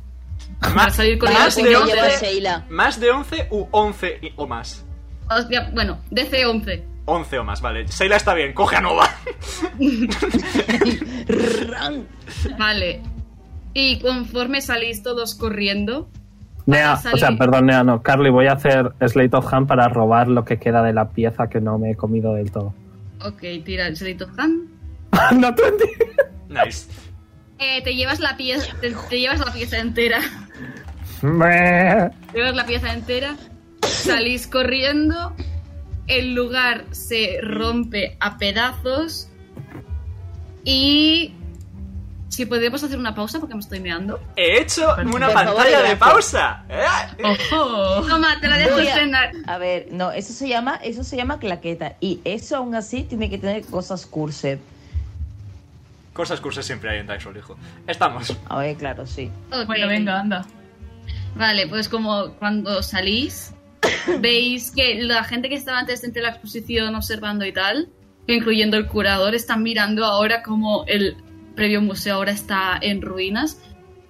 [SPEAKER 4] Para
[SPEAKER 2] Más,
[SPEAKER 4] salir corriendo
[SPEAKER 2] más
[SPEAKER 4] con
[SPEAKER 2] de
[SPEAKER 4] ella,
[SPEAKER 2] 11
[SPEAKER 4] lleva
[SPEAKER 7] Ah, Sheila.
[SPEAKER 2] Más de 11 u 11 y- o más.
[SPEAKER 4] Hostia, bueno, DC 11.
[SPEAKER 2] 11 o más, vale. Seila está bien, coge a Nova.
[SPEAKER 7] Ran.
[SPEAKER 4] Vale. Y conforme salís todos corriendo,
[SPEAKER 1] Nea,
[SPEAKER 4] Para
[SPEAKER 1] o sea,
[SPEAKER 4] salir.
[SPEAKER 1] perdón, Nea, no. Carly, voy a hacer Slate of Hand para robar lo que queda de la pieza que no me he comido del todo. (laughs)
[SPEAKER 4] ok, tira el sedito Han.
[SPEAKER 1] no, 20.
[SPEAKER 2] Nice.
[SPEAKER 4] Eh, te llevas la pieza te, te llevas la pieza entera.
[SPEAKER 1] Me-
[SPEAKER 4] Te llevas la pieza entera. Salís corriendo. El lugar se rompe a pedazos. Y si podemos hacer una pausa porque me estoy meando.
[SPEAKER 2] He hecho una
[SPEAKER 7] Por favor,
[SPEAKER 2] pantalla de
[SPEAKER 7] gracias.
[SPEAKER 2] pausa. ¿Eh?
[SPEAKER 5] Ojo.
[SPEAKER 4] Toma, te la dejo
[SPEAKER 7] Voy a-
[SPEAKER 4] estrenar.
[SPEAKER 7] A ver, no, eso se llama, eso se llama claqueta. Y eso aún así tiene que tener cosas cursed.
[SPEAKER 2] Cosas cursas siempre hay en Dark Souls, hijo. Estamos.
[SPEAKER 7] A ver, claro, sí.
[SPEAKER 4] Ok.
[SPEAKER 5] Bueno, venga, anda.
[SPEAKER 4] Vale, pues como cuando
[SPEAKER 7] (coughs)
[SPEAKER 4] salís, veis que la gente que estaba antes entre la exposición observando y tal, incluyendo el curador, están mirando ahora como el previo museo ahora está en ruinas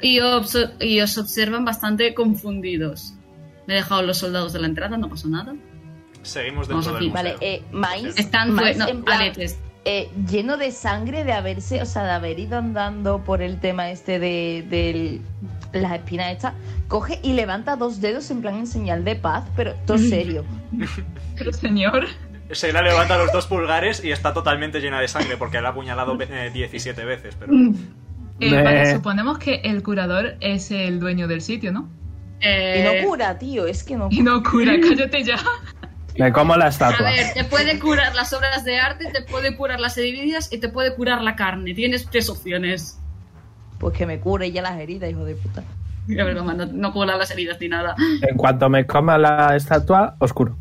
[SPEAKER 4] y os, y os observan bastante confundidos. Me he dejado los soldados de la entrada, no pasó nada.
[SPEAKER 2] Seguimos
[SPEAKER 4] Vamos
[SPEAKER 2] dentro del
[SPEAKER 4] aquí.
[SPEAKER 2] museo.
[SPEAKER 7] Vale, eh, Miles.
[SPEAKER 4] Están
[SPEAKER 7] Miles,
[SPEAKER 4] pues, no,
[SPEAKER 7] en plan,
[SPEAKER 4] aletes.
[SPEAKER 7] eh, lleno de sangre de haberse, o sea, de haber ido andando por el tema este de, del- las espinas estas, coge y levanta dos dedos en plan en señal de paz, pero todo serio.
[SPEAKER 5] Pero, señor.
[SPEAKER 2] Sheila levanta los dos pulgares y está totalmente llena de sangre porque la ha apuñalado eh, 17 veces. Pero
[SPEAKER 5] Eh,
[SPEAKER 1] Bleh.
[SPEAKER 5] vale, suponemos que el curador es el dueño del sitio, ¿no?
[SPEAKER 7] Y
[SPEAKER 4] Eh,
[SPEAKER 7] no cura, tío, es que no
[SPEAKER 5] (laughs) Y no (laughs) cura, cállate ya.
[SPEAKER 1] Me como la
[SPEAKER 4] a
[SPEAKER 1] estatua.
[SPEAKER 4] ver, te puede curar las obras de arte, te puede curar las heridas y te puede curar la carne. Tienes tres opciones. (laughs)
[SPEAKER 7] Pues que me cure ya las heridas, hijo de puta.
[SPEAKER 4] La verdad, no, no cura las heridas ni nada.
[SPEAKER 1] En cuanto me coma la estatua, oscuro.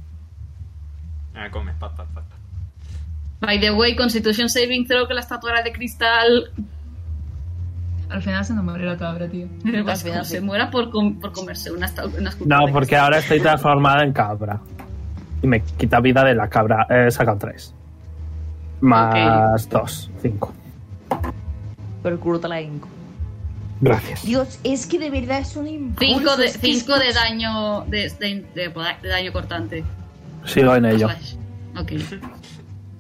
[SPEAKER 2] Ah, come, pat, pat, pat.
[SPEAKER 4] By the way, Constitution Saving Throw, que la estatua era de cristal.
[SPEAKER 5] Al final se nos muere la cabra, tío.
[SPEAKER 4] Pues, como se muera por, com- por comerse una, estatua- una escultura
[SPEAKER 1] No,
[SPEAKER 4] de
[SPEAKER 1] porque ahora estoy transformada en cabra. Y me quita vida de la cabra. Eh, He sacado tres. Más dos, cinco.
[SPEAKER 7] Pero cura te la inco.
[SPEAKER 1] Gracias.
[SPEAKER 7] Dios, es que de verdad es un impulso.
[SPEAKER 4] 5 de,
[SPEAKER 7] es que
[SPEAKER 4] cinco de
[SPEAKER 7] es-
[SPEAKER 4] daño de, de- de- de daño cortante.
[SPEAKER 1] Sigo en ello.
[SPEAKER 4] Slash. Ok.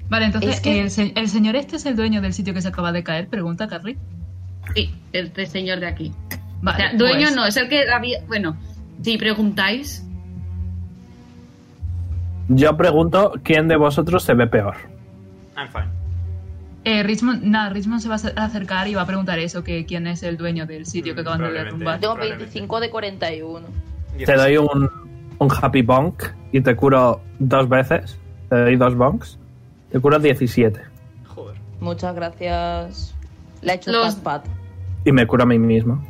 [SPEAKER 5] Vale, entonces,
[SPEAKER 7] Es que-
[SPEAKER 5] el, se- el señor este es el dueño del sitio que se acaba de caer, pregunta Carrie.
[SPEAKER 4] Sí, este señor de aquí. O
[SPEAKER 5] Vale,
[SPEAKER 4] sea, dueño
[SPEAKER 5] pues,
[SPEAKER 4] no, es el que había. Bueno, si preguntáis,
[SPEAKER 1] Yo pregunto quién de vosotros se ve peor.
[SPEAKER 2] I'm fine.
[SPEAKER 5] eh, Richmond, nada, Richmond se va a acercar y va a preguntar eso, que quién es el dueño del sitio que
[SPEAKER 2] Mm,
[SPEAKER 5] acaban de
[SPEAKER 2] probablemente.
[SPEAKER 5] derrumbar.
[SPEAKER 7] Tengo 25 de 41.
[SPEAKER 1] Te doy un, un happy bonk y te curo dos veces. Te doy dos bonks. Te curo 17.
[SPEAKER 2] Joder.
[SPEAKER 7] Muchas gracias. La he hecho
[SPEAKER 4] Los-
[SPEAKER 7] pat, pat.
[SPEAKER 1] Y me curo a mí mismo.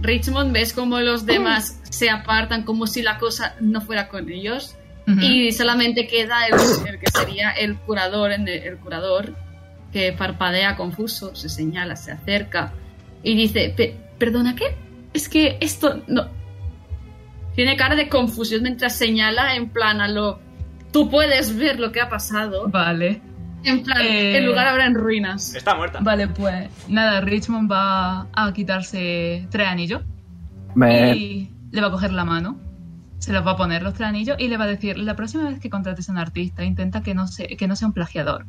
[SPEAKER 4] Richmond ves como
[SPEAKER 5] Mm.
[SPEAKER 4] los demás se apartan como si la cosa no fuera con ellos.
[SPEAKER 5] Ujú.
[SPEAKER 4] Y solamente queda el, el que sería el curador, en el, el curador que parpadea confuso, se señala, se acerca y dice, "Pe- perdona, ¿qué? Es que esto no... Tiene cara de confusión mientras señala en plan a lo... Tú puedes ver lo que ha pasado.
[SPEAKER 5] Vale.
[SPEAKER 4] En plan,
[SPEAKER 5] Eh.
[SPEAKER 4] el lugar ahora en ruinas.
[SPEAKER 2] Está muerta.
[SPEAKER 5] Vale, pues nada, Richmond va a quitarse tres anillos
[SPEAKER 4] Eh,
[SPEAKER 1] Me,
[SPEAKER 5] y le va a coger la mano. Se los va a poner los tres anillos y le va a decir, la próxima vez que contrates a un artista, intenta que no, se- que no sea un plagiador.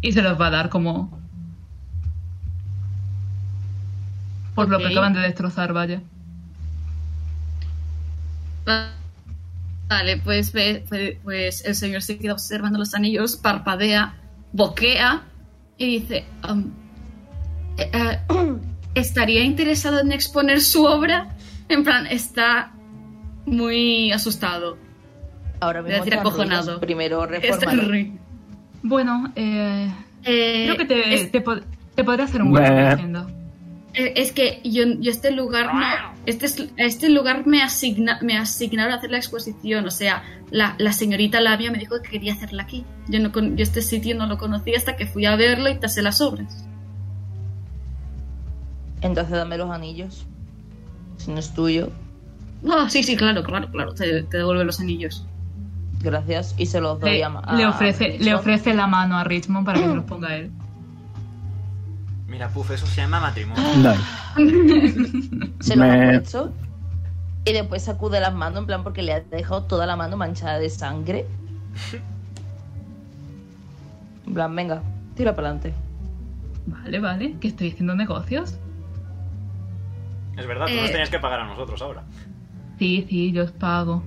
[SPEAKER 5] Y se los va a dar como... Por lo
[SPEAKER 4] Ok.
[SPEAKER 5] que acaban de destrozar, vaya.
[SPEAKER 4] Va- Vale, pues, ve- ve- pues el señor se queda observando los anillos, parpadea, boquea y dice, "Um, eh, eh, ¿estaría interesado en exponer su obra? En plan, está muy asustado.
[SPEAKER 7] Ahora
[SPEAKER 4] Voy a
[SPEAKER 7] mismo
[SPEAKER 4] decir
[SPEAKER 7] están
[SPEAKER 4] acojonado.
[SPEAKER 7] ruinas. Primero
[SPEAKER 3] (laughs)
[SPEAKER 4] Está
[SPEAKER 7] reformar.
[SPEAKER 4] horrible.
[SPEAKER 5] Bueno, eh,
[SPEAKER 4] Eh,
[SPEAKER 5] creo que te,
[SPEAKER 4] es,
[SPEAKER 5] te pod- te podré hacer un hueco,
[SPEAKER 1] Meh.
[SPEAKER 5] entiendo.
[SPEAKER 4] eh, es que yo, yo este lugar no- este, es- este lugar me, asigna, me asignaron a hacer la exposición, o sea, la, la señorita Labia me dijo que quería hacerla aquí. Yo, no, con- yo este sitio no lo conocí hasta que fui a verlo y tasé las obras.
[SPEAKER 7] Entonces dame los anillos. Si no es tuyo,
[SPEAKER 4] No, Ah, sí, sí, claro, claro, claro. Te, te devuelve los anillos.
[SPEAKER 7] gracias. Y se los doy
[SPEAKER 5] Le,
[SPEAKER 7] a, a-
[SPEAKER 4] Ah,
[SPEAKER 5] le ofrece, le
[SPEAKER 7] a-
[SPEAKER 5] ofrece la mano a Richmond para que
[SPEAKER 4] (clears throat)
[SPEAKER 5] se los ponga él.
[SPEAKER 2] Mira, Puff, eso se llama matrimonio.
[SPEAKER 4] (laughs)
[SPEAKER 1] no.
[SPEAKER 7] Se los
[SPEAKER 1] Me-
[SPEAKER 7] ha puesto. Y después sacude las manos, en plan, porque le ha dejado toda la mano manchada de sangre. En plan, venga, tira para adelante.
[SPEAKER 5] Vale, vale, que estoy haciendo negocios.
[SPEAKER 2] Es verdad, tú nos
[SPEAKER 4] Eh.
[SPEAKER 2] tenías que pagar a nosotros ahora.
[SPEAKER 5] Sí, sí, yo os pago.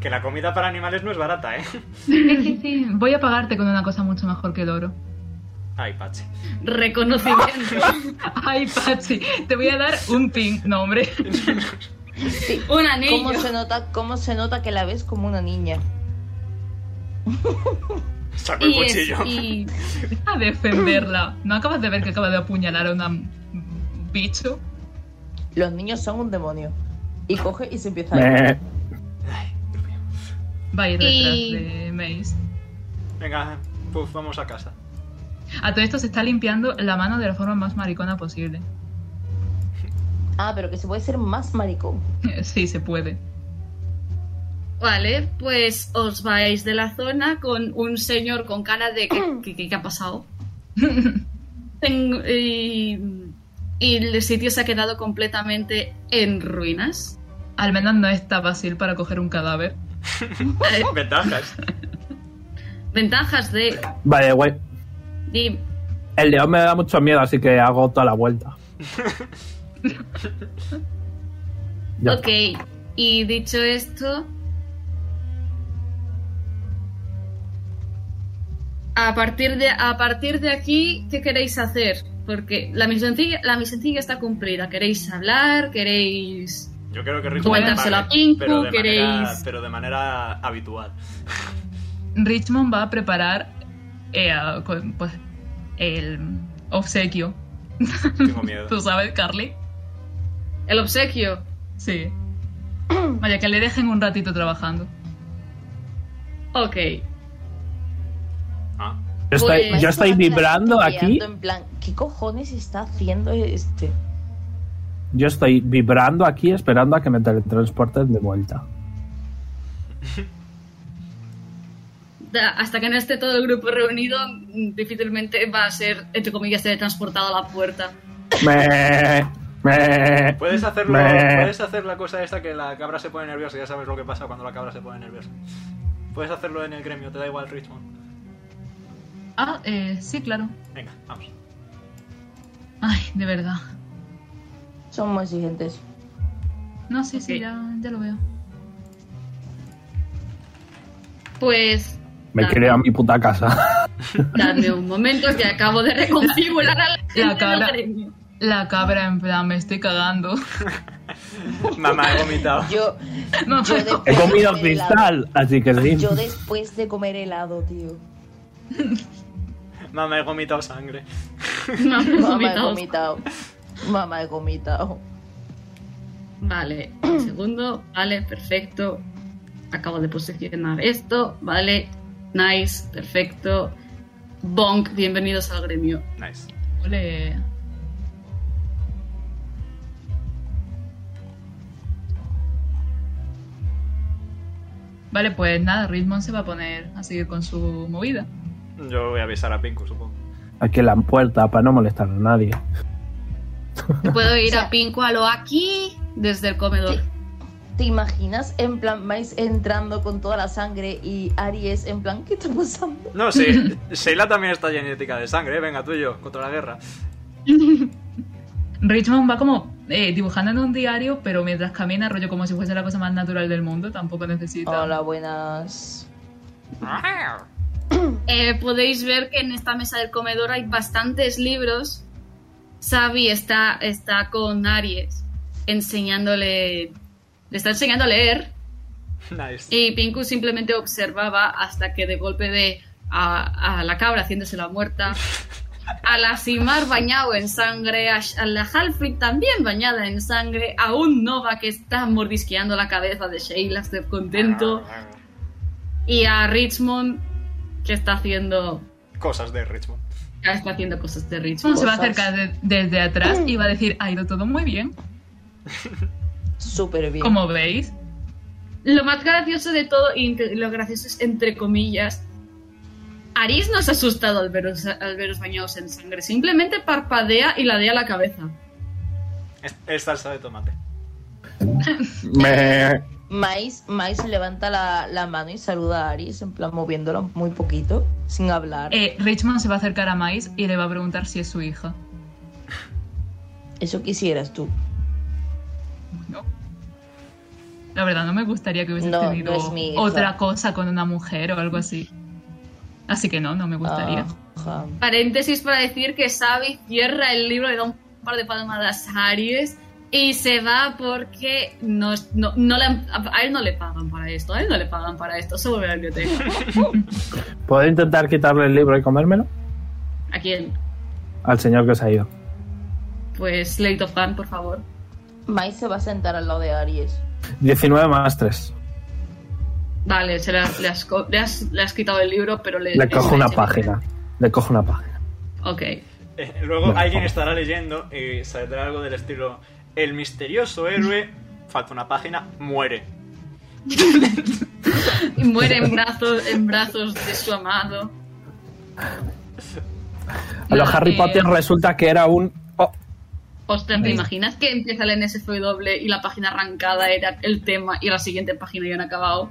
[SPEAKER 2] Que la comida para animales no es barata, ¿eh?
[SPEAKER 5] Es que sí, voy a pagarte con una cosa mucho mejor que el oro.
[SPEAKER 2] Ay, Pache.
[SPEAKER 4] Reconocimiento.
[SPEAKER 2] (laughs)
[SPEAKER 5] Ay, Patsy, te voy a dar un ping. No, hombre.
[SPEAKER 7] Sí.
[SPEAKER 4] Un anillo.
[SPEAKER 7] ¿Cómo se, nota, ¿Cómo se nota que la ves como una niña?
[SPEAKER 2] Saco el
[SPEAKER 4] Y, es-
[SPEAKER 2] cuchillo.
[SPEAKER 4] y-
[SPEAKER 5] A defenderla. ¿No acabas de ver que acaba de apuñalar a una- un bicho?
[SPEAKER 7] Los niños son un demonio. Y coge y se empieza a ir.
[SPEAKER 1] Me,
[SPEAKER 2] Ay, Dios mío.
[SPEAKER 5] Va a ir detrás
[SPEAKER 4] Y-
[SPEAKER 5] de Mace.
[SPEAKER 2] Venga, Puff, vamos a casa.
[SPEAKER 5] A todo esto se está limpiando la mano de la forma más maricona posible. (laughs)
[SPEAKER 7] Ah, pero que se puede ser más maricón.
[SPEAKER 5] Sí, se puede.
[SPEAKER 4] Vale, pues os vais de la zona con un señor con cara de. ¿Qué, qué- qué- qué ha pasado? (laughs) Tengo- y, y el sitio se ha quedado completamente en ruinas.
[SPEAKER 5] Al menos no es tan fácil para coger un cadáver.
[SPEAKER 4] Eh,
[SPEAKER 3] Ventajas.
[SPEAKER 4] ventajas de...
[SPEAKER 1] Vale, güey.
[SPEAKER 4] de-
[SPEAKER 1] El león me da mucho miedo, así que hago toda la
[SPEAKER 4] (laughs)
[SPEAKER 1] vuelta. Ya
[SPEAKER 4] ok, y dicho esto... A partir, de, a partir de aquí, ¿qué queréis hacer? Porque la misioncilla, la misioncilla está cumplida. ¿Queréis hablar? ¿Queréis...?
[SPEAKER 3] Yo creo que Rick
[SPEAKER 4] Bueno,
[SPEAKER 3] me pague,
[SPEAKER 4] se la pinco,
[SPEAKER 3] pero de, manera,
[SPEAKER 4] queréis.
[SPEAKER 3] pero de manera habitual.
[SPEAKER 5] Richmond va a preparar eh, a- con- pues, el obsequio.
[SPEAKER 3] Tengo miedo.
[SPEAKER 5] ¿Tú sabes, Carly?
[SPEAKER 4] El obsequio. (clears throat)
[SPEAKER 5] Sí. Vaya, que le dejen un ratito trabajando.
[SPEAKER 4] Ok.
[SPEAKER 3] Ah,
[SPEAKER 1] Yo estoy,
[SPEAKER 4] Pues,
[SPEAKER 1] yo estoy
[SPEAKER 6] Maestro,
[SPEAKER 1] vibrando
[SPEAKER 6] la gente
[SPEAKER 1] aquí.
[SPEAKER 6] mirando En plan, ¿qué cojones está haciendo este?
[SPEAKER 1] Yo estoy vibrando aquí esperando a que me teletransporten de vuelta.
[SPEAKER 4] Da- hasta que no esté todo el grupo reunido, mm, difícilmente va a ser, entre comillas, teletransportado a la puerta.
[SPEAKER 1] Me, me.
[SPEAKER 3] Puedes hacerlo,
[SPEAKER 1] me-
[SPEAKER 3] puedes hacer la cosa esta que la cabra se pone nerviosa, ya sabes lo que pasa cuando la cabra se pone nerviosa. Puedes hacerlo en el gremio, te da igual Richmond.
[SPEAKER 5] Ah, eh, sí, claro.
[SPEAKER 3] Venga, vamos.
[SPEAKER 5] Ay, de verdad.
[SPEAKER 6] Son muy exigentes.
[SPEAKER 5] No, sí, sí,
[SPEAKER 4] Ok.
[SPEAKER 5] ya, ya lo veo.
[SPEAKER 4] Pues,
[SPEAKER 1] Me quiero ir a mi puta casa.
[SPEAKER 4] dadme un momento que acabo de reconfigurar a la gente del
[SPEAKER 5] cabra.
[SPEAKER 4] gremio.
[SPEAKER 5] La cabra, en plan, me estoy cagando.
[SPEAKER 3] Mamá, he vomitado.
[SPEAKER 6] Yo,
[SPEAKER 5] No,
[SPEAKER 6] yo
[SPEAKER 5] no.
[SPEAKER 1] He
[SPEAKER 6] después de
[SPEAKER 1] comido
[SPEAKER 6] comer
[SPEAKER 1] cristal, así que sí.
[SPEAKER 6] helado- yo después de comer helado, tío.
[SPEAKER 3] Mamá, he vomitado sangre.
[SPEAKER 4] No,
[SPEAKER 6] (laughs) Mamá he
[SPEAKER 4] vomitaos.
[SPEAKER 6] vomitado. Mamá he vomitado.
[SPEAKER 4] Vale, un segundo. Vale, perfecto. Acabo de posicionar esto. Vale, nice, perfecto. Bonk, bienvenidos al gremio.
[SPEAKER 3] Nice.
[SPEAKER 5] Ole. Vale, pues nada, Richmond se va a poner a seguir con su movida.
[SPEAKER 3] Yo voy a avisar a Pinku, supongo.
[SPEAKER 1] Aquí en la puerta, para no molestar a nadie.
[SPEAKER 4] Puedo ir (laughs) a Pinco a lo aquí desde el comedor.
[SPEAKER 6] ¿Te imaginas en plan Mais entrando con toda la sangre y Aries en plan, ¿qué está pasando?
[SPEAKER 3] No, sí, Sheila también está genética de sangre, ¿eh? venga tú y yo, contra la guerra. (laughs)
[SPEAKER 5] Richmond va como eh, dibujando en un diario, pero mientras camina, rollo como si fuese la cosa más natural del mundo, tampoco necesita.
[SPEAKER 6] Hola, buenas.
[SPEAKER 4] Eh, podéis ver que en esta mesa del comedor hay bastantes libros. Xavi está, está con Aries enseñándole. Le está enseñando a leer.
[SPEAKER 3] Nice.
[SPEAKER 4] Y Pinku simplemente observaba hasta que de golpe de a, a la cabra haciéndose la muerta. A la Simar bañado en sangre, a, Sh- a la Halfrid también bañada en sangre, a un Nova que está mordisqueando la cabeza de Sheila, estoy contento,
[SPEAKER 3] Ah.
[SPEAKER 4] y a Richmond que está haciendo
[SPEAKER 3] Cosas de Richmond.
[SPEAKER 4] ya está haciendo cosas de Richmond.
[SPEAKER 5] Richmond se va a
[SPEAKER 6] Cosas.
[SPEAKER 5] acercar de- desde atrás y va a decir, ha ido todo muy bien.
[SPEAKER 6] (laughs) Súper bien.
[SPEAKER 5] Como veis,
[SPEAKER 4] Lo más gracioso de todo, y entre- lo gracioso es entre comillas, Aris no se ha asustado al veros, al veros bañados en sangre, simplemente parpadea y ladea la cabeza.
[SPEAKER 3] Es, es salsa de tomate.
[SPEAKER 1] Me.
[SPEAKER 6] Mais, Mais levanta la, la mano y saluda a Aries en plan moviéndola muy poquito, sin hablar.
[SPEAKER 5] eh, Richmond se va a acercar a Mais y le va a preguntar si es su hija.
[SPEAKER 6] Eso quisieras tú.
[SPEAKER 5] Bueno, la verdad no me gustaría que hubiese
[SPEAKER 6] No, no
[SPEAKER 5] tenido
[SPEAKER 6] es mi hija.
[SPEAKER 5] otra cosa con una mujer o algo así. Así que no, no me gustaría.
[SPEAKER 6] Ah. Ajá.
[SPEAKER 4] Paréntesis para decir que Xavi cierra el libro, le da un par de palmadas a Aries y se va porque no, no, no le han- a a él no le pagan para esto, a él no le pagan para esto, se vuelve a la (laughs) biblioteca.
[SPEAKER 1] ¿Puedo intentar quitarle el libro y comérmelo?
[SPEAKER 4] ¿A quién?
[SPEAKER 1] Al señor que se ha ido.
[SPEAKER 4] Pues Slate of Hand, por favor.
[SPEAKER 6] Mais se va a sentar al lado de Aries.
[SPEAKER 1] 19 más 3.
[SPEAKER 4] Vale, se le, has, le has co- le has- le has quitado el libro, pero le...
[SPEAKER 1] Le cojo una
[SPEAKER 4] le-
[SPEAKER 1] página. Le cojo una página.
[SPEAKER 4] Ok. (laughs)
[SPEAKER 3] Eh, (laughs) luego alguien estará leyendo y saldrá algo del estilo: El misterioso héroe, falta una página, muere.
[SPEAKER 4] Y muere en brazos, en brazos de su amado.
[SPEAKER 1] A los
[SPEAKER 4] Nada,
[SPEAKER 1] Harry
[SPEAKER 4] que-
[SPEAKER 1] Potter resulta que era un. oh,
[SPEAKER 4] Ostras, ¿te
[SPEAKER 1] Sí.
[SPEAKER 4] imaginas que empieza el NSFW y la página arrancada era el tema y la siguiente página ya han acabado?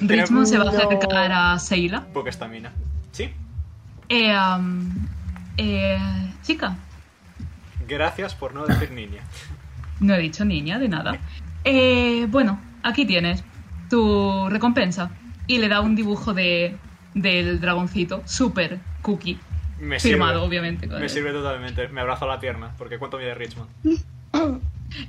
[SPEAKER 5] Richmond se va a
[SPEAKER 8] Pero-
[SPEAKER 5] acercar a Seila.
[SPEAKER 3] Poca estamina. Sí.
[SPEAKER 5] Eh, am, eh, chica,
[SPEAKER 3] Gracias por no decir niña.
[SPEAKER 5] no he dicho niña de nada. Eh, bueno, aquí tienes tu recompensa. Y le da un dibujo de, del dragoncito, super cookie.
[SPEAKER 3] Me
[SPEAKER 5] Firmado,
[SPEAKER 3] sirve.
[SPEAKER 5] obviamente, claro.
[SPEAKER 3] Me sirve totalmente. Me abrazo a la pierna, porque ¿cuánto mide Richmond?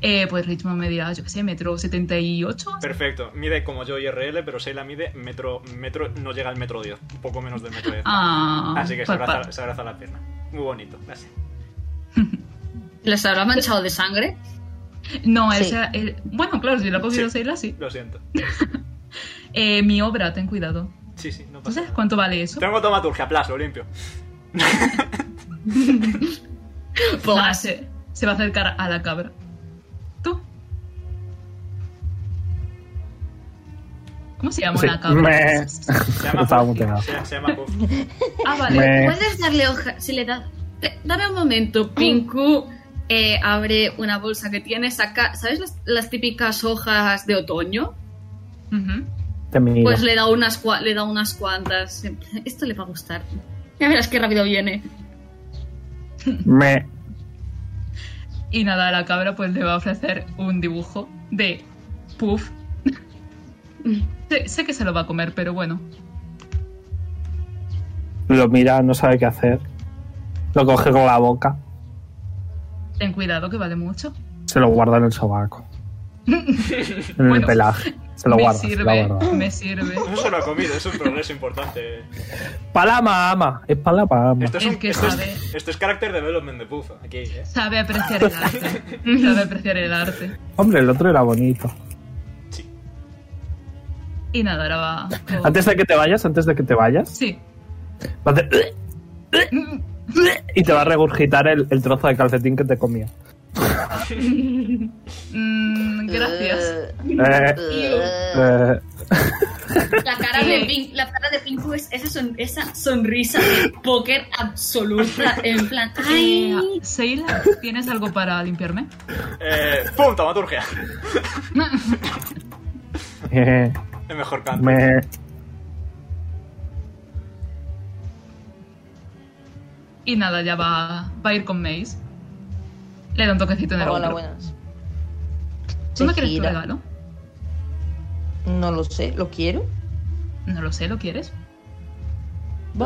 [SPEAKER 5] Eh, pues Richmond me dirá, yo qué sé, metro 78.
[SPEAKER 3] Perfecto. Mide como yo IRL, pero Seila mide metro, metro, no llega al metro 10, poco menos del metro 10.
[SPEAKER 5] Ah,
[SPEAKER 3] Así que se
[SPEAKER 5] pa- pa-
[SPEAKER 3] abraza, se abraza a la pierna. Muy bonito. Así.
[SPEAKER 4] ¿Les habrá manchado de sangre?
[SPEAKER 5] No, él
[SPEAKER 7] Sí.
[SPEAKER 5] se- él- bueno, claro, si lo ha cogido
[SPEAKER 3] Sí.
[SPEAKER 5] Seila, sí.
[SPEAKER 3] Lo siento.
[SPEAKER 5] Eh, mi obra, ten cuidado.
[SPEAKER 3] Sí, sí, no
[SPEAKER 5] ¿Tú
[SPEAKER 3] pasa
[SPEAKER 5] sabes
[SPEAKER 3] nada.
[SPEAKER 5] cuánto vale eso?
[SPEAKER 3] Tengo tomaturgia, plas, lo limpio.
[SPEAKER 5] Ah, se, se va a acercar a la cabra. ¿Tú? ¿Cómo se llama
[SPEAKER 1] sí.
[SPEAKER 5] una cabra?
[SPEAKER 1] Me-
[SPEAKER 3] Se
[SPEAKER 1] (laughs)
[SPEAKER 3] llama
[SPEAKER 1] Estaba
[SPEAKER 3] Puff.
[SPEAKER 1] muteado.
[SPEAKER 3] Se, se llama Puff.
[SPEAKER 5] Ah, vale.
[SPEAKER 1] Me-
[SPEAKER 4] ¿Puedes darle hoja? Si le das. eh, Dame un momento. Pinku eh, abre una bolsa que tiene, saca. ¿Sabes las, las típicas hojas de otoño?
[SPEAKER 5] Ujú.
[SPEAKER 1] Te miro.
[SPEAKER 4] Pues le da unas, cua- le da unas cuantas. Esto le va a gustar. Ya verás qué rápido viene.
[SPEAKER 1] Me-
[SPEAKER 5] Y nada, la cabra pues le va a ofrecer un dibujo de puff. sé, sé que se lo va a comer, pero bueno.
[SPEAKER 1] lo mira, no sabe qué hacer. Lo coge con la boca.
[SPEAKER 5] Ten cuidado que vale mucho.
[SPEAKER 1] Se lo guarda en el sobaco. en el
[SPEAKER 5] Bueno,
[SPEAKER 1] pelaje. Se lo
[SPEAKER 5] me
[SPEAKER 1] guarda. se lo
[SPEAKER 5] sirve,
[SPEAKER 1] guarda.
[SPEAKER 5] me sirve.
[SPEAKER 3] No se lo ha comido, es un progreso importante.
[SPEAKER 1] Palama ama. Es palama ama.
[SPEAKER 3] Esto es,
[SPEAKER 5] El
[SPEAKER 3] un,
[SPEAKER 5] que
[SPEAKER 3] esto
[SPEAKER 5] sabe.
[SPEAKER 3] es, esto es carácter development de Puff. Aquí, ¿eh?
[SPEAKER 5] Sabe apreciar el arte. Sabe apreciar el arte.
[SPEAKER 1] Hombre, el otro era bonito.
[SPEAKER 3] Sí.
[SPEAKER 5] Y nada, ahora va. con-
[SPEAKER 1] Antes de que te vayas, antes de que te vayas,
[SPEAKER 5] Sí.
[SPEAKER 1] va a hacer- y te va a regurgitar el, el trozo de calcetín que te comió.
[SPEAKER 5] Mm, gracias.
[SPEAKER 1] Eh, eh,
[SPEAKER 4] La cara de, Pin- la cara de Pinku es esa, son- esa sonrisa de póker absoluta. En plan,
[SPEAKER 5] Eh,
[SPEAKER 4] ¡ay!
[SPEAKER 5] Seila, ¿tienes algo para limpiarme?
[SPEAKER 3] Eh, ¡Pum! Taumaturgia.
[SPEAKER 1] eh,
[SPEAKER 3] El mejor canto.
[SPEAKER 1] me-
[SPEAKER 5] Y nada, ya va, va a ir con Maze. Le da un toquecito en el
[SPEAKER 6] Hola,
[SPEAKER 5] hombro.
[SPEAKER 6] buenas.
[SPEAKER 5] ¿Tú me
[SPEAKER 6] Se
[SPEAKER 5] quieres tu
[SPEAKER 6] gira.
[SPEAKER 5] regalo?
[SPEAKER 6] No lo sé, ¿lo quiero?
[SPEAKER 5] No lo sé, ¿lo quieres?
[SPEAKER 3] La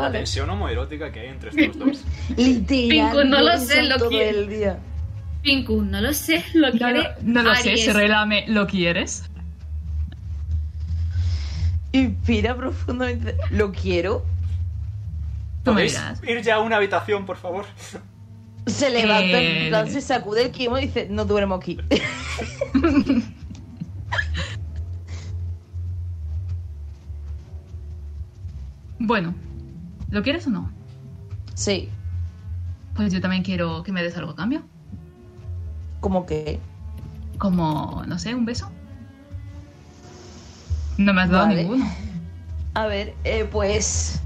[SPEAKER 4] (laughs)
[SPEAKER 6] Vale.
[SPEAKER 3] tensión homoerótica que hay entre estos dos.
[SPEAKER 6] Literal.
[SPEAKER 4] Cinco, no lo
[SPEAKER 6] pienso
[SPEAKER 4] sé, lo
[SPEAKER 6] todo
[SPEAKER 4] quiero.
[SPEAKER 6] el día.
[SPEAKER 4] Pinku, no lo sé, lo
[SPEAKER 5] No,
[SPEAKER 4] quiere.
[SPEAKER 5] no
[SPEAKER 6] Ah,
[SPEAKER 5] lo sé,
[SPEAKER 4] Aries.
[SPEAKER 5] se relame, ¿lo quieres?
[SPEAKER 6] Inspira profundamente. ¿Lo quiero?
[SPEAKER 5] Tú me
[SPEAKER 3] ¿Podéis
[SPEAKER 5] dirás.
[SPEAKER 3] ir ya a una habitación, por favor?
[SPEAKER 6] Se levanta,
[SPEAKER 5] Eh.
[SPEAKER 6] en plan, se sacude el kimono y dice, no duermo aquí. (laughs)
[SPEAKER 5] Bueno, ¿lo quieres o no?
[SPEAKER 6] sí,
[SPEAKER 5] Pues yo también quiero que me des algo a cambio.
[SPEAKER 6] como que...
[SPEAKER 5] Como, no sé, un beso. No me has dado
[SPEAKER 6] Vale.
[SPEAKER 5] ninguno.
[SPEAKER 6] A ver, eh, pues...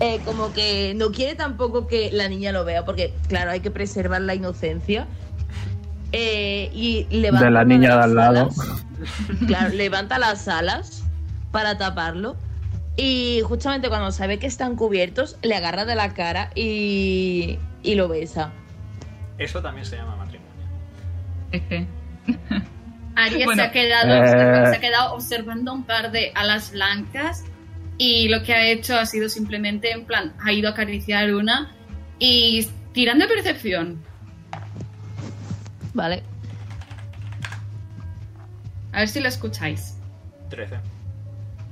[SPEAKER 6] eh, como que no quiere tampoco que la niña lo vea, porque claro, hay que preservar la inocencia. Eh, y levanta
[SPEAKER 1] De la
[SPEAKER 6] una
[SPEAKER 1] niña de
[SPEAKER 6] las
[SPEAKER 1] al lado. (laughs)
[SPEAKER 6] alas. Claro, levanta las alas para taparlo. Y justamente cuando sabe que están cubiertos, le agarra de la cara y, y lo besa.
[SPEAKER 3] Eso también se llama matrimonio.
[SPEAKER 5] Es que...
[SPEAKER 4] Aries
[SPEAKER 5] Bueno.
[SPEAKER 4] se, ha quedado,
[SPEAKER 1] Eh.
[SPEAKER 4] se ha quedado observando un par de alas blancas y lo que ha hecho ha sido simplemente, en plan, ha ido a acariciar una y tirando de percepción.
[SPEAKER 6] Vale.
[SPEAKER 4] A ver si la escucháis,
[SPEAKER 3] 13.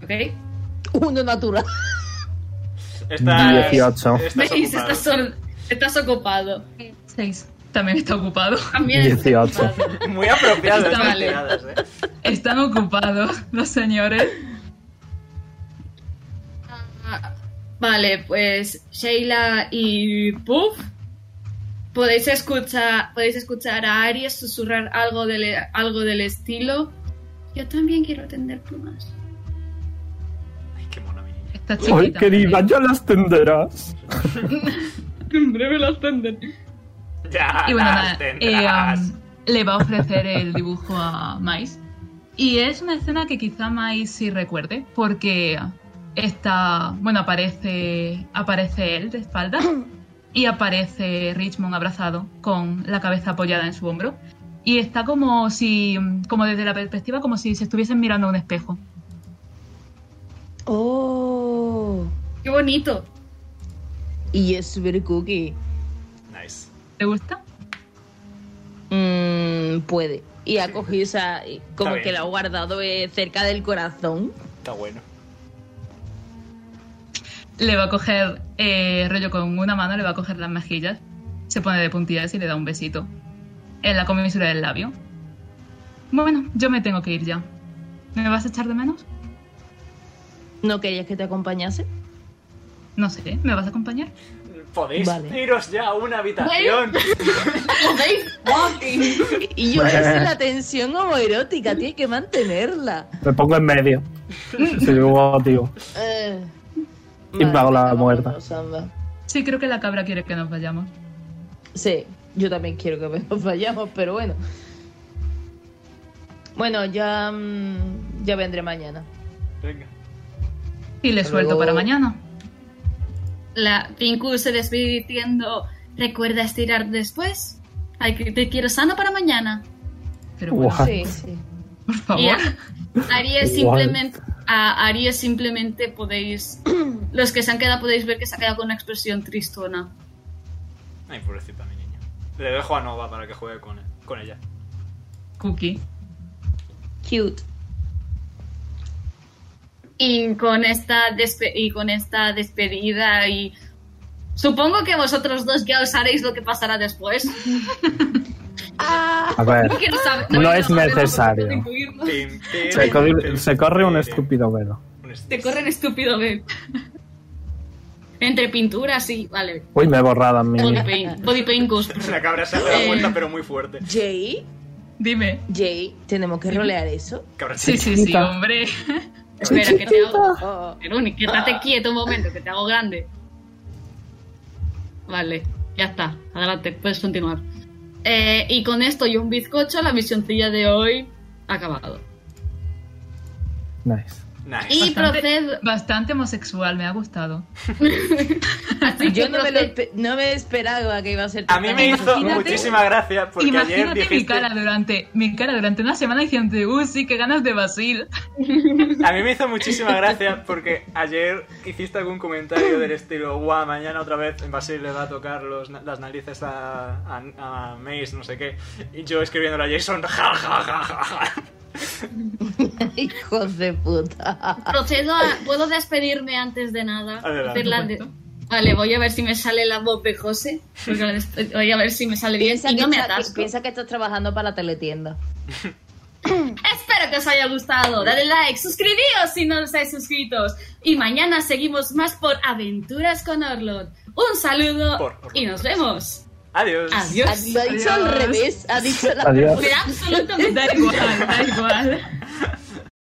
[SPEAKER 4] ¿ok?
[SPEAKER 6] Uno natural.
[SPEAKER 3] Estás,
[SPEAKER 1] 18.
[SPEAKER 3] Estás
[SPEAKER 4] Veis,
[SPEAKER 3] ocupado.
[SPEAKER 4] estás, sol- estás ocupado.
[SPEAKER 5] Seis. También está ocupado. (laughs)
[SPEAKER 4] También estás
[SPEAKER 1] 18.
[SPEAKER 4] ocupado.
[SPEAKER 3] Muy apropiadas
[SPEAKER 4] Está
[SPEAKER 3] estas
[SPEAKER 4] mal, eh.
[SPEAKER 3] tiradas, ¿eh?
[SPEAKER 5] Están ocupados los señores.
[SPEAKER 4] Ah, Vale, pues Sheila y Puff, podéis escuchar, podéis escuchar a Aries susurrar algo del, algo del estilo. Yo también quiero atender plumas.
[SPEAKER 3] Ay, qué mona mi niña.
[SPEAKER 5] Está chiquita.
[SPEAKER 1] Ay, querida, ya las tenderás.
[SPEAKER 4] En breve las tendré.
[SPEAKER 2] Ya
[SPEAKER 5] Y bueno,
[SPEAKER 2] las
[SPEAKER 5] nada,
[SPEAKER 2] tendrás.
[SPEAKER 5] eh, um, le va a ofrecer el dibujo a Mais. Y es una escena que quizá Mais sí recuerde, porque está. Bueno, aparece, aparece él de espalda y aparece Richmond abrazado con la cabeza apoyada en su hombro. Y está como si. como desde la perspectiva, como si se estuviesen mirando a un espejo.
[SPEAKER 3] Oh.
[SPEAKER 4] Qué bonito.
[SPEAKER 3] Y es super cookie.
[SPEAKER 5] um,
[SPEAKER 2] Nice.
[SPEAKER 5] ¿Te gusta?
[SPEAKER 3] Mm, puede. Y ha cogido, o sea, y como
[SPEAKER 2] bien.
[SPEAKER 3] que la ha guardado eh, cerca del corazón.
[SPEAKER 2] Está bueno.
[SPEAKER 5] Le va a coger, eh, rollo con una mano, le va a coger las mejillas, se pone de puntillas y le da un besito en la comisura del labio. Bueno, yo me tengo que ir ya. ¿Me vas a echar de menos?
[SPEAKER 3] ¿No querías que te acompañase?
[SPEAKER 5] No sé, ¿me vas a acompañar?
[SPEAKER 2] Podéis
[SPEAKER 3] Vale.
[SPEAKER 2] iros ya a una habitación.
[SPEAKER 4] ¿Podéis?
[SPEAKER 3] (laughs) Y yo que sé, la tensión homoerótica, tiene que mantenerla.
[SPEAKER 1] Me pongo en medio. Sí, luego, tío.
[SPEAKER 3] Eh,
[SPEAKER 1] Y pago la
[SPEAKER 3] venga,
[SPEAKER 1] muerta.
[SPEAKER 3] vámonos, anda.
[SPEAKER 5] Sí, creo que la cabra quiere que nos vayamos.
[SPEAKER 3] Sí, yo también quiero que nos (laughs) vayamos, pero bueno. Bueno, ya, mm, ya vendré mañana.
[SPEAKER 2] Venga.
[SPEAKER 5] Y le
[SPEAKER 3] Hasta
[SPEAKER 5] suelto
[SPEAKER 3] luego.
[SPEAKER 5] para mañana.
[SPEAKER 4] La Pinku se despide diciendo, recuerda estirar después. Ay, que te quiero sano para mañana.
[SPEAKER 5] Pero bueno,
[SPEAKER 1] Guau.
[SPEAKER 3] Sí, sí.
[SPEAKER 5] por
[SPEAKER 3] Ah,
[SPEAKER 5] favor.
[SPEAKER 4] Y a- Aries
[SPEAKER 1] Wow.
[SPEAKER 4] simplemente, a Aries simplemente podéis, los que se han quedado podéis ver que se ha quedado con una expresión tristona.
[SPEAKER 2] Ay, pobrecita mi niña. Le dejo a Nova para que juegue con, con ella.
[SPEAKER 5] Cookie.
[SPEAKER 3] Cute.
[SPEAKER 4] Y con esta, despe- y con esta despedida y supongo que vosotros dos ya os haréis lo que pasará después.
[SPEAKER 3] (laughs)
[SPEAKER 1] A ver.
[SPEAKER 4] Porque no sabe-
[SPEAKER 1] No
[SPEAKER 4] ya
[SPEAKER 1] es
[SPEAKER 4] sabemos,
[SPEAKER 1] necesario.
[SPEAKER 4] no podemos intuirlo.
[SPEAKER 2] Tin, tin,
[SPEAKER 1] Se, corre-
[SPEAKER 2] tin,
[SPEAKER 1] se corre un
[SPEAKER 2] tin,
[SPEAKER 1] estúpido velo.
[SPEAKER 2] un est-
[SPEAKER 4] Te corren estúpido, ve. Entre pinturas y... Vale.
[SPEAKER 1] Uy, me he borrado a mí.
[SPEAKER 4] Body paint, body paint ghost.
[SPEAKER 2] La cabra se hace la vuelta, pero muy fuerte.
[SPEAKER 3] Jay,
[SPEAKER 5] Dime.
[SPEAKER 3] Jay, tenemos que rolear eso.
[SPEAKER 2] Cabra
[SPEAKER 5] Sí, sí, sí,
[SPEAKER 1] Chiquita.
[SPEAKER 5] hombre.
[SPEAKER 4] Espera, que te hago...
[SPEAKER 3] Oh,
[SPEAKER 4] Veroni, quédate quieto un momento, que te hago grande. Vale, ya está. Adelante, puedes continuar. Eh, y con esto y un bizcocho, la misioncilla de hoy ha acabado.
[SPEAKER 1] Nice.
[SPEAKER 2] Nice.
[SPEAKER 4] Y
[SPEAKER 5] Bastante-
[SPEAKER 4] procedo...
[SPEAKER 5] Bastante homosexual, me ha gustado.
[SPEAKER 4] así que
[SPEAKER 3] Yo no me, lo
[SPEAKER 4] procedo-
[SPEAKER 3] espe- no me esperaba que iba a ser
[SPEAKER 2] A
[SPEAKER 7] (laughs)
[SPEAKER 2] mí me hizo
[SPEAKER 5] Imagínate-
[SPEAKER 2] muchísima gracia porque ayer
[SPEAKER 5] Imagínate mi
[SPEAKER 2] dijiste.
[SPEAKER 5] cara durante mi cara durante una semana diciendo, uh, sí, qué ganas de Basil.
[SPEAKER 2] A mí me hizo muchísima gracia porque ayer hiciste algún comentario del estilo, guau, mañana otra vez en Basil le va a tocar los, na- las narices a, a, a Mace, no sé qué. Y yo escribiéndole a Jason, ja, ja, ja, ja, ja.
[SPEAKER 3] Hijos de puta.
[SPEAKER 4] procedo a... ¿Puedo despedirme antes de nada?
[SPEAKER 2] Adelante.
[SPEAKER 4] Hacer la de- Vale, voy a ver si me sale la voz de José. porque la despe- Voy a ver si me sale bien.
[SPEAKER 3] Piensa,
[SPEAKER 4] Y
[SPEAKER 3] que
[SPEAKER 4] no me
[SPEAKER 3] está-
[SPEAKER 4] atasco.
[SPEAKER 3] piensa que estás trabajando para la teletienda.
[SPEAKER 4] Espero que os haya gustado. Dale like, suscribíos si no os estáis suscritos. Y mañana seguimos más por Aventuras con Orlon. Un saludo
[SPEAKER 2] Por Orlon.
[SPEAKER 4] y nos vemos.
[SPEAKER 2] Adiós.
[SPEAKER 4] Adiós.
[SPEAKER 3] Ha dicho al
[SPEAKER 5] Adiós.
[SPEAKER 3] revés, ha dicho la
[SPEAKER 1] Adiós.
[SPEAKER 4] Me da absolutamente
[SPEAKER 5] Da igual, da igual.